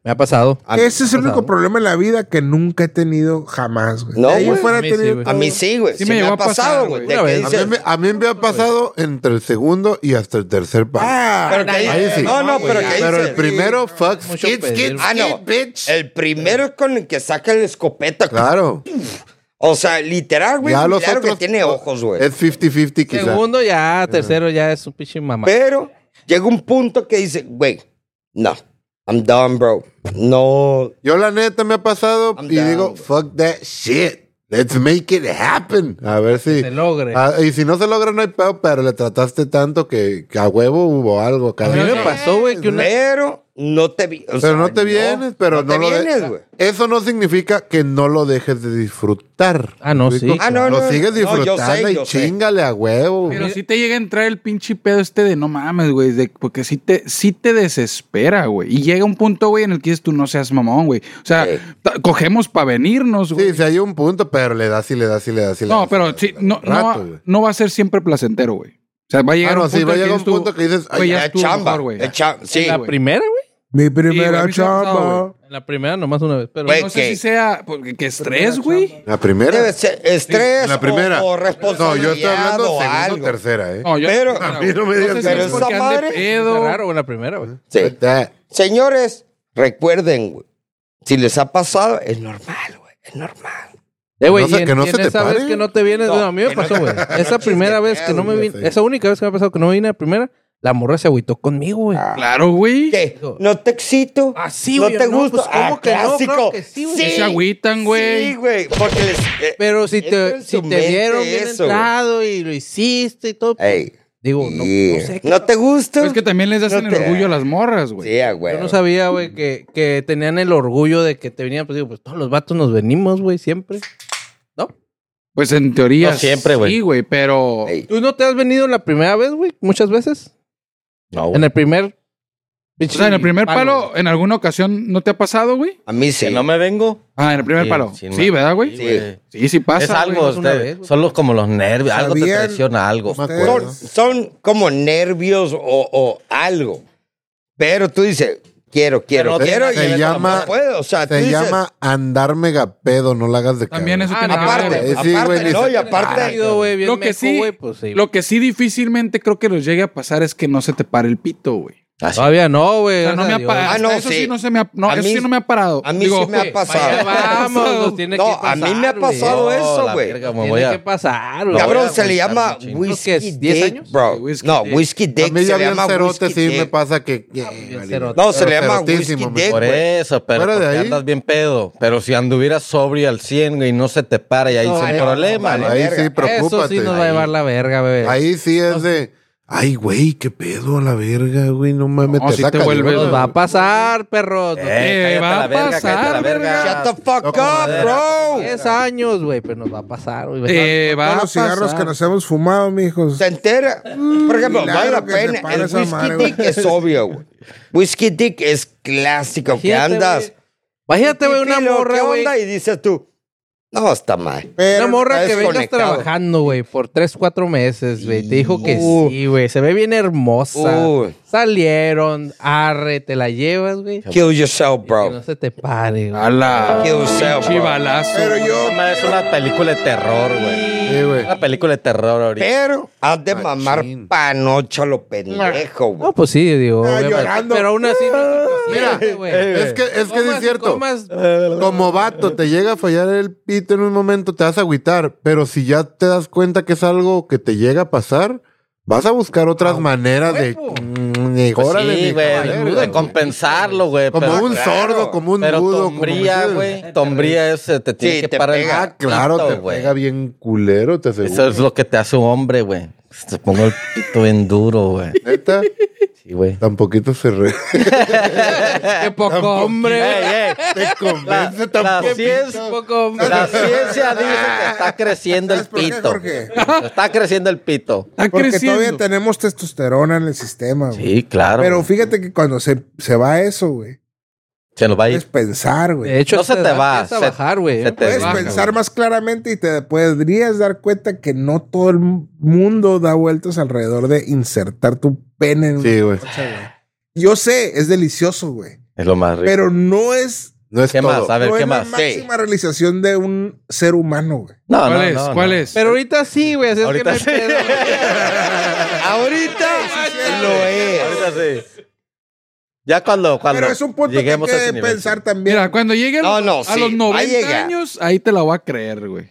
Speaker 6: Me ha pasado.
Speaker 4: Ah,
Speaker 3: A mí,
Speaker 7: Ese es el único problema en la vida que que nunca he tenido jamás, güey.
Speaker 3: No,
Speaker 7: De ahí
Speaker 3: güey.
Speaker 7: fuera
Speaker 6: A
Speaker 7: he
Speaker 6: mí sí,
Speaker 7: tenido
Speaker 6: güey.
Speaker 3: a mí sí, güey. Sí
Speaker 4: Sí me
Speaker 3: me,
Speaker 4: llegó
Speaker 3: ha
Speaker 4: a pasar,
Speaker 3: pasado,
Speaker 4: güey.
Speaker 3: güey. de
Speaker 6: Una
Speaker 3: que
Speaker 6: vez.
Speaker 1: A
Speaker 3: dices-
Speaker 1: mí, me, a mí me ha pasado entre el segundo y hasta el tercer paso.
Speaker 3: Pero que
Speaker 1: Ahí
Speaker 3: dices-
Speaker 1: sí.
Speaker 3: Ah, eh, No, no, pero que
Speaker 1: Pero el
Speaker 3: dices-
Speaker 1: primero, fuck,
Speaker 6: Mucho
Speaker 1: kids,
Speaker 6: pedir.
Speaker 1: kids,
Speaker 3: Ah, no.
Speaker 1: bitch.
Speaker 3: El primero es con el que saca la escopeta.
Speaker 1: Claro.
Speaker 3: O sea, literal, güey.
Speaker 1: Ya
Speaker 3: Claro
Speaker 1: los
Speaker 3: que
Speaker 1: otros-
Speaker 3: tiene ojos, güey.
Speaker 1: Es 50-50 quizá.
Speaker 6: Segundo ya, tercero ya es un pinche mamá.
Speaker 3: Pero llega un punto que dice, güey, no, I'm done, bro. No.
Speaker 1: Yo la neta me ha pasado
Speaker 3: I'm
Speaker 1: y
Speaker 3: down,
Speaker 1: digo,
Speaker 3: güey.
Speaker 1: fuck that shit. Let's make it happen. A ver si...
Speaker 6: Se logre.
Speaker 1: Ah, y si no se logra, no hay pedo, pero le trataste tanto que, que a huevo hubo algo.
Speaker 6: A
Speaker 1: Cada
Speaker 6: mí me
Speaker 1: vez.
Speaker 6: pasó, güey, que una...
Speaker 3: Pero no te vi. o sea,
Speaker 1: Pero no te vienes, pero no,
Speaker 3: te
Speaker 1: lo de-
Speaker 3: vienes, güey.
Speaker 1: Eso no significa que no lo dejes de disfrutar.
Speaker 6: Ah, no, sí.
Speaker 3: Ah, no,
Speaker 1: lo
Speaker 3: no.
Speaker 1: sigues
Speaker 3: No, yo
Speaker 1: disfrutando
Speaker 3: sé,
Speaker 1: y
Speaker 3: yo sé.
Speaker 1: chingale a huevo.
Speaker 4: Pero si te llega a entrar el pinche pedo este de no mames, güey, de- porque si te, sí te desespera, güey. Y llega un punto, güey, en el que dices tú no seas mamón, güey. O sea,
Speaker 3: Sí.
Speaker 4: ta- cogemos para venirnos, güey.
Speaker 1: Sí, sí, hay un punto, pero le das y le das y le das y le das.
Speaker 4: no, pero
Speaker 1: y le das,
Speaker 4: sí,
Speaker 1: y le das.
Speaker 4: no, no,
Speaker 1: Rato,
Speaker 4: va,
Speaker 1: güey.
Speaker 4: no va a ser siempre placentero, güey. O sea, va a llegar
Speaker 1: Ah, no,
Speaker 4: un
Speaker 1: sí,
Speaker 4: punto,
Speaker 1: va a
Speaker 4: en
Speaker 1: llegar
Speaker 4: dices
Speaker 1: un
Speaker 4: tú,
Speaker 1: punto que dices, ay,
Speaker 4: güey, ya
Speaker 3: Es
Speaker 4: estuvo
Speaker 3: chamba.
Speaker 4: mejor, güey.
Speaker 3: es chamba, Sí.
Speaker 6: La
Speaker 4: güey.
Speaker 6: primera, güey.
Speaker 7: Mi
Speaker 4: Sí,
Speaker 7: primera
Speaker 4: güey, a mí se me ha pasado,
Speaker 7: chamba.
Speaker 6: La primera nomás una vez, pero...
Speaker 3: Güey.
Speaker 4: No sé
Speaker 3: que-
Speaker 4: si sea porque, que estrés, güey.
Speaker 1: La primera.
Speaker 3: Debe ser estrés
Speaker 1: la primera.
Speaker 3: o, o
Speaker 1: No,
Speaker 3: responsabilidad
Speaker 1: yo estoy hablando
Speaker 3: o
Speaker 1: segunda o
Speaker 3: algo.
Speaker 1: tercera, ¿eh?
Speaker 4: No, yo-
Speaker 3: Pero-
Speaker 4: no,
Speaker 3: A
Speaker 1: mí no ¿eh? me digas
Speaker 4: sé si
Speaker 1: eso.
Speaker 4: es porque
Speaker 3: Pero esa
Speaker 4: ande
Speaker 3: madre-
Speaker 6: Está
Speaker 4: pedo.
Speaker 6: raro, güey, la primera, güey.
Speaker 3: Sí.
Speaker 1: That-
Speaker 3: Señores, recuerden, güey. Si les ha pasado, es normal, güey. Es normal.
Speaker 6: Eh, güey,
Speaker 1: No se-
Speaker 6: y en-
Speaker 1: que no
Speaker 6: y
Speaker 1: se
Speaker 6: en
Speaker 1: te
Speaker 6: esa
Speaker 1: pare.
Speaker 6: vez que no te vienes,
Speaker 3: No,
Speaker 6: no, a mí me
Speaker 3: que no
Speaker 6: pasó,
Speaker 3: te-
Speaker 6: güey. Esa primera vez que no me vine,
Speaker 1: sé.
Speaker 6: esa única vez que me ha pasado que no me vine a primera, la morra se agüitó conmigo, güey.
Speaker 4: Claro, güey.
Speaker 3: ¿Qué? ¿No te excito?
Speaker 6: Ah, sí,
Speaker 3: Ah. ¿No
Speaker 6: güey,
Speaker 3: te
Speaker 6: no,
Speaker 3: gusta?
Speaker 6: pues, ¿cómo
Speaker 3: Ah,
Speaker 6: que no? Claro
Speaker 3: clásico.
Speaker 6: que sí, güey.
Speaker 4: Se agüitan, güey.
Speaker 3: Sí, güey. Porque les... eh,
Speaker 6: Pero si
Speaker 3: entra en
Speaker 6: te,
Speaker 3: su
Speaker 6: si te
Speaker 3: mente
Speaker 6: vieron bien
Speaker 3: eso, güey. Eh,
Speaker 6: entrado y lo hiciste y todo,
Speaker 3: Ey.
Speaker 6: digo, no,
Speaker 3: yeah.
Speaker 6: no sé. qué-
Speaker 3: ¿No te gusta?
Speaker 4: Pero Es que también les hacen
Speaker 3: No
Speaker 4: el
Speaker 3: te-
Speaker 4: orgullo a las morras, güey.
Speaker 3: Sí, ah, güey.
Speaker 6: Yo no sabía, güey, que, que tenían el orgullo de que te venían, pues digo, pues todos los vatos nos venimos, güey, siempre. ¿No?
Speaker 4: Pues en teoría.
Speaker 5: No siempre, güey.
Speaker 4: Sí, güey, pero.
Speaker 3: Ey.
Speaker 6: ¿Tú no te has venido la primera vez, güey? Muchas veces.
Speaker 5: No,
Speaker 6: En
Speaker 5: güey.
Speaker 6: el primer.
Speaker 4: O sea, en el primer palo, en alguna ocasión, ¿no te ha pasado, güey?
Speaker 3: A mí sí.
Speaker 5: Que no me vengo.
Speaker 4: Ah, en el primer
Speaker 5: Sí,
Speaker 4: palo.
Speaker 5: sí,
Speaker 4: Sí,
Speaker 5: me-
Speaker 4: ¿verdad, güey?
Speaker 3: Sí.
Speaker 4: Sí.
Speaker 5: güey.
Speaker 4: sí pasa.
Speaker 5: Es algo,
Speaker 6: nomás
Speaker 4: güey.
Speaker 6: una
Speaker 5: usted-
Speaker 6: vez, güey.
Speaker 5: solo como los nervios, algo te
Speaker 7: ¿Sabían?
Speaker 5: presiona, algo.
Speaker 1: No me acuerdo.
Speaker 3: son, son como nervios o, o algo. Pero tú dices, quiero, quiero,
Speaker 5: Pero no
Speaker 3: quiero.
Speaker 5: tiene nada
Speaker 1: que
Speaker 3: y
Speaker 1: ver
Speaker 3: no
Speaker 1: con-
Speaker 3: puedo. O sea, tú
Speaker 1: Se
Speaker 3: dices,
Speaker 1: llama andar megapedo, no la hagas de
Speaker 4: También
Speaker 1: cabrón.
Speaker 4: eso
Speaker 6: Ah,
Speaker 4: tiene que ver.
Speaker 3: Aparte,
Speaker 4: güey.
Speaker 1: Eh, sí,
Speaker 3: aparte,
Speaker 1: güey,
Speaker 3: no,
Speaker 1: dice-
Speaker 3: y aparte...
Speaker 6: Rápido, güey, bien
Speaker 4: Lo que
Speaker 6: meco,
Speaker 4: sí,
Speaker 6: güey, pues sí.
Speaker 4: Lo que sí difícilmente creo que nos llegue a pasar es que no se te pare el pito, güey.
Speaker 5: Así.
Speaker 6: Todavía no, güey.
Speaker 4: O sea, no me
Speaker 6: gracias
Speaker 4: ha
Speaker 6: a Dios.
Speaker 4: parado.
Speaker 3: Ah, no,
Speaker 4: eso sí.
Speaker 3: sí.
Speaker 4: no se me ha, no,
Speaker 3: A
Speaker 4: eso
Speaker 3: mí-
Speaker 4: sí no me ha parado.
Speaker 3: a mí sí me ha Ah, pasado.
Speaker 6: Vamos, nos tiene
Speaker 3: No,
Speaker 6: que
Speaker 3: a
Speaker 6: pasar,
Speaker 3: mí me ha
Speaker 6: güey.
Speaker 3: pasado
Speaker 5: No,
Speaker 3: eso,
Speaker 5: la
Speaker 3: güey.
Speaker 5: verga, me
Speaker 6: Tiene
Speaker 5: voy a-
Speaker 6: que pasar, güey.
Speaker 3: Cabrón,
Speaker 5: Ahora,
Speaker 3: se le
Speaker 5: güey,
Speaker 3: llama
Speaker 5: está muy chingón.
Speaker 3: whisky
Speaker 6: ¿Qué es? ¿Diez
Speaker 3: dick,
Speaker 6: años?
Speaker 3: bro.
Speaker 4: Sí, whisky
Speaker 3: no,
Speaker 4: dick.
Speaker 3: whisky
Speaker 1: A
Speaker 3: dick
Speaker 1: mí
Speaker 3: se
Speaker 1: ya
Speaker 3: le
Speaker 1: bien
Speaker 3: llama
Speaker 1: cerote,
Speaker 3: whisky
Speaker 1: sí me
Speaker 3: dick.
Speaker 1: pasa que... que-
Speaker 6: cerote.
Speaker 3: No, se le llama
Speaker 1: Cerotísimo,
Speaker 3: whisky
Speaker 1: me-
Speaker 3: dick.
Speaker 5: Por
Speaker 3: güey.
Speaker 5: eso, pero
Speaker 1: Fuera de
Speaker 5: porque
Speaker 1: ahí.
Speaker 5: andas bien pedo. Pero si anduvieras sobrio al 100, güey, no se te para y ahí
Speaker 6: No,
Speaker 5: es el
Speaker 6: no,
Speaker 5: problema,
Speaker 3: no,
Speaker 5: güey.
Speaker 1: Ahí
Speaker 3: verga.
Speaker 1: sí,
Speaker 6: Eso
Speaker 1: preocúpate.
Speaker 6: sí nos va a llevar la verga, bebé.
Speaker 1: Ahí sí es de... Ay, güey, qué pedo a la verga, güey. No mames,
Speaker 4: No,
Speaker 1: te
Speaker 4: sí te
Speaker 1: saca de
Speaker 4: vuelves-
Speaker 1: onda,
Speaker 6: Nos va a pasar, perro.
Speaker 5: Eh,
Speaker 4: Eh,
Speaker 5: cállate
Speaker 4: va
Speaker 5: a la
Speaker 4: a
Speaker 5: verga, cállate a la
Speaker 4: pasar,
Speaker 5: verga.
Speaker 3: Shut the fuck
Speaker 1: Loco,
Speaker 3: up,
Speaker 5: madera.
Speaker 3: bro.
Speaker 6: 10 años, güey, pero nos va a pasar, güey.
Speaker 4: Eh, va
Speaker 7: Todos
Speaker 4: a
Speaker 7: los cigarros
Speaker 4: pasar.
Speaker 7: que nos hemos fumado, mijos.
Speaker 3: Se entera. Por ejemplo,
Speaker 7: Milagro
Speaker 3: vale la
Speaker 7: que se
Speaker 3: pena.
Speaker 7: para
Speaker 3: El
Speaker 7: esa
Speaker 3: whisky
Speaker 7: madre, güey.
Speaker 3: dick es obvio, güey. Whisky dick es clásico. Que
Speaker 6: Imagínate,
Speaker 3: andas.
Speaker 6: güey. Imagínate, güey, una
Speaker 3: tranquilo, ¿qué
Speaker 6: morra, güey.
Speaker 3: onda? Y dices tú, no, está mal.
Speaker 7: Pero
Speaker 6: Una morra
Speaker 3: está
Speaker 6: que vengas
Speaker 3: desconectado.
Speaker 6: trabajando, güey, por 3, 4 meses, güey. Te dijo que
Speaker 3: Uh.
Speaker 6: sí, güey. Se ve bien hermosa.
Speaker 3: Uh.
Speaker 6: Salieron, arre, te la llevas, güey.
Speaker 3: Kill yourself,
Speaker 6: Que
Speaker 3: bro.
Speaker 6: no se te pare, güey.
Speaker 4: A la.
Speaker 3: Kill yourself,
Speaker 4: Pinche
Speaker 3: bro.
Speaker 4: balazo.
Speaker 7: Pero yo.
Speaker 5: No, Es una película de terror, güey.
Speaker 1: Sí, güey.
Speaker 5: Una película de terror ahorita.
Speaker 3: Pero has de mamar panocha lo pendejo, güey.
Speaker 6: No, pues sí, digo.
Speaker 7: Ah,
Speaker 6: obviamente,
Speaker 7: llorando.
Speaker 6: Pero aún así,
Speaker 1: Mira, eh, es que, es que sí es cierto. Como vato, te llega a fallar el pito en un momento, te vas a agüitar. Pero si ya te das cuenta que es algo que te llega a pasar, vas a buscar otras maneras de. Mm, y
Speaker 5: Pues
Speaker 1: órale,
Speaker 5: sí,
Speaker 1: mijo,
Speaker 5: güey,
Speaker 1: ayuda,
Speaker 5: de compensarlo, güey.
Speaker 1: Como
Speaker 5: pero-
Speaker 1: un
Speaker 3: claro.
Speaker 1: sordo, como un
Speaker 5: Pero
Speaker 1: mudo. como
Speaker 5: tombría,
Speaker 1: que-
Speaker 5: güey. Tombría es, eh, te tiene que
Speaker 3: te
Speaker 5: parar el
Speaker 3: pega.
Speaker 1: Ah, claro,
Speaker 5: pito,
Speaker 1: te
Speaker 5: güey.
Speaker 1: pega bien culero, te aseguro.
Speaker 5: Eso es lo que te hace un hombre, güey. Te pongo el pito en duro, güey.
Speaker 1: Neta,
Speaker 5: Sí, güey.
Speaker 1: tampoco se re.
Speaker 4: Qué poco hombre.
Speaker 5: Ey, ey.
Speaker 1: te convence
Speaker 5: La- la
Speaker 1: tampoco.
Speaker 5: ciencia- La ciencia dice que
Speaker 1: Ah.
Speaker 5: está creciendo el
Speaker 7: ¿Sabes por qué,
Speaker 5: pito.
Speaker 7: Jorge?
Speaker 5: Está creciendo el pito.
Speaker 4: Está
Speaker 7: Porque
Speaker 4: creciendo.
Speaker 7: todavía tenemos testosterona en el sistema, güey.
Speaker 5: Sí, claro.
Speaker 7: Pero
Speaker 5: güey.
Speaker 7: fíjate que cuando se, se va eso, güey,
Speaker 5: se nos va a
Speaker 7: puedes
Speaker 5: ir.
Speaker 7: pensar,
Speaker 6: De
Speaker 7: güey.
Speaker 6: hecho,
Speaker 5: No se te va,
Speaker 6: Vas a
Speaker 5: se-
Speaker 6: bajar, güey.
Speaker 5: se
Speaker 6: ¿eh?
Speaker 5: te
Speaker 7: Puedes
Speaker 5: baja,
Speaker 7: pensar
Speaker 5: güey.
Speaker 7: más claramente y te podrías dar cuenta que no todo el mundo da vueltas alrededor de insertar tu pene en
Speaker 1: Sí, güey.
Speaker 7: Yo sé, es delicioso, güey.
Speaker 5: Es lo más rico.
Speaker 7: Pero no es,
Speaker 1: No es
Speaker 5: ¿Qué
Speaker 1: todo.
Speaker 5: más? A ver,
Speaker 7: no
Speaker 5: ¿qué
Speaker 7: es la
Speaker 5: más?
Speaker 7: máxima realización de un ser humano, güey.
Speaker 5: No,
Speaker 4: ¿Cuál
Speaker 5: no,
Speaker 4: es?
Speaker 5: no, no.
Speaker 4: ¿Cuál es?
Speaker 6: Pero ahorita sí, güey. así Es que
Speaker 5: Ahorita
Speaker 6: no hay
Speaker 5: sí.
Speaker 6: pedo, güey.
Speaker 4: Ah,
Speaker 3: Ahorita lo es.
Speaker 5: Ahorita sí. Ya cuando, cuando
Speaker 7: Pero es un punto que hay
Speaker 5: lleguemos a ese
Speaker 7: que
Speaker 5: nivel,
Speaker 7: pensar
Speaker 5: sí.
Speaker 7: también.
Speaker 4: Mira, cuando llegue a
Speaker 3: No,
Speaker 4: los,
Speaker 3: no,
Speaker 4: a
Speaker 3: sí,
Speaker 4: los
Speaker 3: va a
Speaker 4: 90
Speaker 3: llegar.
Speaker 4: años, ahí te la voy a creer, güey.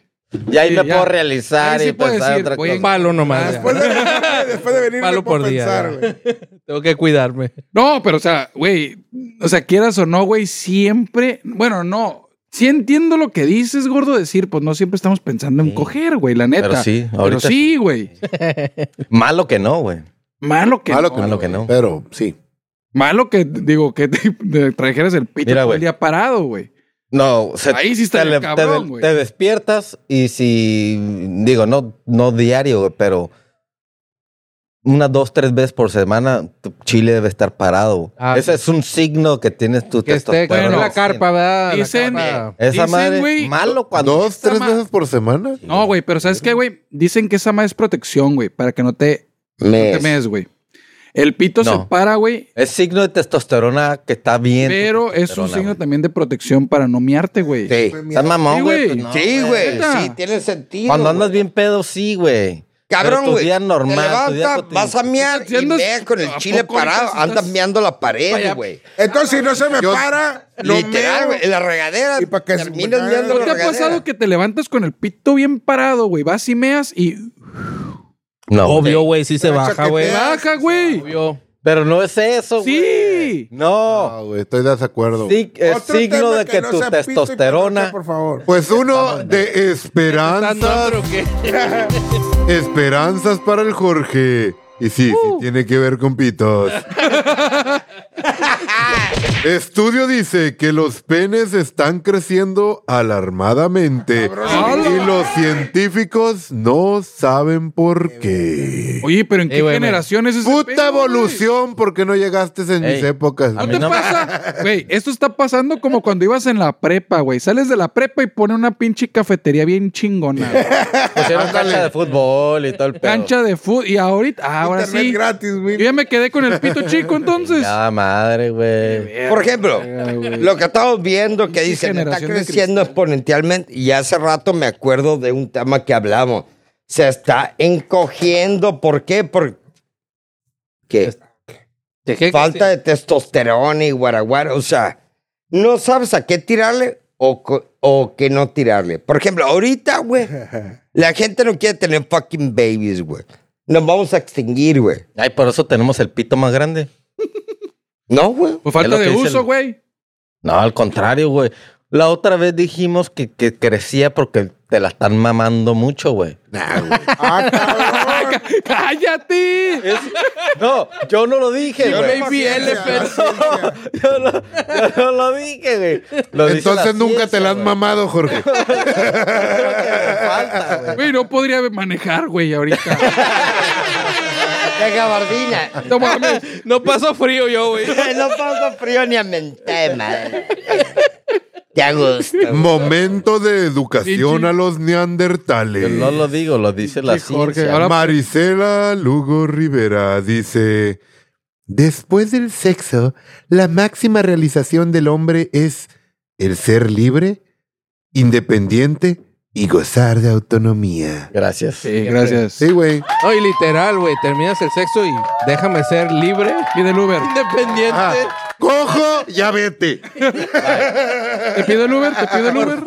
Speaker 5: Y ahí
Speaker 4: Sí,
Speaker 5: me
Speaker 4: ya.
Speaker 5: puedo realizar
Speaker 4: Ahí sí
Speaker 5: y
Speaker 4: puedo
Speaker 5: pensar
Speaker 4: decir,
Speaker 5: otra
Speaker 4: voy a-
Speaker 5: cosa.
Speaker 6: Palo nomás.
Speaker 7: Después de, después de venir,
Speaker 6: Palo
Speaker 7: me puedo
Speaker 6: por día,
Speaker 7: pensar,
Speaker 6: ¿no?
Speaker 7: güey.
Speaker 6: Tengo que cuidarme.
Speaker 4: No, pero o sea, güey, o sea, quieras o no, güey, siempre, bueno, no, sí entiendo lo que dices, gordo, decir, pues no siempre estamos pensando en coger, güey, la neta.
Speaker 5: Pero sí,
Speaker 4: pero
Speaker 5: ahorita-
Speaker 4: sí, güey.
Speaker 5: Malo que no, güey.
Speaker 4: Malo que
Speaker 1: Malo
Speaker 4: no.
Speaker 1: que
Speaker 5: Malo que no.
Speaker 1: Pero sí.
Speaker 4: Malo que digo que te, te trajeras el pito
Speaker 5: Mira,
Speaker 4: todo
Speaker 5: güey.
Speaker 4: el día parado, güey.
Speaker 5: No, se-
Speaker 4: Ahí sí estaría cabrón, güey.
Speaker 5: te despiertas y si, digo, no, no diario, güey, pero unas dos, tres veces por semana, tu chile debe estar parado. güey.
Speaker 6: Ah,
Speaker 5: Ese es un signo que tienes tu
Speaker 6: Que esté
Speaker 5: testosterona
Speaker 6: con
Speaker 4: Bueno,
Speaker 6: la
Speaker 5: al cien.
Speaker 6: carpa, ¿verdad? La
Speaker 4: Dicen-
Speaker 6: carpa.
Speaker 5: Esa
Speaker 4: Dicen,
Speaker 5: madre,
Speaker 4: güey,
Speaker 5: malo cuando...
Speaker 1: ¿Dos,
Speaker 4: esa
Speaker 1: tres
Speaker 4: ma-
Speaker 1: veces por semana?
Speaker 4: No, güey, pero ¿sabes qué, güey? Dicen que esa madre es protección, güey, para que no te, no te
Speaker 3: Mes.
Speaker 4: mees, Este güey. El pito
Speaker 5: No.
Speaker 4: se para, güey,
Speaker 5: Es signo de testosterona que está bien. tu
Speaker 4: pero es un
Speaker 5: testosterona,
Speaker 4: signo
Speaker 5: güey.
Speaker 4: también de protección para no miarte, güey.
Speaker 3: Sí.
Speaker 5: Estás
Speaker 4: Sí,
Speaker 5: mamón,
Speaker 4: güey.
Speaker 5: güey. pues no,
Speaker 3: este, Sí, güey.
Speaker 4: neta.
Speaker 3: Sí, tiene sentido.
Speaker 5: Cuando
Speaker 3: güey.
Speaker 5: andas bien pedo, sí, güey. Pero
Speaker 3: Cabrón,
Speaker 5: tu
Speaker 3: güey.
Speaker 5: día normal.
Speaker 3: Te
Speaker 5: tu día
Speaker 3: levantas,
Speaker 5: cotidiano.
Speaker 3: vas a miar y
Speaker 4: Haciendo-
Speaker 3: meas con el
Speaker 4: ¿A
Speaker 3: chile
Speaker 4: poco ahorita
Speaker 3: parado.
Speaker 4: estás-
Speaker 3: Andas meando la pared,
Speaker 4: Vaya-
Speaker 3: güey.
Speaker 7: Entonces, si no se me
Speaker 1: Yo-
Speaker 7: para, no
Speaker 3: Literal,
Speaker 7: meo.
Speaker 3: güey. En la regadera.
Speaker 7: Y pa' que se
Speaker 3: terminas
Speaker 7: me
Speaker 3: meando
Speaker 7: caiga.
Speaker 4: ¿No
Speaker 3: la
Speaker 4: te ha
Speaker 3: regadera.
Speaker 4: pasado que te levantas con el pito bien parado, güey? Vas y meas y
Speaker 5: No.
Speaker 6: Obvio, güey, sí se
Speaker 7: Pero
Speaker 6: baja, güey. Ah,
Speaker 7: chaquetea.
Speaker 4: baja, güey.
Speaker 6: Obvio.
Speaker 5: Pero no es eso, güey.
Speaker 4: Sí.
Speaker 5: No.
Speaker 1: No, güey, estoy de desacuerdo.
Speaker 5: Sí, es
Speaker 7: Otro
Speaker 5: signo
Speaker 7: tema
Speaker 5: de que,
Speaker 7: no
Speaker 5: tu
Speaker 7: sea pito y
Speaker 5: testosterona.
Speaker 7: peluche, Por favor.
Speaker 1: Pues uno de esperanzas. esperanzas para el Jorge. Y sí, sí tiene que ver con pitos. Estudio dice que los penes están creciendo alarmadamente y los científicos no saben por qué.
Speaker 4: Oye, pero ¿en qué
Speaker 6: Ey, güey,
Speaker 4: generación es ese
Speaker 1: Puta
Speaker 4: pedo, güey?
Speaker 1: evolución, porque no llegaste en
Speaker 5: Ey.
Speaker 1: mis épocas.
Speaker 4: ¿No
Speaker 5: mí
Speaker 4: te
Speaker 5: no me-
Speaker 4: pasa? Güey, esto está pasando como cuando ibas en la prepa, güey. Sales de la prepa y pone una pinche cafetería bien chingona. güey.
Speaker 5: Pusieron cancha de fútbol y todo el pedo.
Speaker 4: Cancha de fútbol. Y ahorita, ah, ahora
Speaker 7: Internet
Speaker 4: sí.
Speaker 7: gratis,
Speaker 4: Yo
Speaker 7: güey.
Speaker 4: ya me quedé con el pito chico entonces.
Speaker 5: Nada madre, güey.
Speaker 3: Por ejemplo, lo que estamos viendo que
Speaker 4: Pinche
Speaker 3: dicen está
Speaker 4: generación de
Speaker 3: creciendo exponencialmente y hace rato me acuerdo de un tema que hablamos. Se está encogiendo. ¿Por qué? Porque
Speaker 6: Dejé que-
Speaker 3: falta de testosterona y guaraguara. O sea, no sabes a qué tirarle o, co- o qué no tirarle. Por ejemplo, ahorita, güey, la gente no quiere tener fucking babies, güey. Nos vamos a extinguir, güey.
Speaker 5: Ay, por eso tenemos el pito más grande.
Speaker 3: No, güey.
Speaker 4: Pues
Speaker 5: Es lo
Speaker 4: falta
Speaker 5: que
Speaker 4: de
Speaker 5: dice
Speaker 4: uso,
Speaker 5: el-
Speaker 4: güey.
Speaker 5: No, al contrario, güey. La otra vez dijimos que, que crecía porque te la están mamando mucho, güey.
Speaker 7: Ah, cabrón.
Speaker 4: ¡Cállate!
Speaker 5: No, yo no lo dije,
Speaker 6: Yo no
Speaker 5: güey.
Speaker 6: infiel,
Speaker 7: Paciencia,
Speaker 6: pero-
Speaker 7: paciencia.
Speaker 5: Yo, no, yo no lo dije, güey. Lo dice la
Speaker 1: Entonces nunca te la han
Speaker 5: ciencia,
Speaker 1: mamado, Jorge.
Speaker 5: güey. Creo que me falta, güey.
Speaker 4: Güey, no podría manejar, güey, ahorita.
Speaker 3: Qué gabardina.
Speaker 4: No mames.
Speaker 6: No paso frío yo, güey.
Speaker 3: No paso frío ni a menté, madre. Te a gusto.
Speaker 1: Momento de educación
Speaker 4: Pinche-
Speaker 1: a los
Speaker 5: Yo
Speaker 1: neandertales.
Speaker 5: no lo digo, lo dice la
Speaker 4: Sí, Jorge,
Speaker 5: ciencia.
Speaker 4: ahora-
Speaker 1: Marisela Lugo Rivera dice, después del sexo, la máxima realización del hombre es el ser libre, independiente y gozar de autonomía.
Speaker 5: Gracias.
Speaker 4: Sí, gracias.
Speaker 1: Sí, güey.
Speaker 6: No, y literal, güey. Terminas el sexo y déjame ser libre,
Speaker 4: Pide el Uber.
Speaker 6: independiente.
Speaker 1: Ah, cojo, ya vete.
Speaker 4: Te pido el Uber, te pido el Uber.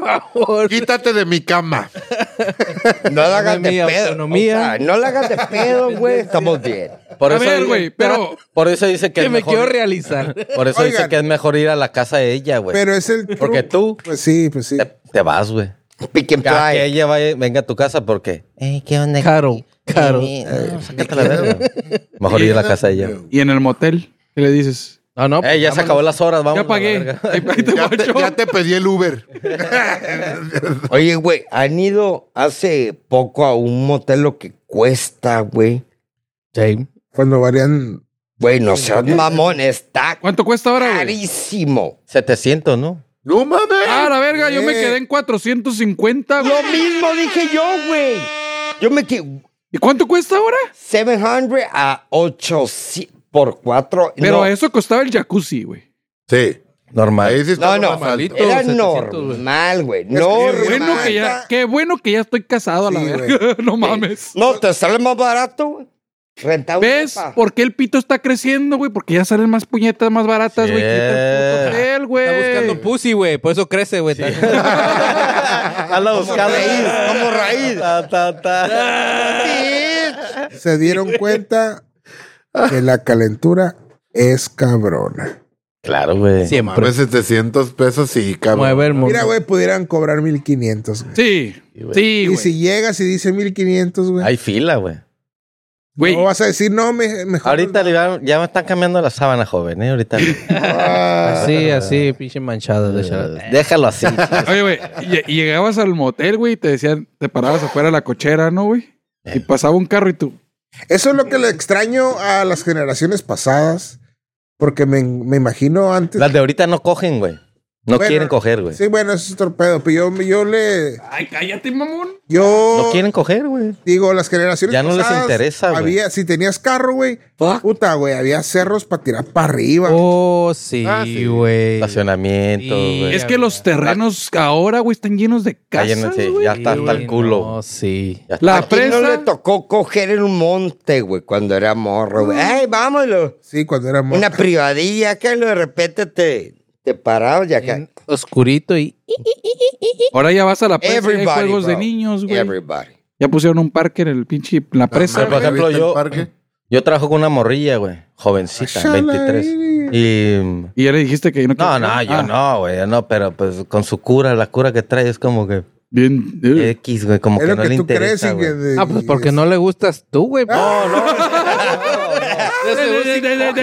Speaker 1: Quítate de mi cama.
Speaker 3: No la hagas de
Speaker 6: Dame mi
Speaker 3: pedo.
Speaker 6: autonomía.
Speaker 3: O sea, no la hagas de pedo, güey. Estamos bien.
Speaker 5: Por
Speaker 4: A
Speaker 5: eso
Speaker 4: ver,
Speaker 5: dice-
Speaker 4: güey, pero-
Speaker 5: Por eso dice que,
Speaker 6: Que
Speaker 5: es
Speaker 6: me
Speaker 5: mejor-
Speaker 6: quiero realizar.
Speaker 5: Por eso dice
Speaker 7: Oigan.
Speaker 5: que es mejor ir a la casa de ella, güey.
Speaker 7: Pero es el.
Speaker 5: Porque
Speaker 7: truco.
Speaker 5: tú
Speaker 7: Pues sí, pues sí.
Speaker 5: te, te vas, güey.
Speaker 3: Pick and
Speaker 5: Ya que
Speaker 3: fly.
Speaker 5: ella vaya- venga a tu casa porque. Ey, ¿qué onda?
Speaker 6: Caro, caro.
Speaker 5: Eh, eh, sácate la verga. Mejor ir a la casa de ella.
Speaker 4: Y en el motel, ¿qué le dices?
Speaker 6: No, no.
Speaker 5: Ey, ya se acabó las horas, vamos.
Speaker 4: Ya pagué. Ahí ahí te
Speaker 1: Ya te,
Speaker 4: guacho.
Speaker 1: ya te pedí el Uber.
Speaker 3: Oye, güey, han ido hace poco a un motel lo que cuesta, güey.
Speaker 6: Sí.
Speaker 7: Cuando varían.
Speaker 3: Güey, no seas mamón, está
Speaker 4: ¿Cuánto cuesta ahora, güey?
Speaker 3: carísimo.
Speaker 5: 700, ¿no?
Speaker 1: No mames.
Speaker 4: Ah, la verga, yo me quedé en 450, güey.
Speaker 3: Lo mismo dije yo, güey. Yo me quedé
Speaker 4: ¿Y cuánto cuesta ahora?
Speaker 3: 700 a 800 por 4.
Speaker 4: Pero
Speaker 3: no,
Speaker 4: eso costaba el jacuzzi, güey.
Speaker 1: Sí.
Speaker 5: Normal.
Speaker 1: Ahí sí
Speaker 3: no,
Speaker 1: está
Speaker 3: no,
Speaker 1: más alto.
Speaker 3: era
Speaker 6: 700, güey.
Speaker 3: normal, güey.
Speaker 7: que
Speaker 3: No,
Speaker 7: yo-
Speaker 4: Bueno
Speaker 7: Neta.
Speaker 4: que ya, qué bueno que ya estoy casado a la
Speaker 7: Sí,
Speaker 4: verga. No mames.
Speaker 3: no, te sale más barato, güey. Rentar un
Speaker 4: ¿Ves
Speaker 3: depa.
Speaker 4: por qué el pito está creciendo, güey? Porque ya salen más puñetas más baratas, güey. Quita el puto
Speaker 5: Yeah.
Speaker 4: hotel, güey.
Speaker 6: Está buscando pussy, güey. Por eso crece, güey. Está-
Speaker 5: Anda buscando.
Speaker 3: raíz, como raíz.
Speaker 5: Ta, ta, ta.
Speaker 7: Se dieron cuenta que la calentura es cabrona.
Speaker 5: Claro, güey.
Speaker 6: Siempre.
Speaker 1: Mames, 700 pesos y cabrón.
Speaker 6: Mueve el mundo.
Speaker 7: Mira, güey, pudieran cobrar 1500. güey.
Speaker 4: Sí, sí,
Speaker 7: Y
Speaker 4: güey.
Speaker 7: si llegas y dice 1500, güey,
Speaker 5: Hay fila, güey.
Speaker 4: Güey,
Speaker 7: no vas a decir, no, me- mejor.
Speaker 5: Ahorita le va- ya me están cambiando la sábana, joven, ¿eh? Ahorita.
Speaker 6: Así, así, pinche manchado.
Speaker 7: Pues
Speaker 6: de chaval.
Speaker 5: Déjalo así.
Speaker 4: oye, güey, lle- llegabas al motel, güey, y te decían, te parabas afuera de la cochera, ¿no, güey?
Speaker 5: Eh.
Speaker 4: Y pasaba un carro y tú,
Speaker 7: Eso es lo que le extraño a las generaciones pasadas. Porque me, me imagino antes.
Speaker 5: Las de ahorita no cogen, güey. No
Speaker 7: Bueno,
Speaker 5: quieren coger, güey.
Speaker 7: Sí, bueno, eso es otro pedo. Pero yo, yo le.
Speaker 4: ay, cállate, mamón.
Speaker 7: Yo.
Speaker 5: No quieren coger, güey.
Speaker 7: Digo, las generaciones
Speaker 5: Ya no les
Speaker 7: pasadas,
Speaker 5: interesa, güey.
Speaker 7: Había, si tenías carro, güey.
Speaker 3: Fuck.
Speaker 7: Puta, güey, había cerros para tirar para arriba.
Speaker 6: Oh, sí,
Speaker 1: Ah, sí.
Speaker 6: güey.
Speaker 5: Estacionamiento,
Speaker 6: Sí,
Speaker 5: güey.
Speaker 4: Es que los terrenos ahora, güey, están llenos de
Speaker 5: Está lleno,
Speaker 4: casas,
Speaker 5: sí,
Speaker 4: güey.
Speaker 5: ya está hasta el
Speaker 6: Sí,
Speaker 5: culo.
Speaker 6: no, sí.
Speaker 5: Ya está.
Speaker 4: La
Speaker 3: ¿A quién
Speaker 4: presa,
Speaker 3: no le tocó coger en un monte, güey, cuando era morro,
Speaker 4: Mm.
Speaker 3: güey? ¡Ay, vámonos!
Speaker 7: Sí, cuando era morro.
Speaker 3: Una privadilla que de repente te, te parabas y acá.
Speaker 6: Bien Oscurito y.
Speaker 4: ahora ya vas a la presa y hay
Speaker 3: Everybody,
Speaker 4: juegos de
Speaker 3: bro.
Speaker 4: niños, güey.
Speaker 3: Everybody.
Speaker 4: Ya pusieron un parque en el pinche, en la presa.
Speaker 5: mames. por ejemplo,
Speaker 1: ¿Viste el
Speaker 5: yo-
Speaker 1: parque?
Speaker 5: Yo trabajo con una morrilla, güey. Jovencita,
Speaker 7: Shala,
Speaker 5: 23.
Speaker 7: eh.
Speaker 5: Y.
Speaker 4: y ya le dijiste que no
Speaker 5: No,
Speaker 4: quieres-
Speaker 5: no, yo
Speaker 4: Ah,
Speaker 5: no, güey. yo No, pero pues con su cura, la cura que trae es como que.
Speaker 4: Bien, eh.
Speaker 5: X, güey. Como
Speaker 7: es
Speaker 5: que
Speaker 7: lo
Speaker 5: no
Speaker 7: que
Speaker 5: le
Speaker 7: tú crees.
Speaker 5: interesa.
Speaker 7: y que
Speaker 5: güey.
Speaker 7: de-
Speaker 6: Ah, pues porque no le gustas tú, güey.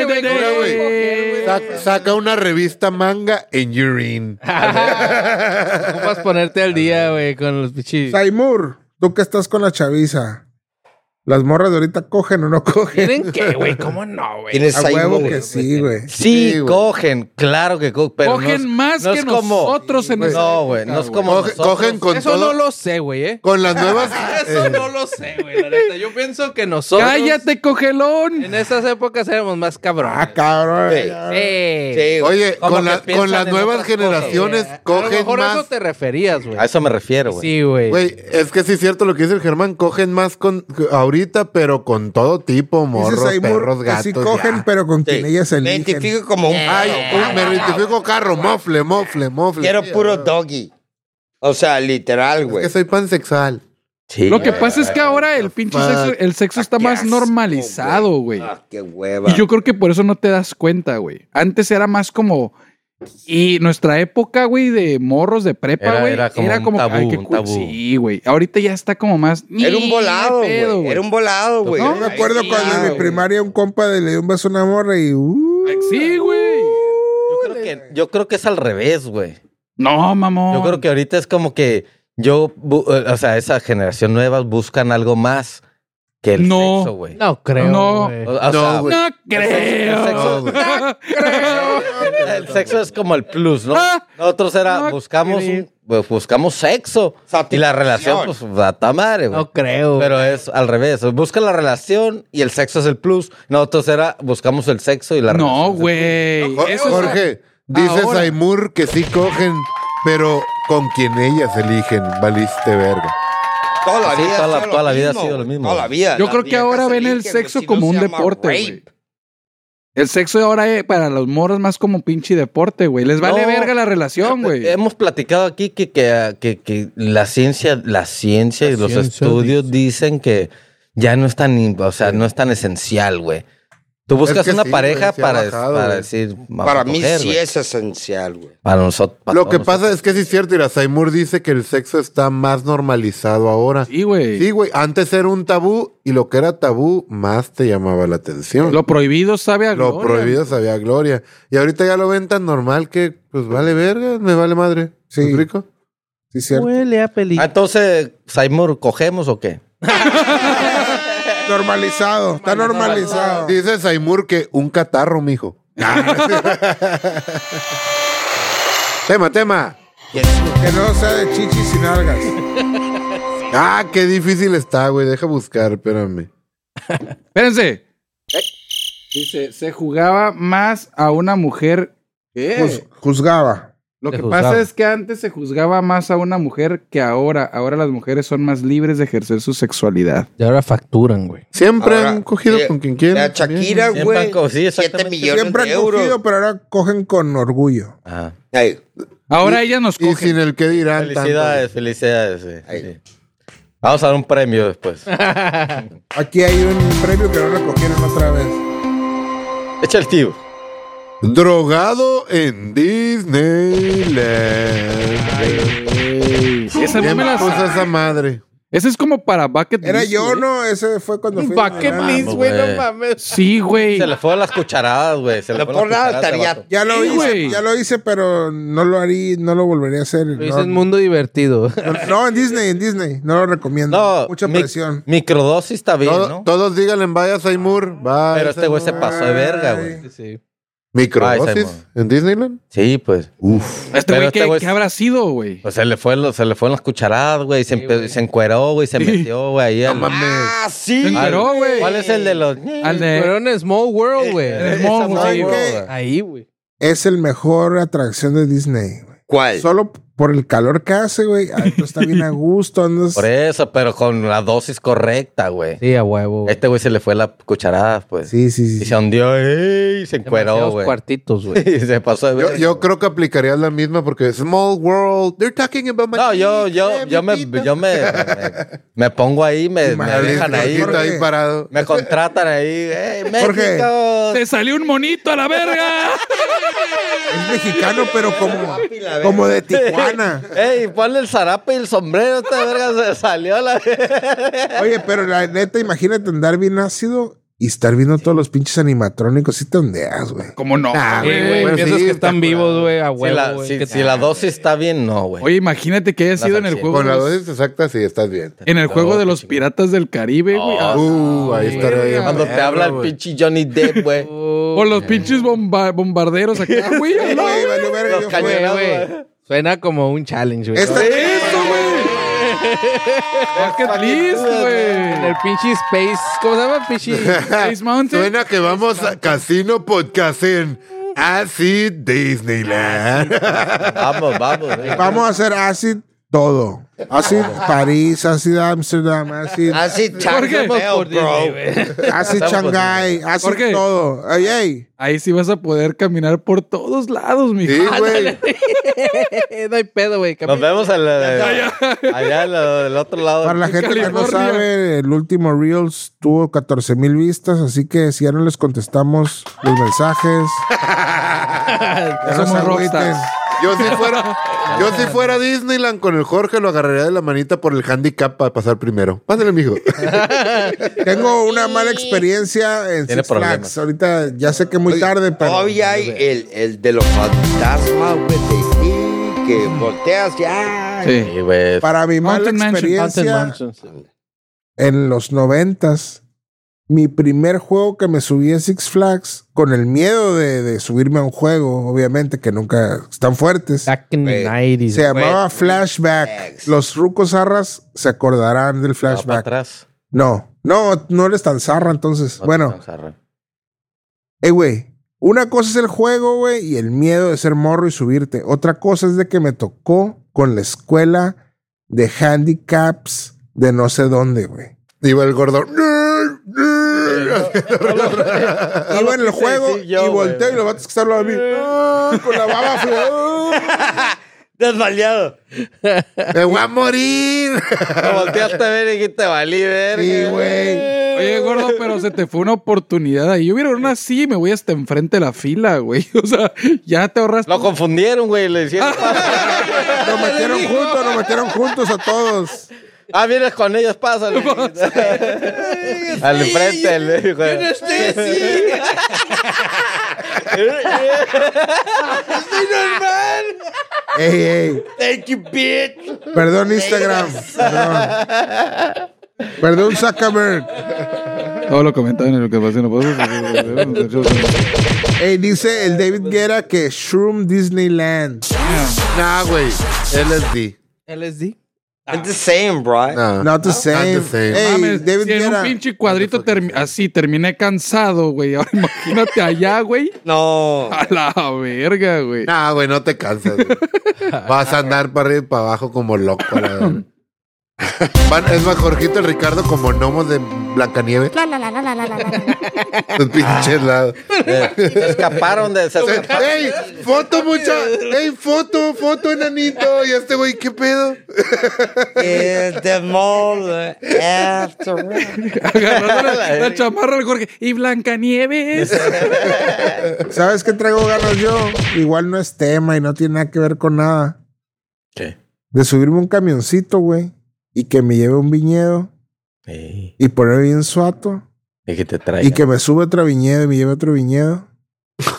Speaker 1: Mira, güey, sa- Saca una revista manga en Urine.
Speaker 5: Ah,
Speaker 6: ¿Cómo vas a ponerte al día, güey, con los pichis?
Speaker 7: Saimur, tú que estás con la chaviza. Las morras de ahorita cogen o no cogen.
Speaker 6: ¿Tienen qué, güey? ¿Cómo no, güey?
Speaker 3: Tienes
Speaker 7: A
Speaker 3: ahí,
Speaker 7: huevo
Speaker 3: güey.
Speaker 7: que sí, güey.
Speaker 5: Sí,
Speaker 1: Sí, güey.
Speaker 5: cogen, claro que cogen. Pero no es-
Speaker 4: Cogen más
Speaker 5: no
Speaker 4: que
Speaker 5: es como-
Speaker 4: nosotros en esa
Speaker 5: No, güey, no es como.
Speaker 1: Coge-
Speaker 5: nosotros.
Speaker 1: cogen con
Speaker 6: Eso
Speaker 1: todo-
Speaker 6: no lo sé, güey, ¿eh?
Speaker 1: Con las nuevas.
Speaker 6: Eso no lo sé, güey, la neta. Yo pienso que nosotros.
Speaker 4: ¡Cállate, cogelón!
Speaker 6: En esas épocas éramos más cabrones.
Speaker 7: Ah, cabrón.
Speaker 3: Sí.
Speaker 6: Sí.
Speaker 3: Sí, güey.
Speaker 1: Oye,
Speaker 5: Como
Speaker 1: con,
Speaker 5: que
Speaker 1: la- con
Speaker 5: piensan
Speaker 1: las
Speaker 5: en
Speaker 1: nuevas
Speaker 5: otras cosas,
Speaker 1: generaciones
Speaker 6: A lo
Speaker 1: cogen
Speaker 6: mejor a
Speaker 1: más.
Speaker 6: eso te referías, güey.
Speaker 5: A eso me refiero, güey.
Speaker 6: Sí, güey.
Speaker 1: Güey, es que sí es cierto lo que dice el Germán, cogen más con ahorita, pero con todo tipo,
Speaker 7: Dice
Speaker 1: morros,
Speaker 7: Saimur
Speaker 1: perros,
Speaker 6: pues
Speaker 7: que
Speaker 1: gatos.
Speaker 7: sí cogen,
Speaker 1: ya.
Speaker 7: pero con quien ellas
Speaker 3: Me
Speaker 7: eligen.
Speaker 3: identifico como
Speaker 4: Eh,
Speaker 3: un
Speaker 1: Ay,
Speaker 5: Eh,
Speaker 1: uy, me
Speaker 3: perro.
Speaker 1: identifico carro, mofle, mofle, mofle.
Speaker 3: Quiero
Speaker 1: Sí,
Speaker 3: puro
Speaker 1: güey.
Speaker 3: doggy. O sea, literal,
Speaker 1: Es
Speaker 3: güey.
Speaker 1: que soy pansexual.
Speaker 5: Sí,
Speaker 4: Lo que
Speaker 5: güey.
Speaker 4: pasa es que ahora el pinche
Speaker 1: fuck.
Speaker 4: sexo, el sexo está
Speaker 3: Ah, Qué
Speaker 4: más
Speaker 3: asco,
Speaker 4: normalizado, güey.
Speaker 3: Ah, qué hueva.
Speaker 4: Y yo creo que por eso no te das cuenta, güey. Antes era más como. Y nuestra época, güey, de morros de prepa,
Speaker 5: Era-
Speaker 4: güey,
Speaker 5: era
Speaker 4: era
Speaker 5: como
Speaker 4: como,
Speaker 5: un
Speaker 4: que, ay,
Speaker 5: tabú,
Speaker 4: qué
Speaker 5: un
Speaker 4: cool.
Speaker 5: tabú.
Speaker 4: Sí, güey. Ahorita ya está como más.
Speaker 3: Era un volado,
Speaker 4: Ni pedo,
Speaker 3: güey. Era un volado, güey.
Speaker 4: No,
Speaker 7: Yo me acuerdo
Speaker 3: Ay,
Speaker 7: cuando en
Speaker 3: güey.
Speaker 7: mi primaria un compa de le dio un beso a una morra y. uh,
Speaker 4: Sí, güey.
Speaker 5: Yo creo que, yo creo que es al revés, güey.
Speaker 4: No, mamón.
Speaker 5: Yo creo que ahorita es como que yo, bu- eh, o sea, esa generación nueva buscan algo más que el
Speaker 4: No.
Speaker 5: sexo, güey.
Speaker 6: No creo.
Speaker 4: No.
Speaker 6: güey.
Speaker 5: O-
Speaker 1: No,
Speaker 5: o sea,
Speaker 1: güey.
Speaker 4: No
Speaker 5: El sexo-
Speaker 4: creo.
Speaker 5: el sexo- El sexo es como el plus, ¿no?
Speaker 4: Ah,
Speaker 5: Nosotros era,
Speaker 4: no
Speaker 5: buscamos,
Speaker 4: creo.
Speaker 5: un- pues, buscamos sexo. Y la relación, pues, va a madre, güey.
Speaker 6: No creo.
Speaker 5: Pero es al revés. Busca la relación y el sexo es el plus. Nosotros era, buscamos el sexo y la relación.
Speaker 4: No, güey.
Speaker 1: Jo-
Speaker 4: Eso es-
Speaker 1: Jorge, dice
Speaker 4: Ahora.
Speaker 1: Saimur que sí cogen, pero con quien ellas eligen, valiste verga.
Speaker 3: Toda la
Speaker 5: Sí,
Speaker 3: vida,
Speaker 5: toda la-
Speaker 3: fue
Speaker 5: toda la vida ha
Speaker 3: mismo,
Speaker 5: sido lo
Speaker 3: güey.
Speaker 5: mismo.
Speaker 3: Toda la vida.
Speaker 4: Yo
Speaker 3: Las
Speaker 4: creo que
Speaker 3: viejas
Speaker 4: ahora ven el
Speaker 3: eligen, güey,
Speaker 4: sexo
Speaker 3: si no
Speaker 4: como
Speaker 3: se
Speaker 4: un
Speaker 3: llama
Speaker 4: deporte,
Speaker 3: rape.
Speaker 4: güey. El sexo de ahora eh, para los morros más como pinche deporte, güey. Les vale
Speaker 5: No.
Speaker 4: verga la relación, güey.
Speaker 5: Hemos platicado aquí que, que, que- que la ciencia, la ciencia y los
Speaker 6: ciencia
Speaker 5: estudios dicen que ya no es tan, im- o sea, no es tan esencial, güey. Tú buscas
Speaker 1: que
Speaker 5: una
Speaker 1: sí,
Speaker 5: pareja
Speaker 1: güey, sí ha
Speaker 5: para,
Speaker 1: bajado,
Speaker 5: para
Speaker 1: güey.
Speaker 5: decir, vamos
Speaker 3: Para
Speaker 5: a
Speaker 3: mí
Speaker 5: coger,
Speaker 3: sí
Speaker 5: güey.
Speaker 3: es esencial, güey.
Speaker 5: Para nosotros. para
Speaker 1: Lo que
Speaker 5: todos
Speaker 1: pasa es que sí es cierto, mira, Saimur dice que el sexo está más normalizado ahora.
Speaker 4: Sí, güey.
Speaker 1: Sí, güey, antes era un tabú y lo que era tabú más te llamaba la atención. Lo,
Speaker 4: Lo prohibido sabe a gloria.
Speaker 1: prohibido sabía gloria. Y ahorita ya lo ven tan normal que, pues vale verga, me vale madre.
Speaker 7: Sí.
Speaker 1: ¿Me explico?
Speaker 7: Sí, cierto.
Speaker 6: Huele a
Speaker 5: Ah,
Speaker 6: película.
Speaker 5: Entonces, Saimur, ¿cogemos o qué?
Speaker 7: Normalizado, está normalizado.
Speaker 1: Dice Saimur que un catarro, mijo.
Speaker 4: Ah.
Speaker 1: tema, tema.
Speaker 7: Que no sea de chichis sin algas.
Speaker 1: Ah, qué difícil está, güey. Deja buscar, espérame.
Speaker 4: Espérense. Dice, se jugaba más a una mujer. pues,
Speaker 7: Juz- juzgaba.
Speaker 4: Lo
Speaker 6: Se
Speaker 4: que
Speaker 6: juzgaba.
Speaker 4: pasa es que antes se juzgaba más a una mujer que ahora. Ahora las mujeres son más libres de ejercer su sexualidad.
Speaker 6: Y ahora facturan, güey.
Speaker 1: Siempre
Speaker 3: Ahora,
Speaker 1: han cogido
Speaker 3: eh,
Speaker 1: con quien quieren.
Speaker 3: La Shakira,
Speaker 5: Siempre
Speaker 3: güey.
Speaker 5: han co- sí,
Speaker 3: 7
Speaker 5: exactamente.
Speaker 3: millones
Speaker 7: Siempre
Speaker 3: de
Speaker 7: han cogido,
Speaker 3: euros.
Speaker 7: pero ahora cogen con orgullo.
Speaker 5: Ajá.
Speaker 3: Ey,
Speaker 4: Ahora ellas nos
Speaker 8: Y
Speaker 4: cogen.
Speaker 8: sin el que dirán. tanto.
Speaker 5: Felicidades, felicidades. sí, sí. Vamos a dar un premio después.
Speaker 7: Aquí hay un premio que no recogieron otra vez.
Speaker 5: Echa el tío.
Speaker 8: Drogado en Disneyland.
Speaker 4: Esa no me la
Speaker 8: Pues
Speaker 4: sa-
Speaker 8: esa madre.
Speaker 4: Ese es como para Bucket
Speaker 7: Era
Speaker 4: List,
Speaker 7: yo,
Speaker 4: güey.
Speaker 7: ¿no? Ese fue cuando fui.
Speaker 6: ¿Para qué
Speaker 7: Ah,
Speaker 6: please, güey?
Speaker 5: güey.
Speaker 6: No mames.
Speaker 4: Sí, güey.
Speaker 5: Se le fueron las cucharadas, güey. Se le
Speaker 3: No
Speaker 5: fueron
Speaker 3: por
Speaker 5: las
Speaker 3: nada,
Speaker 5: cucharadas. a
Speaker 3: estaría-
Speaker 5: vato.
Speaker 7: Ya lo
Speaker 4: Sí,
Speaker 7: hice,
Speaker 4: güey.
Speaker 7: ya lo hice, pero no lo haría, no lo volvería a hacer.
Speaker 6: Lo hice
Speaker 7: No,
Speaker 6: en mundo divertido.
Speaker 7: no- no, en Disney, en Disney. No lo recomiendo.
Speaker 5: No,
Speaker 7: Mucha
Speaker 5: mi-
Speaker 7: presión.
Speaker 5: Microdosis está bien,
Speaker 8: Todo-
Speaker 5: ¿no?
Speaker 8: Todos díganle, vaya Seymour. Vaya,
Speaker 5: Pero este güey se
Speaker 8: Seymour.
Speaker 5: pasó de verga, güey.
Speaker 7: Ay.
Speaker 6: Sí.
Speaker 8: ¿Microdosis
Speaker 5: Ay, Seymour.
Speaker 8: en Disneyland?
Speaker 5: Sí, pues.
Speaker 4: Este
Speaker 5: Pero
Speaker 4: güey,
Speaker 5: este
Speaker 4: ¿qué,
Speaker 5: güey-
Speaker 4: qué habrá sido, güey?
Speaker 5: Pues se le, fue, lo- se le fueron las cucharadas, güey. Se, empe- se encueró, güey. Se
Speaker 4: Sí.
Speaker 5: metió, güey. Ahí al-
Speaker 3: Ah, sí.
Speaker 5: al-
Speaker 4: Pero, güey.
Speaker 5: ¿Cuál es el de los...?
Speaker 4: Al
Speaker 6: Pero
Speaker 4: de.
Speaker 6: en Small World,
Speaker 5: Eh,
Speaker 6: güey.
Speaker 5: esa
Speaker 4: Momo,
Speaker 5: madre,
Speaker 4: sí,
Speaker 5: güey.
Speaker 7: güey.
Speaker 6: Ahí, güey.
Speaker 7: Es el mejor atracción de Disney. güey.
Speaker 3: ¿Cuál?
Speaker 7: Solo por el calor que hace, güey. Ay, tú está bien a gusto. Andas.
Speaker 5: Por eso, pero con la dosis correcta, güey.
Speaker 6: Sí, a huevo. güey.
Speaker 5: Este güey se le fue la cucharada, pues.
Speaker 7: Sí, sí,
Speaker 5: Y
Speaker 7: sí.
Speaker 5: se hundió, ey, se encueró,
Speaker 6: Demasiados
Speaker 5: güey.
Speaker 6: cuartitos, güey.
Speaker 5: Y se pasó de
Speaker 8: Yo,
Speaker 5: verga.
Speaker 8: yo creo que aplicaría la misma porque Small World. They're talking about my
Speaker 5: No, yo,
Speaker 8: dick,
Speaker 5: yo,
Speaker 8: eh,
Speaker 5: yo me,
Speaker 8: mijito.
Speaker 5: yo me, me, me pongo ahí, me, me
Speaker 7: Imagínate,
Speaker 5: dejan ahí,
Speaker 8: Jorgito
Speaker 5: güey.
Speaker 8: ahí parado.
Speaker 5: me contratan ahí. ¡Ey,
Speaker 7: Jorge.
Speaker 5: México!
Speaker 4: ¡Te salió un monito a la verga!
Speaker 7: Es mexicano, pero como, como de Tijuana.
Speaker 5: ¡Ey, ponle el zarape y el sombrero! Esta verga se salió a la
Speaker 7: Oye, pero la neta, imagínate andar bien ácido y estar viendo todos los pinches animatrónicos. Sí te ondeas, güey.
Speaker 4: ¿Cómo no?
Speaker 8: Nah,
Speaker 4: güey?
Speaker 6: Sí, güey,
Speaker 8: bueno,
Speaker 6: piensas
Speaker 8: sí,
Speaker 6: que
Speaker 8: está
Speaker 6: están vivos, güey, a
Speaker 5: Si la,
Speaker 6: huevo. güey,
Speaker 5: si,
Speaker 6: que-
Speaker 5: si la dosis está bien, no, güey.
Speaker 4: Oye, imagínate que haya
Speaker 5: Las
Speaker 4: sido en el
Speaker 5: acciones.
Speaker 4: juego.
Speaker 8: Con
Speaker 4: de
Speaker 8: la
Speaker 4: los-
Speaker 8: dosis exacta, sí, estás bien.
Speaker 4: En el juego
Speaker 5: No,
Speaker 4: de los
Speaker 5: qué
Speaker 4: piratas del Caribe, güey. Ah,
Speaker 5: Oh,
Speaker 8: Uh, ahí estaría bien.
Speaker 5: Cuando te
Speaker 8: perro,
Speaker 5: habla el
Speaker 8: güey.
Speaker 5: pinche Johnny Depp, güey.
Speaker 4: Ah, O los pinches bomba- bombarderos acá, güey. a la
Speaker 7: Güey, valió verga,
Speaker 5: Los
Speaker 7: yo fui.
Speaker 5: cañones.
Speaker 6: Güey,
Speaker 5: Bueno,
Speaker 6: güey. Suena como un challenge, güey.
Speaker 7: Esta-
Speaker 4: ¡Eso, güey! ¡Bucket list,
Speaker 6: En
Speaker 4: güey!
Speaker 6: el pinche Space. ¿Cómo se llama, pinche?
Speaker 4: Space Mountain.
Speaker 8: Suena que vamos a Casino Podcast en Acid Disneyland.
Speaker 5: Vamos, vamos. güey.
Speaker 7: Vamos a hacer acid todo. Acid París, acid Amsterdam, acid,
Speaker 3: Así
Speaker 4: Jorge.
Speaker 3: Taco Bell, bro.
Speaker 7: acid Shanghai, acid
Speaker 4: Jorge.
Speaker 7: todo. Ay, ay.
Speaker 4: Ahí sí vas a poder caminar por todos lados, mijo. Ah,
Speaker 8: Sí, güey.
Speaker 6: Eh, no hay pedo, güey.
Speaker 5: Nos
Speaker 6: Camina.
Speaker 5: vemos en la- allá en la- del otro lado.
Speaker 7: Para la gente que no
Speaker 4: California.
Speaker 7: sabe, el último Reels tuvo 14 mil vistas, así que si ya no les contestamos los mensajes, ya no se
Speaker 4: Somos
Speaker 7: agüiten.
Speaker 4: rockstars.
Speaker 8: Yo si fuera, yo si fuera a Disneyland con el Jorge lo agarraría de la manita por el handicap para pasar primero. Pásale, mijo.
Speaker 7: Tengo una mala experiencia en
Speaker 5: Tiene
Speaker 7: Six Flags.
Speaker 5: problemas.
Speaker 7: Ahorita ya sé que muy tarde, pero
Speaker 3: Todavía hay el, el de los fantasmas, güey, de aquí, que volteas ya.
Speaker 4: Sí.
Speaker 5: Sí, güey.
Speaker 7: para mi mala
Speaker 4: Mountain Mansion,
Speaker 7: experiencia
Speaker 6: Mansion.
Speaker 7: en los noventas, mi primer juego que me subí a Six Flags, con el miedo de, de subirme a un juego, obviamente, que nunca están fuertes.
Speaker 5: Ah,
Speaker 6: Back in the
Speaker 3: Güey.
Speaker 6: 90s.
Speaker 7: Se llamaba
Speaker 3: Flashbacks.
Speaker 7: Flashback. Los rucos zarras se acordarán del
Speaker 5: Va para
Speaker 7: flashback.
Speaker 5: atrás.
Speaker 7: No, no, no eres tan zarra entonces.
Speaker 5: No te
Speaker 7: bueno,
Speaker 5: alcanzas a re-
Speaker 7: eh, güey. Una cosa es el juego, güey, y el miedo de ser morro y subirte. Otra cosa es de que me tocó con la escuela de handicaps de no sé dónde, güey.
Speaker 8: Iba el gordo.
Speaker 7: Iba en el
Speaker 5: quise
Speaker 7: juego
Speaker 5: decir yo,
Speaker 7: y
Speaker 5: güey,
Speaker 7: volteo y lo
Speaker 5: güey.
Speaker 7: va a escucharlo a mí.
Speaker 1: Eh.
Speaker 7: Ah, Con la baba fría.
Speaker 3: Desvaliado.
Speaker 8: Me voy a morir.
Speaker 5: Lo volteaste a ver y dijiste, valí verga.
Speaker 7: Sí, güey.
Speaker 4: Oye, gordo, pero se te fue una oportunidad ahí. Yo hubiera una así y me voy hasta enfrente de la fila, güey. O sea, ya te ahorraste.
Speaker 5: Lo confundieron, güey. Le hicieron.
Speaker 7: Nos metieron juntos, nos metieron juntos a todos.
Speaker 5: ah, vienes con ellos, pásale. Al frente, el hijo de-
Speaker 7: Ey, ey.
Speaker 3: Thank you, bitch.
Speaker 7: Perdón, Instagram. Perdón. Perdón, Zuckerberg.
Speaker 4: Todo lo comentaban en lo que pasó en el
Speaker 7: Ey, dice el David Guerra que Shroom Disneyland.
Speaker 8: Nah, güey. LSD.
Speaker 6: LSD.
Speaker 3: It's the same, bro.
Speaker 8: Nah.
Speaker 7: Not the same.
Speaker 8: Not the same.
Speaker 7: Ey,
Speaker 4: Mames,
Speaker 7: David
Speaker 4: si en un
Speaker 7: Guerra.
Speaker 4: pinche cuadrito termi- así terminé cansado, güey. Ahora imagínate allá, güey.
Speaker 3: No.
Speaker 4: A la verga, güey.
Speaker 8: Nah, güey, no te cansas. güey. Vas a andar para arriba y para abajo como loco. la verdad.
Speaker 1: Van- es más Jorgito el Ricardo como gnomos de Blancanieve.
Speaker 9: La la la la la la la. la.
Speaker 1: Sus
Speaker 7: Ah.
Speaker 1: pinches lados.
Speaker 5: Eh, se escaparon de... se escaparon.
Speaker 1: ¡Ey! ¡Foto, mucha! ¡Ey, foto! ¡Foto, enanito! ¿Y este güey qué pedo?
Speaker 3: It's the mole after all.
Speaker 4: Agarrando la, la chamarra del Jorge. Y Blancanieves.
Speaker 7: ¿Sabes qué traigo ganas yo? Igual no es tema y no tiene nada que ver con nada.
Speaker 5: ¿Qué?
Speaker 7: De subirme un camioncito, güey, y que me lleve a un viñedo
Speaker 5: Ey,
Speaker 7: y poner bien suato
Speaker 5: Y que te traigan.
Speaker 7: y que me sube otro viñedo y me lleve a otro viñedo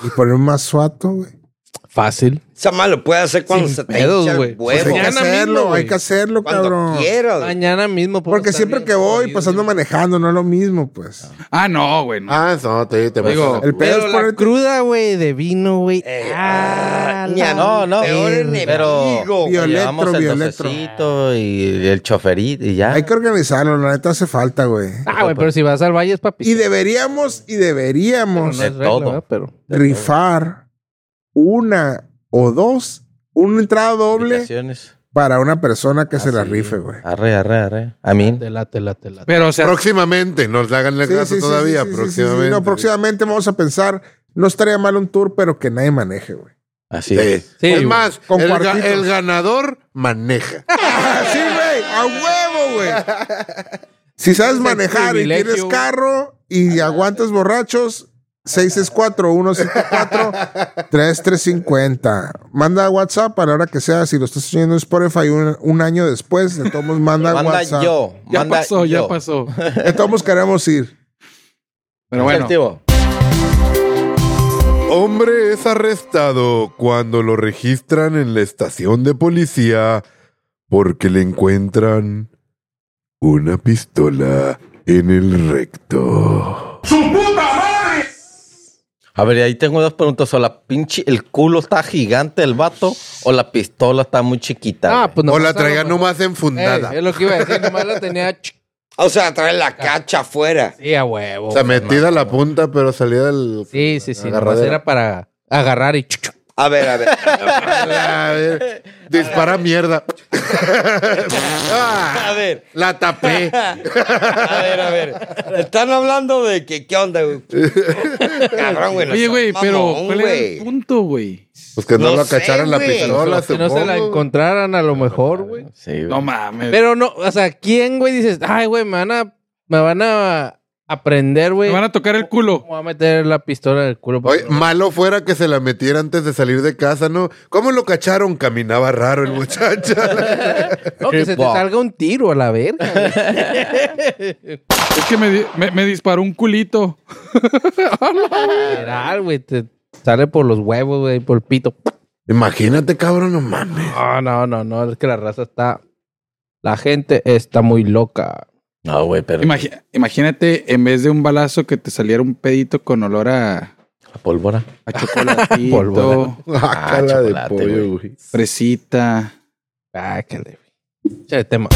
Speaker 7: y poner más suato, güey.
Speaker 6: Fácil.
Speaker 3: Esa madá lo puede hacer cuando
Speaker 6: Sin
Speaker 3: se te
Speaker 6: pedos,
Speaker 3: hincha el
Speaker 6: güey.
Speaker 7: Pues hay
Speaker 3: huevo.
Speaker 7: que
Speaker 6: Mañana
Speaker 7: hacerlo,
Speaker 6: mismo,
Speaker 7: hay
Speaker 6: güey. pues,
Speaker 7: que hacerlo,
Speaker 3: cuando
Speaker 7: cabrón.
Speaker 3: quieras. güey.
Speaker 6: Mañana mismo. puedo
Speaker 7: Porque
Speaker 6: estar
Speaker 7: siempre
Speaker 6: bien
Speaker 7: que voy,
Speaker 6: jodido,
Speaker 7: pues ando
Speaker 6: güey.
Speaker 7: manejando, no es lo mismo, pues.
Speaker 4: Ah, no, güey. no.
Speaker 1: Ah, no, te, te vas
Speaker 4: Digo,
Speaker 1: a la-
Speaker 7: El pedo
Speaker 6: Pero
Speaker 7: es
Speaker 6: la
Speaker 7: poner
Speaker 6: cruda, güey, de vino, güey.
Speaker 3: Eh,
Speaker 6: Ah,
Speaker 3: ah, ni a-
Speaker 5: No, no.
Speaker 3: Peor enemigo,
Speaker 5: Pero
Speaker 3: güey.
Speaker 7: Violeto,
Speaker 5: llevamos el
Speaker 7: violeto.
Speaker 5: docecito y el choferito y ya.
Speaker 7: Hay que organizarlo, la neta hace falta, güey.
Speaker 6: Ah, güey, pero si vas al valle es papi.
Speaker 7: Y deberíamos, y deberíamos
Speaker 5: De todo.
Speaker 6: Pero
Speaker 7: rifar una o dos, una entrada doble
Speaker 5: Aplicaciones.
Speaker 7: para una persona que se la
Speaker 5: Así.
Speaker 7: rife, güey.
Speaker 5: Arre, arre, arre. A mí.
Speaker 6: te late, late, late.
Speaker 4: Pero, o sea,
Speaker 1: Próximamente, nos la hagan el
Speaker 7: Sí,
Speaker 1: caso
Speaker 7: sí, sí,
Speaker 1: todavía.
Speaker 7: sí, sí, sí, sí, sí.
Speaker 1: próximamente.
Speaker 7: No, próximamente vamos a pensar, no estaría mal un tour, pero que nadie maneje, güey.
Speaker 5: Así.
Speaker 1: Sí.
Speaker 5: es.
Speaker 6: Sí,
Speaker 1: es
Speaker 6: güey.
Speaker 1: más,
Speaker 7: Con
Speaker 1: el, ga-
Speaker 7: cuartitos.
Speaker 1: el ganador maneja.
Speaker 7: Así, güey, a huevo, güey. Si sabes manejar y
Speaker 6: privilegio,
Speaker 7: tienes
Speaker 6: güey.
Speaker 7: carro y aguantas borrachos, 664-174-3350. Manda WhatsApp para ahora que sea. Si lo estás oyendo en Spotify un, un año después, de todos modos, manda,
Speaker 5: Manda
Speaker 7: WhatsApp.
Speaker 5: yo.
Speaker 4: ya
Speaker 5: manda
Speaker 4: pasó,
Speaker 5: yo.
Speaker 4: ya pasó.
Speaker 7: De todos modos queremos ir.
Speaker 4: Pero bueno.
Speaker 5: Efectivo.
Speaker 1: Hombre es arrestado cuando lo registran en la estación de policía porque le encuentran una pistola en el recto.
Speaker 5: A ver, y ahí tengo dos preguntas. O la pinche, el culo está gigante el vato, o la pistola está muy chiquita.
Speaker 6: Ah,
Speaker 5: güey.
Speaker 6: pues no.
Speaker 1: o la traigan nomás enfundada.
Speaker 6: Ey, es lo que iba a decir, nomás la tenía. ch-
Speaker 3: O sea, trae la cacha afuera.
Speaker 6: Sí, a huevo.
Speaker 1: o sea, metida la punta, pero salida del...
Speaker 6: Sí, sí, sí. Nomás
Speaker 1: Agarradera.
Speaker 6: era para agarrar y. chuc, chuc.
Speaker 3: A ver, a ver.
Speaker 1: Ah, A ver, dispara mierda.
Speaker 3: A ver,
Speaker 1: La tapé.
Speaker 3: a ver, a ver. Están hablando de que, ¿qué onda, güey? Cabrón, güey. no
Speaker 4: Oye,
Speaker 3: seas
Speaker 4: güey, pero
Speaker 3: mamón,
Speaker 4: ¿cuál era el
Speaker 3: güey.
Speaker 4: punto, güey?
Speaker 1: Pues que no,
Speaker 3: No
Speaker 1: lo
Speaker 3: sé,
Speaker 1: cacharan la
Speaker 3: güey.
Speaker 1: pistola,
Speaker 6: Que no se la
Speaker 1: supongo.
Speaker 6: encontraran a lo mejor, güey.
Speaker 5: Sí, güey.
Speaker 4: No mames.
Speaker 6: Pero no, o sea, ¿quién, güey? Dices, ay, güey, me van a. Me van a aprender,
Speaker 4: Me
Speaker 6: güey.
Speaker 4: van a tocar el culo.
Speaker 6: Me voy a meter la pistola en el culo.
Speaker 1: Oye, malo fuera que se la metiera antes de salir de casa, ¿no? ¿Cómo lo cacharon? Caminaba raro el muchacho.
Speaker 6: No, que se te
Speaker 5: Bo.
Speaker 6: salga un tiro a la verga. güey.
Speaker 4: Es que me, di- me- me disparó un culito.
Speaker 6: Literal, güey. Te sale por los huevos, güey, por el pito.
Speaker 1: Imagínate, cabrón, no mames.
Speaker 6: No, no, no, no. Es que la raza está. La gente está muy loca.
Speaker 5: No, güey, pero
Speaker 4: Imagi- imagínate, en vez de un balazo, que te saliera un pedito con olor a,
Speaker 5: la pólvora.
Speaker 4: a chocolatito,
Speaker 6: Polvo.
Speaker 1: Ah,
Speaker 5: Ah,
Speaker 1: cala de
Speaker 5: chocolate,
Speaker 1: pollo,
Speaker 5: güey.
Speaker 1: güey.
Speaker 4: fresita.
Speaker 6: Ah, qué le. Che, tema.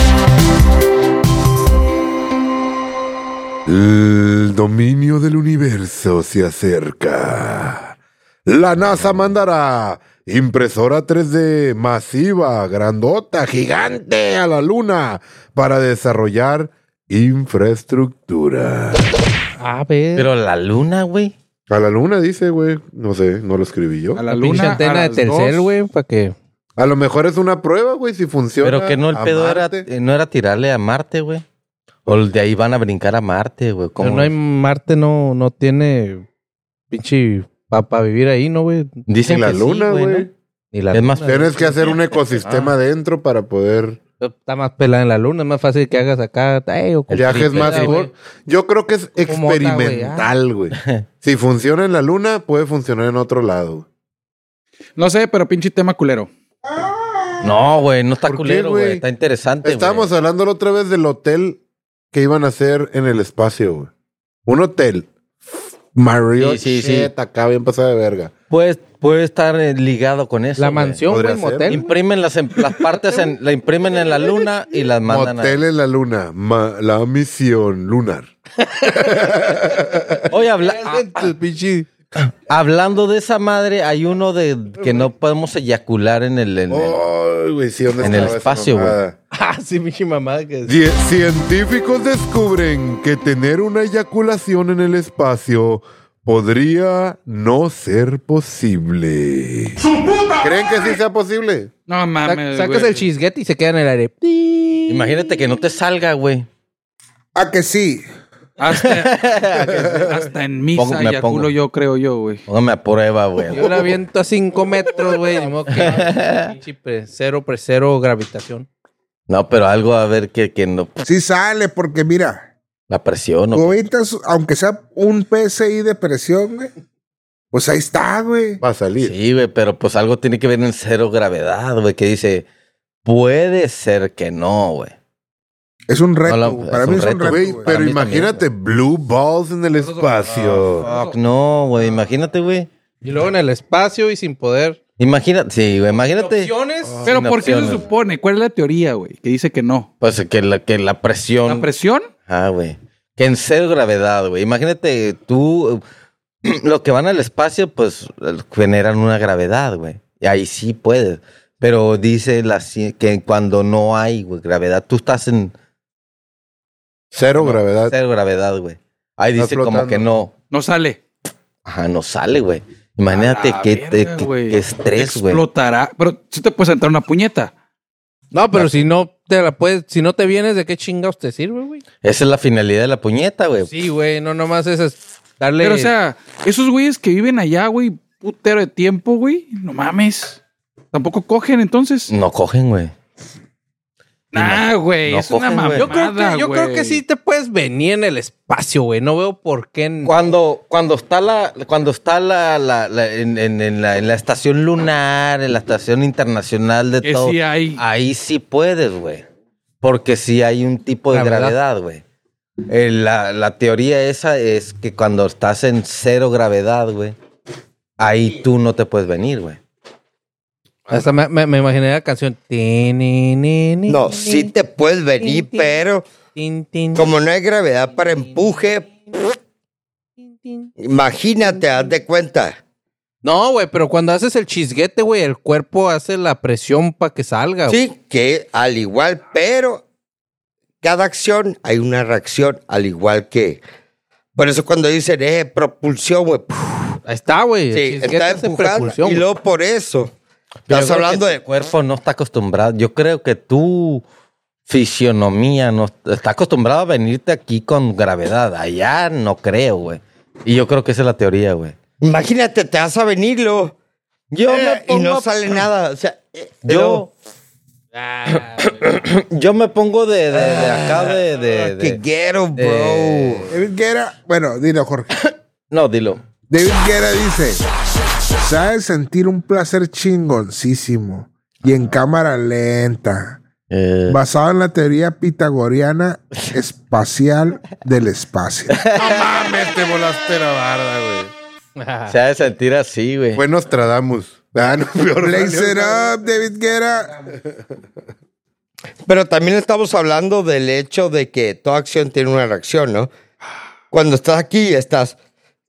Speaker 1: El dominio del universo se acerca. La NASA mandará impresora 3D masiva, grandota, gigante a la Luna para desarrollar infraestructura.
Speaker 6: A ver.
Speaker 5: Pero la luna, güey.
Speaker 1: A la Luna dice, güey. No sé, no lo escribí yo.
Speaker 4: A la
Speaker 6: pinche
Speaker 4: luna.
Speaker 6: antena
Speaker 4: a
Speaker 6: de
Speaker 4: las
Speaker 6: tercer,
Speaker 4: dos.
Speaker 6: güey, para que.
Speaker 1: A lo mejor es una prueba, güey, si funciona.
Speaker 5: Pero que no el
Speaker 1: a
Speaker 5: pedo era,
Speaker 1: Marte.
Speaker 5: eh, no era tirarle a Marte, güey. O el de ahí van a brincar a Marte, güey.
Speaker 6: Pero
Speaker 5: ¿Cómo
Speaker 6: no hay
Speaker 5: es?
Speaker 6: Marte, no, no tiene pinche para vivir ahí, ¿no, güey?
Speaker 5: Dicen
Speaker 1: Y la
Speaker 5: que sí,
Speaker 1: luna,
Speaker 5: güey, Ah. ¿no?
Speaker 1: güey.
Speaker 6: Ni la
Speaker 5: Es más-
Speaker 6: luna,
Speaker 1: Tienes que hacer un ecosistema adentro para poder
Speaker 6: güey. Está más pelada en la luna, es más fácil que hagas acá. Ey, o
Speaker 5: El
Speaker 1: viajes
Speaker 5: triple,
Speaker 1: más
Speaker 5: sí,
Speaker 1: seguro. Yo creo que es
Speaker 6: Como mota, güey, ah.
Speaker 1: experimental, güey. Si funciona en la luna, puede funcionar en otro lado.
Speaker 4: No sé, pero pinche tema culero.
Speaker 5: No, güey, no está
Speaker 1: ¿Por qué,
Speaker 5: culero,
Speaker 1: güey?
Speaker 5: güey. Está interesante, güey.
Speaker 1: Estábamos hablando la otra vez del hotel que iban a hacer en el espacio, güey. Un hotel. Mario,
Speaker 5: Sí, sí, sí.
Speaker 1: acá bien pasada de verga.
Speaker 5: Puede, puede estar eh, ligado con eso.
Speaker 6: la
Speaker 5: güey.
Speaker 6: mansión, ¿eh? güey,
Speaker 1: podría
Speaker 6: el
Speaker 1: ser.
Speaker 6: motel. güey.
Speaker 5: Imprimen las, en- las partes, en, la imprimen en la luna y las mandan
Speaker 1: Motel en la luna. ma- la misión lunar.
Speaker 5: a... Oye, habla-
Speaker 6: Tu pinche
Speaker 5: Hablando de esa madre, hay uno de que no podemos eyacular en el. en el-
Speaker 1: Oh.
Speaker 8: Ay, güey, sí, ¿dónde
Speaker 5: En el
Speaker 8: estaba esa
Speaker 5: espacio, güey.
Speaker 8: mamada?
Speaker 6: Ah, sí, mi mamá que es-
Speaker 8: Die- científicos descubren que tener una eyaculación en el espacio podría no ser posible. ¿Creen que sí sea posible?
Speaker 4: No
Speaker 6: Sac-
Speaker 4: mames.
Speaker 6: Sacas
Speaker 4: güey.
Speaker 6: el chisguete y se queda en el aire.
Speaker 5: Imagínate que no te salga, güey.
Speaker 7: ¿A Ah, que sí?
Speaker 4: Hasta, hasta en misa
Speaker 5: Pongo- me
Speaker 4: eyaculo
Speaker 5: pongo.
Speaker 4: yo, creo yo, güey.
Speaker 5: Póngame a prueba, güey.
Speaker 6: Yo la aviento a 5 metros, güey. ni modo que- Pinche pre- Cero, pre- cero gravitación.
Speaker 5: No, pero algo a ver que, que no.
Speaker 7: Sí sale, porque mira,
Speaker 5: La presión.
Speaker 7: tú
Speaker 5: o-
Speaker 1: pues.
Speaker 7: avientas, aunque sea un PSI de presión, güey, pues ahí está, güey.
Speaker 8: Va a salir.
Speaker 5: Sí, güey, pero pues algo tiene que ver en cero gravedad, güey, que dice. Puede ser que no, güey.
Speaker 7: Es un reto.
Speaker 5: No, la-
Speaker 7: güey.
Speaker 5: es
Speaker 7: para
Speaker 5: un
Speaker 7: mí es un
Speaker 5: reto,
Speaker 7: reto,
Speaker 8: Güey,
Speaker 7: güey. Ah,
Speaker 8: pero
Speaker 5: mí
Speaker 8: imagínate blue balls en el espacio.
Speaker 5: Fuck, no, güey. Imagínate, güey.
Speaker 6: Y luego en el espacio y sin poder.
Speaker 5: Imagínate, sí, güey, imagínate.
Speaker 6: Opciones.
Speaker 4: Pero
Speaker 5: Sin
Speaker 4: ¿por qué se
Speaker 5: opciones.
Speaker 4: supone? ¿Cuál es la teoría, güey? Que dice que no.
Speaker 5: Pues que la, que la presión.
Speaker 4: ¿La presión?
Speaker 5: Ah, güey. Que en cero gravedad, güey. Imagínate tú, los que van al espacio, pues generan una gravedad, güey. Y ahí sí puedes. Pero dice la, ci- que cuando no hay güey, gravedad, tú estás en
Speaker 8: Cero gravedad.
Speaker 5: cero gravedad, güey. Ahí
Speaker 8: Estás
Speaker 5: dice como
Speaker 8: flotando.
Speaker 5: que no.
Speaker 4: No sale.
Speaker 5: Ajá, no sale, güey. Imagínate
Speaker 4: A la
Speaker 5: qué, te-
Speaker 4: verga,
Speaker 5: qué-
Speaker 4: güey.
Speaker 5: qué estrés, güey.
Speaker 4: Explotará. Pero si te puedes entrar una puñeta.
Speaker 6: No, pero si no te la puedes, si no te vienes, ¿de qué chingados te sirve, güey?
Speaker 5: Esa es la finalidad de la puñeta, güey.
Speaker 6: Sí, güey, no nomás es- es darle.
Speaker 4: Pero o sea, esos güeyes que viven allá, güey, putero de tiempo, güey. No mames. Tampoco cogen entonces.
Speaker 5: No cogen, güey.
Speaker 4: Nah, güey.
Speaker 5: No
Speaker 4: es una
Speaker 5: cogen,
Speaker 4: mamada,
Speaker 5: güey.
Speaker 6: yo creo que, yo creo
Speaker 4: güey.
Speaker 6: que sí te puedes venir en el espacio, güey. No veo por qué. n-
Speaker 5: Cuando, cuando está la, cuando está la, la- la- en, en- en la, en la estación lunar, en la estación internacional de
Speaker 4: Que
Speaker 5: todo,
Speaker 4: sí hay.
Speaker 5: ahí sí puedes, güey. Porque sí hay un tipo de
Speaker 6: Gravedad.
Speaker 5: gravedad, güey. Eh, la, la teoría esa es que cuando estás en cero gravedad, güey, ahí tú no te puedes venir, güey.
Speaker 6: Hasta me, me- me imaginé la canción. No,
Speaker 3: No, sí te puedes venir, pero como no hay gravedad para empuje, imagínate, haz de cuenta.
Speaker 6: No, güey, pero cuando haces el chisguete, güey, el cuerpo hace la presión para que salga. güey.
Speaker 3: Sí, que al igual, pero cada acción hay una reacción, al igual que. Por eso cuando dicen, eh, propulsión, güey. puf,
Speaker 6: Ahí está, güey. el
Speaker 3: Sí,
Speaker 6: chisguete
Speaker 3: está
Speaker 6: hace
Speaker 3: empujando.
Speaker 6: propulsión,
Speaker 3: Y
Speaker 6: güey.
Speaker 3: luego por eso.
Speaker 5: Yo
Speaker 3: Estás
Speaker 5: creo
Speaker 3: hablando
Speaker 5: que
Speaker 3: de.
Speaker 5: tu cuerpo no está acostumbrado. Yo creo que tu fisionomía no está acostumbrado a venirte aquí con gravedad. Allá no creo, güey. Y yo creo que esa es la teoría, güey.
Speaker 3: Imagínate, te vas a venirlo. Yo
Speaker 5: me
Speaker 3: Eh, Y
Speaker 5: pongo
Speaker 3: no
Speaker 5: a-
Speaker 3: sale nada. O sea, eh,
Speaker 5: Yo yo me pongo de, de- de acá de, de-
Speaker 3: pero- Ah, Que
Speaker 5: de-
Speaker 3: quiero, bro.
Speaker 5: de-
Speaker 7: David Guerra, bueno, dilo, Jorge.
Speaker 5: no dilo.
Speaker 7: David Guerra dice: Sabes sentir un placer chingoncísimo y en cámara lenta.
Speaker 5: Eh,
Speaker 7: Basado en la teoría pitagoriana espacial del espacio.
Speaker 8: Mames, te volaste la barda, güey.
Speaker 5: se ha de sentir así, güey.
Speaker 8: Fue Nostradamus. Ah, no, peor.
Speaker 7: Blaze it up, David Guerra.
Speaker 3: Pero también estamos hablando del hecho de que toda acción tiene una reacción, ¿no? Cuando estás aquí estás.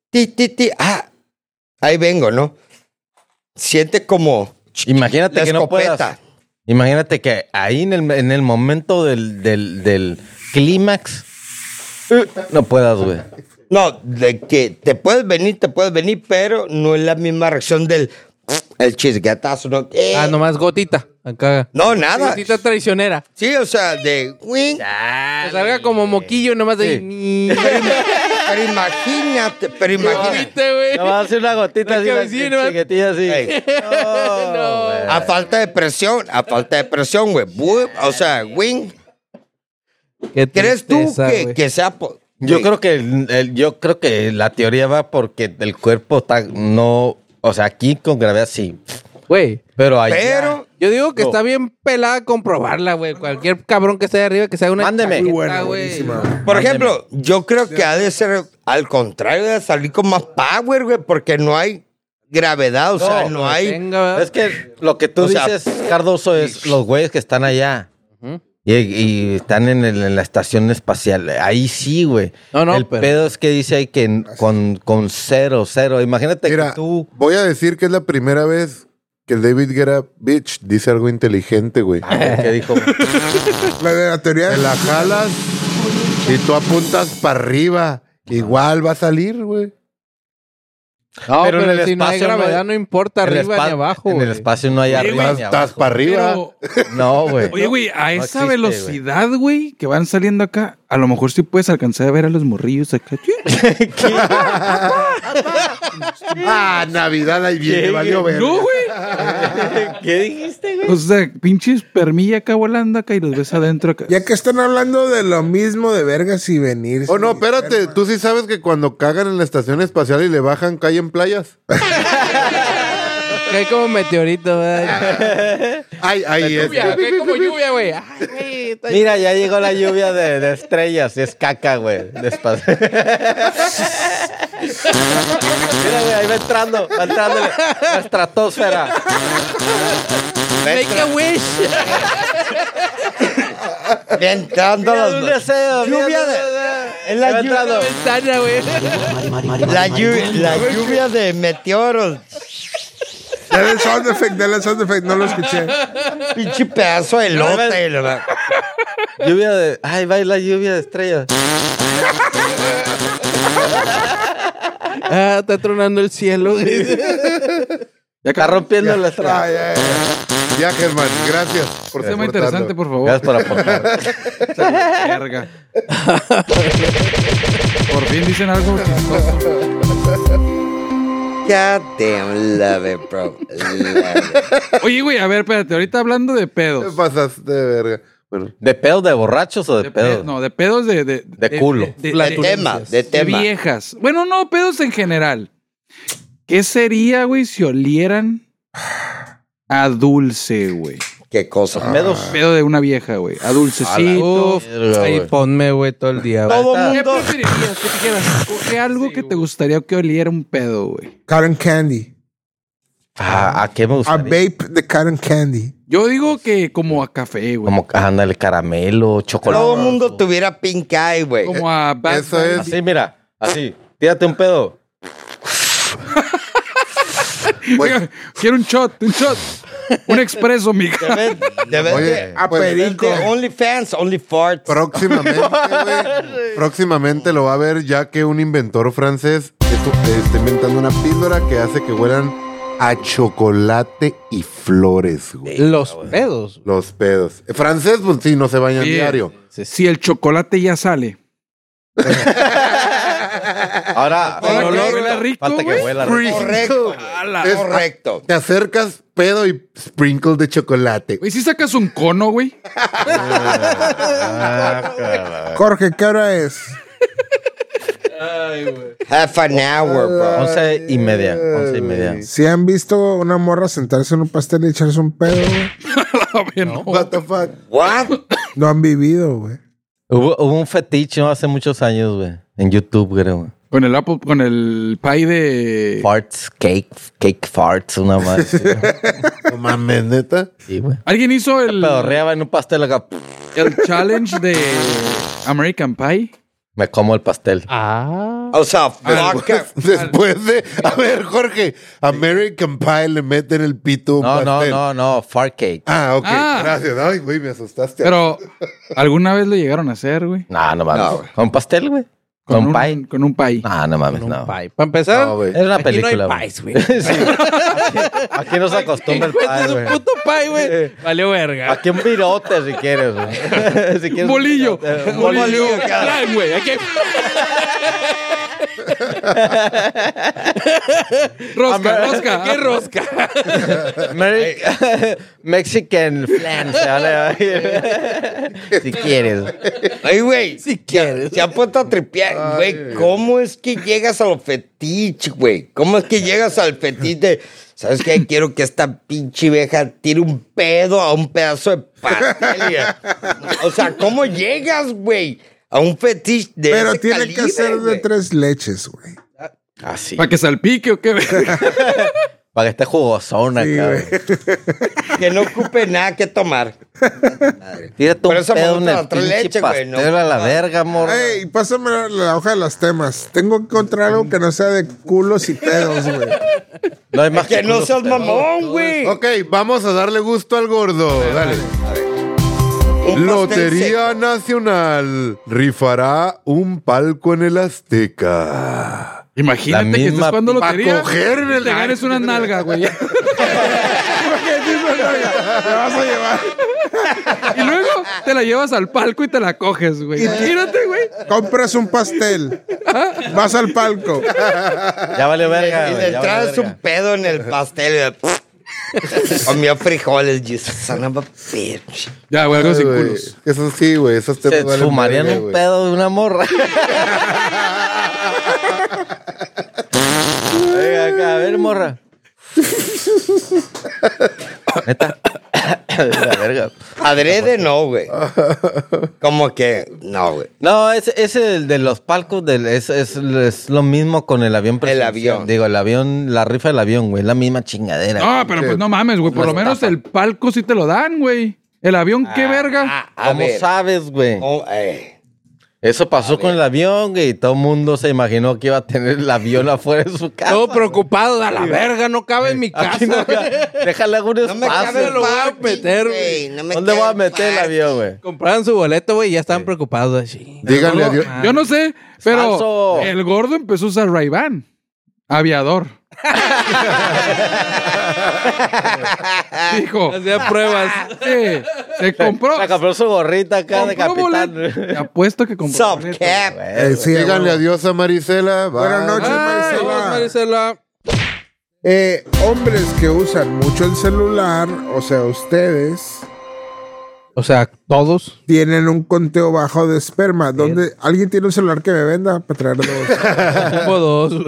Speaker 3: Ti, ti, ti. Ah, ahí vengo, ¿no? Siente como.
Speaker 5: Imagínate
Speaker 3: la
Speaker 5: que no puedas.
Speaker 3: escopeta.
Speaker 5: Imagínate que ahí en el, en el momento del, del, del clímax eh, no puedas, güey.
Speaker 3: No, de que te puedes venir, te puedes venir, pero no es la misma reacción del. El chisguetazo, ¿no? Eh,
Speaker 6: Ah, nomás gotita. Acá.
Speaker 3: No, nada.
Speaker 6: Gotita traicionera.
Speaker 3: Sí, o sea, de. uing.
Speaker 6: Que salga como moquillo y nomás de. Ni-
Speaker 3: Pero imagínate, pero imagínate.
Speaker 6: Gotita, güey.
Speaker 5: No va a hacer una gotita
Speaker 6: La
Speaker 5: así, una
Speaker 6: cabecilla, ¿no?
Speaker 5: chiquitilla así.
Speaker 3: Ey.
Speaker 5: No, güey.
Speaker 3: A falta de presión, a falta de presión, güey. Bup, O sea, wing.
Speaker 6: Qué
Speaker 3: ¿Crees tú
Speaker 6: tristeza,
Speaker 3: que,
Speaker 6: güey.
Speaker 3: que sea po-
Speaker 5: Yo
Speaker 3: güey,
Speaker 5: creo que el- el- yo creo que la teoría va porque el cuerpo está no, o sea, aquí con gravedad sí,
Speaker 6: Güey.
Speaker 5: pero allá
Speaker 3: Pero
Speaker 6: Yo digo que
Speaker 5: No.
Speaker 6: está bien pelada comprobarla, güey. Cualquier cabrón que esté ahí arriba, que sea una.
Speaker 5: Mándeme.
Speaker 6: chaqueta,
Speaker 5: Muy
Speaker 7: bueno,
Speaker 6: güey.
Speaker 7: buenísima.
Speaker 3: por ejemplo, yo creo que ha de ser al contrario de salir con más power, güey, porque no hay gravedad, o sea, no hay
Speaker 6: Venga,
Speaker 5: es que lo que tú
Speaker 3: O sea,
Speaker 5: dices, Cardoso, es los güeyes que están allá Y, y están en, el- en la estación espacial. Ahí sí, güey.
Speaker 6: No, no,
Speaker 5: el
Speaker 6: pero-
Speaker 5: pedo es que dice ahí que en- con, con cero, cero. Imagínate
Speaker 1: Mira,
Speaker 5: que tú.
Speaker 1: voy a decir que es la primera vez que el David Guerra Bitch dice algo inteligente, güey.
Speaker 5: que dijo?
Speaker 7: La de la teoría
Speaker 1: Te la jalas y tú apuntas para arriba. Igual va a salir, güey.
Speaker 6: No,
Speaker 5: Pero
Speaker 6: pero,
Speaker 5: en el
Speaker 6: si no hay
Speaker 5: espacio no hay-
Speaker 6: gravedad, no, importa,
Speaker 5: en el
Speaker 6: arriba
Speaker 5: espa-
Speaker 6: ni abajo.
Speaker 5: En el
Speaker 6: güey.
Speaker 5: espacio no hay
Speaker 4: Oye,
Speaker 5: arriba
Speaker 4: güey,
Speaker 5: ni
Speaker 1: Estás
Speaker 5: abajo.
Speaker 1: para arriba.
Speaker 4: Pero,
Speaker 5: No, güey.
Speaker 4: oye, güey, a
Speaker 5: no
Speaker 4: esa
Speaker 5: existe,
Speaker 4: velocidad, güey, que van saliendo acá, a lo mejor sí puedes alcanzar a ver a los morrillos acá.
Speaker 1: Ah, Navidad ahí viene, valió ver.
Speaker 4: No, güey.
Speaker 5: ¿Qué dijiste, güey?
Speaker 4: O sea, pinches permilla acá volando acá y los ves adentro acá.
Speaker 7: Ya que están hablando de lo mismo de vergas y venir.
Speaker 1: Oh, no, espérate. Tú sí sabes que cuando cagan en la estación espacial y le bajan, caen playas.
Speaker 6: Cae como meteorito, ¿verdad?
Speaker 1: Ay, ahí es.
Speaker 6: Lluvia, cae como lluvia, güey. Ay, güey, está-
Speaker 5: Mira, ya llegó la lluvia de, de estrellas. Es caca, güey. de espacio. Mira, güey, ahí va entrando. Va entrando la la estratosfera.
Speaker 6: Make a wish.
Speaker 3: Entrando
Speaker 5: Mira,
Speaker 3: las-
Speaker 5: un deseo. mira,
Speaker 3: Lluvia de-
Speaker 5: de-
Speaker 3: es la
Speaker 5: ahí va
Speaker 3: lluvia
Speaker 5: entrando.
Speaker 3: de-
Speaker 6: Ventana, güey.
Speaker 3: la, llu- la lluvia de meteoros.
Speaker 7: Dale el sound effect, dale el sound effect, no lo escuché.
Speaker 3: Pinche pedazo de elote. la verdad.
Speaker 5: Lluvia de. Ay, va la lluvia de estrellas.
Speaker 6: Ah, está tronando el cielo, güey.
Speaker 5: Está rompiendo la estrella.
Speaker 1: Ay, ay, ay. Ya, Germán, gracias por
Speaker 4: Tema
Speaker 1: soportarlo.
Speaker 4: interesante, por favor.
Speaker 5: Gracias por aportar.
Speaker 4: Verga. Por fin dicen algo chistoso.
Speaker 3: God damn, love it, bro. Love it.
Speaker 4: Oye, güey, a ver, espérate, ahorita hablando de
Speaker 1: Te
Speaker 4: pedos.
Speaker 1: pasaste de verga. Bueno,
Speaker 5: ¿De pedos de borrachos o de,
Speaker 4: De
Speaker 5: pedos?
Speaker 4: pedos, no, de pedos de... De,
Speaker 5: De culo.
Speaker 3: De
Speaker 4: de- de-
Speaker 3: tema, de
Speaker 4: de
Speaker 3: tema.
Speaker 4: viejas. Bueno, no, pedos en general. ¿Qué sería, güey, si olieran a dulce, güey?
Speaker 3: Qué cosa. Ah.
Speaker 5: Pedos.
Speaker 4: Pedo de una vieja, güey. A dulcecito.
Speaker 6: Uf, pues, ahí ponme, güey, todo el día, güey.
Speaker 3: Todo
Speaker 4: ¿Qué
Speaker 3: mundo.
Speaker 4: preferirías? ¿Qué dijeras? Escoge algo que te gustaría que oliera un pedo, güey.
Speaker 7: Cotton Candy.
Speaker 5: Ah, ¿A qué me
Speaker 7: A
Speaker 5: gustaría?
Speaker 7: vape de Cotton Candy.
Speaker 4: Yo digo que como a café, güey.
Speaker 5: Como, ah, ándale, caramelo, chocolate.
Speaker 3: Todo el mundo tuviera pink eye, güey.
Speaker 4: Como a Bad
Speaker 1: eso
Speaker 4: Bunny.
Speaker 1: es.
Speaker 5: Así, mira, así. Tírate un pedo.
Speaker 4: Oiga, Quiero un shot, un shot. Un expreso, mija.
Speaker 3: Deben, deben
Speaker 1: Oye,
Speaker 3: de,
Speaker 1: a
Speaker 3: pues, deben
Speaker 7: perico.
Speaker 3: de OnlyFans, OnlyFart.
Speaker 1: próximamente, güey, próximamente lo va a ver ya que un inventor francés esto- está inventando una píldora que hace que huelan a chocolate y flores, güey.
Speaker 6: Los pedos.
Speaker 1: Los pedos. Eh, Francés, pues sí, no se bañan
Speaker 4: Sí.
Speaker 1: diario.
Speaker 4: Si el chocolate ya sale.
Speaker 5: Ahora,
Speaker 4: Ahora
Speaker 5: Ahora
Speaker 4: que
Speaker 5: olor-
Speaker 4: huela rico,
Speaker 5: falta que
Speaker 4: güey.
Speaker 5: huela rico.
Speaker 1: Free.
Speaker 3: Correcto.
Speaker 4: Ala.
Speaker 1: Es-
Speaker 3: Correcto.
Speaker 1: Te acercas, pedo y sprinkle de chocolate.
Speaker 4: Güey, si sacas un cono, güey.
Speaker 7: Jorge, ¿qué hora es?
Speaker 3: Half an hour, bro.
Speaker 5: Once y media, once y media.
Speaker 7: Si han visto una morra sentarse en un pastel y echarse un pedo, güey?
Speaker 4: A ver, no.
Speaker 1: What the fuck?
Speaker 3: What?
Speaker 7: No han vivido, güey.
Speaker 5: Hubo, hubo un fetiche ¿no? hace muchos años, güey. En YouTube, creo. güey.
Speaker 4: Con el Apple, con el pie de.
Speaker 5: Farts, cake, cake farts, una más.
Speaker 1: No mames, neta.
Speaker 5: Sí, güey.
Speaker 4: Alguien hizo el,
Speaker 5: Pedorreaba en un pastel acá. pff,
Speaker 4: el challenge de American Pie.
Speaker 5: Me como el pastel.
Speaker 6: Ah.
Speaker 3: O sea, fuck.
Speaker 1: Después, Pues, después de. A ver, Jorge, American Pie le meten el pito a un
Speaker 5: No, no,
Speaker 1: pastel.
Speaker 5: no, no, fart cake.
Speaker 1: Ah, ok,
Speaker 4: Ah.
Speaker 1: gracias. Ay, güey, me asustaste.
Speaker 4: Pero alguna vez lo llegaron a hacer, güey.
Speaker 5: No, no mames.
Speaker 3: No, güey.
Speaker 5: ¿Con pastel, güey?
Speaker 4: Con,
Speaker 5: ¿Con,
Speaker 4: un
Speaker 5: pie?
Speaker 4: Con un pie.
Speaker 5: No, no mames,
Speaker 6: Un
Speaker 5: no.
Speaker 6: pie. Para empezar,
Speaker 1: No, güey.
Speaker 5: Es una
Speaker 6: Aquí no hay
Speaker 5: película.
Speaker 6: pies, güey.
Speaker 5: Sí. Aquí, aquí no se acostumbra el pie,
Speaker 6: encuentras un
Speaker 5: güey.
Speaker 6: puto pie, güey.
Speaker 4: Eh.
Speaker 6: Valió verga.
Speaker 5: Aquí un virote, si quieres, güey. Si quieres
Speaker 4: Un
Speaker 5: un
Speaker 4: bolillo.
Speaker 5: virote,
Speaker 4: Un
Speaker 5: un bolillo.
Speaker 4: bolillo.
Speaker 6: Traen, güey. Aquí
Speaker 4: Rosca, rosca.
Speaker 6: ¿Qué rosca?
Speaker 5: Meri- Mexican flan, se vale, güey. Si quieres.
Speaker 3: Ay, güey.
Speaker 6: Si quieres.
Speaker 3: Se ha puesto a tripear, güey. ¿Cómo es que llegas a los fetiches, güey? ¿Cómo es que llegas al fetiche de, ¿sabes qué? Quiero que esta pinche vieja tire un pedo a un pedazo de pastel. güey. o sea, ¿cómo llegas, güey? A un fetiche de
Speaker 7: Pero
Speaker 3: ese
Speaker 7: tiene que
Speaker 3: calibre,
Speaker 7: ser de
Speaker 3: güey?
Speaker 7: tres leches, güey.
Speaker 5: Así.
Speaker 4: Para que salpique o qué.
Speaker 5: Ah, Para que esté jugosona,
Speaker 7: Sí,
Speaker 5: cabrón.
Speaker 7: güey.
Speaker 3: Que no ocupe nada que tomar.
Speaker 5: Tírate
Speaker 3: Por
Speaker 5: un
Speaker 3: eso me
Speaker 5: pedo en
Speaker 3: gusta
Speaker 5: el
Speaker 3: la tres
Speaker 5: pinche
Speaker 3: leche, güey,
Speaker 5: pastel
Speaker 3: no.
Speaker 5: a la verga, amor.
Speaker 7: Ey, pásame la, la hoja de los temas. Tengo que encontrar algo que no sea de culos y pedos, güey.
Speaker 5: No hay más
Speaker 3: Que no
Speaker 5: culos,
Speaker 3: seas
Speaker 5: pero-
Speaker 3: mamón, güey.
Speaker 8: Ok, vamos a darle gusto al gordo. Dale.
Speaker 3: Un pastel
Speaker 8: Lotería
Speaker 3: seco.
Speaker 8: Nacional rifará un palco en el Azteca.
Speaker 4: Imagínate
Speaker 5: La
Speaker 4: que
Speaker 5: misma
Speaker 4: estés jugando
Speaker 5: pa'
Speaker 4: lotería.
Speaker 8: coger,
Speaker 4: y te
Speaker 8: ¿verdad?
Speaker 4: ganes una nalga, güey.
Speaker 7: Te vas a llevar.
Speaker 4: Y luego te la llevas al palco y te la coges, güey. Imagínate, güey.
Speaker 7: Compras un pastel. Vas al palco.
Speaker 5: Ya vale verga,
Speaker 3: Y
Speaker 5: güey.
Speaker 3: le
Speaker 5: ya vale
Speaker 3: traes
Speaker 5: verga.
Speaker 3: un pedo en el pastel. y- Comió frijoles, Jesus, son of a bitch.
Speaker 4: Ya, güey, algo
Speaker 8: Ay,
Speaker 4: sin
Speaker 8: güey,
Speaker 4: culos.
Speaker 8: Eso sí, güey. Esos temas
Speaker 5: Se
Speaker 8: valen
Speaker 5: fumarían
Speaker 8: verga,
Speaker 5: un
Speaker 8: güey.
Speaker 5: pedo de una morra. Venga, acá, a ver, morra. Neta. la verga.
Speaker 3: Adrede no, güey. Como que, no, güey.
Speaker 5: No, ese, ese el de los palcos del, es, es, es lo mismo con el avión. presidencial.
Speaker 3: avión.
Speaker 5: Digo, el avión, la rifa del avión, güey. La misma chingadera.
Speaker 4: No, pero pues no mames, güey. Por lo
Speaker 5: Las
Speaker 4: menos
Speaker 5: tapas.
Speaker 4: el palco sí te lo dan, güey. El avión, qué verga.
Speaker 3: Ah, a
Speaker 5: ¿Cómo
Speaker 3: ver.
Speaker 5: sabes, güey?
Speaker 3: Oh, eh.
Speaker 5: Eso pasó con el avión, güey. y Todo el mundo se imaginó que iba a tener el avión afuera de su casa.
Speaker 6: Todo preocupado, a la verga, no cabe en mi pues, casa.
Speaker 5: Aquí no ca- Déjale algún
Speaker 3: No me
Speaker 5: espacio.
Speaker 3: cabe el
Speaker 6: lo voy a
Speaker 3: parking,
Speaker 6: meter,
Speaker 3: güey, no me
Speaker 5: ¿Dónde
Speaker 3: cabe
Speaker 5: voy a
Speaker 3: el
Speaker 5: meter el
Speaker 3: parking.
Speaker 5: avión, güey?
Speaker 6: Compraron su boleto, güey, y ya estaban preocupados. así.
Speaker 8: Díganle adiós.
Speaker 4: Yo no sé, pero
Speaker 5: Falso.
Speaker 4: el gordo empezó a usar ray Aviador. Dijo,
Speaker 6: Hacía pruebas.
Speaker 4: eh, se compró.
Speaker 5: Se compró su gorrita acá de
Speaker 4: compró
Speaker 5: capitán.
Speaker 4: boleto. Te apuesto que compró.
Speaker 3: Sup,
Speaker 4: boleto.
Speaker 3: cap.
Speaker 7: Eh, sí,
Speaker 8: Díganle
Speaker 7: güey.
Speaker 8: adiós a Marisela. Bye.
Speaker 7: Buenas noches,
Speaker 4: Ah,
Speaker 6: Ay,
Speaker 7: Marisela.
Speaker 6: Marisela.
Speaker 7: Eh, hombres que usan mucho el celular, o sea, ustedes,
Speaker 6: O sea, todos.
Speaker 7: tienen un conteo bajo de esperma. ¿Dónde, ¿Alguien tiene un celular que me venda para traerlo?
Speaker 6: Tengo dos, güey.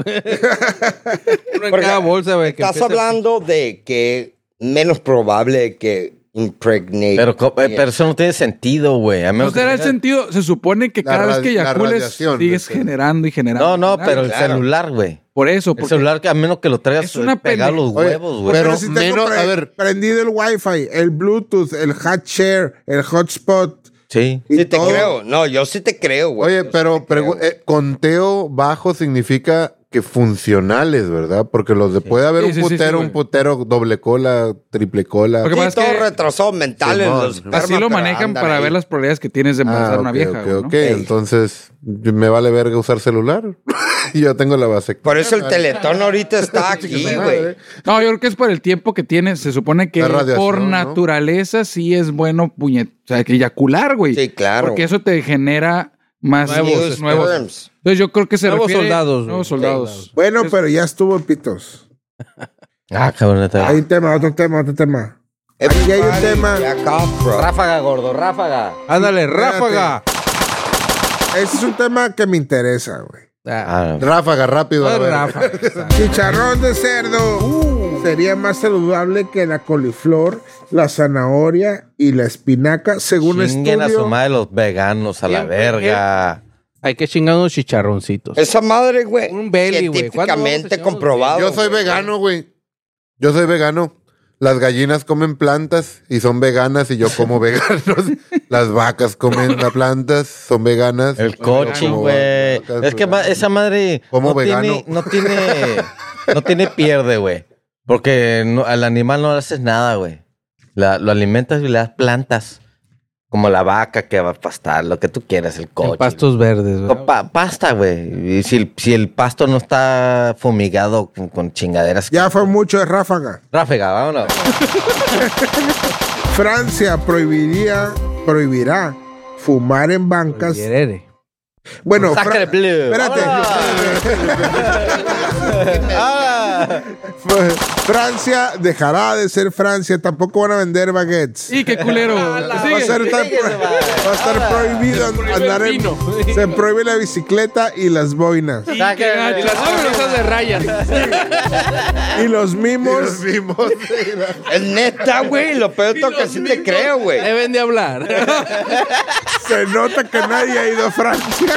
Speaker 6: Uno en
Speaker 3: Porque
Speaker 6: cada bolsa, güey. que
Speaker 3: Estás
Speaker 6: empiece-
Speaker 3: hablando de que menos probable que impregnate.
Speaker 5: Pero, co- eh, pero eso no tiene sentido, güey. A
Speaker 4: No
Speaker 5: menos que
Speaker 4: será el
Speaker 5: tengas-
Speaker 4: sentido. Se supone que
Speaker 8: La
Speaker 4: cada vez
Speaker 8: radi-
Speaker 4: que
Speaker 8: la
Speaker 4: eyacules
Speaker 8: radiación,
Speaker 4: sigues
Speaker 8: güey.
Speaker 4: generando y generando.
Speaker 5: No, no,
Speaker 4: y
Speaker 5: pero
Speaker 4: generando.
Speaker 5: el celular, güey.
Speaker 4: Por eso,
Speaker 5: El
Speaker 4: porque
Speaker 5: celular, que a menos que lo traigas
Speaker 4: Es una
Speaker 5: pegado a los
Speaker 8: Oye,
Speaker 5: huevos, güey.
Speaker 8: Pero,
Speaker 7: si tengo
Speaker 8: menos,
Speaker 7: pre-
Speaker 8: a ver,
Speaker 7: Prendido el wifi, el bluetooth, el hot share, el hotspot.
Speaker 5: Sí.
Speaker 7: y
Speaker 3: Sí te
Speaker 7: todo.
Speaker 3: creo. No, yo sí te creo, güey.
Speaker 8: Oye, pero pregu- eh, conteo bajo significa que funcionales, ¿verdad? Porque los de puede haber
Speaker 4: Sí,
Speaker 8: un
Speaker 4: sí, sí, sí,
Speaker 8: putero,
Speaker 4: güey.
Speaker 8: un putero doble cola, triple cola.
Speaker 4: Porque- Lo que
Speaker 3: Sí,
Speaker 4: pasa es
Speaker 3: todo
Speaker 4: que-
Speaker 3: retrasado mental en
Speaker 8: Simón.
Speaker 3: los
Speaker 4: así
Speaker 3: espermas,
Speaker 4: lo
Speaker 3: pero
Speaker 4: manejan
Speaker 3: andan
Speaker 4: para
Speaker 3: ahí.
Speaker 4: ver las probabilidades que tienes de embarazar
Speaker 8: Ah,
Speaker 4: una
Speaker 8: ok,
Speaker 4: vieja.
Speaker 8: ok,
Speaker 4: güey, ¿no?
Speaker 8: ok. Entonces, me vale verga usar celular. Yo tengo la base.
Speaker 3: Por eso el teletón ahorita está aquí, güey.
Speaker 4: No, yo creo que es por el tiempo que tiene. Se supone que
Speaker 8: La radiación,
Speaker 4: por
Speaker 8: ¿no?
Speaker 4: naturaleza sí es bueno puñet, o sea, que eyacular, güey.
Speaker 3: Sí, claro.
Speaker 4: Porque eso te genera más
Speaker 3: Nuevos
Speaker 4: nuevos. nuevos.
Speaker 3: sperms.
Speaker 4: Entonces yo creo que se
Speaker 6: Nuevos
Speaker 4: refiere-
Speaker 6: soldados, güey.
Speaker 4: Nuevos soldados.
Speaker 7: Bueno, pero ya estuvo, pitos.
Speaker 5: Ah, cabrón. neta.
Speaker 7: Hay un tema, otro tema, otro tema. Aquí hay un
Speaker 3: Everybody
Speaker 7: tema.
Speaker 3: jack off, bro.
Speaker 5: Ráfaga, gordo, ráfaga.
Speaker 6: Ándale, ráfaga.
Speaker 7: Ese es un tema que me interesa, güey.
Speaker 6: Ah,
Speaker 5: Ah, no.
Speaker 8: Ráfaga, rápido. a la verga.
Speaker 6: ráfaga.
Speaker 7: Chicharrón de cerdo.
Speaker 5: Uh.
Speaker 7: Sería más saludable que la coliflor, la zanahoria y la espinaca, según
Speaker 5: Chinguen a su
Speaker 7: estudio.
Speaker 5: madre los veganos a la
Speaker 6: Siempre
Speaker 5: verga.
Speaker 6: Hay que chingar unos chicharroncitos.
Speaker 3: Esa madre, güey.
Speaker 6: Un belly, güey. ¿Cuándo vamos a
Speaker 3: Científicamente
Speaker 6: echarnos
Speaker 3: comprobado.
Speaker 8: Yo soy
Speaker 3: güey.
Speaker 8: vegano, güey. Yo soy vegano. Las gallinas comen plantas y son veganas y yo como veganos. Las vacas comen las plantas, son veganas.
Speaker 5: El
Speaker 8: coche,
Speaker 5: coaching, güey. Es que ma- esa madre
Speaker 8: Como
Speaker 5: no tiene,
Speaker 8: vegano.
Speaker 5: no tiene, no tiene pierde, güey. Porque no- al animal no le haces nada, güey. La- lo alimentas y le das plantas. Como la vaca que va a pastar, lo que tú quieras, el
Speaker 6: En
Speaker 5: coche.
Speaker 6: pastos verdes, güey.
Speaker 5: Con pa- pasta, güey. Y si, el- si el pasto no está fumigado con, con chingaderas.
Speaker 7: Ya fue mucho de ráfaga.
Speaker 5: Ráfaga, vámonos.
Speaker 7: Francia prohibiría, prohibirá fumar en bancas.
Speaker 6: Yerere.
Speaker 7: Bueno, Fra-
Speaker 5: Sacre bleu.
Speaker 7: espérate.
Speaker 5: Ah.
Speaker 7: Fue- Francia dejará de ser Francia. Tampoco van a vender baguettes.
Speaker 4: Y qué culero. Sigue.
Speaker 7: Va a, ser tan- va a estar prohibido andar en. Se prohíbe la bicicleta y las boinas.
Speaker 4: Y qué gacho.
Speaker 6: de rayas.
Speaker 7: Y los mimos.
Speaker 3: Es neta, güey. Lo peor es que sí te creo, güey.
Speaker 6: Deben de hablar.
Speaker 7: Se nota que nadie ha ido a Francia.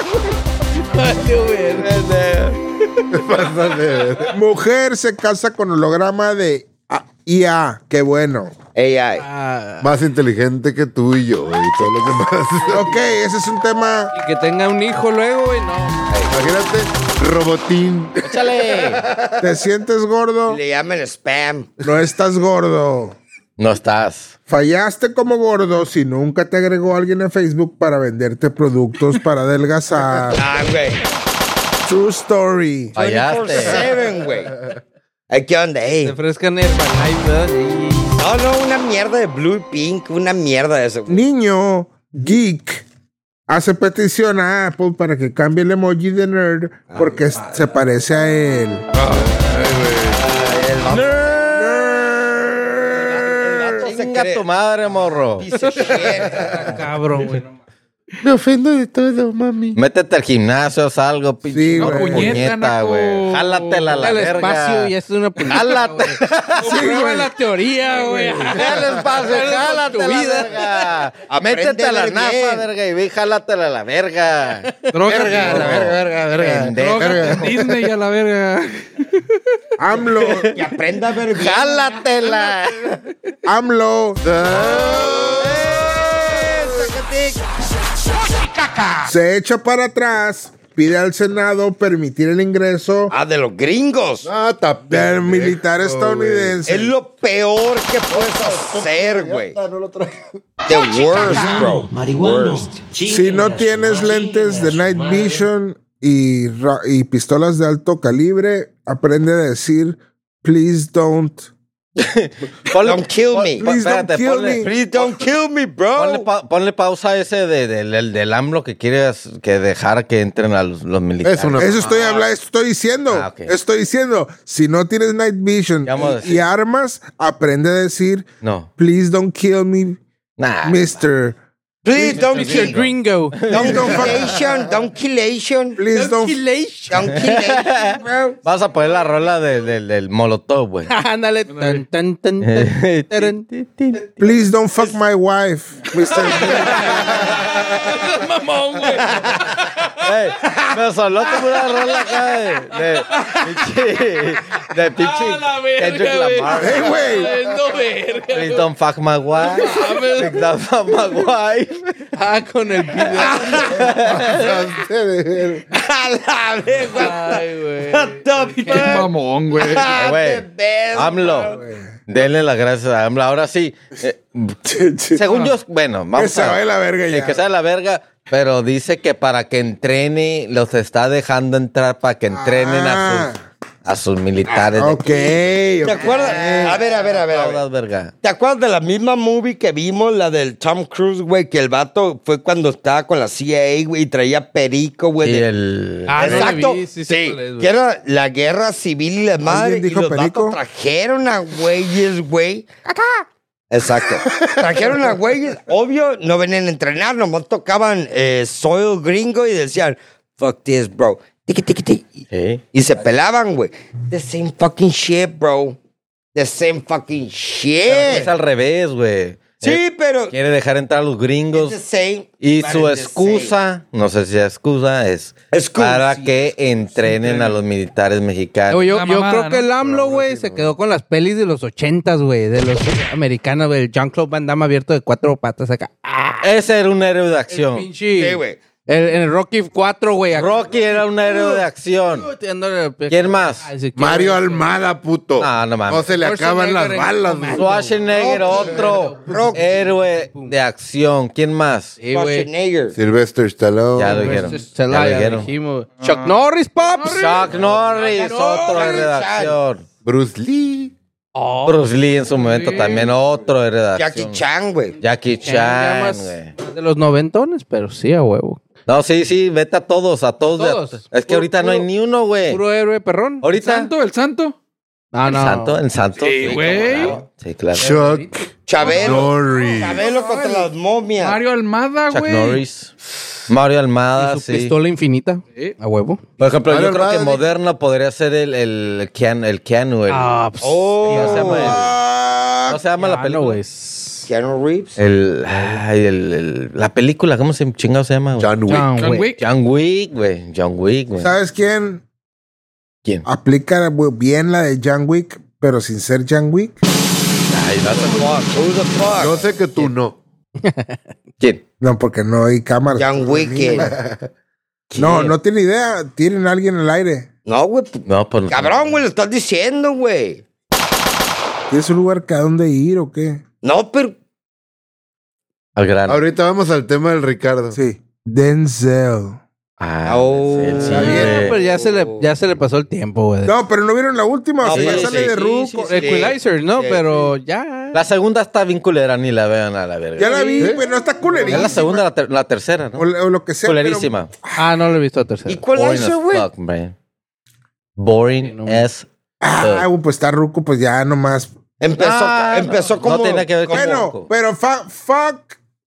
Speaker 7: Mujer se casa con holograma de A- IA. Qué bueno.
Speaker 3: AI.
Speaker 8: Más inteligente que tú y yo y todos los demás.
Speaker 7: Ok, ese es un tema.
Speaker 6: Y que tenga un hijo luego, güey, no.
Speaker 8: Imagínate, robotín.
Speaker 6: Échale.
Speaker 7: ¿Te sientes gordo?
Speaker 3: Le llaman spam.
Speaker 7: No estás gordo.
Speaker 5: No estás.
Speaker 7: Fallaste como gordo si nunca te agregó alguien en Facebook para venderte productos para adelgazar.
Speaker 3: Ah, güey.
Speaker 7: True story.
Speaker 5: Fallaste.
Speaker 3: 24-7, güey. Ay, ¿Qué onda? Ey.
Speaker 6: Te frescan el Herbalife, ¿verdad? Sí.
Speaker 3: No, no, una mierda de Blue Pink, una mierda de eso. güey.
Speaker 7: Niño geek hace petición a Apple para que cambie el emoji de nerd porque es- se parece a él.
Speaker 3: Vato se
Speaker 5: Venga
Speaker 3: cree-
Speaker 5: tu madre, morro.
Speaker 3: Piece of shit.
Speaker 6: Ah, Cabrón, güey. no mames.
Speaker 8: Me ofendo de todo, mami.
Speaker 5: Métete al gimnasio, haz algo, pinche.
Speaker 7: Sí,
Speaker 5: no,
Speaker 7: güey.
Speaker 4: Puñeta,
Speaker 5: puñeta,
Speaker 4: naco.
Speaker 5: güey. Jálatela a la
Speaker 6: Al
Speaker 5: verga.
Speaker 6: espacio y eso es una puñeta,
Speaker 5: Jálate.
Speaker 6: güey. Comprueba la teoría, güey.
Speaker 5: Dale espacio, jálate
Speaker 6: tu
Speaker 5: la
Speaker 6: vida.
Speaker 5: verga.
Speaker 3: Aprende
Speaker 5: Métete a
Speaker 3: a
Speaker 5: la
Speaker 3: ver
Speaker 5: NASA,
Speaker 3: bien.
Speaker 5: verga, y ve, y jálatela a la verga.
Speaker 4: Droga,
Speaker 5: Verga, la verga, verga, verga.
Speaker 4: droga,
Speaker 5: Verga.
Speaker 4: Disney a la verga.
Speaker 7: AMLO,
Speaker 3: Y aprenda a ver bien.
Speaker 5: Jálatela.
Speaker 7: AMLO
Speaker 3: ¡Eh!
Speaker 7: se echa para atrás, pide al Senado permitir el ingreso
Speaker 3: Ah, de los gringos.
Speaker 8: Ah, tapé.
Speaker 7: del militar estadounidense.
Speaker 3: Es lo peor que puedes hacer, güey. The worst, bro.
Speaker 2: Marihuano, marihuano.
Speaker 7: Si no tienes lentes de night vision y, ra- y pistolas de alto calibre, aprende a decir, please don't.
Speaker 3: Don't kill me.
Speaker 5: Pon-
Speaker 7: Please don't
Speaker 5: espérate,
Speaker 7: kill
Speaker 5: ponle-
Speaker 7: me.
Speaker 3: Please don't kill me,
Speaker 5: Ponle,
Speaker 3: bro.
Speaker 5: pa- ponle pausa a ese de- de- del, del AMLO que quieres que dejar que entren a los, los militares.
Speaker 8: Es una-
Speaker 7: Eso estoy hablando, estoy diciendo,
Speaker 5: Ah, ok.
Speaker 7: estoy diciendo, si no tienes night vision
Speaker 5: Ya vamos a
Speaker 7: y- y,
Speaker 5: decir.
Speaker 7: armas, aprende a decir,
Speaker 5: No.
Speaker 7: please don't kill me,
Speaker 5: Nah.
Speaker 7: mister.
Speaker 3: Please don't
Speaker 6: Pinche
Speaker 3: kill me.
Speaker 6: gringo.
Speaker 3: Don't killation, don't killation.
Speaker 7: Please don't,
Speaker 3: Don't killation, bro.
Speaker 5: Vas a poner la rola de- del- del molotov, güey.
Speaker 6: Ándale. Tan, tan, tan, tan, taran.
Speaker 7: please don't fuck my wife, mister.
Speaker 5: Ey, me sonó como una rola acá de, de pinche. De pinche. Kendrick Lamar.
Speaker 7: Hey, güey.
Speaker 5: Please don't fuck my wife. Please don't fuck my wife.
Speaker 6: Ah, con el video.
Speaker 3: A la vez,
Speaker 6: Ay, Ah, güey.
Speaker 3: what the
Speaker 4: Qué
Speaker 3: fuck?
Speaker 4: mamón, güey.
Speaker 3: Ah,
Speaker 5: Güey,
Speaker 3: the best,
Speaker 7: Ah,
Speaker 5: AMLO. Denle las gracias a AMLO. Ahora sí. eh, según yo, bueno, vamos
Speaker 7: Que se
Speaker 5: a.
Speaker 7: vaya la verga
Speaker 5: Sí,
Speaker 7: ya.
Speaker 5: que sea la verga. Pero dice que para que entrene, los está dejando entrar para que entrenen a sus, a sus militares. de
Speaker 7: Ah. Ok. Eh.
Speaker 3: ¿Te acuerdas? A ver, a ver, a ver, a ver.
Speaker 5: todas, verga.
Speaker 3: ¿Te acuerdas de la misma movie que vimos, la del Tom Cruise, güey? Que el vato fue cuando estaba con la CIA, güey, y traía perico, güey.
Speaker 5: Y
Speaker 3: Pues de-
Speaker 5: el.
Speaker 6: Ah, no la
Speaker 3: Exacto.
Speaker 6: vi, sí,
Speaker 3: sí,
Speaker 6: sé cuál es, güey.
Speaker 3: que era la guerra civil y la madre.
Speaker 7: dijo
Speaker 3: y los
Speaker 7: perico?
Speaker 3: vatos trajeron a güeyes, güey. Acá. Exacto. Trajeron a güeyes. Obvio, no venían a entrenar, nomás tocaban eh, soil gringo y decían, fuck this, bro. Tiki, tiki, tiki.
Speaker 5: Sí.
Speaker 3: Y se pelaban, güey. The same fucking shit, bro. The same fucking shit.
Speaker 5: Es al revés, güey. Eh,
Speaker 3: Sí, pero.
Speaker 5: quiere dejar entrar a los
Speaker 3: It's the
Speaker 5: gringos.
Speaker 3: same,
Speaker 5: Y
Speaker 3: but
Speaker 5: su
Speaker 3: it's the
Speaker 5: excusa, no sé si es excusa, es
Speaker 3: Excusa.
Speaker 5: para que entrenen a los militares mexicanos.
Speaker 6: Oye, yo,
Speaker 4: Una
Speaker 6: yo
Speaker 4: mamada,
Speaker 6: creo que
Speaker 4: ¿no?
Speaker 6: el AMLO, güey, se quedó con las pelis de los ochentas, güey, de los americanos, güey, el Jean-Claude Van Damme abierto de cuatro patas acá. Ah,
Speaker 5: Ese era un héroe de acción.
Speaker 6: pinche.
Speaker 3: Sí, güey.
Speaker 6: El, en el Rocky 4, güey. acá.
Speaker 5: Rocky era un héroe de acción.
Speaker 6: Tirándole- Ah,
Speaker 5: ¿Quién más?
Speaker 6: Ay, sí,
Speaker 8: Mario
Speaker 6: quiero-
Speaker 8: Almada, puto.
Speaker 5: No, no mames.
Speaker 8: No se le acaban las balas, güey.
Speaker 5: Schwarzenegger, otro héroe de acción. ¿Quién más?
Speaker 6: Sí, güey.
Speaker 3: Schwarzenegger.
Speaker 8: Sylvester Stallone.
Speaker 5: Ya lo dijeron.
Speaker 6: Se la
Speaker 5: Ya lo dijeron.
Speaker 6: dijimos. Chuck
Speaker 4: Ah.
Speaker 6: Norris, Pops.
Speaker 5: Chuck Norris, otro héroe de acción.
Speaker 8: Bruce Lee.
Speaker 6: Oh.
Speaker 5: Bruce Lee en su momento también, otro héroe de
Speaker 3: Jackie
Speaker 5: acción.
Speaker 3: Chan, güey.
Speaker 5: Jackie
Speaker 6: Ya
Speaker 5: Chan,
Speaker 6: más
Speaker 5: güey.
Speaker 6: De los noventones, pero sí, a huevo.
Speaker 5: No, sí, sí, vete a todos, a todos.
Speaker 6: Todos.
Speaker 5: Es que
Speaker 6: Puro-
Speaker 5: ahorita no hay
Speaker 6: puro-
Speaker 5: ni uno, güey.
Speaker 6: Puro héroe perrón.
Speaker 5: Ahorita.
Speaker 4: ¿Santo? ¿El santo?
Speaker 6: No,
Speaker 5: El
Speaker 6: no.
Speaker 5: santo, el santo.
Speaker 4: Sí,
Speaker 5: sí,
Speaker 4: güey.
Speaker 5: claro. Sí, claro.
Speaker 8: Chuck
Speaker 3: Chabelo.
Speaker 8: Norris.
Speaker 3: Chabelo contra las momias.
Speaker 4: Mario Almada,
Speaker 5: Chuck
Speaker 4: güey.
Speaker 5: Norris. Mario
Speaker 6: Y
Speaker 5: Almada,
Speaker 6: su
Speaker 5: sí.
Speaker 6: pistola infinita.
Speaker 4: Sí.
Speaker 6: A huevo.
Speaker 5: Por ejemplo,
Speaker 8: Mario
Speaker 5: yo creo que
Speaker 8: Almada,
Speaker 5: moderno podría ser el, el, Keanu, el Keanu, el-
Speaker 6: Ah, pues.
Speaker 5: ¿cómo se llama
Speaker 3: Oh.
Speaker 5: el- ¿Cómo se llama la
Speaker 6: ya no,
Speaker 5: película?
Speaker 6: güey.
Speaker 3: Keanu Reeves.
Speaker 5: El, ay, el, el- la película, ¿cómo se chingado se llama? güey?
Speaker 8: John Wick.
Speaker 6: John
Speaker 4: John
Speaker 6: Wick.
Speaker 4: Wick.
Speaker 5: John Wick, güey. John Wick, güey.
Speaker 7: ¿Sabes quién?
Speaker 5: ¿Quién?
Speaker 7: Aplica bu- bien la de Jan Wick, pero sin ser Jan Wick.
Speaker 5: Ay, no te-
Speaker 3: Who the fuck?
Speaker 8: Yo sé que tú no.
Speaker 5: ¿Quién?
Speaker 7: No, porque no hay cámara.
Speaker 3: John Wick. ¿quién?
Speaker 7: No, no tiene idea. Tienen a alguien en el aire.
Speaker 3: No, güey. p-
Speaker 5: No, pues.
Speaker 3: Cabrón, güey, lo estás diciendo, güey.
Speaker 7: ¿Tienes un lugar que a dónde ir o qué?
Speaker 3: No, pero.
Speaker 5: Al grano.
Speaker 8: Ahorita vamos al tema del Ricardo.
Speaker 7: Sí. Denzel.
Speaker 5: Ah,
Speaker 3: Oh,
Speaker 5: sí, sí,
Speaker 3: está
Speaker 5: güey.
Speaker 3: bien,
Speaker 6: Pero ya se le, ya se le pasó el tiempo, güey.
Speaker 7: No, pero no vieron la última.
Speaker 3: No,
Speaker 7: Sí,
Speaker 3: pero
Speaker 7: sale
Speaker 3: sí,
Speaker 7: de
Speaker 3: sí,
Speaker 7: ruco.
Speaker 3: sí, sí.
Speaker 6: Equalizer, ¿no?
Speaker 3: Sí,
Speaker 6: Pero ya.
Speaker 5: La segunda está bien culera, ni la vean a la verga.
Speaker 7: Ya la vi,
Speaker 8: ¿Eh?
Speaker 7: pero no está
Speaker 5: Ya
Speaker 7: culerísima.
Speaker 5: la segunda, la, ter- la tercera, ¿no?
Speaker 7: O, la- o lo que sea. pero-
Speaker 5: Culerísima.
Speaker 6: Ah, no lo he visto a
Speaker 3: ¿Y
Speaker 6: tercera.
Speaker 3: cuál
Speaker 5: Boring
Speaker 3: es,
Speaker 5: as
Speaker 3: güey?
Speaker 5: fuck, man. Boring as
Speaker 7: ah, güey, pues está ruco, pues ya nomás.
Speaker 3: Empezó,
Speaker 5: Ah, no,
Speaker 3: empezó
Speaker 5: no
Speaker 3: como.
Speaker 5: tenía que ver con-
Speaker 3: como-
Speaker 7: Bueno, pero fa- fuck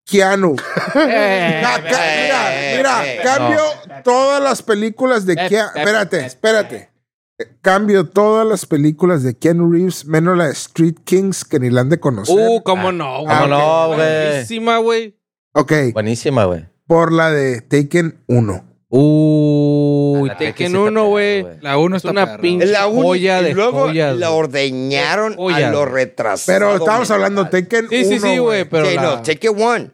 Speaker 7: Keanu. Ca- ca- mira, mira,
Speaker 3: eh,
Speaker 7: cambio todas las películas de Keanu. Espérate, espérate. Eh, Cambio todas las películas de Keanu Reeves, menos la de Street Kings, que ni la han de conocer.
Speaker 6: Uh, cómo no, güey.
Speaker 7: Ah,
Speaker 5: ¿Cómo no, güey?
Speaker 6: Buenísima, güey.
Speaker 7: ok,
Speaker 5: Buenísima, güey.
Speaker 7: por la de Taken 1.
Speaker 6: Uy,
Speaker 5: Ah, la
Speaker 6: Tekken
Speaker 5: que sí está
Speaker 6: 1, güey.
Speaker 5: perra, güey.
Speaker 4: La uno
Speaker 6: Es
Speaker 4: está
Speaker 6: una
Speaker 4: perra.
Speaker 6: pinche-
Speaker 3: Es la única.
Speaker 6: Joya de
Speaker 3: y luego
Speaker 6: joyas,
Speaker 3: la
Speaker 6: güey.
Speaker 3: ordeñaron
Speaker 6: Joya,
Speaker 3: a los
Speaker 6: güey.
Speaker 3: retrasados.
Speaker 7: Pero estábamos hablando de
Speaker 3: mental.
Speaker 7: Taken 1.
Speaker 6: Sí, sí, sí, güey, pero
Speaker 3: Sí,
Speaker 6: la-
Speaker 3: no, take it one.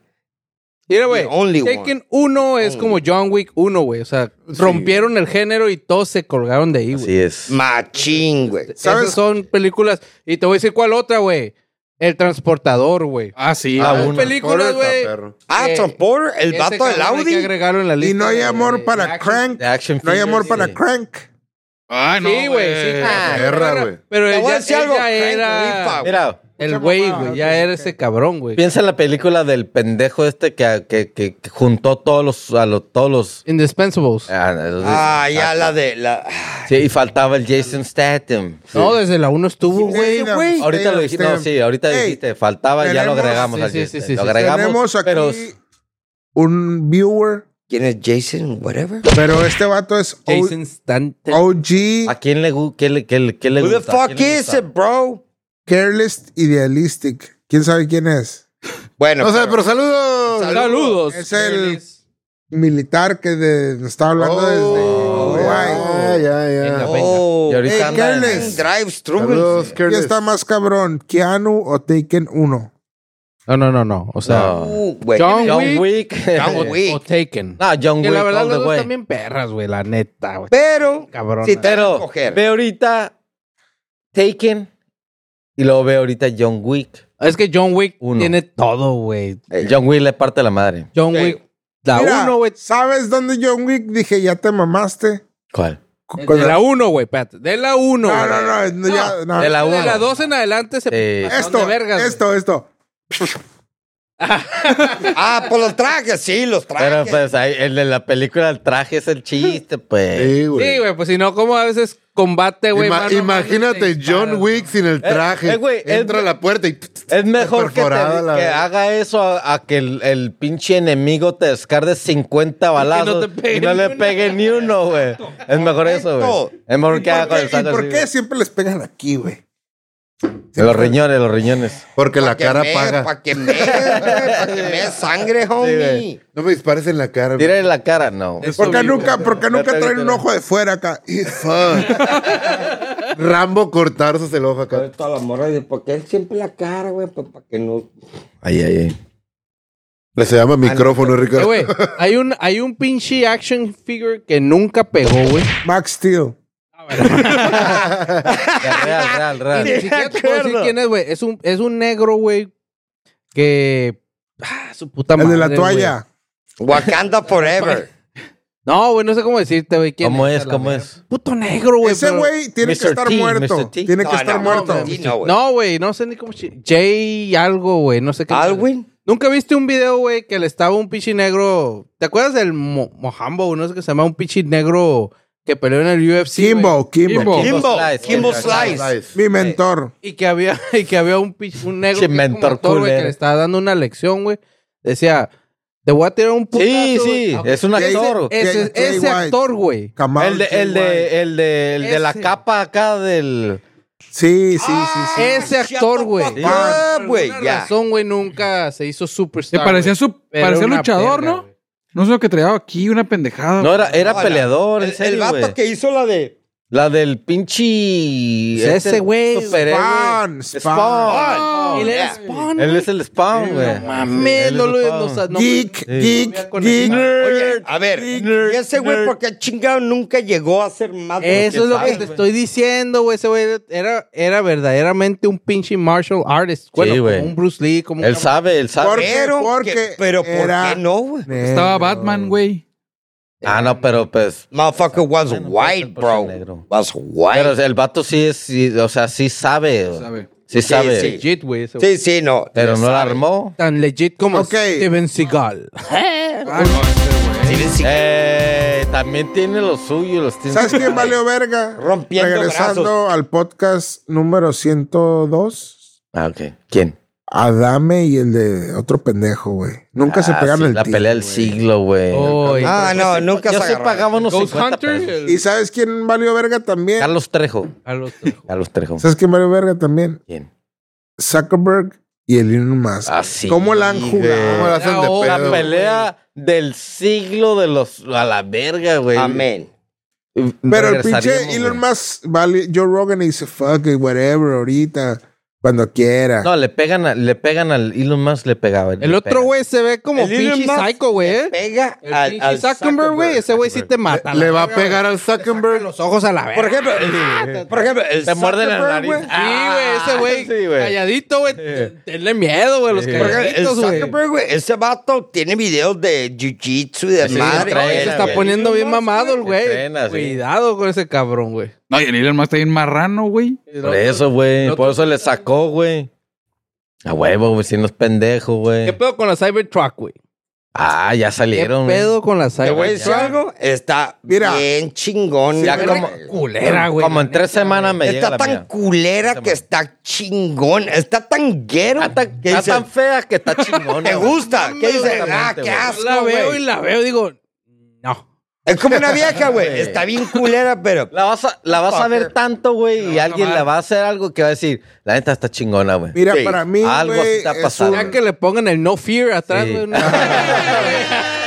Speaker 6: Mira, güey,
Speaker 3: The only one.
Speaker 6: Taken 1 es
Speaker 3: Only.
Speaker 6: como John Wick 1, güey. O sea, rompieron el género y todos se colgaron de ahí, güey.
Speaker 5: Así es.
Speaker 3: Machín, güey.
Speaker 7: ¿Sabes?
Speaker 6: Esas son películas. Y te voy a decir cuál otra, güey. El transportador, güey.
Speaker 4: Ah, sí.
Speaker 5: Ah,
Speaker 4: güey.
Speaker 5: una.
Speaker 6: películas, güey.
Speaker 3: Ah,
Speaker 6: Eh,
Speaker 3: Transporter, el
Speaker 6: Ese
Speaker 3: vato
Speaker 6: cabrón
Speaker 3: del
Speaker 6: hay que
Speaker 3: Audi.
Speaker 6: agregarlo en la lista.
Speaker 7: Y no hay
Speaker 6: de- de
Speaker 7: amor para
Speaker 6: action.
Speaker 7: Crank.
Speaker 5: The action
Speaker 7: No hay
Speaker 5: figures,
Speaker 7: amor
Speaker 5: sí.
Speaker 7: para Crank.
Speaker 4: Ay, no,
Speaker 6: Sí, güey, sí. Ah,
Speaker 8: perra,
Speaker 6: pero-
Speaker 8: güey.
Speaker 6: Pero
Speaker 3: Te
Speaker 6: él
Speaker 3: voy a
Speaker 6: ya,
Speaker 3: decir
Speaker 6: él
Speaker 3: algo,
Speaker 6: ya
Speaker 3: Frank
Speaker 6: era
Speaker 3: Rifa,
Speaker 5: Mira,
Speaker 6: el güey, güey. Ya era ese cabrón, güey.
Speaker 5: piensa en la película del pendejo este que, que, que- que juntó todos los, a los, todos los...
Speaker 6: Indispensables.
Speaker 5: Ah, entonces-
Speaker 3: Ah, ya la de la. ah,
Speaker 5: Sí, y faltaba el Jason Statham.
Speaker 6: No, desde la 1 estuvo, güey.
Speaker 7: Ese
Speaker 3: güey.
Speaker 5: Ahorita lo dijiste, no, sí, ahorita
Speaker 7: Ey,
Speaker 5: dijiste, faltaba, ya lo
Speaker 7: tenemos-
Speaker 5: agregamos
Speaker 6: sí,
Speaker 5: al
Speaker 6: sí,
Speaker 5: Jason.
Speaker 6: sí, sí,
Speaker 5: lo
Speaker 6: sí.
Speaker 5: agregamos,
Speaker 7: Tenemos aquí
Speaker 5: pero
Speaker 7: un viewer,
Speaker 3: ¿Quién es Jason? Whatever.
Speaker 7: pero este vato es O-
Speaker 6: Jason Stanton.
Speaker 5: ¿a
Speaker 7: OG,
Speaker 5: quién le, gu- qué le, qué le, qué le
Speaker 3: Who the
Speaker 5: gusta?
Speaker 3: fuck
Speaker 5: ¿Quién le
Speaker 3: is
Speaker 5: gusta?
Speaker 3: it, bro?
Speaker 7: Careless Idealistic. ¿Quién sabe quién es?
Speaker 3: Bueno,
Speaker 8: O sea, pero
Speaker 3: pero-
Speaker 8: saludos.
Speaker 6: Saludos.
Speaker 7: Es el- Militar que de- nos está hablando
Speaker 8: Oh,
Speaker 7: desde Uruguay.
Speaker 8: ya, ya,
Speaker 6: En la
Speaker 8: ya.
Speaker 3: oh,
Speaker 5: Y ahorita
Speaker 3: hey,
Speaker 5: anda en-
Speaker 3: Careless. drives through.
Speaker 8: Saludos,
Speaker 7: ¿Quién
Speaker 8: Curtis.
Speaker 7: está más cabrón, Keanu o Taken 1?
Speaker 6: No, no, no, no. O sea,
Speaker 5: No.
Speaker 3: Uh, güey.
Speaker 6: John,
Speaker 5: John
Speaker 6: Wick,
Speaker 5: Wick.
Speaker 3: John
Speaker 6: o-
Speaker 3: Wick.
Speaker 6: o Taken.
Speaker 5: no, John
Speaker 6: que
Speaker 5: Wick.
Speaker 6: la verdad
Speaker 5: all the
Speaker 6: los dos
Speaker 5: way.
Speaker 6: también perras, güey. La neta, güey.
Speaker 3: Pero,
Speaker 6: Cabrón.
Speaker 3: si te
Speaker 5: Pero
Speaker 3: coger.
Speaker 5: ve ahorita Taken y luego ve ahorita John Wick.
Speaker 6: Es que John Wick
Speaker 5: Uno.
Speaker 6: tiene todo, güey.
Speaker 3: Ey.
Speaker 5: John Wick le parte la madre.
Speaker 6: John
Speaker 3: Sí.
Speaker 6: Wick. La
Speaker 7: Mira,
Speaker 6: 1, güey.
Speaker 7: ¿Sabes dónde John Wick? Dije, ya te mamaste.
Speaker 5: ¿Cuál?
Speaker 7: Cu-
Speaker 6: De la 1, güey. Espérate. De la 1.
Speaker 7: No, no, no, no, ya, no.
Speaker 5: de la
Speaker 6: De la
Speaker 5: uno.
Speaker 6: 2 en adelante se
Speaker 5: Sí.
Speaker 6: pasaron
Speaker 7: Esto,
Speaker 6: de vergas, güey.
Speaker 7: esto, esto.
Speaker 3: Ah, por los trajes, sí, los
Speaker 5: Pero
Speaker 3: trajes.
Speaker 5: pues ahí, el de la película el traje es el chiste, pues.
Speaker 8: Sí, güey.
Speaker 6: Sí, güey, pues si no, como a veces combate, güey.
Speaker 8: Ima-
Speaker 6: mano a mano y te
Speaker 8: imagínate
Speaker 6: disparas,
Speaker 8: John Wick sin el traje.
Speaker 5: eh, güey, es-
Speaker 8: Entra a la puerta y.
Speaker 5: Es mejor que, te-
Speaker 8: Perforada la
Speaker 5: que
Speaker 8: verga.
Speaker 5: haga eso a, a que el, el pinche enemigo te descargue 50 balazos y
Speaker 6: te
Speaker 5: no,
Speaker 6: pegue ni
Speaker 5: le
Speaker 6: una.
Speaker 5: pegue ni uno, güey. Es mejor eso, güey. Es mejor que haga con
Speaker 7: ¿Por
Speaker 5: el
Speaker 7: qué, ¿Y
Speaker 5: saco
Speaker 7: por
Speaker 5: así,
Speaker 7: qué
Speaker 6: este
Speaker 5: güey.
Speaker 7: siempre les pegan aquí, güey?
Speaker 5: Los riñones, los riñones.
Speaker 8: Porque la
Speaker 3: Pa' que
Speaker 8: cara
Speaker 3: me-
Speaker 8: paga.
Speaker 3: Pa' que me, pa' que me sangre, homie.
Speaker 8: No me dispares en la cara. güey.
Speaker 5: Tira en la cara, no.
Speaker 6: Eso
Speaker 7: Porque
Speaker 6: digo,
Speaker 7: nunca,
Speaker 6: güey.
Speaker 7: porque nunca
Speaker 5: Vete,
Speaker 7: traen
Speaker 5: vete,
Speaker 7: un
Speaker 5: vete.
Speaker 7: ojo de fuera acá. Y-
Speaker 8: Rambo cortarse el ojo acá.
Speaker 3: Toda la morra dice, ¿por qué siempre la cara, güey? Pues para que no.
Speaker 5: Ahí, ahí, ahí.
Speaker 8: Le se llama micrófono,
Speaker 6: Eh,
Speaker 8: Ricardo.
Speaker 6: güey, hay un, hay un pinche action figure que nunca pegó, güey.
Speaker 7: Max Steel.
Speaker 5: Ya, Real, real,
Speaker 6: Y Ni
Speaker 5: real.
Speaker 6: siquiera te puedo decir
Speaker 3: acuerdo.
Speaker 6: quién es, güey. Es un, es un negro, güey, que... Ah, su puta
Speaker 7: El
Speaker 6: madre,
Speaker 7: de la
Speaker 6: güey.
Speaker 7: toalla.
Speaker 3: Wakanda Forever.
Speaker 6: No, güey, no sé cómo decirte, güey. quién
Speaker 5: ¿Cómo es?
Speaker 6: a la
Speaker 5: ¿Cómo
Speaker 6: verga.
Speaker 5: es?
Speaker 6: Puto negro, güey.
Speaker 7: Ese
Speaker 6: pero-
Speaker 7: güey tiene que
Speaker 5: Mr.
Speaker 7: estar
Speaker 5: T,
Speaker 7: muerto.
Speaker 5: Mr. T.
Speaker 7: Tiene que
Speaker 3: No,
Speaker 7: estar
Speaker 3: no,
Speaker 7: muerto.
Speaker 3: no, sí, no, güey.
Speaker 6: No, güey, no sé ni cómo... chi- Jay algo, güey, no sé qué.
Speaker 3: Alwin.
Speaker 6: ¿Nunca viste un video, güey, que le estaba un pinche negro... ¿Te acuerdas del Mo- Mojambo? No sé qué se llama, un pinche negro que peleó en el UFC, güey?
Speaker 7: Kimbo, Kimbo.
Speaker 4: Kimbo.
Speaker 3: Kimbo.
Speaker 5: Slice,
Speaker 3: Kimbo
Speaker 5: Kimbo
Speaker 3: Slice.
Speaker 7: Mi mentor.
Speaker 6: Y que había, y que había un, pich- un negro
Speaker 5: Che,
Speaker 6: que, es como
Speaker 5: mentor
Speaker 6: actor, güey, que
Speaker 5: culero.
Speaker 6: le estaba dando una lección, güey. Decía, te voy a tirar un putazo.
Speaker 5: Sí, sí,
Speaker 6: güey".
Speaker 5: es un
Speaker 7: Jay-
Speaker 5: actor. güey.
Speaker 6: Ese,
Speaker 7: Jay- Jay
Speaker 6: ese
Speaker 7: White.
Speaker 6: actor, güey.
Speaker 7: Kamal
Speaker 5: El de,
Speaker 7: J.
Speaker 5: el de, el de, el de la
Speaker 6: Ese.
Speaker 5: capa acá del.
Speaker 7: Sí, sí, sí, sí.
Speaker 6: Ese
Speaker 3: shut the
Speaker 6: actor, güey.
Speaker 3: fuck
Speaker 5: Sí.
Speaker 3: up,
Speaker 6: Ah,
Speaker 3: güey,
Speaker 6: Por
Speaker 3: ya.
Speaker 6: alguna razón, güey, nunca se hizo
Speaker 4: Que
Speaker 6: superstar.
Speaker 4: parecía,
Speaker 6: güey.
Speaker 4: su,
Speaker 6: Pero
Speaker 4: parecía
Speaker 6: una
Speaker 4: luchador,
Speaker 6: verga,
Speaker 4: ¿no?
Speaker 6: güey.
Speaker 4: No sé lo que traía aquí, una pendejada.
Speaker 5: No, era, era
Speaker 3: No, la-
Speaker 5: peleador,
Speaker 3: El,
Speaker 5: en
Speaker 3: el
Speaker 5: serio,
Speaker 3: vato
Speaker 5: güey.
Speaker 3: que hizo la de
Speaker 5: La del pinche.
Speaker 6: Ese güey,
Speaker 5: superhéroe.
Speaker 7: Spawn, Spawn.
Speaker 5: Spawn.
Speaker 6: Él era
Speaker 5: güey.
Speaker 6: Spawn,
Speaker 5: Él
Speaker 6: güey.
Speaker 5: es el Spawn, güey.
Speaker 6: No mames,
Speaker 5: Él
Speaker 6: no
Speaker 5: es
Speaker 6: lo
Speaker 5: el
Speaker 6: no, o sea, no-
Speaker 7: Geek,
Speaker 5: no,
Speaker 7: geek,
Speaker 6: no,
Speaker 7: geek.
Speaker 6: no,
Speaker 3: Oye, a ver, ¿y ese güey por qué chingado nunca llegó a ser más? de
Speaker 6: Eso es lo que
Speaker 3: sabe?
Speaker 6: te estoy diciendo, güey. Ese güey era, era verdaderamente un pinche martial artist. Bueno,
Speaker 5: Sí, güey.
Speaker 6: como un Bruce Lee, como un-
Speaker 5: Él sabe, él sabe.
Speaker 7: Porque-
Speaker 3: Pero,
Speaker 7: porque
Speaker 3: que- pero ¿por
Speaker 7: era-
Speaker 3: qué no, güey?
Speaker 4: Estaba Batman, güey.
Speaker 5: Ah, no, pero pues.
Speaker 3: Motherfucker was
Speaker 5: Bueno, pues,
Speaker 3: white,
Speaker 5: el
Speaker 3: bro.
Speaker 5: negro.
Speaker 3: Was white.
Speaker 5: Pero el vato sí es. sí, o sea, sí sabe. güey.
Speaker 4: Sabe.
Speaker 5: Sí sabe.
Speaker 3: sí.
Speaker 6: legit, güey. ese güey.
Speaker 3: sí, sí, no.
Speaker 5: Pero no
Speaker 3: sabe.
Speaker 5: la armó.
Speaker 6: Tan legit como
Speaker 7: Ok.
Speaker 6: Steven Seagal.
Speaker 4: Ah, no, este güey.
Speaker 3: Sí, sí.
Speaker 5: Eh, también tiene lo suyo. Los tiene.
Speaker 7: ¿Sabes quién valió verga?
Speaker 3: Rompiendo
Speaker 7: Regresando al podcast número 102.
Speaker 5: Ah, ok. ¿Quién?
Speaker 7: Adame y el de otro pendejo, güey. Nunca se
Speaker 5: Ah,
Speaker 7: pegaron
Speaker 5: sí,
Speaker 7: el
Speaker 5: La
Speaker 7: tiro,
Speaker 5: pelea del
Speaker 7: güey.
Speaker 5: siglo, güey.
Speaker 6: Oy.
Speaker 3: Ah, no, nunca
Speaker 5: Yo
Speaker 3: se
Speaker 5: sí
Speaker 3: agarró.
Speaker 5: pagaba unos
Speaker 6: Ghost
Speaker 5: 50
Speaker 6: Hunter.
Speaker 5: pesos.
Speaker 6: el-
Speaker 7: ¿Y sabes quién valió verga también?
Speaker 5: Carlos Trejo.
Speaker 6: a los tres.
Speaker 5: Carlos Trejo.
Speaker 7: ¿Sabes quién valió verga también?
Speaker 5: ¿Quién?
Speaker 7: Zuckerberg y el Elon Musk.
Speaker 5: Ah, sí,
Speaker 7: ¿Cómo la han
Speaker 5: güey. Ah, oh,
Speaker 8: ¿Cómo la
Speaker 7: jugado?
Speaker 8: hacen de
Speaker 5: La
Speaker 8: pedo?
Speaker 5: pelea del siglo de los. A la verga, güey.
Speaker 3: Amén.
Speaker 7: Pero el
Speaker 5: Regresaríamos,
Speaker 7: pinche Elon
Speaker 5: güey.
Speaker 7: Musk, vale, Joe Rogan y dice, fuck it, whatever, ahorita, cuando quiera.
Speaker 5: No, le pegan, a- le pegan al Elon Musk, le pegaba.
Speaker 6: El otro güey se ve como
Speaker 3: El Elon
Speaker 6: pinche
Speaker 3: Musk
Speaker 6: psycho, güey. eh.
Speaker 3: Pega
Speaker 6: El
Speaker 3: al,
Speaker 6: pinche
Speaker 3: al
Speaker 6: Zuckerberg, güey. Ese güey sí te mata.
Speaker 8: Le
Speaker 6: la
Speaker 8: va a
Speaker 6: verga, güey.
Speaker 8: pegar al Zuckerberg.
Speaker 6: los ojos a la verga.
Speaker 3: Por ejemplo, el- por ejemplo, el
Speaker 5: Te muerde la
Speaker 3: Zuckerberg,
Speaker 5: nariz.
Speaker 3: güey. Ah,
Speaker 6: Sí, güey, ese güey.
Speaker 5: Sí, güey.
Speaker 6: calladito, güey. ten- Tenle miedo, güey. Los
Speaker 5: Sí.
Speaker 3: Por ejemplo, El
Speaker 6: calladitos, güey.
Speaker 3: Zuckerberg, güey, ese vato tiene videos de jiu-jitsu y de
Speaker 5: Sí,
Speaker 3: madre.
Speaker 5: trae,
Speaker 6: Ah, Se
Speaker 5: Entrena,
Speaker 6: está
Speaker 5: güey.
Speaker 6: poniendo bien mamado el güey.
Speaker 5: Entrena, sí.
Speaker 6: Cuidado con ese cabrón, güey.
Speaker 4: No, y el Elon Musk está bien marrano, güey.
Speaker 5: Por eso, güey. Por eso le sacó, güey. A huevo, güey. Si no es pendejo,
Speaker 6: ¿Qué
Speaker 5: güey.
Speaker 6: pedo con la Cybertruck, güey?
Speaker 5: Ah, ya
Speaker 6: ¿Qué
Speaker 5: salieron. güey.
Speaker 6: pedo con la
Speaker 3: Te voy a decir
Speaker 6: Cybertruck?
Speaker 3: algo, está
Speaker 7: Mira.
Speaker 3: bien chingón.
Speaker 5: Ya
Speaker 3: güey.
Speaker 5: como,
Speaker 6: culera, güey.
Speaker 5: como en tres semanas me llega
Speaker 3: Está
Speaker 5: la
Speaker 3: tan
Speaker 5: mía.
Speaker 3: culera
Speaker 5: Esa
Speaker 3: que está chingón. Está tan guero.
Speaker 5: Está,
Speaker 3: que
Speaker 5: está
Speaker 3: dices,
Speaker 5: tan fea que está chingona.
Speaker 3: te
Speaker 5: güey.
Speaker 3: gusta. ¿Qué dices? Ah, qué
Speaker 5: Exactamente, güey.
Speaker 3: asco,
Speaker 6: La veo y
Speaker 3: güey.
Speaker 6: la veo, digo, no.
Speaker 3: Es como una vieja, güey. Está bien culera, pero...
Speaker 5: La vas a, la vas a ver tanto, güey, y alguien la va a hacer algo que va a decir, la neta está chingona, güey.
Speaker 7: Mira,
Speaker 3: Sí,
Speaker 7: para mí,
Speaker 5: algo
Speaker 7: güey,
Speaker 5: está
Speaker 7: es
Speaker 5: pasando.
Speaker 7: un-
Speaker 6: Ya que le pongan el no fear atrás,
Speaker 5: Sí.
Speaker 6: güey. no.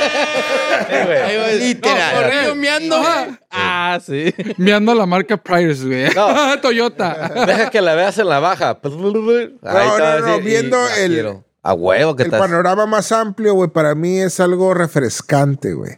Speaker 6: Ahí va,
Speaker 3: Literal.
Speaker 6: no, corrido meando, güey. Ah, sí.
Speaker 4: Mirando la marca Priors, güey.
Speaker 5: No.
Speaker 4: Toyota.
Speaker 5: Deja que la veas en la baja. Ahí te va a
Speaker 7: no, no,
Speaker 5: decir, y
Speaker 7: viendo
Speaker 5: la
Speaker 7: el-
Speaker 5: quiero. A huevo que
Speaker 7: el
Speaker 5: estás.
Speaker 7: panorama más amplio, güey, para mí es algo refrescante, güey.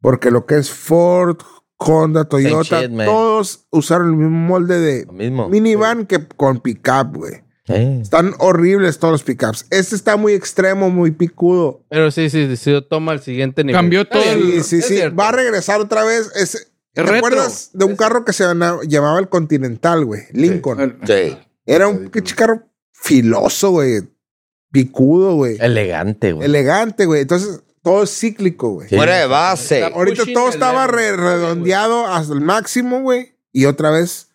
Speaker 7: Porque lo que es Ford, Honda, Toyota,
Speaker 5: shit, man.
Speaker 7: todos usaron el mismo molde de
Speaker 5: Lo mismo.
Speaker 7: minivan que con pickup, güey.
Speaker 5: Eh.
Speaker 7: Están horribles todos los pickups. Este está muy extremo, muy picudo.
Speaker 6: Pero sí, sí, sí, toma el siguiente nivel.
Speaker 4: Cambió todo
Speaker 7: Sí,
Speaker 4: el.
Speaker 7: sí,
Speaker 6: es
Speaker 7: sí.
Speaker 6: cierto.
Speaker 7: Va a regresar otra vez. ese- ¿Te
Speaker 4: Retro.
Speaker 7: acuerdas de un carro que se llama- llamaba el Continental, güey? Lincoln.
Speaker 3: Sí.
Speaker 7: Era un pinche carro filoso, güey. Picudo, güey.
Speaker 5: Elegante, güey.
Speaker 7: Elegante, güey. Entonces, todo es cíclico, güey.
Speaker 5: Sí.
Speaker 3: Fuera de base.
Speaker 6: Está-
Speaker 7: Ahorita
Speaker 6: Pushing
Speaker 7: todo
Speaker 6: el
Speaker 7: estaba
Speaker 6: level.
Speaker 7: re- redondeado hasta el máximo, güey. Y otra vez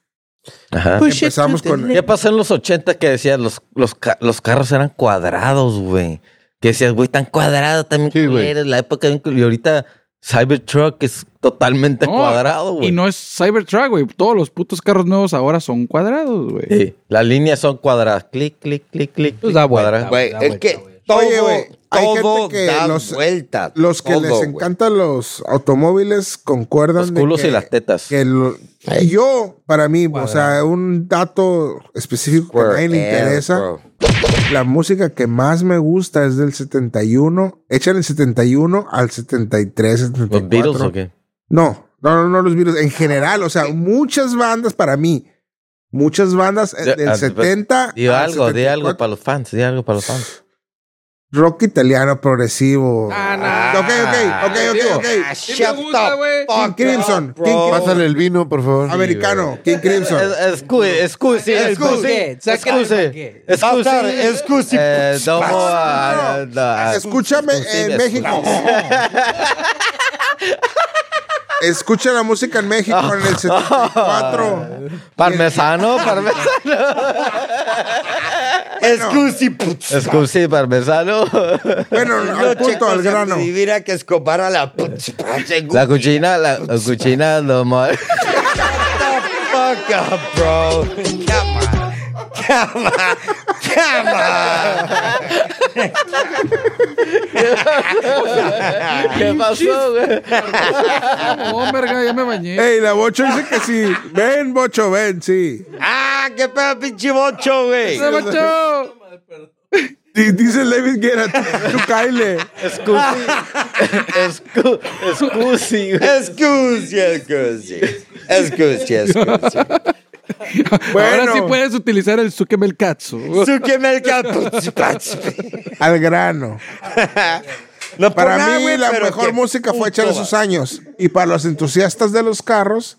Speaker 5: Ajá.
Speaker 7: Pues empezamos con...
Speaker 5: ¿Qué pasó en los 80 que decías los, los, ca- los carros eran cuadrados, güey? Que decías, güey, tan cuadrado también
Speaker 8: Sí, güey.
Speaker 5: culeros, la época bien cul- y ahorita Cybertruck es totalmente
Speaker 4: No,
Speaker 5: cuadrado, güey.
Speaker 4: Y no es Cybertruck, güey. Todos los putos carros nuevos ahora son cuadrados, güey.
Speaker 5: Sí, las líneas son cuadradas. Clic, clic, clic, clic.
Speaker 6: Pues
Speaker 5: clic,
Speaker 6: da vuelta,
Speaker 5: cuadrado.
Speaker 3: Güey,
Speaker 6: Da
Speaker 3: es
Speaker 6: vuelta,
Speaker 3: que
Speaker 6: güey.
Speaker 3: todo,
Speaker 7: Oye, güey, hay gente
Speaker 3: todo
Speaker 7: que
Speaker 3: da
Speaker 7: los-
Speaker 3: vuelta.
Speaker 7: Los que
Speaker 3: todo,
Speaker 7: les
Speaker 3: güey.
Speaker 7: encantan los automóviles concuerdan
Speaker 5: Los
Speaker 7: de
Speaker 5: culos
Speaker 7: que-
Speaker 5: y las tetas.
Speaker 7: que lo- y yo, para mí, o sea, un dato específico que a nadie le
Speaker 3: Whatever,
Speaker 7: interesa,
Speaker 3: bro.
Speaker 7: la música que más me gusta es del 71. Echan el 71 al 73,
Speaker 5: ¿Los Beatles
Speaker 7: 74.
Speaker 5: o qué?
Speaker 7: No, no, no, no los Beatles. En general, o sea, muchas bandas para mí, muchas bandas eh,
Speaker 5: De-
Speaker 7: del
Speaker 5: ah,
Speaker 7: 70
Speaker 5: Di
Speaker 7: al
Speaker 5: algo, di algo
Speaker 7: 74.
Speaker 5: para los fans, di algo para los fans.
Speaker 7: Rock italiano progresivo.
Speaker 6: Ah, no.
Speaker 7: Ok, ok, ok, ok, ok.
Speaker 3: Ah, shut
Speaker 6: gusta,
Speaker 3: the
Speaker 6: güey.
Speaker 3: fuck
Speaker 7: King Crimson,
Speaker 3: up, bro.
Speaker 7: King Crimson.
Speaker 8: Pásale el vino, por favor.
Speaker 7: Americano, King Crimson.
Speaker 5: Excuse, excuse, sí,
Speaker 3: Excuse,
Speaker 5: excuse,
Speaker 6: sácala del
Speaker 5: excuse,
Speaker 3: Bastar,
Speaker 6: paquete.
Speaker 5: excuse,
Speaker 3: excuse.
Speaker 5: Eh, domo,
Speaker 7: No,
Speaker 5: ah,
Speaker 7: no, no.
Speaker 5: ah,
Speaker 7: Escúchame
Speaker 5: excuse,
Speaker 7: en
Speaker 5: excuse.
Speaker 7: México. Escucha la música en México en el 74.
Speaker 5: Parmesano, parmesano.
Speaker 3: Excuse, putz.
Speaker 5: Excuse, parmesano.
Speaker 7: Bueno, al punto, al grano.
Speaker 3: Mira que Escobar a la ah, putz.
Speaker 5: La cuchina, la cuchina, domo.
Speaker 3: Fuck up, bro. Come on. Come on. Come on.
Speaker 5: ¿Qué pasó, güey?
Speaker 4: Ah, No, verga, ya me bañé.
Speaker 7: Ey, la Bocho dice que sí. Ven, Bocho, ven, sí.
Speaker 3: ¡Ah! ¡Qué pedo, pinche bocho, güey!
Speaker 4: ¡Se macho!
Speaker 7: Di- Dice David Guerra, tú, tú cáele.
Speaker 5: Escu- Escusi, güey.
Speaker 3: Excusi, excusi. Excusi, excusi.
Speaker 7: Bueno.
Speaker 4: Ahora sí puedes utilizar el Zuckerberg el Katsu.
Speaker 3: Súqueme el capo. No
Speaker 7: Al grano.
Speaker 3: por
Speaker 7: Para
Speaker 3: nada,
Speaker 7: mí,
Speaker 3: güey,
Speaker 7: la
Speaker 3: pero
Speaker 7: mejor
Speaker 3: qué
Speaker 7: música fue hecha en
Speaker 3: puto
Speaker 7: esos años. Y para los entusiastas de los carros,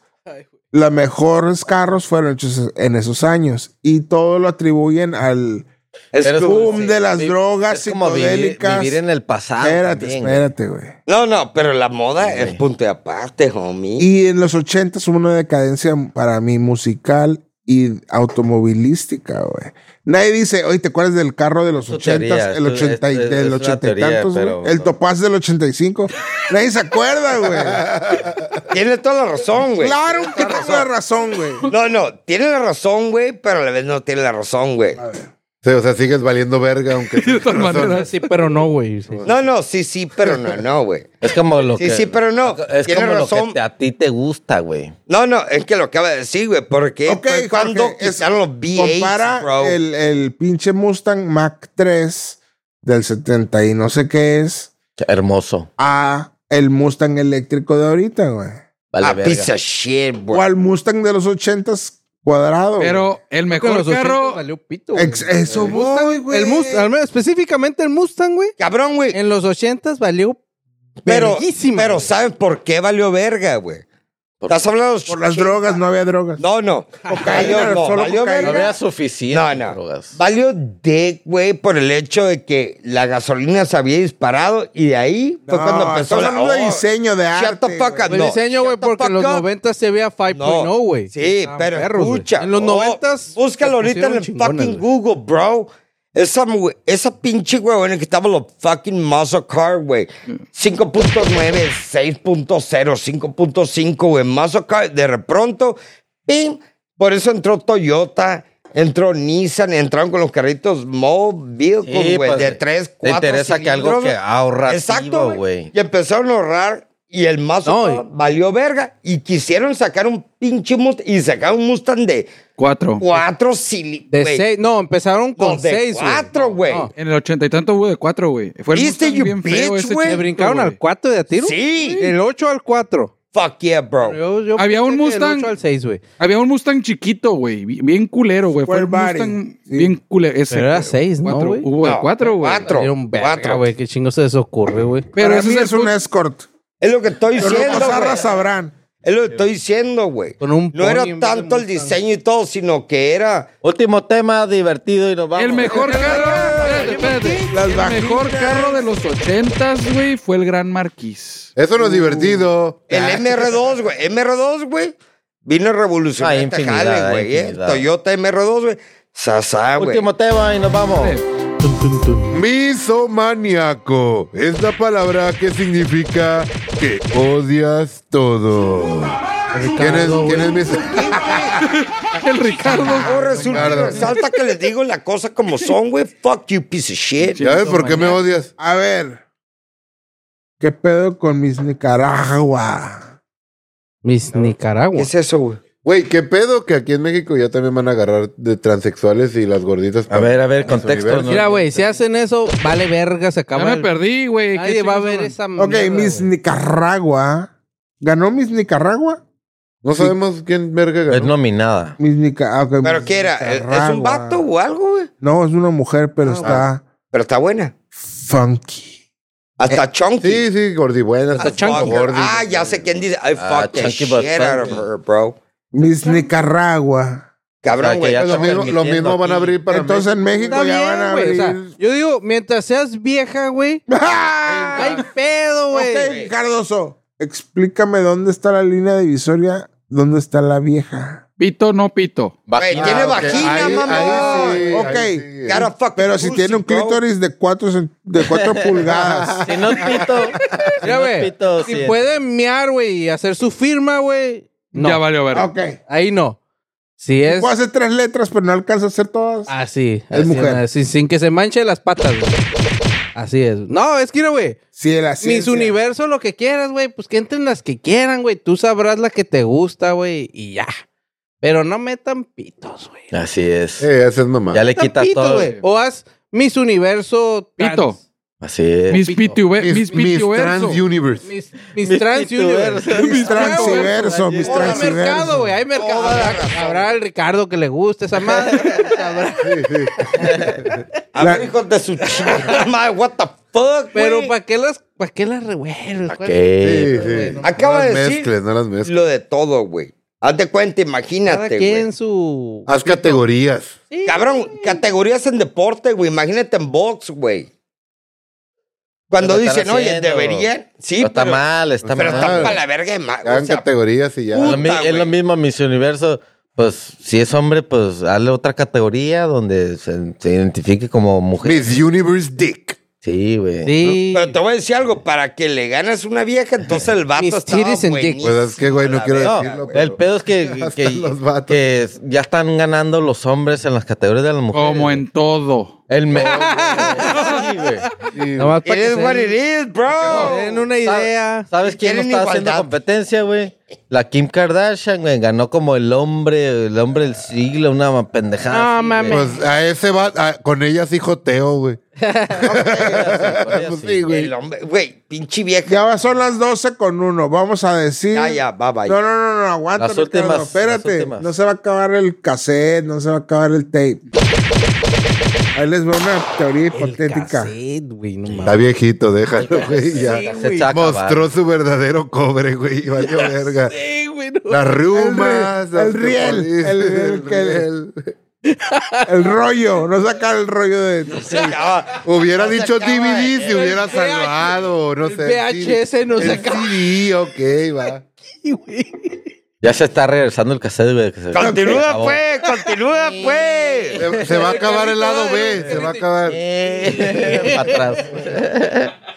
Speaker 7: los mejores carros fueron hechos en esos años. Y todo lo atribuyen al
Speaker 5: Pero es
Speaker 7: boom
Speaker 5: como-
Speaker 7: de las
Speaker 5: vi-
Speaker 7: drogas
Speaker 5: es como vivir,
Speaker 7: psicodélicas.
Speaker 5: vivir en el pasado.
Speaker 7: espérate,
Speaker 5: también, ¿eh? güey.
Speaker 7: espérate, güey.
Speaker 3: No, no, pero la moda es punto y aparte, homie.
Speaker 7: Y en los 80 hubo una decadencia para mí musical y automovilística, güey. Nadie dice, oye, ¿te acuerdas del carro de los
Speaker 5: Tu
Speaker 7: 80?
Speaker 5: teoría,
Speaker 7: El
Speaker 5: es-
Speaker 7: 80 y,
Speaker 5: es- es
Speaker 7: del
Speaker 5: una
Speaker 7: 80 y
Speaker 5: teoría,
Speaker 7: tantos, güey.
Speaker 5: pero
Speaker 7: El
Speaker 5: no.
Speaker 7: Topaz del 85. Nadie se acuerda, güey.
Speaker 3: Tiene toda la razón, güey.
Speaker 7: claro que tengo la razón, güey.
Speaker 3: No, no, tiene la razón, güey, pero a la vez no tiene la razón, güey.
Speaker 7: Ah,
Speaker 8: Sí, o sea, sigues valiendo verga, aunque.
Speaker 4: De todas maneras.
Speaker 6: Sí, pero no, güey. sí.
Speaker 3: No, no, sí, sí, pero no, no, güey.
Speaker 5: Es como lo
Speaker 3: Sí,
Speaker 5: que.
Speaker 3: sí, pero no.
Speaker 5: Es
Speaker 3: Tiene
Speaker 5: como lo
Speaker 3: razón.
Speaker 5: que te- a ti te gusta, güey.
Speaker 3: No, no, es que lo acaba de decir, güey, porque
Speaker 7: Ok,
Speaker 3: fue cuando
Speaker 7: Jorge, es-
Speaker 3: quitaron los VAs, bro.
Speaker 7: Compara el, el pinche Mustang Mach 3 del 70 y no sé qué es
Speaker 5: Hermoso.
Speaker 7: a el Mustang eléctrico de ahorita, güey.
Speaker 5: Vale,
Speaker 3: a
Speaker 5: verga.
Speaker 3: Ah, piece of shit, bro.
Speaker 7: O al Mustang de los 80s cuadrado. güey.
Speaker 4: Pero el mejor
Speaker 6: Los 80
Speaker 4: carro.
Speaker 6: valió pito, güey.
Speaker 7: Ex- eso
Speaker 6: El
Speaker 7: voy,
Speaker 6: Mustang,
Speaker 7: güey.
Speaker 6: El Mustang, al menos específicamente el Mustang, güey.
Speaker 3: Cabrón, güey.
Speaker 6: En los ochentas valió
Speaker 3: Pero,
Speaker 6: verguísima,
Speaker 3: pero
Speaker 6: güey.
Speaker 3: ¿saben por qué valió verga, güey? Estás hablando de los
Speaker 7: Ah, Por las
Speaker 3: 80.
Speaker 7: drogas, no había drogas.
Speaker 3: No, no. Valió, no,
Speaker 7: solo
Speaker 3: valió
Speaker 7: cocaína.
Speaker 5: No
Speaker 3: verga.
Speaker 5: había suficiente.
Speaker 3: No, no.
Speaker 5: drogas.
Speaker 3: Valió dick, güey, por el hecho de que la gasolina se había disparado y de ahí fue
Speaker 7: No,
Speaker 3: cuando empezó
Speaker 7: estamos
Speaker 3: la
Speaker 7: hablando de
Speaker 3: oh,
Speaker 7: diseño, de
Speaker 3: shut
Speaker 7: arte,
Speaker 3: the fuck up.
Speaker 6: El
Speaker 3: No,
Speaker 6: Pues diseño, güey,
Speaker 3: shut the
Speaker 6: porque en los
Speaker 3: fuck up.
Speaker 6: 90 se veía
Speaker 5: oh,
Speaker 6: 5.0, güey.
Speaker 3: Sí,
Speaker 6: Estaban
Speaker 3: pero
Speaker 6: perros, güey.
Speaker 3: escucha.
Speaker 6: En los
Speaker 3: oh,
Speaker 6: 90
Speaker 3: búscalo ahorita en el fucking Google, bro. Esa, mu- esa pinche huevona que estaba los fucking muscle car, güey. 5.9, 6.0, 5.5, güey. Muscle car, de pronto, pim. Por eso entró Toyota, entró Nissan, entraron con los carritos móvil,
Speaker 5: Sí,
Speaker 3: güey,
Speaker 5: pues,
Speaker 3: de 3, 4.
Speaker 5: Te interesa que algo que ahorra
Speaker 3: Exacto, güey.
Speaker 5: güey.
Speaker 3: Y empezaron a ahorrar y el mazo
Speaker 6: No,
Speaker 3: todo valió verga y quisieron sacar un pinche Mustang y sacaron un Mustang de
Speaker 4: Cuatro.
Speaker 3: cuatro cilindros.
Speaker 6: De seis, no, empezaron con
Speaker 3: de
Speaker 6: seis, güey.
Speaker 3: cuatro, güey.
Speaker 6: No,
Speaker 4: En el ochenta y tanto hubo de cuatro, güey. Fue el
Speaker 3: ¿Viste,
Speaker 4: Mustang
Speaker 3: you
Speaker 4: bien
Speaker 3: bitch,
Speaker 4: feo ese
Speaker 3: güey?
Speaker 6: ¿Le
Speaker 4: chiquito,
Speaker 6: brincaron
Speaker 4: güey.
Speaker 6: al cuatro de a tiro?
Speaker 3: Sí.
Speaker 6: Del ocho al cuatro.
Speaker 3: Fuck yeah, bro.
Speaker 6: Yo- yo
Speaker 4: Había un
Speaker 6: pensé que del
Speaker 4: Mustang.
Speaker 6: ocho al seis, güey.
Speaker 4: Había un Mustang chiquito, güey. bi- Bien culero, güey. Fue
Speaker 7: Full
Speaker 4: el
Speaker 7: body,
Speaker 4: Mustang
Speaker 7: sí.
Speaker 4: bien culero. Ese,
Speaker 6: Pero era
Speaker 4: güey.
Speaker 6: seis, ¿no,
Speaker 4: Cuatro.
Speaker 6: güey?
Speaker 4: Hubo de
Speaker 3: No,
Speaker 4: cuatro, güey.
Speaker 3: cuatro.
Speaker 6: Era un verga,
Speaker 3: Cuatro.
Speaker 6: güey. Qué chingo se les ocurre, güey.
Speaker 4: Pero
Speaker 7: Para
Speaker 4: ese
Speaker 7: mí
Speaker 4: es el
Speaker 7: es un
Speaker 4: punto.
Speaker 7: escort.
Speaker 3: Es lo que estoy
Speaker 7: Pero los
Speaker 3: diciendo. güey.
Speaker 7: cosarras sabrán.
Speaker 3: Es lo que estoy diciendo, güey.
Speaker 6: Con un
Speaker 3: No era
Speaker 6: pony en vez de
Speaker 3: tanto el
Speaker 6: Mustang.
Speaker 3: diseño y todo, sino que era.
Speaker 5: Último tema divertido y nos vamos.
Speaker 4: El mejor carro. espérate, espérate.
Speaker 7: Las
Speaker 4: El mejor
Speaker 7: vaquitas.
Speaker 4: carro de los ochentas, güey, fue el Gran Marquis.
Speaker 8: Eso no
Speaker 7: Uh,
Speaker 8: es divertido.
Speaker 3: El MR2, güey. MR2, güey. Vino a revolucionar
Speaker 5: Ah,
Speaker 3: este
Speaker 5: infinidad,
Speaker 3: jale, güey. eh.
Speaker 5: infinidad.
Speaker 3: Toyota MR2, güey. Sasá, güey.
Speaker 5: Último tema y nos vamos.
Speaker 8: Misomaníaco es la palabra que significa que odias todo. ¿Quién es, quién es mis-
Speaker 4: El Ricardo.
Speaker 3: Oh, resulta
Speaker 8: Ricardo.
Speaker 3: y resalta que les digo la cosa como son, güey. Fuck you, piece of shit.
Speaker 8: ¿Sabes por qué me odias?
Speaker 7: A ver. ¿Qué pedo con mis Nicaragua?
Speaker 6: Mis Nicaragua.
Speaker 3: ¿Qué es eso, güey?
Speaker 8: Güey, ¿qué pedo que aquí en México ya también van a agarrar de transexuales y las gorditas?
Speaker 5: A ver, a ver, contexto.
Speaker 8: universo.
Speaker 6: Mira, güey, si hacen eso, vale verga, se
Speaker 4: Ya
Speaker 6: acaba.
Speaker 4: me
Speaker 6: el-
Speaker 4: perdí, güey.
Speaker 6: Nadie
Speaker 4: ¿Qué
Speaker 6: va a
Speaker 4: chingados
Speaker 6: ver
Speaker 4: son?
Speaker 6: esa
Speaker 7: Ok,
Speaker 6: mierda,
Speaker 7: mis
Speaker 6: güey.
Speaker 7: Nicaragua. ¿Ganó mis Nicaragua?
Speaker 8: No sabemos quién verga
Speaker 5: Es
Speaker 8: ganó.
Speaker 5: nominada.
Speaker 7: Mis Nica- ah, ok,
Speaker 3: ¿Pero
Speaker 7: mis
Speaker 3: qué era? ¿E-, ¿Es un
Speaker 7: Nicaragua.
Speaker 3: vato o algo, güey? Ah,
Speaker 7: No, es una mujer, pero está
Speaker 3: Pero está buena.
Speaker 7: funky.
Speaker 3: Hasta chunky.
Speaker 8: Sí, sí, gordibuenas.
Speaker 3: I fuck her. Ah,
Speaker 8: Pues
Speaker 3: ya sé quién dice. I
Speaker 5: Ah,
Speaker 3: fuck the
Speaker 5: chunky but
Speaker 3: shit out of
Speaker 5: funky.
Speaker 3: her, bro.
Speaker 7: Mis Nicaragua.
Speaker 5: O sea,
Speaker 3: Cabrón,
Speaker 5: que
Speaker 3: güey.
Speaker 5: ya
Speaker 8: Lo
Speaker 5: está
Speaker 8: mismo, lo
Speaker 5: permitiendo
Speaker 8: mismo van a
Speaker 5: aquí.
Speaker 8: abrir para
Speaker 7: Entonces en México
Speaker 6: Está
Speaker 7: ya van a
Speaker 6: bien, güey. o
Speaker 7: abrir.
Speaker 6: sea, yo digo, mientras seas vieja, güey,
Speaker 7: ¡Ah!
Speaker 3: Ah.
Speaker 6: hay pedo, güey.
Speaker 7: Ok, Cardoso, explícame dónde está la línea divisoria, dónde está la vieja.
Speaker 4: Pito, no pito.
Speaker 3: Güey, tiene
Speaker 8: ok.
Speaker 3: vagina,
Speaker 8: Ahí-
Speaker 3: mamón.
Speaker 8: ahí sí,
Speaker 7: Ok.
Speaker 8: ahí sí.
Speaker 3: Got a fucking
Speaker 7: Pero si
Speaker 3: pussy,
Speaker 7: tiene un
Speaker 3: bro.
Speaker 7: clítoris de 4 de cuatro pulgadas.
Speaker 5: Si no es pito. si
Speaker 6: Mira,
Speaker 5: no es
Speaker 6: güey,
Speaker 5: pito,
Speaker 6: si
Speaker 5: sí es-
Speaker 6: puede mear, güey, y hacer su firma, güey, no.
Speaker 4: Ya valió ver.
Speaker 7: ok.
Speaker 6: Ahí no. Si es Ah.
Speaker 7: Puedo hacer tres letras, pero no alcanza a hacer todas.
Speaker 6: así.
Speaker 7: Es
Speaker 6: así,
Speaker 7: mujer.
Speaker 6: así, sin que se manche las patas, güey. Así es. No, es que, mira, güey.
Speaker 7: Si de la
Speaker 6: Mis
Speaker 7: ciencia-
Speaker 6: universo, lo que quieras, güey. Pues que entren las que quieran, güey. Tú sabrás la que te gusta, güey. Y ya. Pero no metan pitos, güey.
Speaker 5: Así es.
Speaker 8: Eh, esa es mamá.
Speaker 5: ya le
Speaker 6: Metan
Speaker 5: quita
Speaker 6: pitos,
Speaker 5: todo.
Speaker 6: güey. O haz Mis Universo.
Speaker 4: Pito.
Speaker 6: trans.
Speaker 5: Así es.
Speaker 4: Mis Pitu,
Speaker 8: Mis,
Speaker 4: Mis
Speaker 8: mis
Speaker 4: Pitu
Speaker 8: Trans Universe.
Speaker 6: Mis, mis, Trans Universo.
Speaker 7: Mis transiverso, mis
Speaker 6: Hola, mercado,
Speaker 7: transiverso.
Speaker 6: güey. Hay mercado. Habrá- Habrá el Ricardo que le guste esa madre. Habrá-
Speaker 3: A
Speaker 7: La-
Speaker 3: ver, hijo de su chingada madre, what the fuck,
Speaker 6: Pero
Speaker 3: güey.
Speaker 6: ¿para qué las, para qué las revuelves?
Speaker 5: Ok.
Speaker 6: güey?
Speaker 5: Eh,
Speaker 8: Sí, sí.
Speaker 6: no.
Speaker 3: Acaba
Speaker 8: no
Speaker 3: de
Speaker 8: las
Speaker 3: decir
Speaker 8: mezcles, no las mezcles.
Speaker 3: lo de todo, güey. Haz de cuenta,
Speaker 6: Cada
Speaker 3: imagínate,
Speaker 6: quien
Speaker 3: güey.
Speaker 6: su...
Speaker 7: Ah,
Speaker 8: Haz categorías.
Speaker 3: Cabrón, categorías en deporte, güey. Imagínate en box, güey. Cuando
Speaker 5: Lo están
Speaker 3: dicen, oye,
Speaker 5: haciendo.
Speaker 3: deberían. Sí,
Speaker 5: Pero está
Speaker 3: pero,
Speaker 5: mal, está
Speaker 3: pero
Speaker 5: mal.
Speaker 3: está para la verga de ma-
Speaker 8: Hagan
Speaker 3: o sea,
Speaker 8: categorías y ya.
Speaker 5: Es lo mi-
Speaker 3: puta,
Speaker 5: es lo
Speaker 3: güey.
Speaker 5: mismo Miss Universo. Pues si es hombre, pues hazle otra categoría donde se, se identifique como mujer.
Speaker 8: Miss Universe Dick.
Speaker 5: Sí, güey.
Speaker 6: Sí.
Speaker 3: Pero te voy a decir algo, para que le ganes una vieja, entonces el vato
Speaker 6: Mis
Speaker 3: está
Speaker 6: titties and
Speaker 3: buenísimo.
Speaker 6: dick.
Speaker 8: Pues es que, güey, no
Speaker 3: La
Speaker 8: quiero
Speaker 3: verga,
Speaker 8: decirlo.
Speaker 3: güey.
Speaker 8: pero-
Speaker 5: El pedo es que,
Speaker 8: Hasta
Speaker 5: que-
Speaker 8: los vatos.
Speaker 5: que ya están ganando los hombres en las categorías de las mujeres.
Speaker 4: Como en todo.
Speaker 5: El me- Sí, güey.
Speaker 8: Sí,
Speaker 6: Nomás
Speaker 3: It
Speaker 6: para que
Speaker 3: is
Speaker 6: se
Speaker 3: what it
Speaker 6: den-
Speaker 3: is, bro.
Speaker 6: se den una idea.
Speaker 5: ¿Sabes quién no
Speaker 3: Quieren
Speaker 5: está haciendo
Speaker 3: igualdad.
Speaker 5: competencia, güey? La Kim Kardashian, güey, ganó como el hombre, el hombre del siglo, una pendejada.
Speaker 6: No,
Speaker 5: así, güey.
Speaker 8: Pues a ese va, a- con ella sí joteo, güey.
Speaker 5: Pues sí, güey.
Speaker 3: El hombre, güey, pinche vieja.
Speaker 7: Ya va- son las 12 con uno. Vamos a decir.
Speaker 3: Ya, ya, bye bye.
Speaker 7: No, no, no, no, aguanta.
Speaker 5: Las
Speaker 7: Ricardo,
Speaker 5: últimas, las
Speaker 7: Espérate.
Speaker 5: últimas.
Speaker 7: No se va a acabar el cassette, no se va a acabar el tape. Ahí les va una teoría hipotética.
Speaker 6: cassette, Ah, güey, no
Speaker 8: Está
Speaker 6: mames.
Speaker 8: viejito, déjalo, güey. ya.
Speaker 5: Se está acabando.
Speaker 8: Mostró su verdadero cobre, güey. Vaya verga.
Speaker 6: Sí, güey, no.
Speaker 8: Las riumas.
Speaker 7: El
Speaker 8: las
Speaker 7: riel,
Speaker 8: tepolis,
Speaker 7: el riel que-
Speaker 8: riel.
Speaker 7: El rollo, no saca el rollo de.
Speaker 3: Se acaba.
Speaker 8: Hubiera
Speaker 3: No se
Speaker 8: dicho
Speaker 3: acaba
Speaker 8: DVD si
Speaker 3: el-
Speaker 8: hubiera
Speaker 6: VH,
Speaker 8: salvado. No
Speaker 6: el
Speaker 8: sé.
Speaker 6: VHS no se
Speaker 8: el
Speaker 6: acaba.
Speaker 8: CD, ok, va.
Speaker 5: Ya se está regresando el cassette, güey. que se- se
Speaker 3: Continúa,
Speaker 5: acabó.
Speaker 3: pues, continúa, pues.
Speaker 8: Se, se va a acabar el lado B. Se va a acabar.
Speaker 5: Eh, pa' atrás.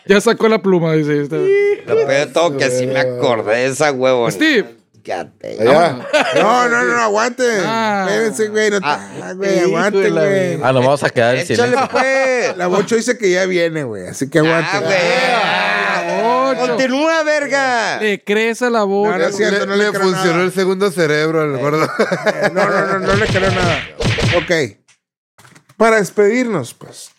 Speaker 4: Ya sacó la pluma, dice. este. esta.
Speaker 3: Lo peor
Speaker 5: Pues,
Speaker 3: de todo que sí me acordé de esa huevona.
Speaker 4: Steve.
Speaker 3: Fíjate.
Speaker 8: Allá.
Speaker 7: No, no, no, aguante.
Speaker 4: Ah.
Speaker 7: Espérense, güey. No te- ah, güey, aguante,
Speaker 6: Híjole,
Speaker 7: güey.
Speaker 5: Ah, nos vamos a quedar en
Speaker 3: Échale,
Speaker 5: silencio.
Speaker 3: pues.
Speaker 7: La bocho dice que ya viene, güey. Así que aguante.
Speaker 3: Ah, güey. Ah,
Speaker 4: ocho.
Speaker 3: Continúa, verga.
Speaker 4: Le Eh, crees a la voz.
Speaker 7: No, no es cierto,
Speaker 8: Le,
Speaker 7: no le
Speaker 8: le
Speaker 7: creo
Speaker 8: funcionó
Speaker 7: nada.
Speaker 8: el segundo cerebro al gordo.
Speaker 7: No, no, no, no le creo nada. Ok. Para despedirnos, pues.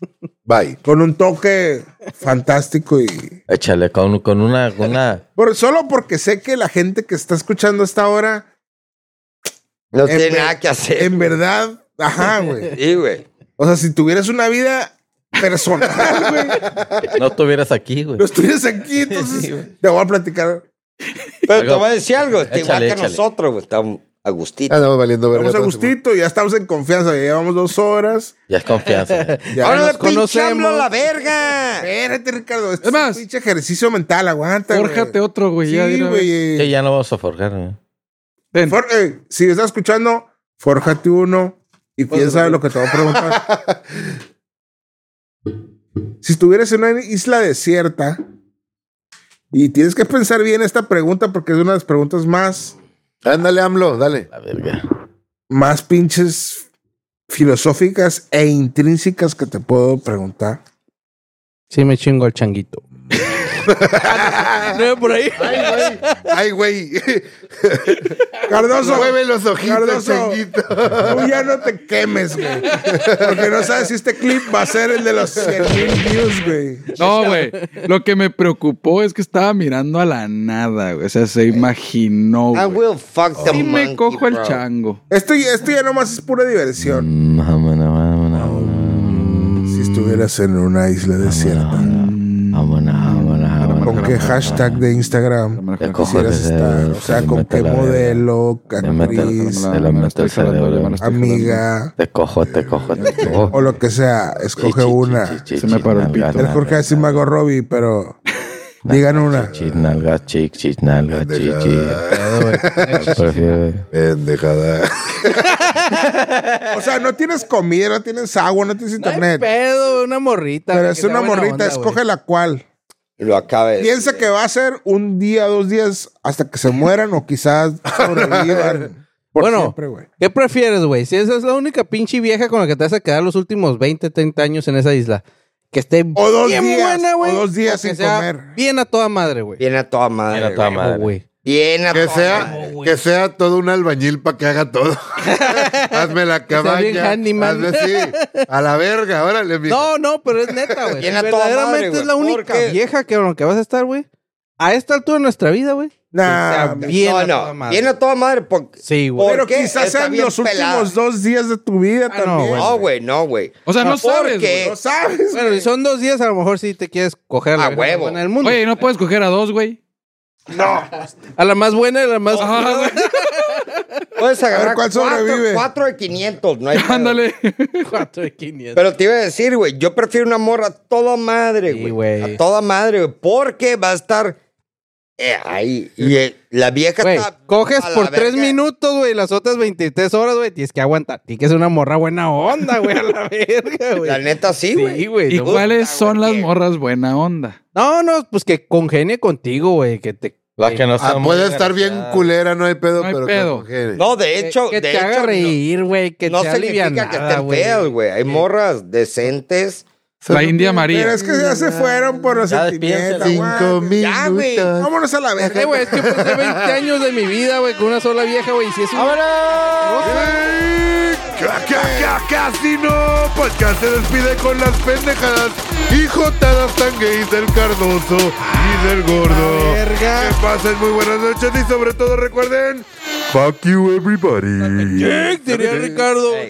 Speaker 8: Bye.
Speaker 7: Con un toque fantástico y.
Speaker 5: Échale con, con una, con una.
Speaker 7: por- solo porque sé que la gente que está escuchando hasta ahora,
Speaker 3: No
Speaker 7: en
Speaker 3: tiene
Speaker 7: ver-
Speaker 3: nada que hacer.
Speaker 5: Em-
Speaker 7: en verdad, ajá, güey.
Speaker 3: Sí, güey.
Speaker 7: O sea, si tuvieras una vida personal, güey,
Speaker 5: No estuvieras aquí, güey.
Speaker 7: no estuvieras aquí, entonces te voy a platicar.
Speaker 3: Pero te
Speaker 5: Oiga,
Speaker 3: voy a decir algo. está igual
Speaker 5: échale,
Speaker 3: que
Speaker 5: échale.
Speaker 3: nosotros, güey. Estamos a gustito.
Speaker 8: Andamos valiendo verga.
Speaker 7: Vamos a
Speaker 8: todo el
Speaker 7: gustito, ya estamos en confianza, ya llevamos dos horas.
Speaker 5: Ya es confianza. güey.
Speaker 7: Ya
Speaker 3: Ahora
Speaker 7: nos
Speaker 3: le pinche AMLO a
Speaker 7: conocemos.
Speaker 3: la verga.
Speaker 7: Espérate, Ricardo. Esto
Speaker 4: Es
Speaker 7: es,
Speaker 4: más,
Speaker 7: un pinche ejercicio mental, aguanta. güey.
Speaker 4: Fórjate otro, güey. ya,
Speaker 7: Sí,
Speaker 4: dile,
Speaker 7: güey.
Speaker 5: Que ya no vamos a forjar, güey.
Speaker 4: ven.
Speaker 7: For- eh, si estás escuchando, forjate uno y piensa lo que te voy a preguntar. si estuvieras en una isla desierta y tienes que pensar bien esta pregunta porque es una de las preguntas más,
Speaker 8: tiempo. Ándale, AMLO, dale.
Speaker 5: La verga.
Speaker 7: más pinches filosóficas e intrínsecas que te puedo preguntar.
Speaker 6: Sí me chingo el changuito. no, por ahí.
Speaker 8: Ay, güey.
Speaker 7: Cardoso,
Speaker 8: Mueve los ojitos,
Speaker 7: Cardoso.
Speaker 8: changuito.
Speaker 7: tú ya no te quemes, güey. Porque no sabes si este clip va a ser el de los 100 mil views, güey.
Speaker 4: No, güey. Lo que me preocupó es que estaba mirando a la nada, güey. O sea, se imaginó,
Speaker 3: I
Speaker 4: güey.
Speaker 3: will fuck the
Speaker 4: Y me
Speaker 3: Ah, monkey,
Speaker 4: cojo el
Speaker 3: bro.
Speaker 4: chango.
Speaker 7: Esto, esto ya nomás es pura diversión.
Speaker 5: Mm, vámonos, vámonos,
Speaker 7: Si estuvieras en una isla desierta,
Speaker 5: vámonos, vámonos, vámonos.
Speaker 7: ¿con qué hashtag de Instagram
Speaker 5: Te cojo el
Speaker 7: quisieras estar?
Speaker 5: cerebro,
Speaker 7: O sea,
Speaker 5: te
Speaker 7: ¿con
Speaker 5: meto
Speaker 7: qué
Speaker 5: la verga.
Speaker 7: modelo,
Speaker 5: Te meto el-
Speaker 7: actriz,
Speaker 5: te lo meto el cerebro.
Speaker 7: amiga Este,
Speaker 5: Te cojo, te cojo, te
Speaker 7: o
Speaker 5: cojo.
Speaker 7: lo que sea? Escoge una.
Speaker 5: Se
Speaker 4: me paró el pito.
Speaker 7: El Jorge así me hago Robbie, pero digan una.
Speaker 5: Chis, nalga, chic, chis, nalga, chic, chic. Prefiero-
Speaker 8: Pendejada.
Speaker 7: O sea, no tienes comida, no tienes agua, no tienes
Speaker 6: No hay
Speaker 7: internet.
Speaker 6: pedo, una morrita.
Speaker 7: Pero
Speaker 6: güey,
Speaker 7: es
Speaker 6: que
Speaker 7: una
Speaker 6: sea buena
Speaker 7: morrita,
Speaker 6: onda,
Speaker 7: escoge
Speaker 6: güey.
Speaker 7: la cual.
Speaker 3: Lo acabé. de
Speaker 7: Piensa
Speaker 3: decir.
Speaker 7: que va a ser un día, dos días, hasta que se mueran o quizás sobrevivan. Por
Speaker 6: Bueno.
Speaker 7: siempre, güey.
Speaker 6: ¿Qué prefieres, güey? Si esa es la única pinche vieja con la que te vas a quedar los últimos 20, 30 años en esa isla. que esté
Speaker 7: O dos
Speaker 6: bien
Speaker 7: días,
Speaker 6: buena, güey.
Speaker 7: o dos días
Speaker 6: que
Speaker 7: sin
Speaker 6: sea
Speaker 7: comer.
Speaker 6: Bien a toda madre, güey.
Speaker 3: Bien a toda madre.
Speaker 5: Bien a toda
Speaker 3: güey.
Speaker 5: madre.
Speaker 6: güey.
Speaker 3: Bien a
Speaker 8: Que
Speaker 3: toda madre.
Speaker 8: sea, que sea todo un albañil para que haga todo. Hazme la
Speaker 6: sea
Speaker 8: cabaña.
Speaker 6: bien handyman.
Speaker 8: hazme así, a la verga, órale, Ah, mija.
Speaker 6: No, no, pero es neta, güey.
Speaker 3: Bien a toda madre,
Speaker 6: Verdaderamente
Speaker 3: güey.
Speaker 6: es la única
Speaker 3: Porque-
Speaker 6: vieja que, que vas a estar, güey. A esta altura de nuestra vida, güey.
Speaker 7: Nah,
Speaker 6: que sea bien a toda
Speaker 3: no, no.
Speaker 6: madre.
Speaker 3: Bien a toda madre. por-
Speaker 6: Sí, güey.
Speaker 7: pero
Speaker 3: ¿por qué?
Speaker 7: quizás
Speaker 3: Está
Speaker 7: sean
Speaker 3: bien
Speaker 7: los
Speaker 3: pelada.
Speaker 7: últimos dos días de tu vida
Speaker 6: Ah, no,
Speaker 7: también.
Speaker 6: bueno.
Speaker 3: No, güey, no, güey.
Speaker 4: O sea, no sabes,
Speaker 3: Porque-
Speaker 7: No sabes.
Speaker 6: Bueno, si son dos días, a lo mejor sí te quieres coger la
Speaker 3: A
Speaker 6: vieja más
Speaker 3: huevo.
Speaker 6: buena del mundo.
Speaker 4: Oye, no puedes coger a dos, güey.
Speaker 6: A la más buena y a la más.
Speaker 4: Ajá, güey.
Speaker 3: Puedes agarrar
Speaker 7: ¿cuál
Speaker 3: cuatro-
Speaker 7: sobrevive?
Speaker 3: Cuatro de 500, no hay pedo.
Speaker 4: Ándale.
Speaker 6: Cuatro de 500.
Speaker 3: Pero te iba a decir, güey, yo prefiero una morra a toda madre,
Speaker 6: Sí,
Speaker 3: güey.
Speaker 6: güey.
Speaker 3: a toda madre, güey. Porque va a estar eh, ahí. Y eh, la vieja
Speaker 6: Güey,
Speaker 3: está.
Speaker 6: coges
Speaker 3: a la
Speaker 6: por tres
Speaker 3: verga.
Speaker 6: minutos, güey, las otras 23 horas, güey, tienes que aguantar. Tienes que ser una morra buena onda, güey, a la verga, güey.
Speaker 3: La neta, sí, güey.
Speaker 6: Sí, güey.
Speaker 4: ¿Y
Speaker 6: no-
Speaker 4: cuáles
Speaker 3: güey,
Speaker 4: son las
Speaker 3: que-
Speaker 4: morras buena onda?
Speaker 6: No, no, pues que congenie contigo, güey, que te...
Speaker 5: La que no
Speaker 8: Ah,
Speaker 5: está muy
Speaker 8: puede estar bien
Speaker 5: desgraciada.
Speaker 8: culera, no hay pedo,
Speaker 4: No hay
Speaker 8: pero
Speaker 4: pedo.
Speaker 8: que congene.
Speaker 3: No, de
Speaker 6: que-
Speaker 3: hecho,
Speaker 6: que
Speaker 3: de
Speaker 6: te haga
Speaker 3: hecho, no-
Speaker 6: reír, güey, que
Speaker 3: no
Speaker 6: sea
Speaker 3: significa que
Speaker 6: alivianada,
Speaker 3: estén
Speaker 6: güey.
Speaker 3: feas, güey. Hay morras decentes.
Speaker 4: La India María.
Speaker 7: Pero es que ya se fueron por los
Speaker 5: Ya despídense.
Speaker 7: sentimientos.
Speaker 8: Cinco
Speaker 7: aguante.
Speaker 3: Ya, güey.
Speaker 8: minutos.
Speaker 7: Vámonos a la verga.
Speaker 6: Eh, güey, es que pasé 20 años de mi vida, güey, con una sola vieja, güey, y si es una...
Speaker 1: Ca- ca- ca- Casi no, podcast se despide con las pendejadas y jotadas tan gays del Cardoso y del Gordo.
Speaker 6: verga.
Speaker 1: Que pasen muy buenas noches y sobre todo recuerden, fuck you everybody.
Speaker 6: Diría Ricardo.
Speaker 3: Ey.